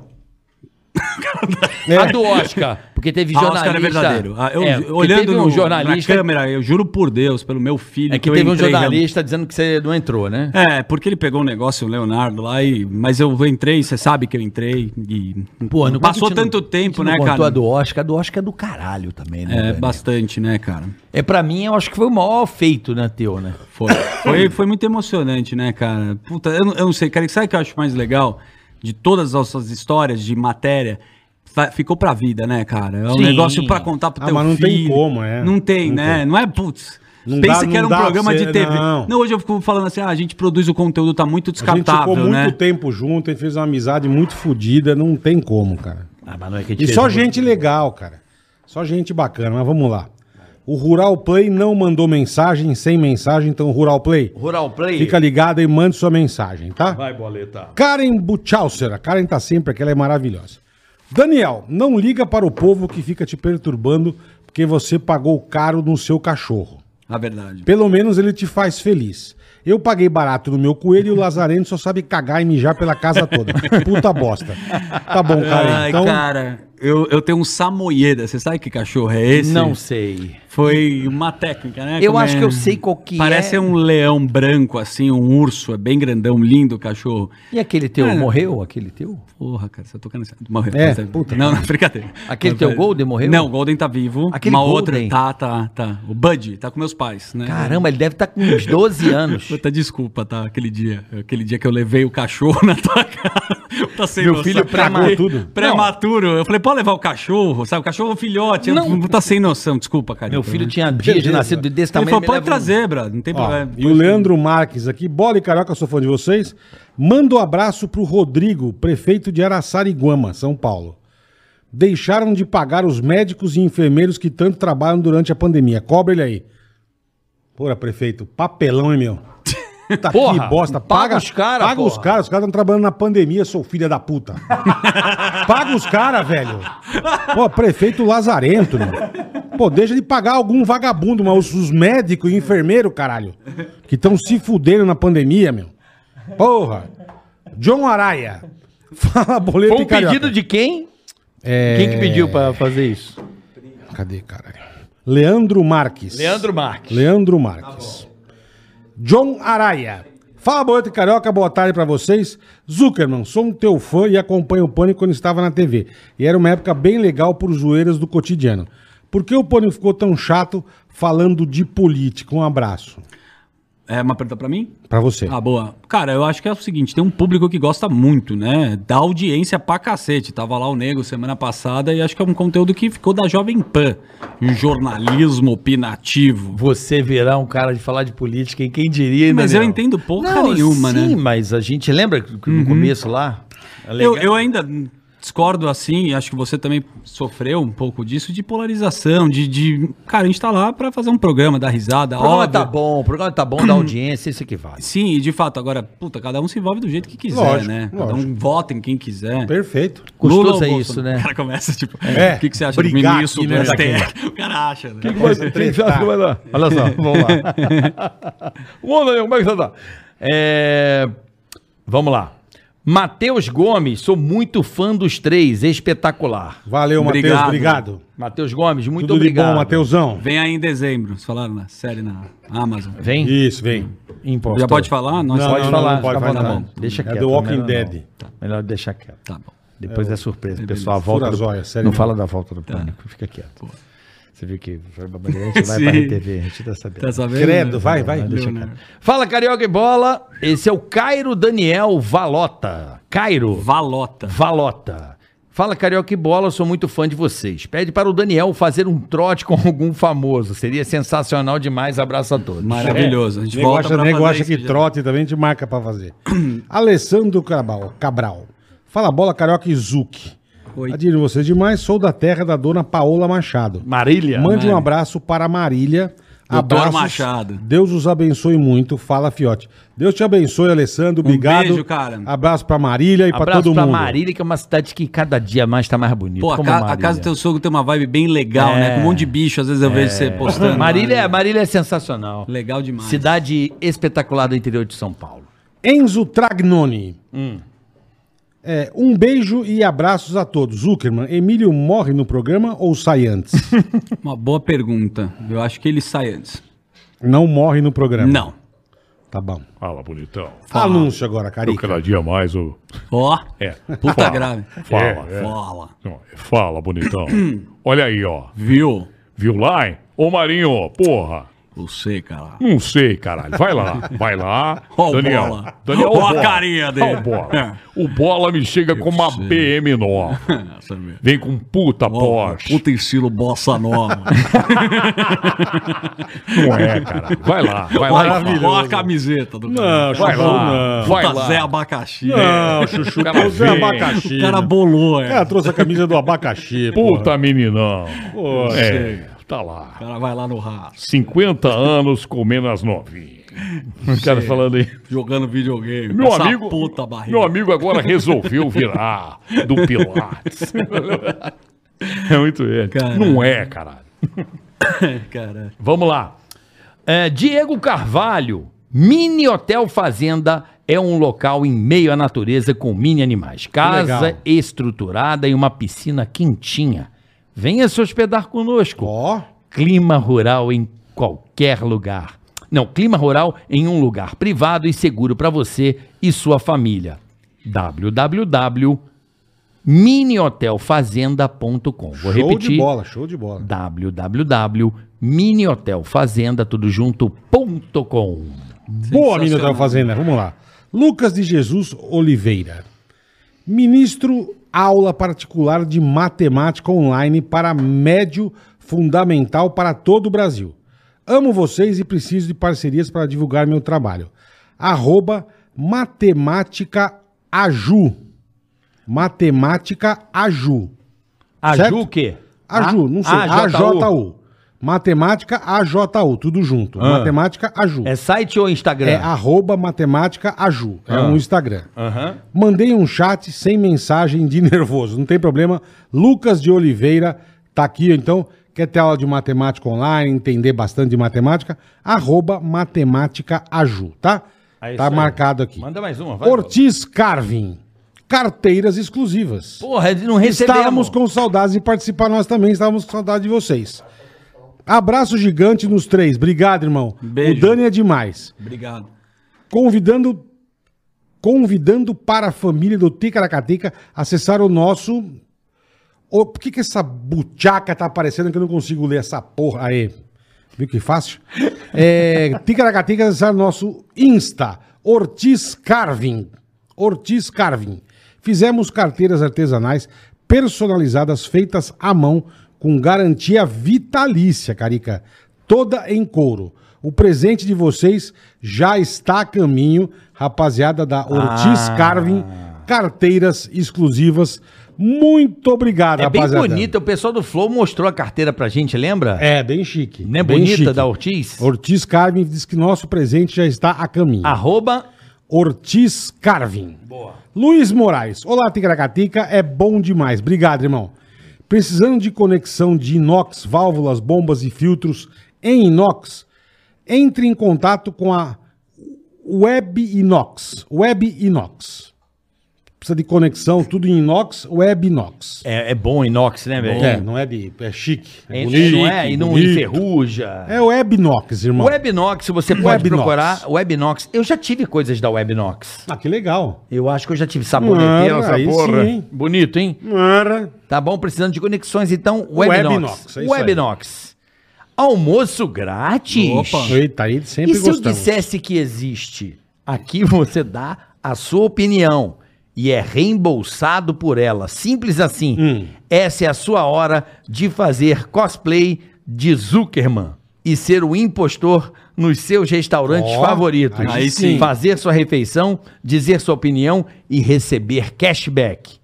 Speaker 3: A do Oscar, porque teve
Speaker 4: Ah,
Speaker 3: jornalista...
Speaker 4: É. Oscar é verdadeiro. Ah, eu,
Speaker 3: É, porque
Speaker 4: olhando
Speaker 3: teve um
Speaker 4: no-
Speaker 3: jornalista...
Speaker 4: na câmera, eu juro por Deus, pelo meu filho.
Speaker 3: É que
Speaker 4: eu
Speaker 3: teve um
Speaker 4: entrei né? realmente-
Speaker 3: jornalista dizendo que você não entrou, né?
Speaker 4: É, porque ele pegou um negócio, o Leonardo, lá e. Mas eu entrei, você sabe que eu entrei. E.
Speaker 3: Pô, não
Speaker 4: Passou
Speaker 3: a gente não-
Speaker 4: tanto tempo,
Speaker 3: a gente não
Speaker 4: né,
Speaker 3: contou
Speaker 4: cara?
Speaker 3: A do Oscar, a do Oscar é do caralho também, né?
Speaker 4: É,
Speaker 3: velho?
Speaker 4: bastante, né, cara?
Speaker 3: É, pra mim, eu acho que foi o maior feito, né, teu, né?
Speaker 4: Foi. Foi, foi muito emocionante, né, cara? Puta, eu, não- eu não sei, cara, sabe o que eu acho mais legal? De todas as nossas histórias de matéria, fa- ficou pra vida, né, cara? É um
Speaker 3: Sim.
Speaker 4: negócio pra contar pro
Speaker 2: Ah,
Speaker 4: teu
Speaker 2: mas não tem
Speaker 4: filho.
Speaker 2: como, é.
Speaker 4: Não tem,
Speaker 2: Não
Speaker 4: né? Não é, putz.
Speaker 2: Não
Speaker 4: Pensa
Speaker 2: dá-
Speaker 4: que era
Speaker 2: não
Speaker 4: um
Speaker 2: dá pra
Speaker 4: programa
Speaker 2: você-
Speaker 4: de TV.
Speaker 2: não.
Speaker 4: Não. hoje eu fico falando assim, ah, a gente produz o conteúdo, tá
Speaker 2: A
Speaker 4: muito
Speaker 2: gente ficou
Speaker 4: descartável,
Speaker 2: muito
Speaker 4: né?
Speaker 2: tempo junto, a gente fez uma amizade muito fodida, não tem como, cara.
Speaker 9: Ah, mas não é que a
Speaker 2: E
Speaker 9: fez
Speaker 2: só
Speaker 9: um-
Speaker 2: gente legal, cara. Só gente bacana, mas vamos lá. O Rural Play não mandou mensagem sem mensagem, então Rural Play,
Speaker 9: Rural Play.
Speaker 2: fica ligado e mande sua mensagem, tá?
Speaker 9: Vai, boleta.
Speaker 2: Karen Buchauser, a Karen tá sempre aqui, ela é maravilhosa. Daniel, não liga para o povo que fica te perturbando porque você pagou caro no seu cachorro.
Speaker 4: Na verdade.
Speaker 2: Pelo menos ele te faz feliz. Eu paguei barato no meu coelho e o Lazareno só sabe cagar e mijar pela casa toda. Puta bosta. Tá bom, cara.
Speaker 4: Ai,
Speaker 2: Então,
Speaker 4: cara, eu, eu tenho um samoyeda. Você sabe que cachorro é esse?
Speaker 9: Não sei.
Speaker 4: Foi uma técnica, né?
Speaker 9: Eu
Speaker 4: Como
Speaker 9: acho que eu sei qual que
Speaker 4: Parece
Speaker 9: é.
Speaker 4: um leão branco, assim, um urso. É bem grandão, lindo o cachorro.
Speaker 9: E aquele teu
Speaker 4: É.
Speaker 9: morreu? Aquele teu?
Speaker 4: Porra, cara, você tá tocando esse... Morreu.
Speaker 2: É,
Speaker 4: Tá-
Speaker 2: puta.
Speaker 4: Não, não, brincadeira.
Speaker 9: Aquele
Speaker 4: Não,
Speaker 9: teu
Speaker 4: pera-
Speaker 9: Golden morreu?
Speaker 4: Não, o Golden tá vivo.
Speaker 9: Aquele
Speaker 4: Uma
Speaker 9: Golden?
Speaker 4: outra... Tá, tá, tá. O Bud tá com meus pais, né?
Speaker 9: Caramba, ele
Speaker 3: tá
Speaker 9: deve estar com uns 12 anos.
Speaker 4: Puta desculpa, tá? Aquele dia. Aquele dia que eu levei o cachorro na tua casa. Tá sem
Speaker 2: Meu
Speaker 4: noção.
Speaker 2: filho prematu-
Speaker 4: Fiquei
Speaker 2: tudo.
Speaker 4: Prematuro. Eu falei, pode levar o cachorro, sabe? O cachorro é um filhote. Não. Tá sem noção, desculpa, cara.
Speaker 9: Meu filho tinha dias de
Speaker 2: Beleza.
Speaker 9: nascido desse
Speaker 4: Ele
Speaker 9: tamanho.
Speaker 4: falou,
Speaker 9: me
Speaker 4: pode
Speaker 9: leva um-
Speaker 4: trazer, brother. Não tem
Speaker 2: ó,
Speaker 4: problema.
Speaker 2: e o Leandro Marques aqui, bola e carioca, sou fã de vocês. Manda um abraço pro Rodrigo, prefeito de Araçariguama, São Paulo. Deixaram de pagar os médicos e enfermeiros que tanto trabalham durante a pandemia. Cobra ele aí. Porra, prefeito, papelão, hein, meu? Tá
Speaker 3: Porra,
Speaker 2: que bosta.
Speaker 3: paga
Speaker 2: Paga,
Speaker 3: os cara,
Speaker 2: Paga os
Speaker 3: porra.
Speaker 2: caras, os caras estão trabalhando na pandemia, sou filha da puta. paga os caras, velho. Pô, prefeito Lazarento, meu. Pô, deixa de pagar algum vagabundo, mas os, os médicos e enfermeiros, caralho, que estão se fudendo na pandemia, meu. Porra. John Araia. Fala, boleto
Speaker 3: Foi
Speaker 2: e
Speaker 3: um
Speaker 2: carioca.
Speaker 3: pedido de quem?
Speaker 2: É...
Speaker 3: Quem que pediu pra fazer isso?
Speaker 2: Cadê, caralho? Leandro Marques.
Speaker 3: Leandro Marques.
Speaker 2: Leandro
Speaker 3: Tá
Speaker 2: Marques. John Araia. Fala, Boleto e Carioca, boa tarde pra vocês. Zuckerman, sou um teu fã e acompanho o Pânico quando estava na TV. E era uma época bem legal por zoeiras do cotidiano. Por que o Pânico ficou tão chato falando de política? Um abraço
Speaker 4: É uma pergunta pra mim?
Speaker 2: pra você.
Speaker 4: Ah, boa. Cara, eu acho que é o seguinte, tem um público que gosta muito, né? Dá audiência pra cacete. Tava lá o Nego semana passada e acho que é um conteúdo que ficou da Jovem Pan. Um jornalismo opinativo.
Speaker 3: Você virar um cara de falar de política, hein? quem diria, hein,
Speaker 4: Mas eu
Speaker 3: Daniel?
Speaker 4: entendo porra
Speaker 3: Não,
Speaker 4: nenhuma, né?
Speaker 3: Sim, mas a gente lembra que que no
Speaker 2: Uhum.
Speaker 3: começo lá?
Speaker 2: É
Speaker 4: Eu, eu ainda discordo assim, e acho que você também sofreu um pouco disso, de polarização, de. de- Cara, a gente tá lá pra fazer um programa, dar risada,
Speaker 3: O programa
Speaker 4: óbvio.
Speaker 3: tá bom, o programa tá bom da audiência, isso que vale.
Speaker 4: Sim, e de fato, agora, puta, cada um se envolve do jeito que quiser,
Speaker 2: Lógico,
Speaker 4: né? Cada
Speaker 2: lógico.
Speaker 4: um vota em quem quiser.
Speaker 2: Perfeito.
Speaker 3: Custoso
Speaker 4: ou
Speaker 3: é
Speaker 4: Bolsonaro?
Speaker 3: isso, né?
Speaker 4: O cara começa, tipo,
Speaker 2: É,
Speaker 4: o que, que você acha do
Speaker 2: brigar
Speaker 4: ministro
Speaker 2: aqui,
Speaker 4: do
Speaker 2: né?
Speaker 4: STF? O cara acha, né?
Speaker 2: Coisa tretar.
Speaker 3: Olha só, vamos lá. Bom, Daniel, como é que você tá? É, Vamos lá. Matheus Gomes, sou muito fã dos três, espetacular.
Speaker 2: Valeu, Matheus,
Speaker 4: Obrigado.
Speaker 2: obrigado.
Speaker 3: Matheus Gomes, muito
Speaker 2: Tudo
Speaker 3: obrigado.
Speaker 2: de bom, Matheusão.
Speaker 4: Vem aí em dezembro, vocês falaram na série na Amazon.
Speaker 3: Vem,
Speaker 2: Isso, vem.
Speaker 3: impostor.
Speaker 4: Já pode falar? Nós
Speaker 2: Não,
Speaker 3: Pode
Speaker 2: não,
Speaker 3: falar,
Speaker 2: não pode,
Speaker 3: fica à
Speaker 2: vai
Speaker 3: vontade.
Speaker 4: dar bom.
Speaker 3: Deixa
Speaker 2: É
Speaker 3: quieto.
Speaker 2: The Walking
Speaker 3: melhor
Speaker 2: Dead.
Speaker 3: não. Tá, Melhor deixar quieto.
Speaker 4: Tá bom.
Speaker 3: Depois é, surpresa. O
Speaker 4: beleza.
Speaker 3: pessoal volta.
Speaker 2: Fura
Speaker 3: do-
Speaker 2: zóia, sério
Speaker 3: não
Speaker 2: mesmo.
Speaker 3: fala da volta
Speaker 4: Tá.
Speaker 3: do pânico. Fica quieto. Você viu que foi uma bandeira, a gente vai pra
Speaker 4: Sim.
Speaker 3: RTV, a gente tá sabendo.
Speaker 4: Tá sabendo?
Speaker 2: Credo,
Speaker 4: né?
Speaker 2: vai, vai.
Speaker 4: Leonardo.
Speaker 3: Fala, Carioca e Bola. Esse é o Cairo Daniel Valota. Cairo
Speaker 4: Valota.
Speaker 3: É. Valota. Fala, Carioca e Bola, sou muito fã de vocês. Pede para o Daniel fazer um trote com algum famoso. Seria sensacional demais. Abraço a todos.
Speaker 4: Maravilhoso. A gente volta
Speaker 2: Negócio,
Speaker 4: pra
Speaker 2: negócio
Speaker 4: fazer
Speaker 2: que
Speaker 4: isso já.
Speaker 2: trote também, a gente marca pra fazer. Alessandro Cabral, Cabral. Fala bola, carioca e Zuc.
Speaker 4: Oi.
Speaker 2: Admiro vocês demais, sou da terra da dona Paola Machado.
Speaker 3: Marília.
Speaker 2: Mande um abraço para Marília.
Speaker 4: Doutor
Speaker 2: Abraços.
Speaker 4: né? Machado.
Speaker 2: Deus os abençoe muito. Fala, Fiote. Deus te abençoe, Alessandro. Obrigado.
Speaker 4: Um beijo, cara.
Speaker 2: Abraço para Marília e para
Speaker 3: Abraço
Speaker 2: todo
Speaker 3: pra
Speaker 2: mundo.
Speaker 3: Marília, que é uma cidade que cada dia mais tá mais bonita.
Speaker 4: Pô, a,
Speaker 3: Como
Speaker 4: ca- a
Speaker 3: Marília.
Speaker 4: casa do teu sogro tem uma vibe bem legal,
Speaker 3: É.
Speaker 4: né? Com um monte de bicho, às vezes eu vejo você postando.
Speaker 3: Marília, Marília é sensacional.
Speaker 4: Legal demais.
Speaker 3: Cidade espetacular do interior de São Paulo.
Speaker 2: Enzo Tragnoni.
Speaker 4: Hum.
Speaker 2: É, um beijo e abraços a todos. Zuckerman, Emílio morre no programa ou sai antes?
Speaker 4: Uma boa pergunta. Eu acho que ele sai antes.
Speaker 2: Não morre no programa.
Speaker 4: Não.
Speaker 2: Tá bom.
Speaker 10: Fala, bonitão.
Speaker 2: Anúncio agora,
Speaker 10: Eu
Speaker 2: Carica.
Speaker 10: cada dia mais o.
Speaker 4: Ó.
Speaker 10: É.
Speaker 4: Puta
Speaker 10: fala,
Speaker 4: grave.
Speaker 10: Fala, é.
Speaker 4: Fala.
Speaker 10: Não, Fala, bonitão. Olha aí, ó.
Speaker 4: Viu?
Speaker 10: Viu lá, hein? Ô, Marinho, porra.
Speaker 4: Não sei, cara.
Speaker 10: Não sei, caralho. Vai lá, vai lá.
Speaker 4: Ó o
Speaker 10: Daniel.
Speaker 4: Bola.
Speaker 10: Daniel
Speaker 4: Ó a carinha dele. É.
Speaker 10: Ó o bola. O bola me chega com uma
Speaker 4: sei.
Speaker 10: PM nova.
Speaker 4: Nossa, meu.
Speaker 10: Vem com puta
Speaker 4: é Ó,
Speaker 10: Porsche.
Speaker 4: puta estilo bossa nova.
Speaker 10: Não é, caralho. Vai lá, vai lá. e
Speaker 4: Olha
Speaker 10: fala.
Speaker 4: a camiseta do
Speaker 2: Não,
Speaker 4: cara.
Speaker 10: Vai
Speaker 2: Ah, Chuchu,
Speaker 10: lá,
Speaker 2: não.
Speaker 10: vai
Speaker 4: Puta
Speaker 10: lá.
Speaker 4: Zé Abacaxi.
Speaker 2: Não, Chuchu,
Speaker 10: O cara
Speaker 2: o Zé
Speaker 10: vem.
Speaker 2: abacaxi.
Speaker 4: O cara
Speaker 2: né?
Speaker 4: bolou, é.
Speaker 2: O cara trouxe a camisa do abacaxi.
Speaker 10: Puta meninão.
Speaker 2: Pô,
Speaker 10: É, tá lá.
Speaker 4: O cara vai lá no rastro,
Speaker 10: 50 anos comendo as novinhas. Os caras falando aí.
Speaker 4: jogando videogame.
Speaker 10: Meu
Speaker 4: com essa
Speaker 10: amigo,
Speaker 4: puta barriga.
Speaker 10: meu amigo agora resolveu virar do Pilates. É muito ele.
Speaker 4: Caralho.
Speaker 10: Não é, caralho.
Speaker 4: Cara,
Speaker 3: Vamos lá. É, Diego Carvalho, mini hotel fazenda é um local em meio à natureza com mini animais.
Speaker 2: legal.
Speaker 3: Casa estruturada e uma piscina quentinha. Venha se hospedar conosco.
Speaker 2: Ó,
Speaker 3: Clima rural em qualquer lugar. Não, clima rural em um lugar privado e seguro para você e sua família. www.minihotelfazenda.com. Vou
Speaker 2: show
Speaker 3: repetir
Speaker 2: de bola, show de bola.
Speaker 3: www.minihotelfazenda tudo junto.com.
Speaker 2: Boa, menina da Fazenda. Vamos lá. Lucas de Jesus Oliveira. Ministro aula particular de matemática online para médio fundamental para todo o Brasil. Amo vocês e preciso de parcerias para divulgar meu trabalho. Arroba Matemática Aju. Matemática Aju.
Speaker 3: Aju
Speaker 2: Certo?
Speaker 3: o quê? Ah,
Speaker 2: Aju, não sei.
Speaker 3: AJU.
Speaker 2: AJU. Matemática AJU, tudo junto. Matemática Aju.
Speaker 3: Ah. É site ou Instagram? Ah.
Speaker 2: É arroba matemática Aju. É no Instagram. Mandei um chat sem mensagem de nervoso. Não tem problema. Lucas de Oliveira tá aqui, então. Quer ter aula de matemática online, entender bastante de matemática? Arroba matemática Aju, tá?
Speaker 3: É isso
Speaker 2: tá
Speaker 3: aí.
Speaker 2: marcado aqui.
Speaker 3: Manda mais uma, vai.
Speaker 2: Ortiz Carvin. Carteiras exclusivas.
Speaker 3: Porra, não recebemos.
Speaker 2: Estávamos com saudades de participar, nós também estávamos com saudade de vocês. Abraço gigante nos três. Obrigado, irmão.
Speaker 4: Beijo.
Speaker 2: O Dani é demais.
Speaker 4: obrigado.
Speaker 2: Convidando convidando para a família do Ticaracateca acessar o nosso Ô, por que, que essa buchaca tá aparecendo que eu não consigo ler essa porra aí? Viu que fácil? É, Ticaracatica, esse é o nosso Insta, Ortiz Carvin. Ortiz Carvin. Fizemos carteiras artesanais personalizadas, feitas à mão, com garantia vitalícia, Carica. Toda em couro. O presente de vocês já está a caminho, rapaziada da Ortiz
Speaker 3: Ah.
Speaker 2: Carvin. Carteiras exclusivas. Muito obrigado,
Speaker 3: É bem
Speaker 2: rapaziada.
Speaker 3: bonita. O pessoal do Flow mostrou a carteira pra gente, lembra?
Speaker 2: É, bem chique.
Speaker 3: Não é
Speaker 2: bem
Speaker 3: bonita
Speaker 2: chique.
Speaker 3: da Ortiz?
Speaker 2: Ortiz Carvin diz que nosso presente já está a caminho.
Speaker 3: Ah. Arroba
Speaker 2: Ortiz Carvin. Boa. Luiz Moraes. Olá, Ticaracatica. É bom demais. Obrigado, irmão. Precisando de conexão de inox, válvulas, bombas e filtros em inox, entre em contato com a Web Inox. Web Inox. Precisa de conexão, tudo em inox, Web Inox.
Speaker 3: é, é bom inox, né, velho?
Speaker 2: É, não é de. É chique.
Speaker 3: É,
Speaker 2: bonito,
Speaker 3: não é? E não
Speaker 2: bonito.
Speaker 3: enferruja.
Speaker 2: É Um o Webnox, irmão.
Speaker 3: Webnox, você pode
Speaker 2: Webnox.
Speaker 3: procurar. Webnox. Eu já tive coisas da Webnox.
Speaker 2: Ah, que legal.
Speaker 3: Eu acho que eu já tive saboneteira,
Speaker 2: Mano,
Speaker 3: essa
Speaker 2: aí
Speaker 3: porra.
Speaker 2: sim, hein?
Speaker 3: Bonito, hein? Tá bom, precisando de conexões, então, Webnox.
Speaker 2: Webnox, é isso aí.
Speaker 3: Webnox. Almoço grátis.
Speaker 4: Opa.
Speaker 2: Eita, aí sempre
Speaker 3: E se eu dissesse que existe? Aqui você dá a sua opinião e é reembolsado por ela. Simples assim.
Speaker 2: Hum.
Speaker 3: Essa é a sua hora de fazer cosplay de Zuckerman e ser o impostor nos seus restaurantes
Speaker 2: Ó,
Speaker 3: favoritos.
Speaker 4: aí sim.
Speaker 3: Fazer sua refeição, dizer sua opinião e receber cashback.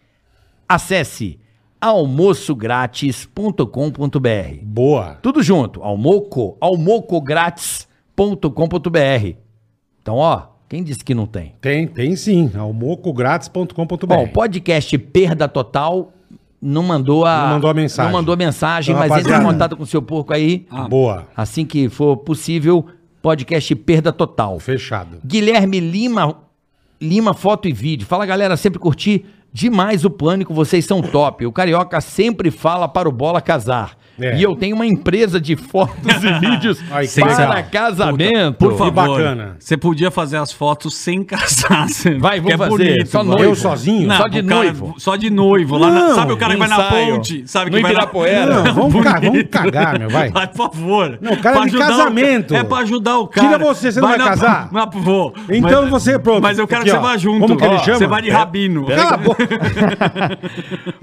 Speaker 3: Acesse almoçogratis.com.br.
Speaker 2: Boa.
Speaker 3: Tudo junto, almoco, almocográtis.com.br. Então, ó, quem disse que não tem?
Speaker 2: Tem, tem sim. É Almocográtis.com.br.
Speaker 3: Bom, o podcast Perda Total não mandou a
Speaker 2: Não mandou a mensagem.
Speaker 3: não mandou a mensagem,
Speaker 2: Então,
Speaker 3: mas entre em
Speaker 2: rapaziada.
Speaker 3: contato com o seu porco aí,
Speaker 4: ah.
Speaker 2: Boa.
Speaker 3: assim que for possível, podcast Perda Total.
Speaker 2: Fechado.
Speaker 3: Guilherme Lima, Lima Foto e Vídeo. Fala galera, sempre curti demais o Pânico, vocês são top. O Carioca sempre fala para o Bola casar.
Speaker 2: É.
Speaker 3: E eu tenho uma empresa de fotos e vídeos
Speaker 2: Ai, que
Speaker 3: para
Speaker 2: legal.
Speaker 3: casamento.
Speaker 4: Por favor.
Speaker 2: bacana.
Speaker 4: Você podia fazer as fotos sem casar. você-
Speaker 3: Vai, vou
Speaker 4: que é
Speaker 3: fazer.
Speaker 4: bonito,
Speaker 3: só
Speaker 4: vai.
Speaker 3: noivo.
Speaker 2: Eu sozinho?
Speaker 4: Não,
Speaker 3: só de
Speaker 4: o cara- é
Speaker 3: noivo.
Speaker 4: Só de noivo. Lá na-
Speaker 2: Não,
Speaker 4: sabe o cara que vai na
Speaker 3: ensaio.
Speaker 4: ponte? Sabe
Speaker 3: No
Speaker 4: que vai na
Speaker 3: Ibirapuera.
Speaker 2: Não, vamos, ca- vamos cagar, Ah, meu, vai.
Speaker 4: Vai, por favor.
Speaker 2: Não, o cara
Speaker 4: Pra
Speaker 2: é de
Speaker 4: ajudar o-
Speaker 2: casamento.
Speaker 4: é pra ajudar o cara.
Speaker 2: Tira você, você não
Speaker 4: Vai
Speaker 2: vai
Speaker 4: na-
Speaker 2: casar?
Speaker 4: Mas, vou.
Speaker 2: Então
Speaker 4: Mas-
Speaker 2: você, pronto.
Speaker 4: Mas eu quero
Speaker 2: Aqui,
Speaker 4: que você
Speaker 2: ó.
Speaker 4: vá junto.
Speaker 2: Como que ele
Speaker 4: Ó,
Speaker 2: chama? É.
Speaker 4: Você vai de rabino.
Speaker 2: Cala a boca.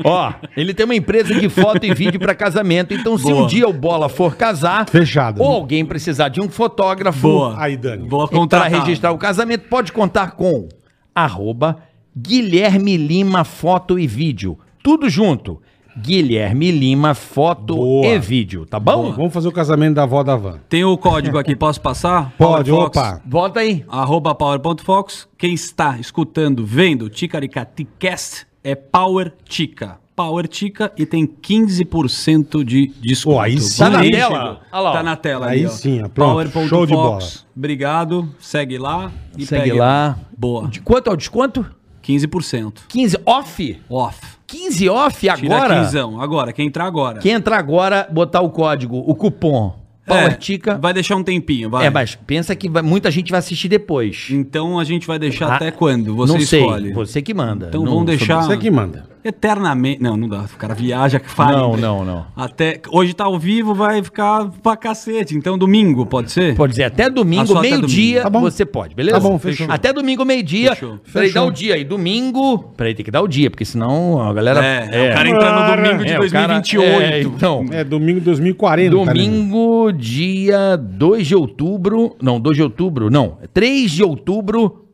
Speaker 3: Ó, ele tem uma empresa de foto e vídeo para casamento. Então, se um
Speaker 4: Boa.
Speaker 3: dia o Bola for casar,
Speaker 2: Fechado.
Speaker 3: ou alguém precisar de um fotógrafo
Speaker 4: Boa.
Speaker 2: Aí, Dani.
Speaker 4: Boa
Speaker 3: para
Speaker 4: contratar.
Speaker 3: É tá registrar o casamento, pode contar com arroba Guilherme Lima Foto e Vídeo. Tudo junto. Guilherme Lima Foto
Speaker 2: Boa.
Speaker 3: e Vídeo, tá bom?
Speaker 2: Vamos fazer o casamento da avó da van.
Speaker 4: Tem o código aqui, posso passar?
Speaker 2: Pode,
Speaker 4: PowerFox.
Speaker 2: opa.
Speaker 3: Bota aí.
Speaker 4: Arroba power.fox. Quem está escutando, vendo Ticaricaticast é Power Tica. Power Tica e tem 15% de desconto.
Speaker 2: Pô, aí sim.
Speaker 3: Tá na
Speaker 4: Bonito.
Speaker 3: tela? Olha lá, ó.
Speaker 4: Tá na tela
Speaker 2: Aí
Speaker 4: ó.
Speaker 2: sim, ó. Pronto,
Speaker 4: Power.fox.
Speaker 2: show de bola.
Speaker 4: Obrigado. Segue lá e
Speaker 3: Segue
Speaker 4: pegue
Speaker 3: lá.
Speaker 4: Boa.
Speaker 3: De quanto é o desconto?
Speaker 4: 15%.
Speaker 3: 15 off?
Speaker 4: Off.
Speaker 3: 15 off
Speaker 4: Tira
Speaker 3: agora?
Speaker 4: 15ão. Agora, quem entrar agora.
Speaker 3: Quem é entrar agora, botar o código, o cupom
Speaker 4: É,
Speaker 3: PowerTica.
Speaker 4: Vai deixar um tempinho, vai.
Speaker 3: É, mas pensa que vai- muita gente vai assistir depois.
Speaker 4: Então a gente vai deixar
Speaker 3: Ah,
Speaker 4: até quando? Você
Speaker 3: não sei,
Speaker 4: escolhe.
Speaker 3: você que manda.
Speaker 4: Então
Speaker 3: Não-
Speaker 4: vamos deixar
Speaker 2: Você que manda.
Speaker 4: eternamente. Não, não dá. O cara viaja, que faz.
Speaker 3: Não, não, não.
Speaker 4: Até hoje tá ao vivo, vai ficar pra cacete. Então domingo, pode ser?
Speaker 3: Pode dizer, até
Speaker 4: Ah,
Speaker 3: domingo,
Speaker 4: só até
Speaker 3: meio-dia,
Speaker 2: domingo. Tá bom.
Speaker 3: você pode, beleza?
Speaker 2: Tá bom, fechou.
Speaker 3: Até domingo, meio-dia.
Speaker 4: Fechou.
Speaker 3: Peraí, dá
Speaker 2: Fechou.
Speaker 3: o dia aí. Domingo. Peraí, tem que dar o dia, porque senão a galera.
Speaker 4: É, o cara entra no domingo de
Speaker 3: É, o cara-
Speaker 4: 2028.
Speaker 3: é, então,
Speaker 2: É domingo 2040. né?
Speaker 3: domingo, dia 2 de outubro. Não, 2 de outubro, não. 3 de outubro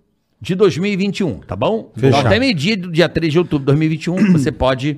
Speaker 3: de 2021, tá bom?
Speaker 2: Fechado.
Speaker 3: Então, até meio-dia do dia 3 de outubro de 2021, você pode.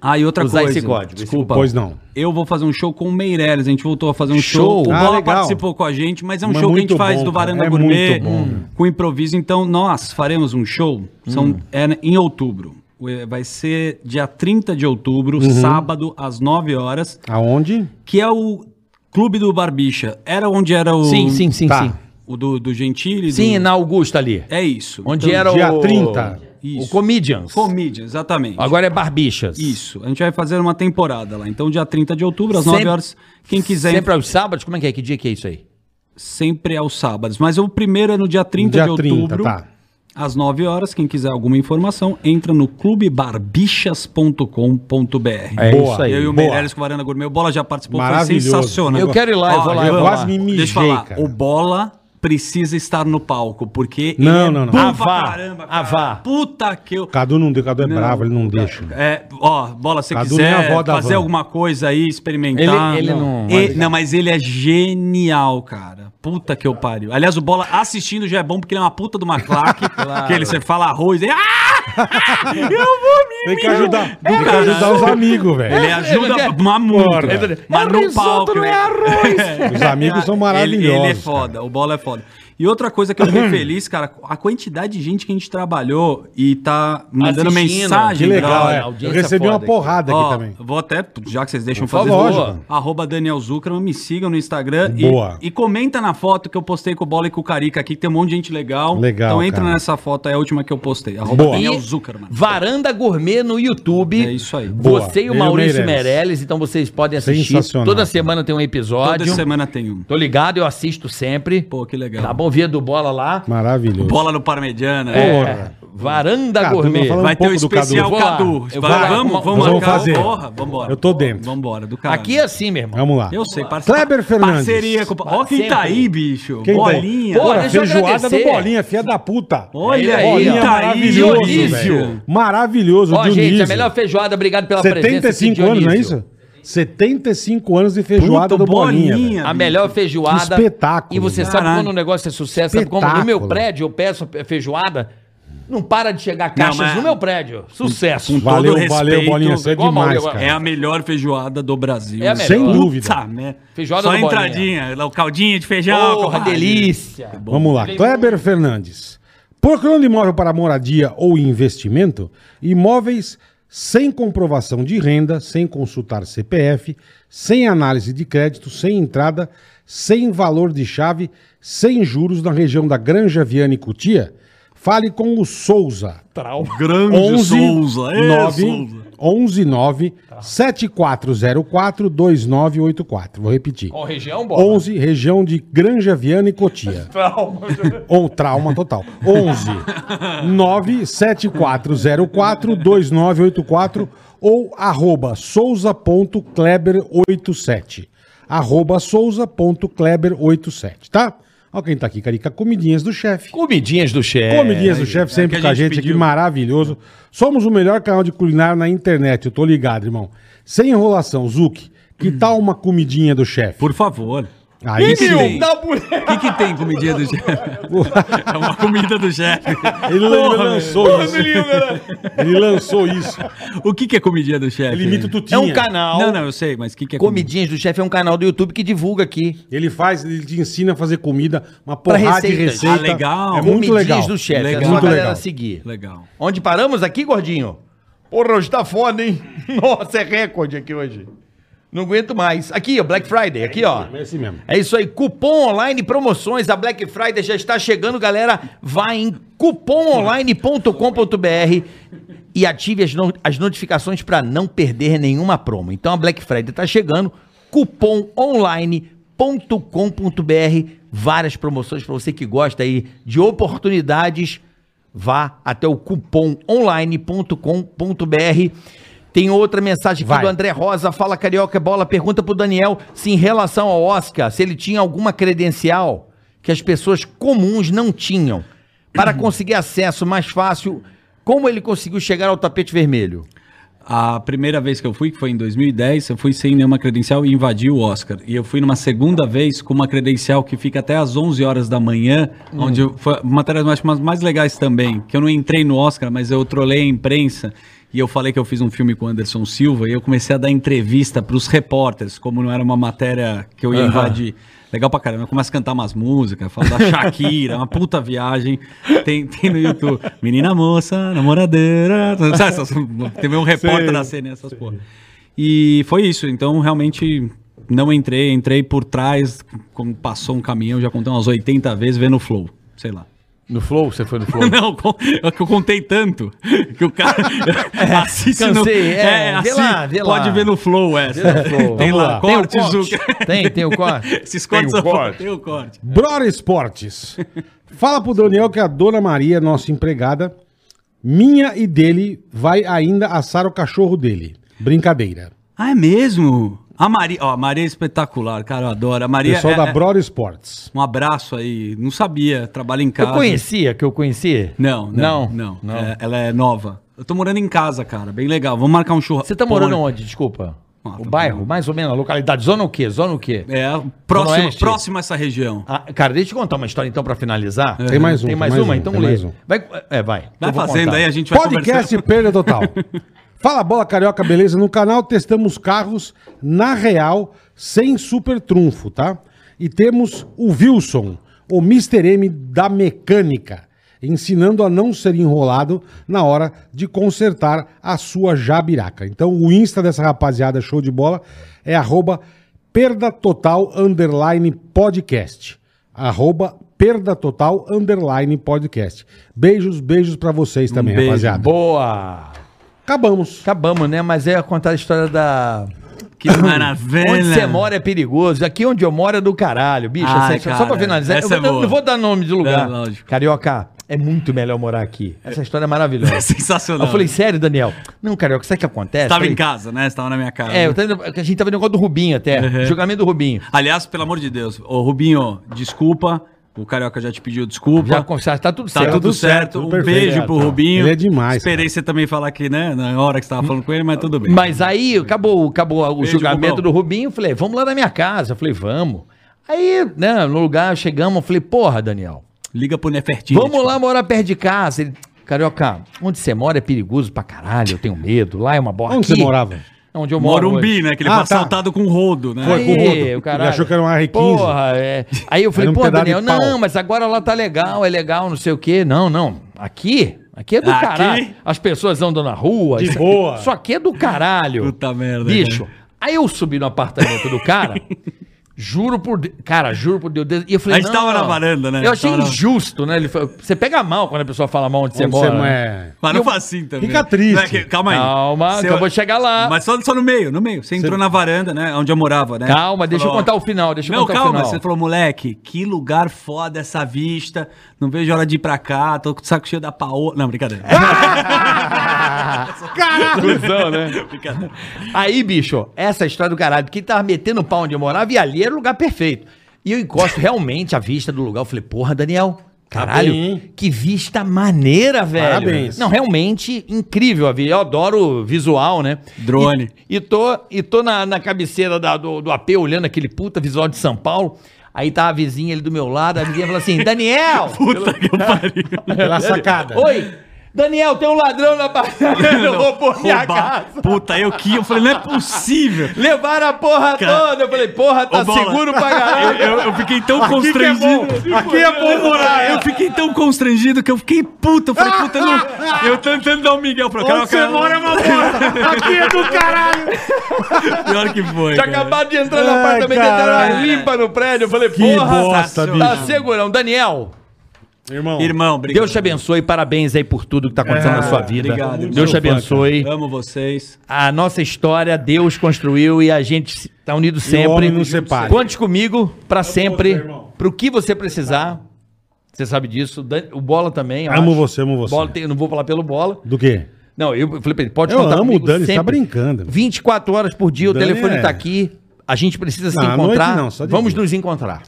Speaker 4: Ah, e outra
Speaker 3: Usar
Speaker 4: coisa.
Speaker 3: esse código, esse
Speaker 4: Desculpa.
Speaker 2: Pois não.
Speaker 4: Eu vou fazer um show com o Meirelles. A gente voltou a fazer um
Speaker 3: Show.
Speaker 4: show. O
Speaker 2: Ah,
Speaker 4: Bola
Speaker 2: legal.
Speaker 4: participou com a gente, mas é um
Speaker 2: Mas
Speaker 4: show que a
Speaker 2: muito
Speaker 4: gente faz
Speaker 2: bom,
Speaker 4: do
Speaker 2: cara.
Speaker 4: Varanda
Speaker 2: É
Speaker 4: Gourmet
Speaker 2: muito bom.
Speaker 4: com improviso. Então, nós faremos um show.
Speaker 3: Hum.
Speaker 4: São, é em outubro. é, Vai ser dia 30 de outubro,
Speaker 3: Uhum.
Speaker 4: sábado, às 9 horas,
Speaker 2: Aonde?
Speaker 4: que é o Clube do Barbicha. Era onde era o.
Speaker 3: sim,
Speaker 2: Tá.
Speaker 4: O do, do Gentili.
Speaker 3: Sim,
Speaker 4: do...
Speaker 3: na Augusta ali.
Speaker 4: É isso.
Speaker 3: Onde
Speaker 4: Então,
Speaker 3: era
Speaker 2: dia
Speaker 3: o.
Speaker 2: 30.
Speaker 3: O
Speaker 4: Isso.
Speaker 3: Comedians.
Speaker 4: Comídia, exatamente.
Speaker 3: Agora é Barbixas.
Speaker 4: Isso. A gente vai fazer uma temporada lá. Então, dia 30 de outubro, às
Speaker 3: Sempre-
Speaker 4: 9 horas. Quem quiser.
Speaker 3: Sempre aos sábados? Como é que é? Que dia que é isso aí?
Speaker 4: sempre aos sábados. Mas o primeiro é no dia 30
Speaker 2: Dia
Speaker 4: de
Speaker 2: 30,
Speaker 4: outubro,
Speaker 2: tá.
Speaker 4: às 9 horas. Quem quiser alguma informação, entra no clubebarbixas.com.br.
Speaker 3: É
Speaker 2: Boa.
Speaker 3: isso aí.
Speaker 4: Eu e o
Speaker 2: boa.
Speaker 4: Meirelles com o Varanda Gourmet, o Bola já participou, foi
Speaker 2: Maravilhoso.
Speaker 4: sensacional.
Speaker 3: Eu quero ir lá, eu vou lá,
Speaker 2: eu
Speaker 3: eu vou
Speaker 2: quase
Speaker 3: lá.
Speaker 2: me mijei,
Speaker 4: Deixa eu falar,
Speaker 2: cara.
Speaker 4: o Bola precisa estar no palco, porque é
Speaker 2: Não, não, não.
Speaker 4: bom
Speaker 3: Ah, vá.
Speaker 4: pra caramba,
Speaker 3: Ah, vá.
Speaker 4: Puta que eu...
Speaker 2: Cadu não, Cadu é bravo, ele não deixa.
Speaker 4: É, ó, bola, se
Speaker 2: Cadu nem a
Speaker 4: quiser
Speaker 2: avó da
Speaker 4: fazer
Speaker 2: van.
Speaker 4: alguma coisa aí, experimentar.
Speaker 3: Ele- ele não-
Speaker 4: E- não, mas ele é genial, cara. Puta que eu pariu. Aliás, o Bola assistindo já é bom porque ele é uma puta de uma claque. Que ele você fala arroz. Ele, ah! Eu vou me.
Speaker 2: Tem que ajudar, tem que
Speaker 4: cara.
Speaker 2: ajudar os amigos, velho.
Speaker 4: Ele é ajuda uma muito. é Mas no palco. Não é arroz.
Speaker 2: Os amigos são maravilhosos.
Speaker 4: Ele, ele é
Speaker 2: cara.
Speaker 4: foda, o bola é foda. E outra coisa que eu fiquei feliz, cara, a quantidade de gente que a gente trabalhou e tá mandando
Speaker 3: Assistindo,
Speaker 4: mensagem.
Speaker 2: Que legal,
Speaker 4: pra-
Speaker 2: é. Eu
Speaker 3: audiência
Speaker 2: recebi uma
Speaker 3: foda aqui.
Speaker 2: porrada aqui
Speaker 4: Ó,
Speaker 2: também.
Speaker 4: Vou até, já que vocês deixam
Speaker 2: Por
Speaker 4: fazer,
Speaker 2: favor,
Speaker 4: boa.
Speaker 2: Giba.
Speaker 4: arroba Daniel Zuckerman, me sigam no Instagram e-
Speaker 2: Boa.
Speaker 4: E, comenta na foto que eu postei com o Bola e com o Carica aqui, que tem um monte de gente legal.
Speaker 2: Legal,
Speaker 4: Então entra
Speaker 2: cara.
Speaker 4: nessa foto, é a última que eu postei. Arroba
Speaker 2: Boa.
Speaker 4: Daniel
Speaker 3: E
Speaker 4: é Zuckerman.
Speaker 3: Varanda Gourmet no YouTube.
Speaker 4: É isso aí.
Speaker 2: Boa.
Speaker 3: Você e o
Speaker 2: Eu,
Speaker 3: Maurício
Speaker 2: Meirelles.
Speaker 3: Meirelles. então vocês podem assistir.
Speaker 2: Sensacional.
Speaker 3: Toda semana tem um
Speaker 4: Toda
Speaker 3: episódio.
Speaker 4: semana tem um.
Speaker 3: Tô ligado, eu assisto sempre.
Speaker 4: Pô, que legal.
Speaker 3: Tá bom, via do bola lá. É,
Speaker 2: Maravilhoso.
Speaker 4: Bola no Parmegiana.
Speaker 2: Porra.
Speaker 3: Varanda
Speaker 2: Cara,
Speaker 3: Gourmet.
Speaker 2: tô falando-
Speaker 4: Vai
Speaker 2: um
Speaker 4: ter o
Speaker 2: pouco do Cadu.
Speaker 4: especial
Speaker 3: Vou lá.
Speaker 4: Cadu.
Speaker 3: Eu vou lá.
Speaker 4: Vai, Vamos,
Speaker 3: Nós
Speaker 4: vamos,
Speaker 2: vamos
Speaker 4: marcar.
Speaker 2: fazer.
Speaker 4: Porra, vambora.
Speaker 2: Eu tô dentro.
Speaker 4: Vambora, do caralho.
Speaker 3: Aqui é assim, meu irmão.
Speaker 2: Vamos lá.
Speaker 4: Eu sei, parceiro.
Speaker 2: Kleber Fernandes.
Speaker 4: Parceria com... Ó quem tá aí, bicho.
Speaker 2: Quem tá?
Speaker 4: Bolinha.
Speaker 3: Porra,
Speaker 2: Porra,
Speaker 3: deixa eu
Speaker 2: feijoada do
Speaker 3: agradecer.
Speaker 2: Bolinha, filha da puta.
Speaker 4: Olha
Speaker 3: aí,
Speaker 2: Bolinha
Speaker 3: ó.
Speaker 2: maravilhoso,
Speaker 3: Dionísio.
Speaker 2: velho. Maravilhoso,
Speaker 3: Ó, gente,
Speaker 2: Dionísio.
Speaker 3: a melhor feijoada, obrigado pela presença. aqui,
Speaker 2: 75 anos, não é
Speaker 3: Dionísio.
Speaker 2: isso? 75 anos de feijoada
Speaker 4: Puta,
Speaker 2: do Bolinha.
Speaker 4: Bolinha,
Speaker 2: velho.
Speaker 3: A melhor feijoada.
Speaker 2: Que espetáculo. né?
Speaker 3: E você sabe
Speaker 4: Caralho.
Speaker 3: quando o negócio é sucesso, sabe como? No
Speaker 2: Espetáculo.
Speaker 3: meu prédio eu peço feijoada, não para de chegar caixas
Speaker 4: mas-
Speaker 3: no meu prédio. Sucesso.
Speaker 2: Valeu,
Speaker 4: todo
Speaker 2: valeu,
Speaker 4: respeito,
Speaker 2: Bolinha. Você é
Speaker 3: igual a
Speaker 2: demais,
Speaker 3: Mauro,
Speaker 2: cara.
Speaker 4: É a melhor feijoada do Brasil.
Speaker 3: É a melhor.
Speaker 2: Sem
Speaker 3: Puta
Speaker 2: dúvida.
Speaker 4: Puta, né?
Speaker 3: Feijoada
Speaker 4: Só
Speaker 3: do
Speaker 4: a
Speaker 3: Bolinha.
Speaker 4: entradinha, lá, o caldinho de feijão.
Speaker 3: Porra,
Speaker 4: compadre.
Speaker 3: delícia.
Speaker 2: Vamos lá. Kleber Fernandes. Procurando imóvel para moradia ou investimento, imóveis sem comprovação de renda, sem consultar CPF, sem análise de crédito, sem entrada, sem valor de chave, sem juros na região da Granja Viana e Cutia, Fale com o Souza.
Speaker 4: Grande
Speaker 2: 11
Speaker 4: Souza. Ê,
Speaker 2: 9
Speaker 4: Souza.
Speaker 2: 11 9 7404 2984. Vou repetir.
Speaker 3: Qual região, Bola?
Speaker 2: 11, região de Granja Viana e Cotia.
Speaker 3: Trauma.
Speaker 2: Ou trauma total. 11 97404 2984 ou arroba souza.kleber87. Arroba souza.kleber87, tá? Olha quem tá aqui, Carica. Comidinhas do chefe.
Speaker 3: Comidinhas do chefe.
Speaker 2: Comidinhas do chefe sempre
Speaker 4: É, que a
Speaker 2: com a
Speaker 4: gente
Speaker 2: gente aqui,
Speaker 4: pediu.
Speaker 2: maravilhoso. Somos o melhor canal de culinária na internet, eu tô ligado, irmão. Sem enrolação, Zuc, que tal uma comidinha do chefe?
Speaker 4: Hum. Por favor.
Speaker 2: Aí sim.
Speaker 4: Tem.
Speaker 3: Dá um por...
Speaker 4: O que, que tem comidinha do chefe? é uma comida do chefe.
Speaker 2: Ele
Speaker 4: Porra,
Speaker 2: lançou isso.
Speaker 3: né?
Speaker 2: Ele lançou isso.
Speaker 4: O que, que é comidinha do chefe?
Speaker 2: Ele imita o
Speaker 3: É
Speaker 2: Tutinha.
Speaker 3: um canal.
Speaker 4: Não, não, eu sei, mas o que, que é
Speaker 3: Comidinhas do chefe é um canal do YouTube que divulga aqui.
Speaker 2: Ele faz, ele te ensina a fazer comida, uma porrada de
Speaker 3: receitas.
Speaker 2: receita.
Speaker 4: Ah, legal.
Speaker 2: É muito legal.
Speaker 3: do chefe. É
Speaker 4: Legal.
Speaker 3: só a
Speaker 4: Muito
Speaker 3: galera
Speaker 2: legal.
Speaker 3: seguir.
Speaker 4: Legal.
Speaker 3: Onde paramos aqui, gordinho? Porra, hoje tá foda, hein? Nossa, é recorde aqui hoje. Não aguento mais. Aqui, ó, Black Friday, aqui, ó.
Speaker 2: É esse mesmo.
Speaker 3: É isso aí, cupom online promoções. A Black Friday já está chegando, galera. Vai em cupomonline.com.br e ative as, no- as notificações para não perder nenhuma promo. Então a Black Friday está chegando, cupomonline.com.br. Várias promoções para você que gosta aí de oportunidades. Vá até o cupomonline.com.br. Tem outra mensagem aqui
Speaker 2: Vai.
Speaker 3: do André. André Rosa, fala Carioca é Bola, pergunta pro Daniel se em relação ao Oscar, se ele tinha alguma credencial que as pessoas comuns não tinham. Para conseguir acesso mais fácil, como ele conseguiu chegar ao tapete vermelho?
Speaker 4: A primeira vez que eu fui, que foi em 2010, eu fui sem nenhuma credencial e invadi o Oscar. E eu fui numa segunda vez com uma credencial que fica até às 11 horas da manhã, onde eu- foi uma das matérias mais, mais legais também, que eu não entrei no Oscar, mas eu trolei a imprensa e eu falei que eu fiz um filme com o Anderson Silva e eu comecei a dar entrevista para os repórteres, como não era uma matéria que eu ia invadir. Legal pra caramba. Eu começo a cantar umas músicas, falo da Shakira, uma puta viagem. Tem, tem no YouTube. Menina moça, namoradeira. Sabe, essas, teve um repórter da CNN, essas porra. E foi isso. Então, realmente, não entrei. Entrei por trás, como passou um caminhão, já contei umas 80 vezes, vendo o Flow. Sei lá.
Speaker 10: No Flow? Você foi no Flow?
Speaker 4: Não, con- é que eu contei tanto que o cara assiste no...
Speaker 3: cansei, é, vê
Speaker 4: assi-
Speaker 3: lá, vê lá.
Speaker 4: Pode ver no Flow, é.
Speaker 2: Vamos
Speaker 4: Tem lá,
Speaker 2: lá.
Speaker 4: corte,
Speaker 3: Tem o corte.
Speaker 4: Zucca.
Speaker 3: Tem, tem o corte.
Speaker 4: Esses cortes...
Speaker 10: Tem
Speaker 4: eu-
Speaker 10: o corte.
Speaker 4: Tem o corte.
Speaker 2: Brother Esportes. Fala pro Daniel que a dona Maria, nossa empregada, minha e dele, vai ainda assar o cachorro dele. Brincadeira.
Speaker 4: Ah, é mesmo? A Maria, ó, a Maria é espetacular, cara, eu adoro. A Maria
Speaker 2: Pessoal
Speaker 4: é-
Speaker 2: da
Speaker 4: é-
Speaker 2: Brother Esportes.
Speaker 4: um abraço aí. Não sabia, trabalha em
Speaker 3: Eu
Speaker 4: casa.
Speaker 3: conhecia, que eu conhecia?
Speaker 4: Não, não,
Speaker 3: Não,
Speaker 4: não.
Speaker 3: não.
Speaker 4: É, ela é nova. Eu tô morando em casa, cara, bem legal. Vamos marcar um churrasco.
Speaker 3: Você tá morando
Speaker 4: Pô,
Speaker 3: onde, desculpa?
Speaker 4: Ah,
Speaker 3: o
Speaker 4: tá
Speaker 3: bairro, mais ou menos, a localidade. Zona o quê? Zona o quê?
Speaker 4: É, próximo,
Speaker 3: Oeste?
Speaker 4: próximo a essa região.
Speaker 3: Ah, cara, deixa eu te contar uma história então pra finalizar.
Speaker 2: Tem mais um,
Speaker 3: Tem
Speaker 2: tem
Speaker 3: mais,
Speaker 2: mais
Speaker 3: uma?
Speaker 2: um,
Speaker 3: então
Speaker 2: tem
Speaker 3: lê.
Speaker 2: mais um.
Speaker 3: Vai, é, vai.
Speaker 4: Vai
Speaker 3: Eu vou
Speaker 4: fazendo
Speaker 3: contar.
Speaker 4: aí, a gente vai
Speaker 2: Podcast
Speaker 4: conversando.
Speaker 2: Perda Total. Fala bola carioca, beleza? No canal testamos carros na real, sem super trunfo, tá? E temos o Wilson, o Mr. M da mecânica, ensinando a não ser enrolado na hora de consertar a sua jabiraca. Então o Insta dessa rapaziada show de bola é arroba perda total underline podcast arroba perda total underline podcast. Beijos, beijos pra vocês também,
Speaker 4: beijo.
Speaker 2: rapaziada.
Speaker 3: Boa!
Speaker 2: Acabamos.
Speaker 3: Acabamos, né? Mas é contar a história da.
Speaker 4: Que maravilha.
Speaker 3: Onde você mora é perigoso. Aqui onde eu moro é do caralho, bicho.
Speaker 4: Ai,
Speaker 3: Essa- só
Speaker 4: cara,
Speaker 3: pra finalizar, eu
Speaker 4: essa
Speaker 3: vou,
Speaker 4: é
Speaker 3: dar-
Speaker 4: boa.
Speaker 3: não vou dar nome de lugar.
Speaker 4: É, lógico.
Speaker 3: Carioca, é muito melhor morar aqui. Essa história é maravilhosa.
Speaker 4: É sensacional.
Speaker 3: Eu falei, sério, Daniel? Não, Carioca, sabe o que acontece?
Speaker 4: Você tava
Speaker 3: Falei,
Speaker 4: em casa, né? Você tava na minha casa.
Speaker 3: É, eu tava indo- a gente tava no negócio do Rubinho até.
Speaker 4: Uhum.
Speaker 3: Julgamento do Rubinho.
Speaker 4: Aliás, pelo amor de Deus, ô Rubinho, desculpa. O Carioca já te pediu desculpa.
Speaker 3: Já com- já tá tudo
Speaker 4: Tá
Speaker 3: certo.
Speaker 4: tudo
Speaker 2: tudo
Speaker 4: certo.
Speaker 2: certo,
Speaker 4: Um
Speaker 2: perfeito.
Speaker 4: beijo pro Rubinho.
Speaker 2: Ele é demais,
Speaker 4: Esperei
Speaker 2: cara.
Speaker 4: você também falar aqui, né? Na hora que você tava falando com ele, mas tudo bem.
Speaker 3: Mas aí acabou, acabou o
Speaker 4: Beijo,
Speaker 3: julgamento
Speaker 4: Rubão.
Speaker 3: do Rubinho. eu Falei, vamos lá na minha casa. Eu falei, vamos. Aí, né, no lugar chegamos, eu falei, porra, Daniel.
Speaker 4: Liga pro Nefertiti. tipo,
Speaker 3: Vamos lá morar perto de casa. Ele, Carioca, onde você mora é perigoso pra caralho, eu tenho medo. Lá é uma bosta.
Speaker 2: Onde você morava?
Speaker 3: Onde eu moro.
Speaker 4: Morumbi,
Speaker 3: hoje.
Speaker 4: né? Que ele
Speaker 2: Ah,
Speaker 4: foi
Speaker 2: tá.
Speaker 4: assaltado com rodo, né?
Speaker 2: Foi.
Speaker 3: Aí,
Speaker 2: com o rodo.
Speaker 3: o caralho.
Speaker 2: Ele achou que era um AR-15.
Speaker 3: Porra, é. Aí eu
Speaker 2: Era
Speaker 3: falei,
Speaker 2: um
Speaker 3: pô,
Speaker 2: pedaço
Speaker 3: Daniel,
Speaker 2: de pau.
Speaker 3: não, mas agora lá tá legal, é legal, não sei o quê. Não, não. Aqui, aqui é do
Speaker 4: Aqui?
Speaker 3: caralho. As pessoas andam na rua.
Speaker 2: De
Speaker 3: isso aqui-
Speaker 2: boa. né?
Speaker 3: Isso aqui é do caralho.
Speaker 4: Puta merda,
Speaker 3: Bicho. Aí eu subi no apartamento do cara. Juro por Deus. Cara, juro por Deus. E eu falei,
Speaker 4: A gente
Speaker 3: não,
Speaker 4: tava na
Speaker 3: não.
Speaker 4: varanda, né?
Speaker 3: Eu achei
Speaker 4: Tava na-
Speaker 3: injusto, né? Ele falou, você pega mal quando a pessoa fala mal onde, você
Speaker 2: Onde você
Speaker 3: mora.
Speaker 2: não
Speaker 3: né?
Speaker 2: é.
Speaker 4: Mas não faz assim também.
Speaker 2: Fica triste.
Speaker 4: Não é que- calma aí.
Speaker 3: Calma,
Speaker 4: Você-
Speaker 3: que eu vou chegar lá.
Speaker 4: Mas só, só no meio, no meio. Você entrou na varanda, né? Onde eu morava, né?
Speaker 3: Calma, deixa eu
Speaker 4: Falou, ó,
Speaker 3: contar o final, deixa eu
Speaker 4: Não,
Speaker 3: contar o
Speaker 4: calma.
Speaker 3: final.
Speaker 4: Você falou, moleque, que lugar foda essa vista. Não vejo a hora de ir pra cá. Tô com o saco cheio da paola. Não, brincadeira.
Speaker 11: Cusão, né?
Speaker 4: brincadeira.
Speaker 3: Aí, bicho, essa é a história do caralho, porque ele tava metendo pau onde eu morava e ali era o lugar perfeito. E eu encosto realmente a vista do lugar. Eu falei, porra, Daniel, caralho,
Speaker 2: Tá bem, hein?
Speaker 3: que vista maneira, velho.
Speaker 2: Parabéns.
Speaker 3: Não, realmente incrível a vista. Eu adoro visual, né?
Speaker 4: Drone.
Speaker 3: E, e tô, e tô na, na cabeceira da- do, do AP olhando aquele puta visual de São Paulo. Aí tá a vizinha ali do meu lado, a vizinha falou assim, Daniel!
Speaker 4: Puta que pariu.
Speaker 2: Pela sacada.
Speaker 3: Oi! Daniel, tem um ladrão na barriga, roubou minha
Speaker 4: Roubar.
Speaker 3: casa.
Speaker 4: Puta, eu que. Eu falei, não é possível.
Speaker 3: Levaram a porra
Speaker 4: Cara,
Speaker 3: toda. Eu falei, porra, tá
Speaker 4: Ô, Bola,
Speaker 3: seguro pra caralho.
Speaker 4: Eu, eu fiquei tão
Speaker 2: Aqui que é bom.
Speaker 4: constrangido.
Speaker 2: Aqui é bom morar.
Speaker 4: Eu fiquei tão constrangido que eu fiquei puto. Eu falei, puta, eu não, eu tentando dar um Miguel pra cá.
Speaker 2: Onde você mora é uma bosta. Aqui é do caralho.
Speaker 4: Pior que foi.
Speaker 3: Tinha
Speaker 4: cara.
Speaker 3: acabado de entrar no
Speaker 2: Ai,
Speaker 3: apartamento, entraram
Speaker 2: caralho.
Speaker 3: uma limpa no prédio. Eu falei,
Speaker 2: Que
Speaker 3: porra,
Speaker 2: bosta,
Speaker 3: tá, tá
Speaker 2: bicho.
Speaker 3: segurão. Daniel,
Speaker 2: Irmão,
Speaker 4: Irmão, obrigado.
Speaker 3: Deus te abençoe. Parabéns aí por tudo que tá acontecendo na sua vida.
Speaker 4: É, obrigado, irmão.
Speaker 3: Deus te abençoe.
Speaker 4: Amo vocês.
Speaker 3: A nossa história, Deus construiu e a gente se- tá unido sempre.
Speaker 2: homem nos separa.
Speaker 3: Conte comigo pra
Speaker 4: Tá
Speaker 3: sempre,
Speaker 2: você, irmão.
Speaker 3: pro que você precisar. Você sabe disso. Dan- O Bola também. eu
Speaker 2: Amo
Speaker 3: acho.
Speaker 2: você, amo você.
Speaker 3: Bola tem- eu não vou falar pelo Bola.
Speaker 2: do quê?
Speaker 3: Não, eu falei pra ele, pode
Speaker 2: Eu
Speaker 3: contar
Speaker 2: amo
Speaker 3: comigo
Speaker 2: o Dani, você
Speaker 3: sempre.
Speaker 2: tá brincando.
Speaker 3: 24 horas por dia,
Speaker 2: Dani
Speaker 3: o telefone
Speaker 2: é-
Speaker 3: tá aqui. A gente precisa se
Speaker 2: Não, à noite
Speaker 3: encontrar.
Speaker 2: não, só de
Speaker 3: Vamos
Speaker 2: dia.
Speaker 3: nos encontrar.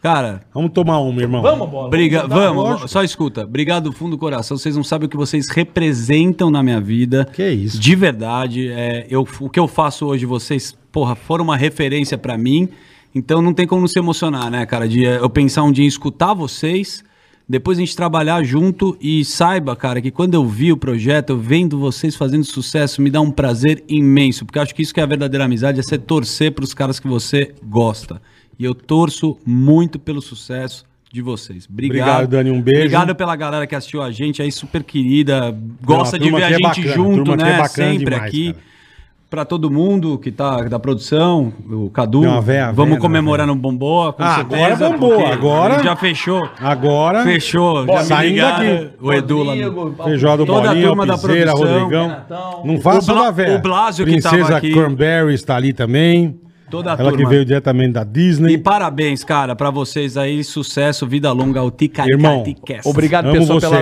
Speaker 4: Cara,
Speaker 2: Vamos tomar uma, irmão.
Speaker 3: bola.
Speaker 4: briga, vamos,
Speaker 2: lógico.
Speaker 4: só escuta. Obrigado do fundo do coração. Vocês não sabem o que vocês representam na minha vida.
Speaker 2: Que isso.
Speaker 4: De verdade. é, eu, o que eu faço hoje, vocês, porra, foram uma referência pra mim. Então não tem como não se emocionar, né, cara? De é, eu pensar um dia em escutar vocês, depois a gente trabalhar junto e saiba, cara, que quando eu vi o projeto, eu vendo vocês fazendo sucesso, me dá um prazer imenso. Porque eu acho que isso que é a verdadeira amizade, é você torcer pros caras que você gosta. E eu torço muito pelo sucesso de vocês. Obrigado.
Speaker 2: Obrigado, Dani, um beijo.
Speaker 4: Obrigado pela galera que assistiu a gente aí, super querida. Gosta
Speaker 2: Não, a
Speaker 4: de
Speaker 2: turma
Speaker 4: ver a
Speaker 2: aqui é
Speaker 4: gente
Speaker 2: bacana, a turma
Speaker 4: junto,
Speaker 2: aqui
Speaker 4: né?
Speaker 2: é bacana
Speaker 4: Sempre
Speaker 2: demais,
Speaker 4: aqui.
Speaker 2: cara.
Speaker 4: Pra todo mundo que tá da produção, o Cadu.
Speaker 2: Não, a véia, a
Speaker 4: vamos
Speaker 2: véia,
Speaker 4: comemorar
Speaker 2: não,
Speaker 4: no Bomboa, com
Speaker 2: Ah,
Speaker 4: certeza.
Speaker 2: agora Bomboa,
Speaker 4: porque
Speaker 2: agora-
Speaker 4: ele Já fechou.
Speaker 2: Agora,
Speaker 4: Fechou.
Speaker 2: Bom,
Speaker 4: já me
Speaker 2: saindo
Speaker 4: ligaram.
Speaker 2: daqui.
Speaker 4: O Edu lá. no-
Speaker 2: feijoada do
Speaker 4: Toda a
Speaker 2: Bolinha,
Speaker 4: turma da
Speaker 2: Piseira,
Speaker 4: produção,
Speaker 2: Rodrigão. Não faça
Speaker 4: O Bla-
Speaker 2: da velha.
Speaker 4: o Blasio que
Speaker 2: Princesa
Speaker 4: tava aqui.
Speaker 2: Cranberry está ali também.
Speaker 4: Toda a
Speaker 2: Ela que
Speaker 4: turma.
Speaker 2: veio diretamente da Disney.
Speaker 4: E parabéns, cara, pra vocês aí. Sucesso, vida longa, ao Ticacati
Speaker 2: Irmão,
Speaker 3: Obrigado,
Speaker 2: Amo
Speaker 3: pessoal,
Speaker 2: você.
Speaker 3: pela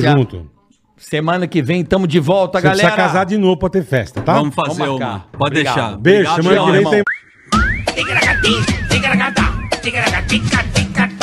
Speaker 2: Tamo junto.
Speaker 3: Semana que vem, tamo de volta,
Speaker 2: Você
Speaker 3: galera.
Speaker 2: precisa casar de novo pra ter festa, tá?
Speaker 4: Vamos fazer
Speaker 3: Vamos
Speaker 4: uma.
Speaker 3: marcar.
Speaker 4: Pode
Speaker 3: Obrigado.
Speaker 4: deixar.
Speaker 2: Beijo,
Speaker 4: Obrigado,
Speaker 2: semana que
Speaker 4: irmão.
Speaker 2: vem tem
Speaker 1: Ticaracatica, ticaracatica, ticaracatica, ticaracatica.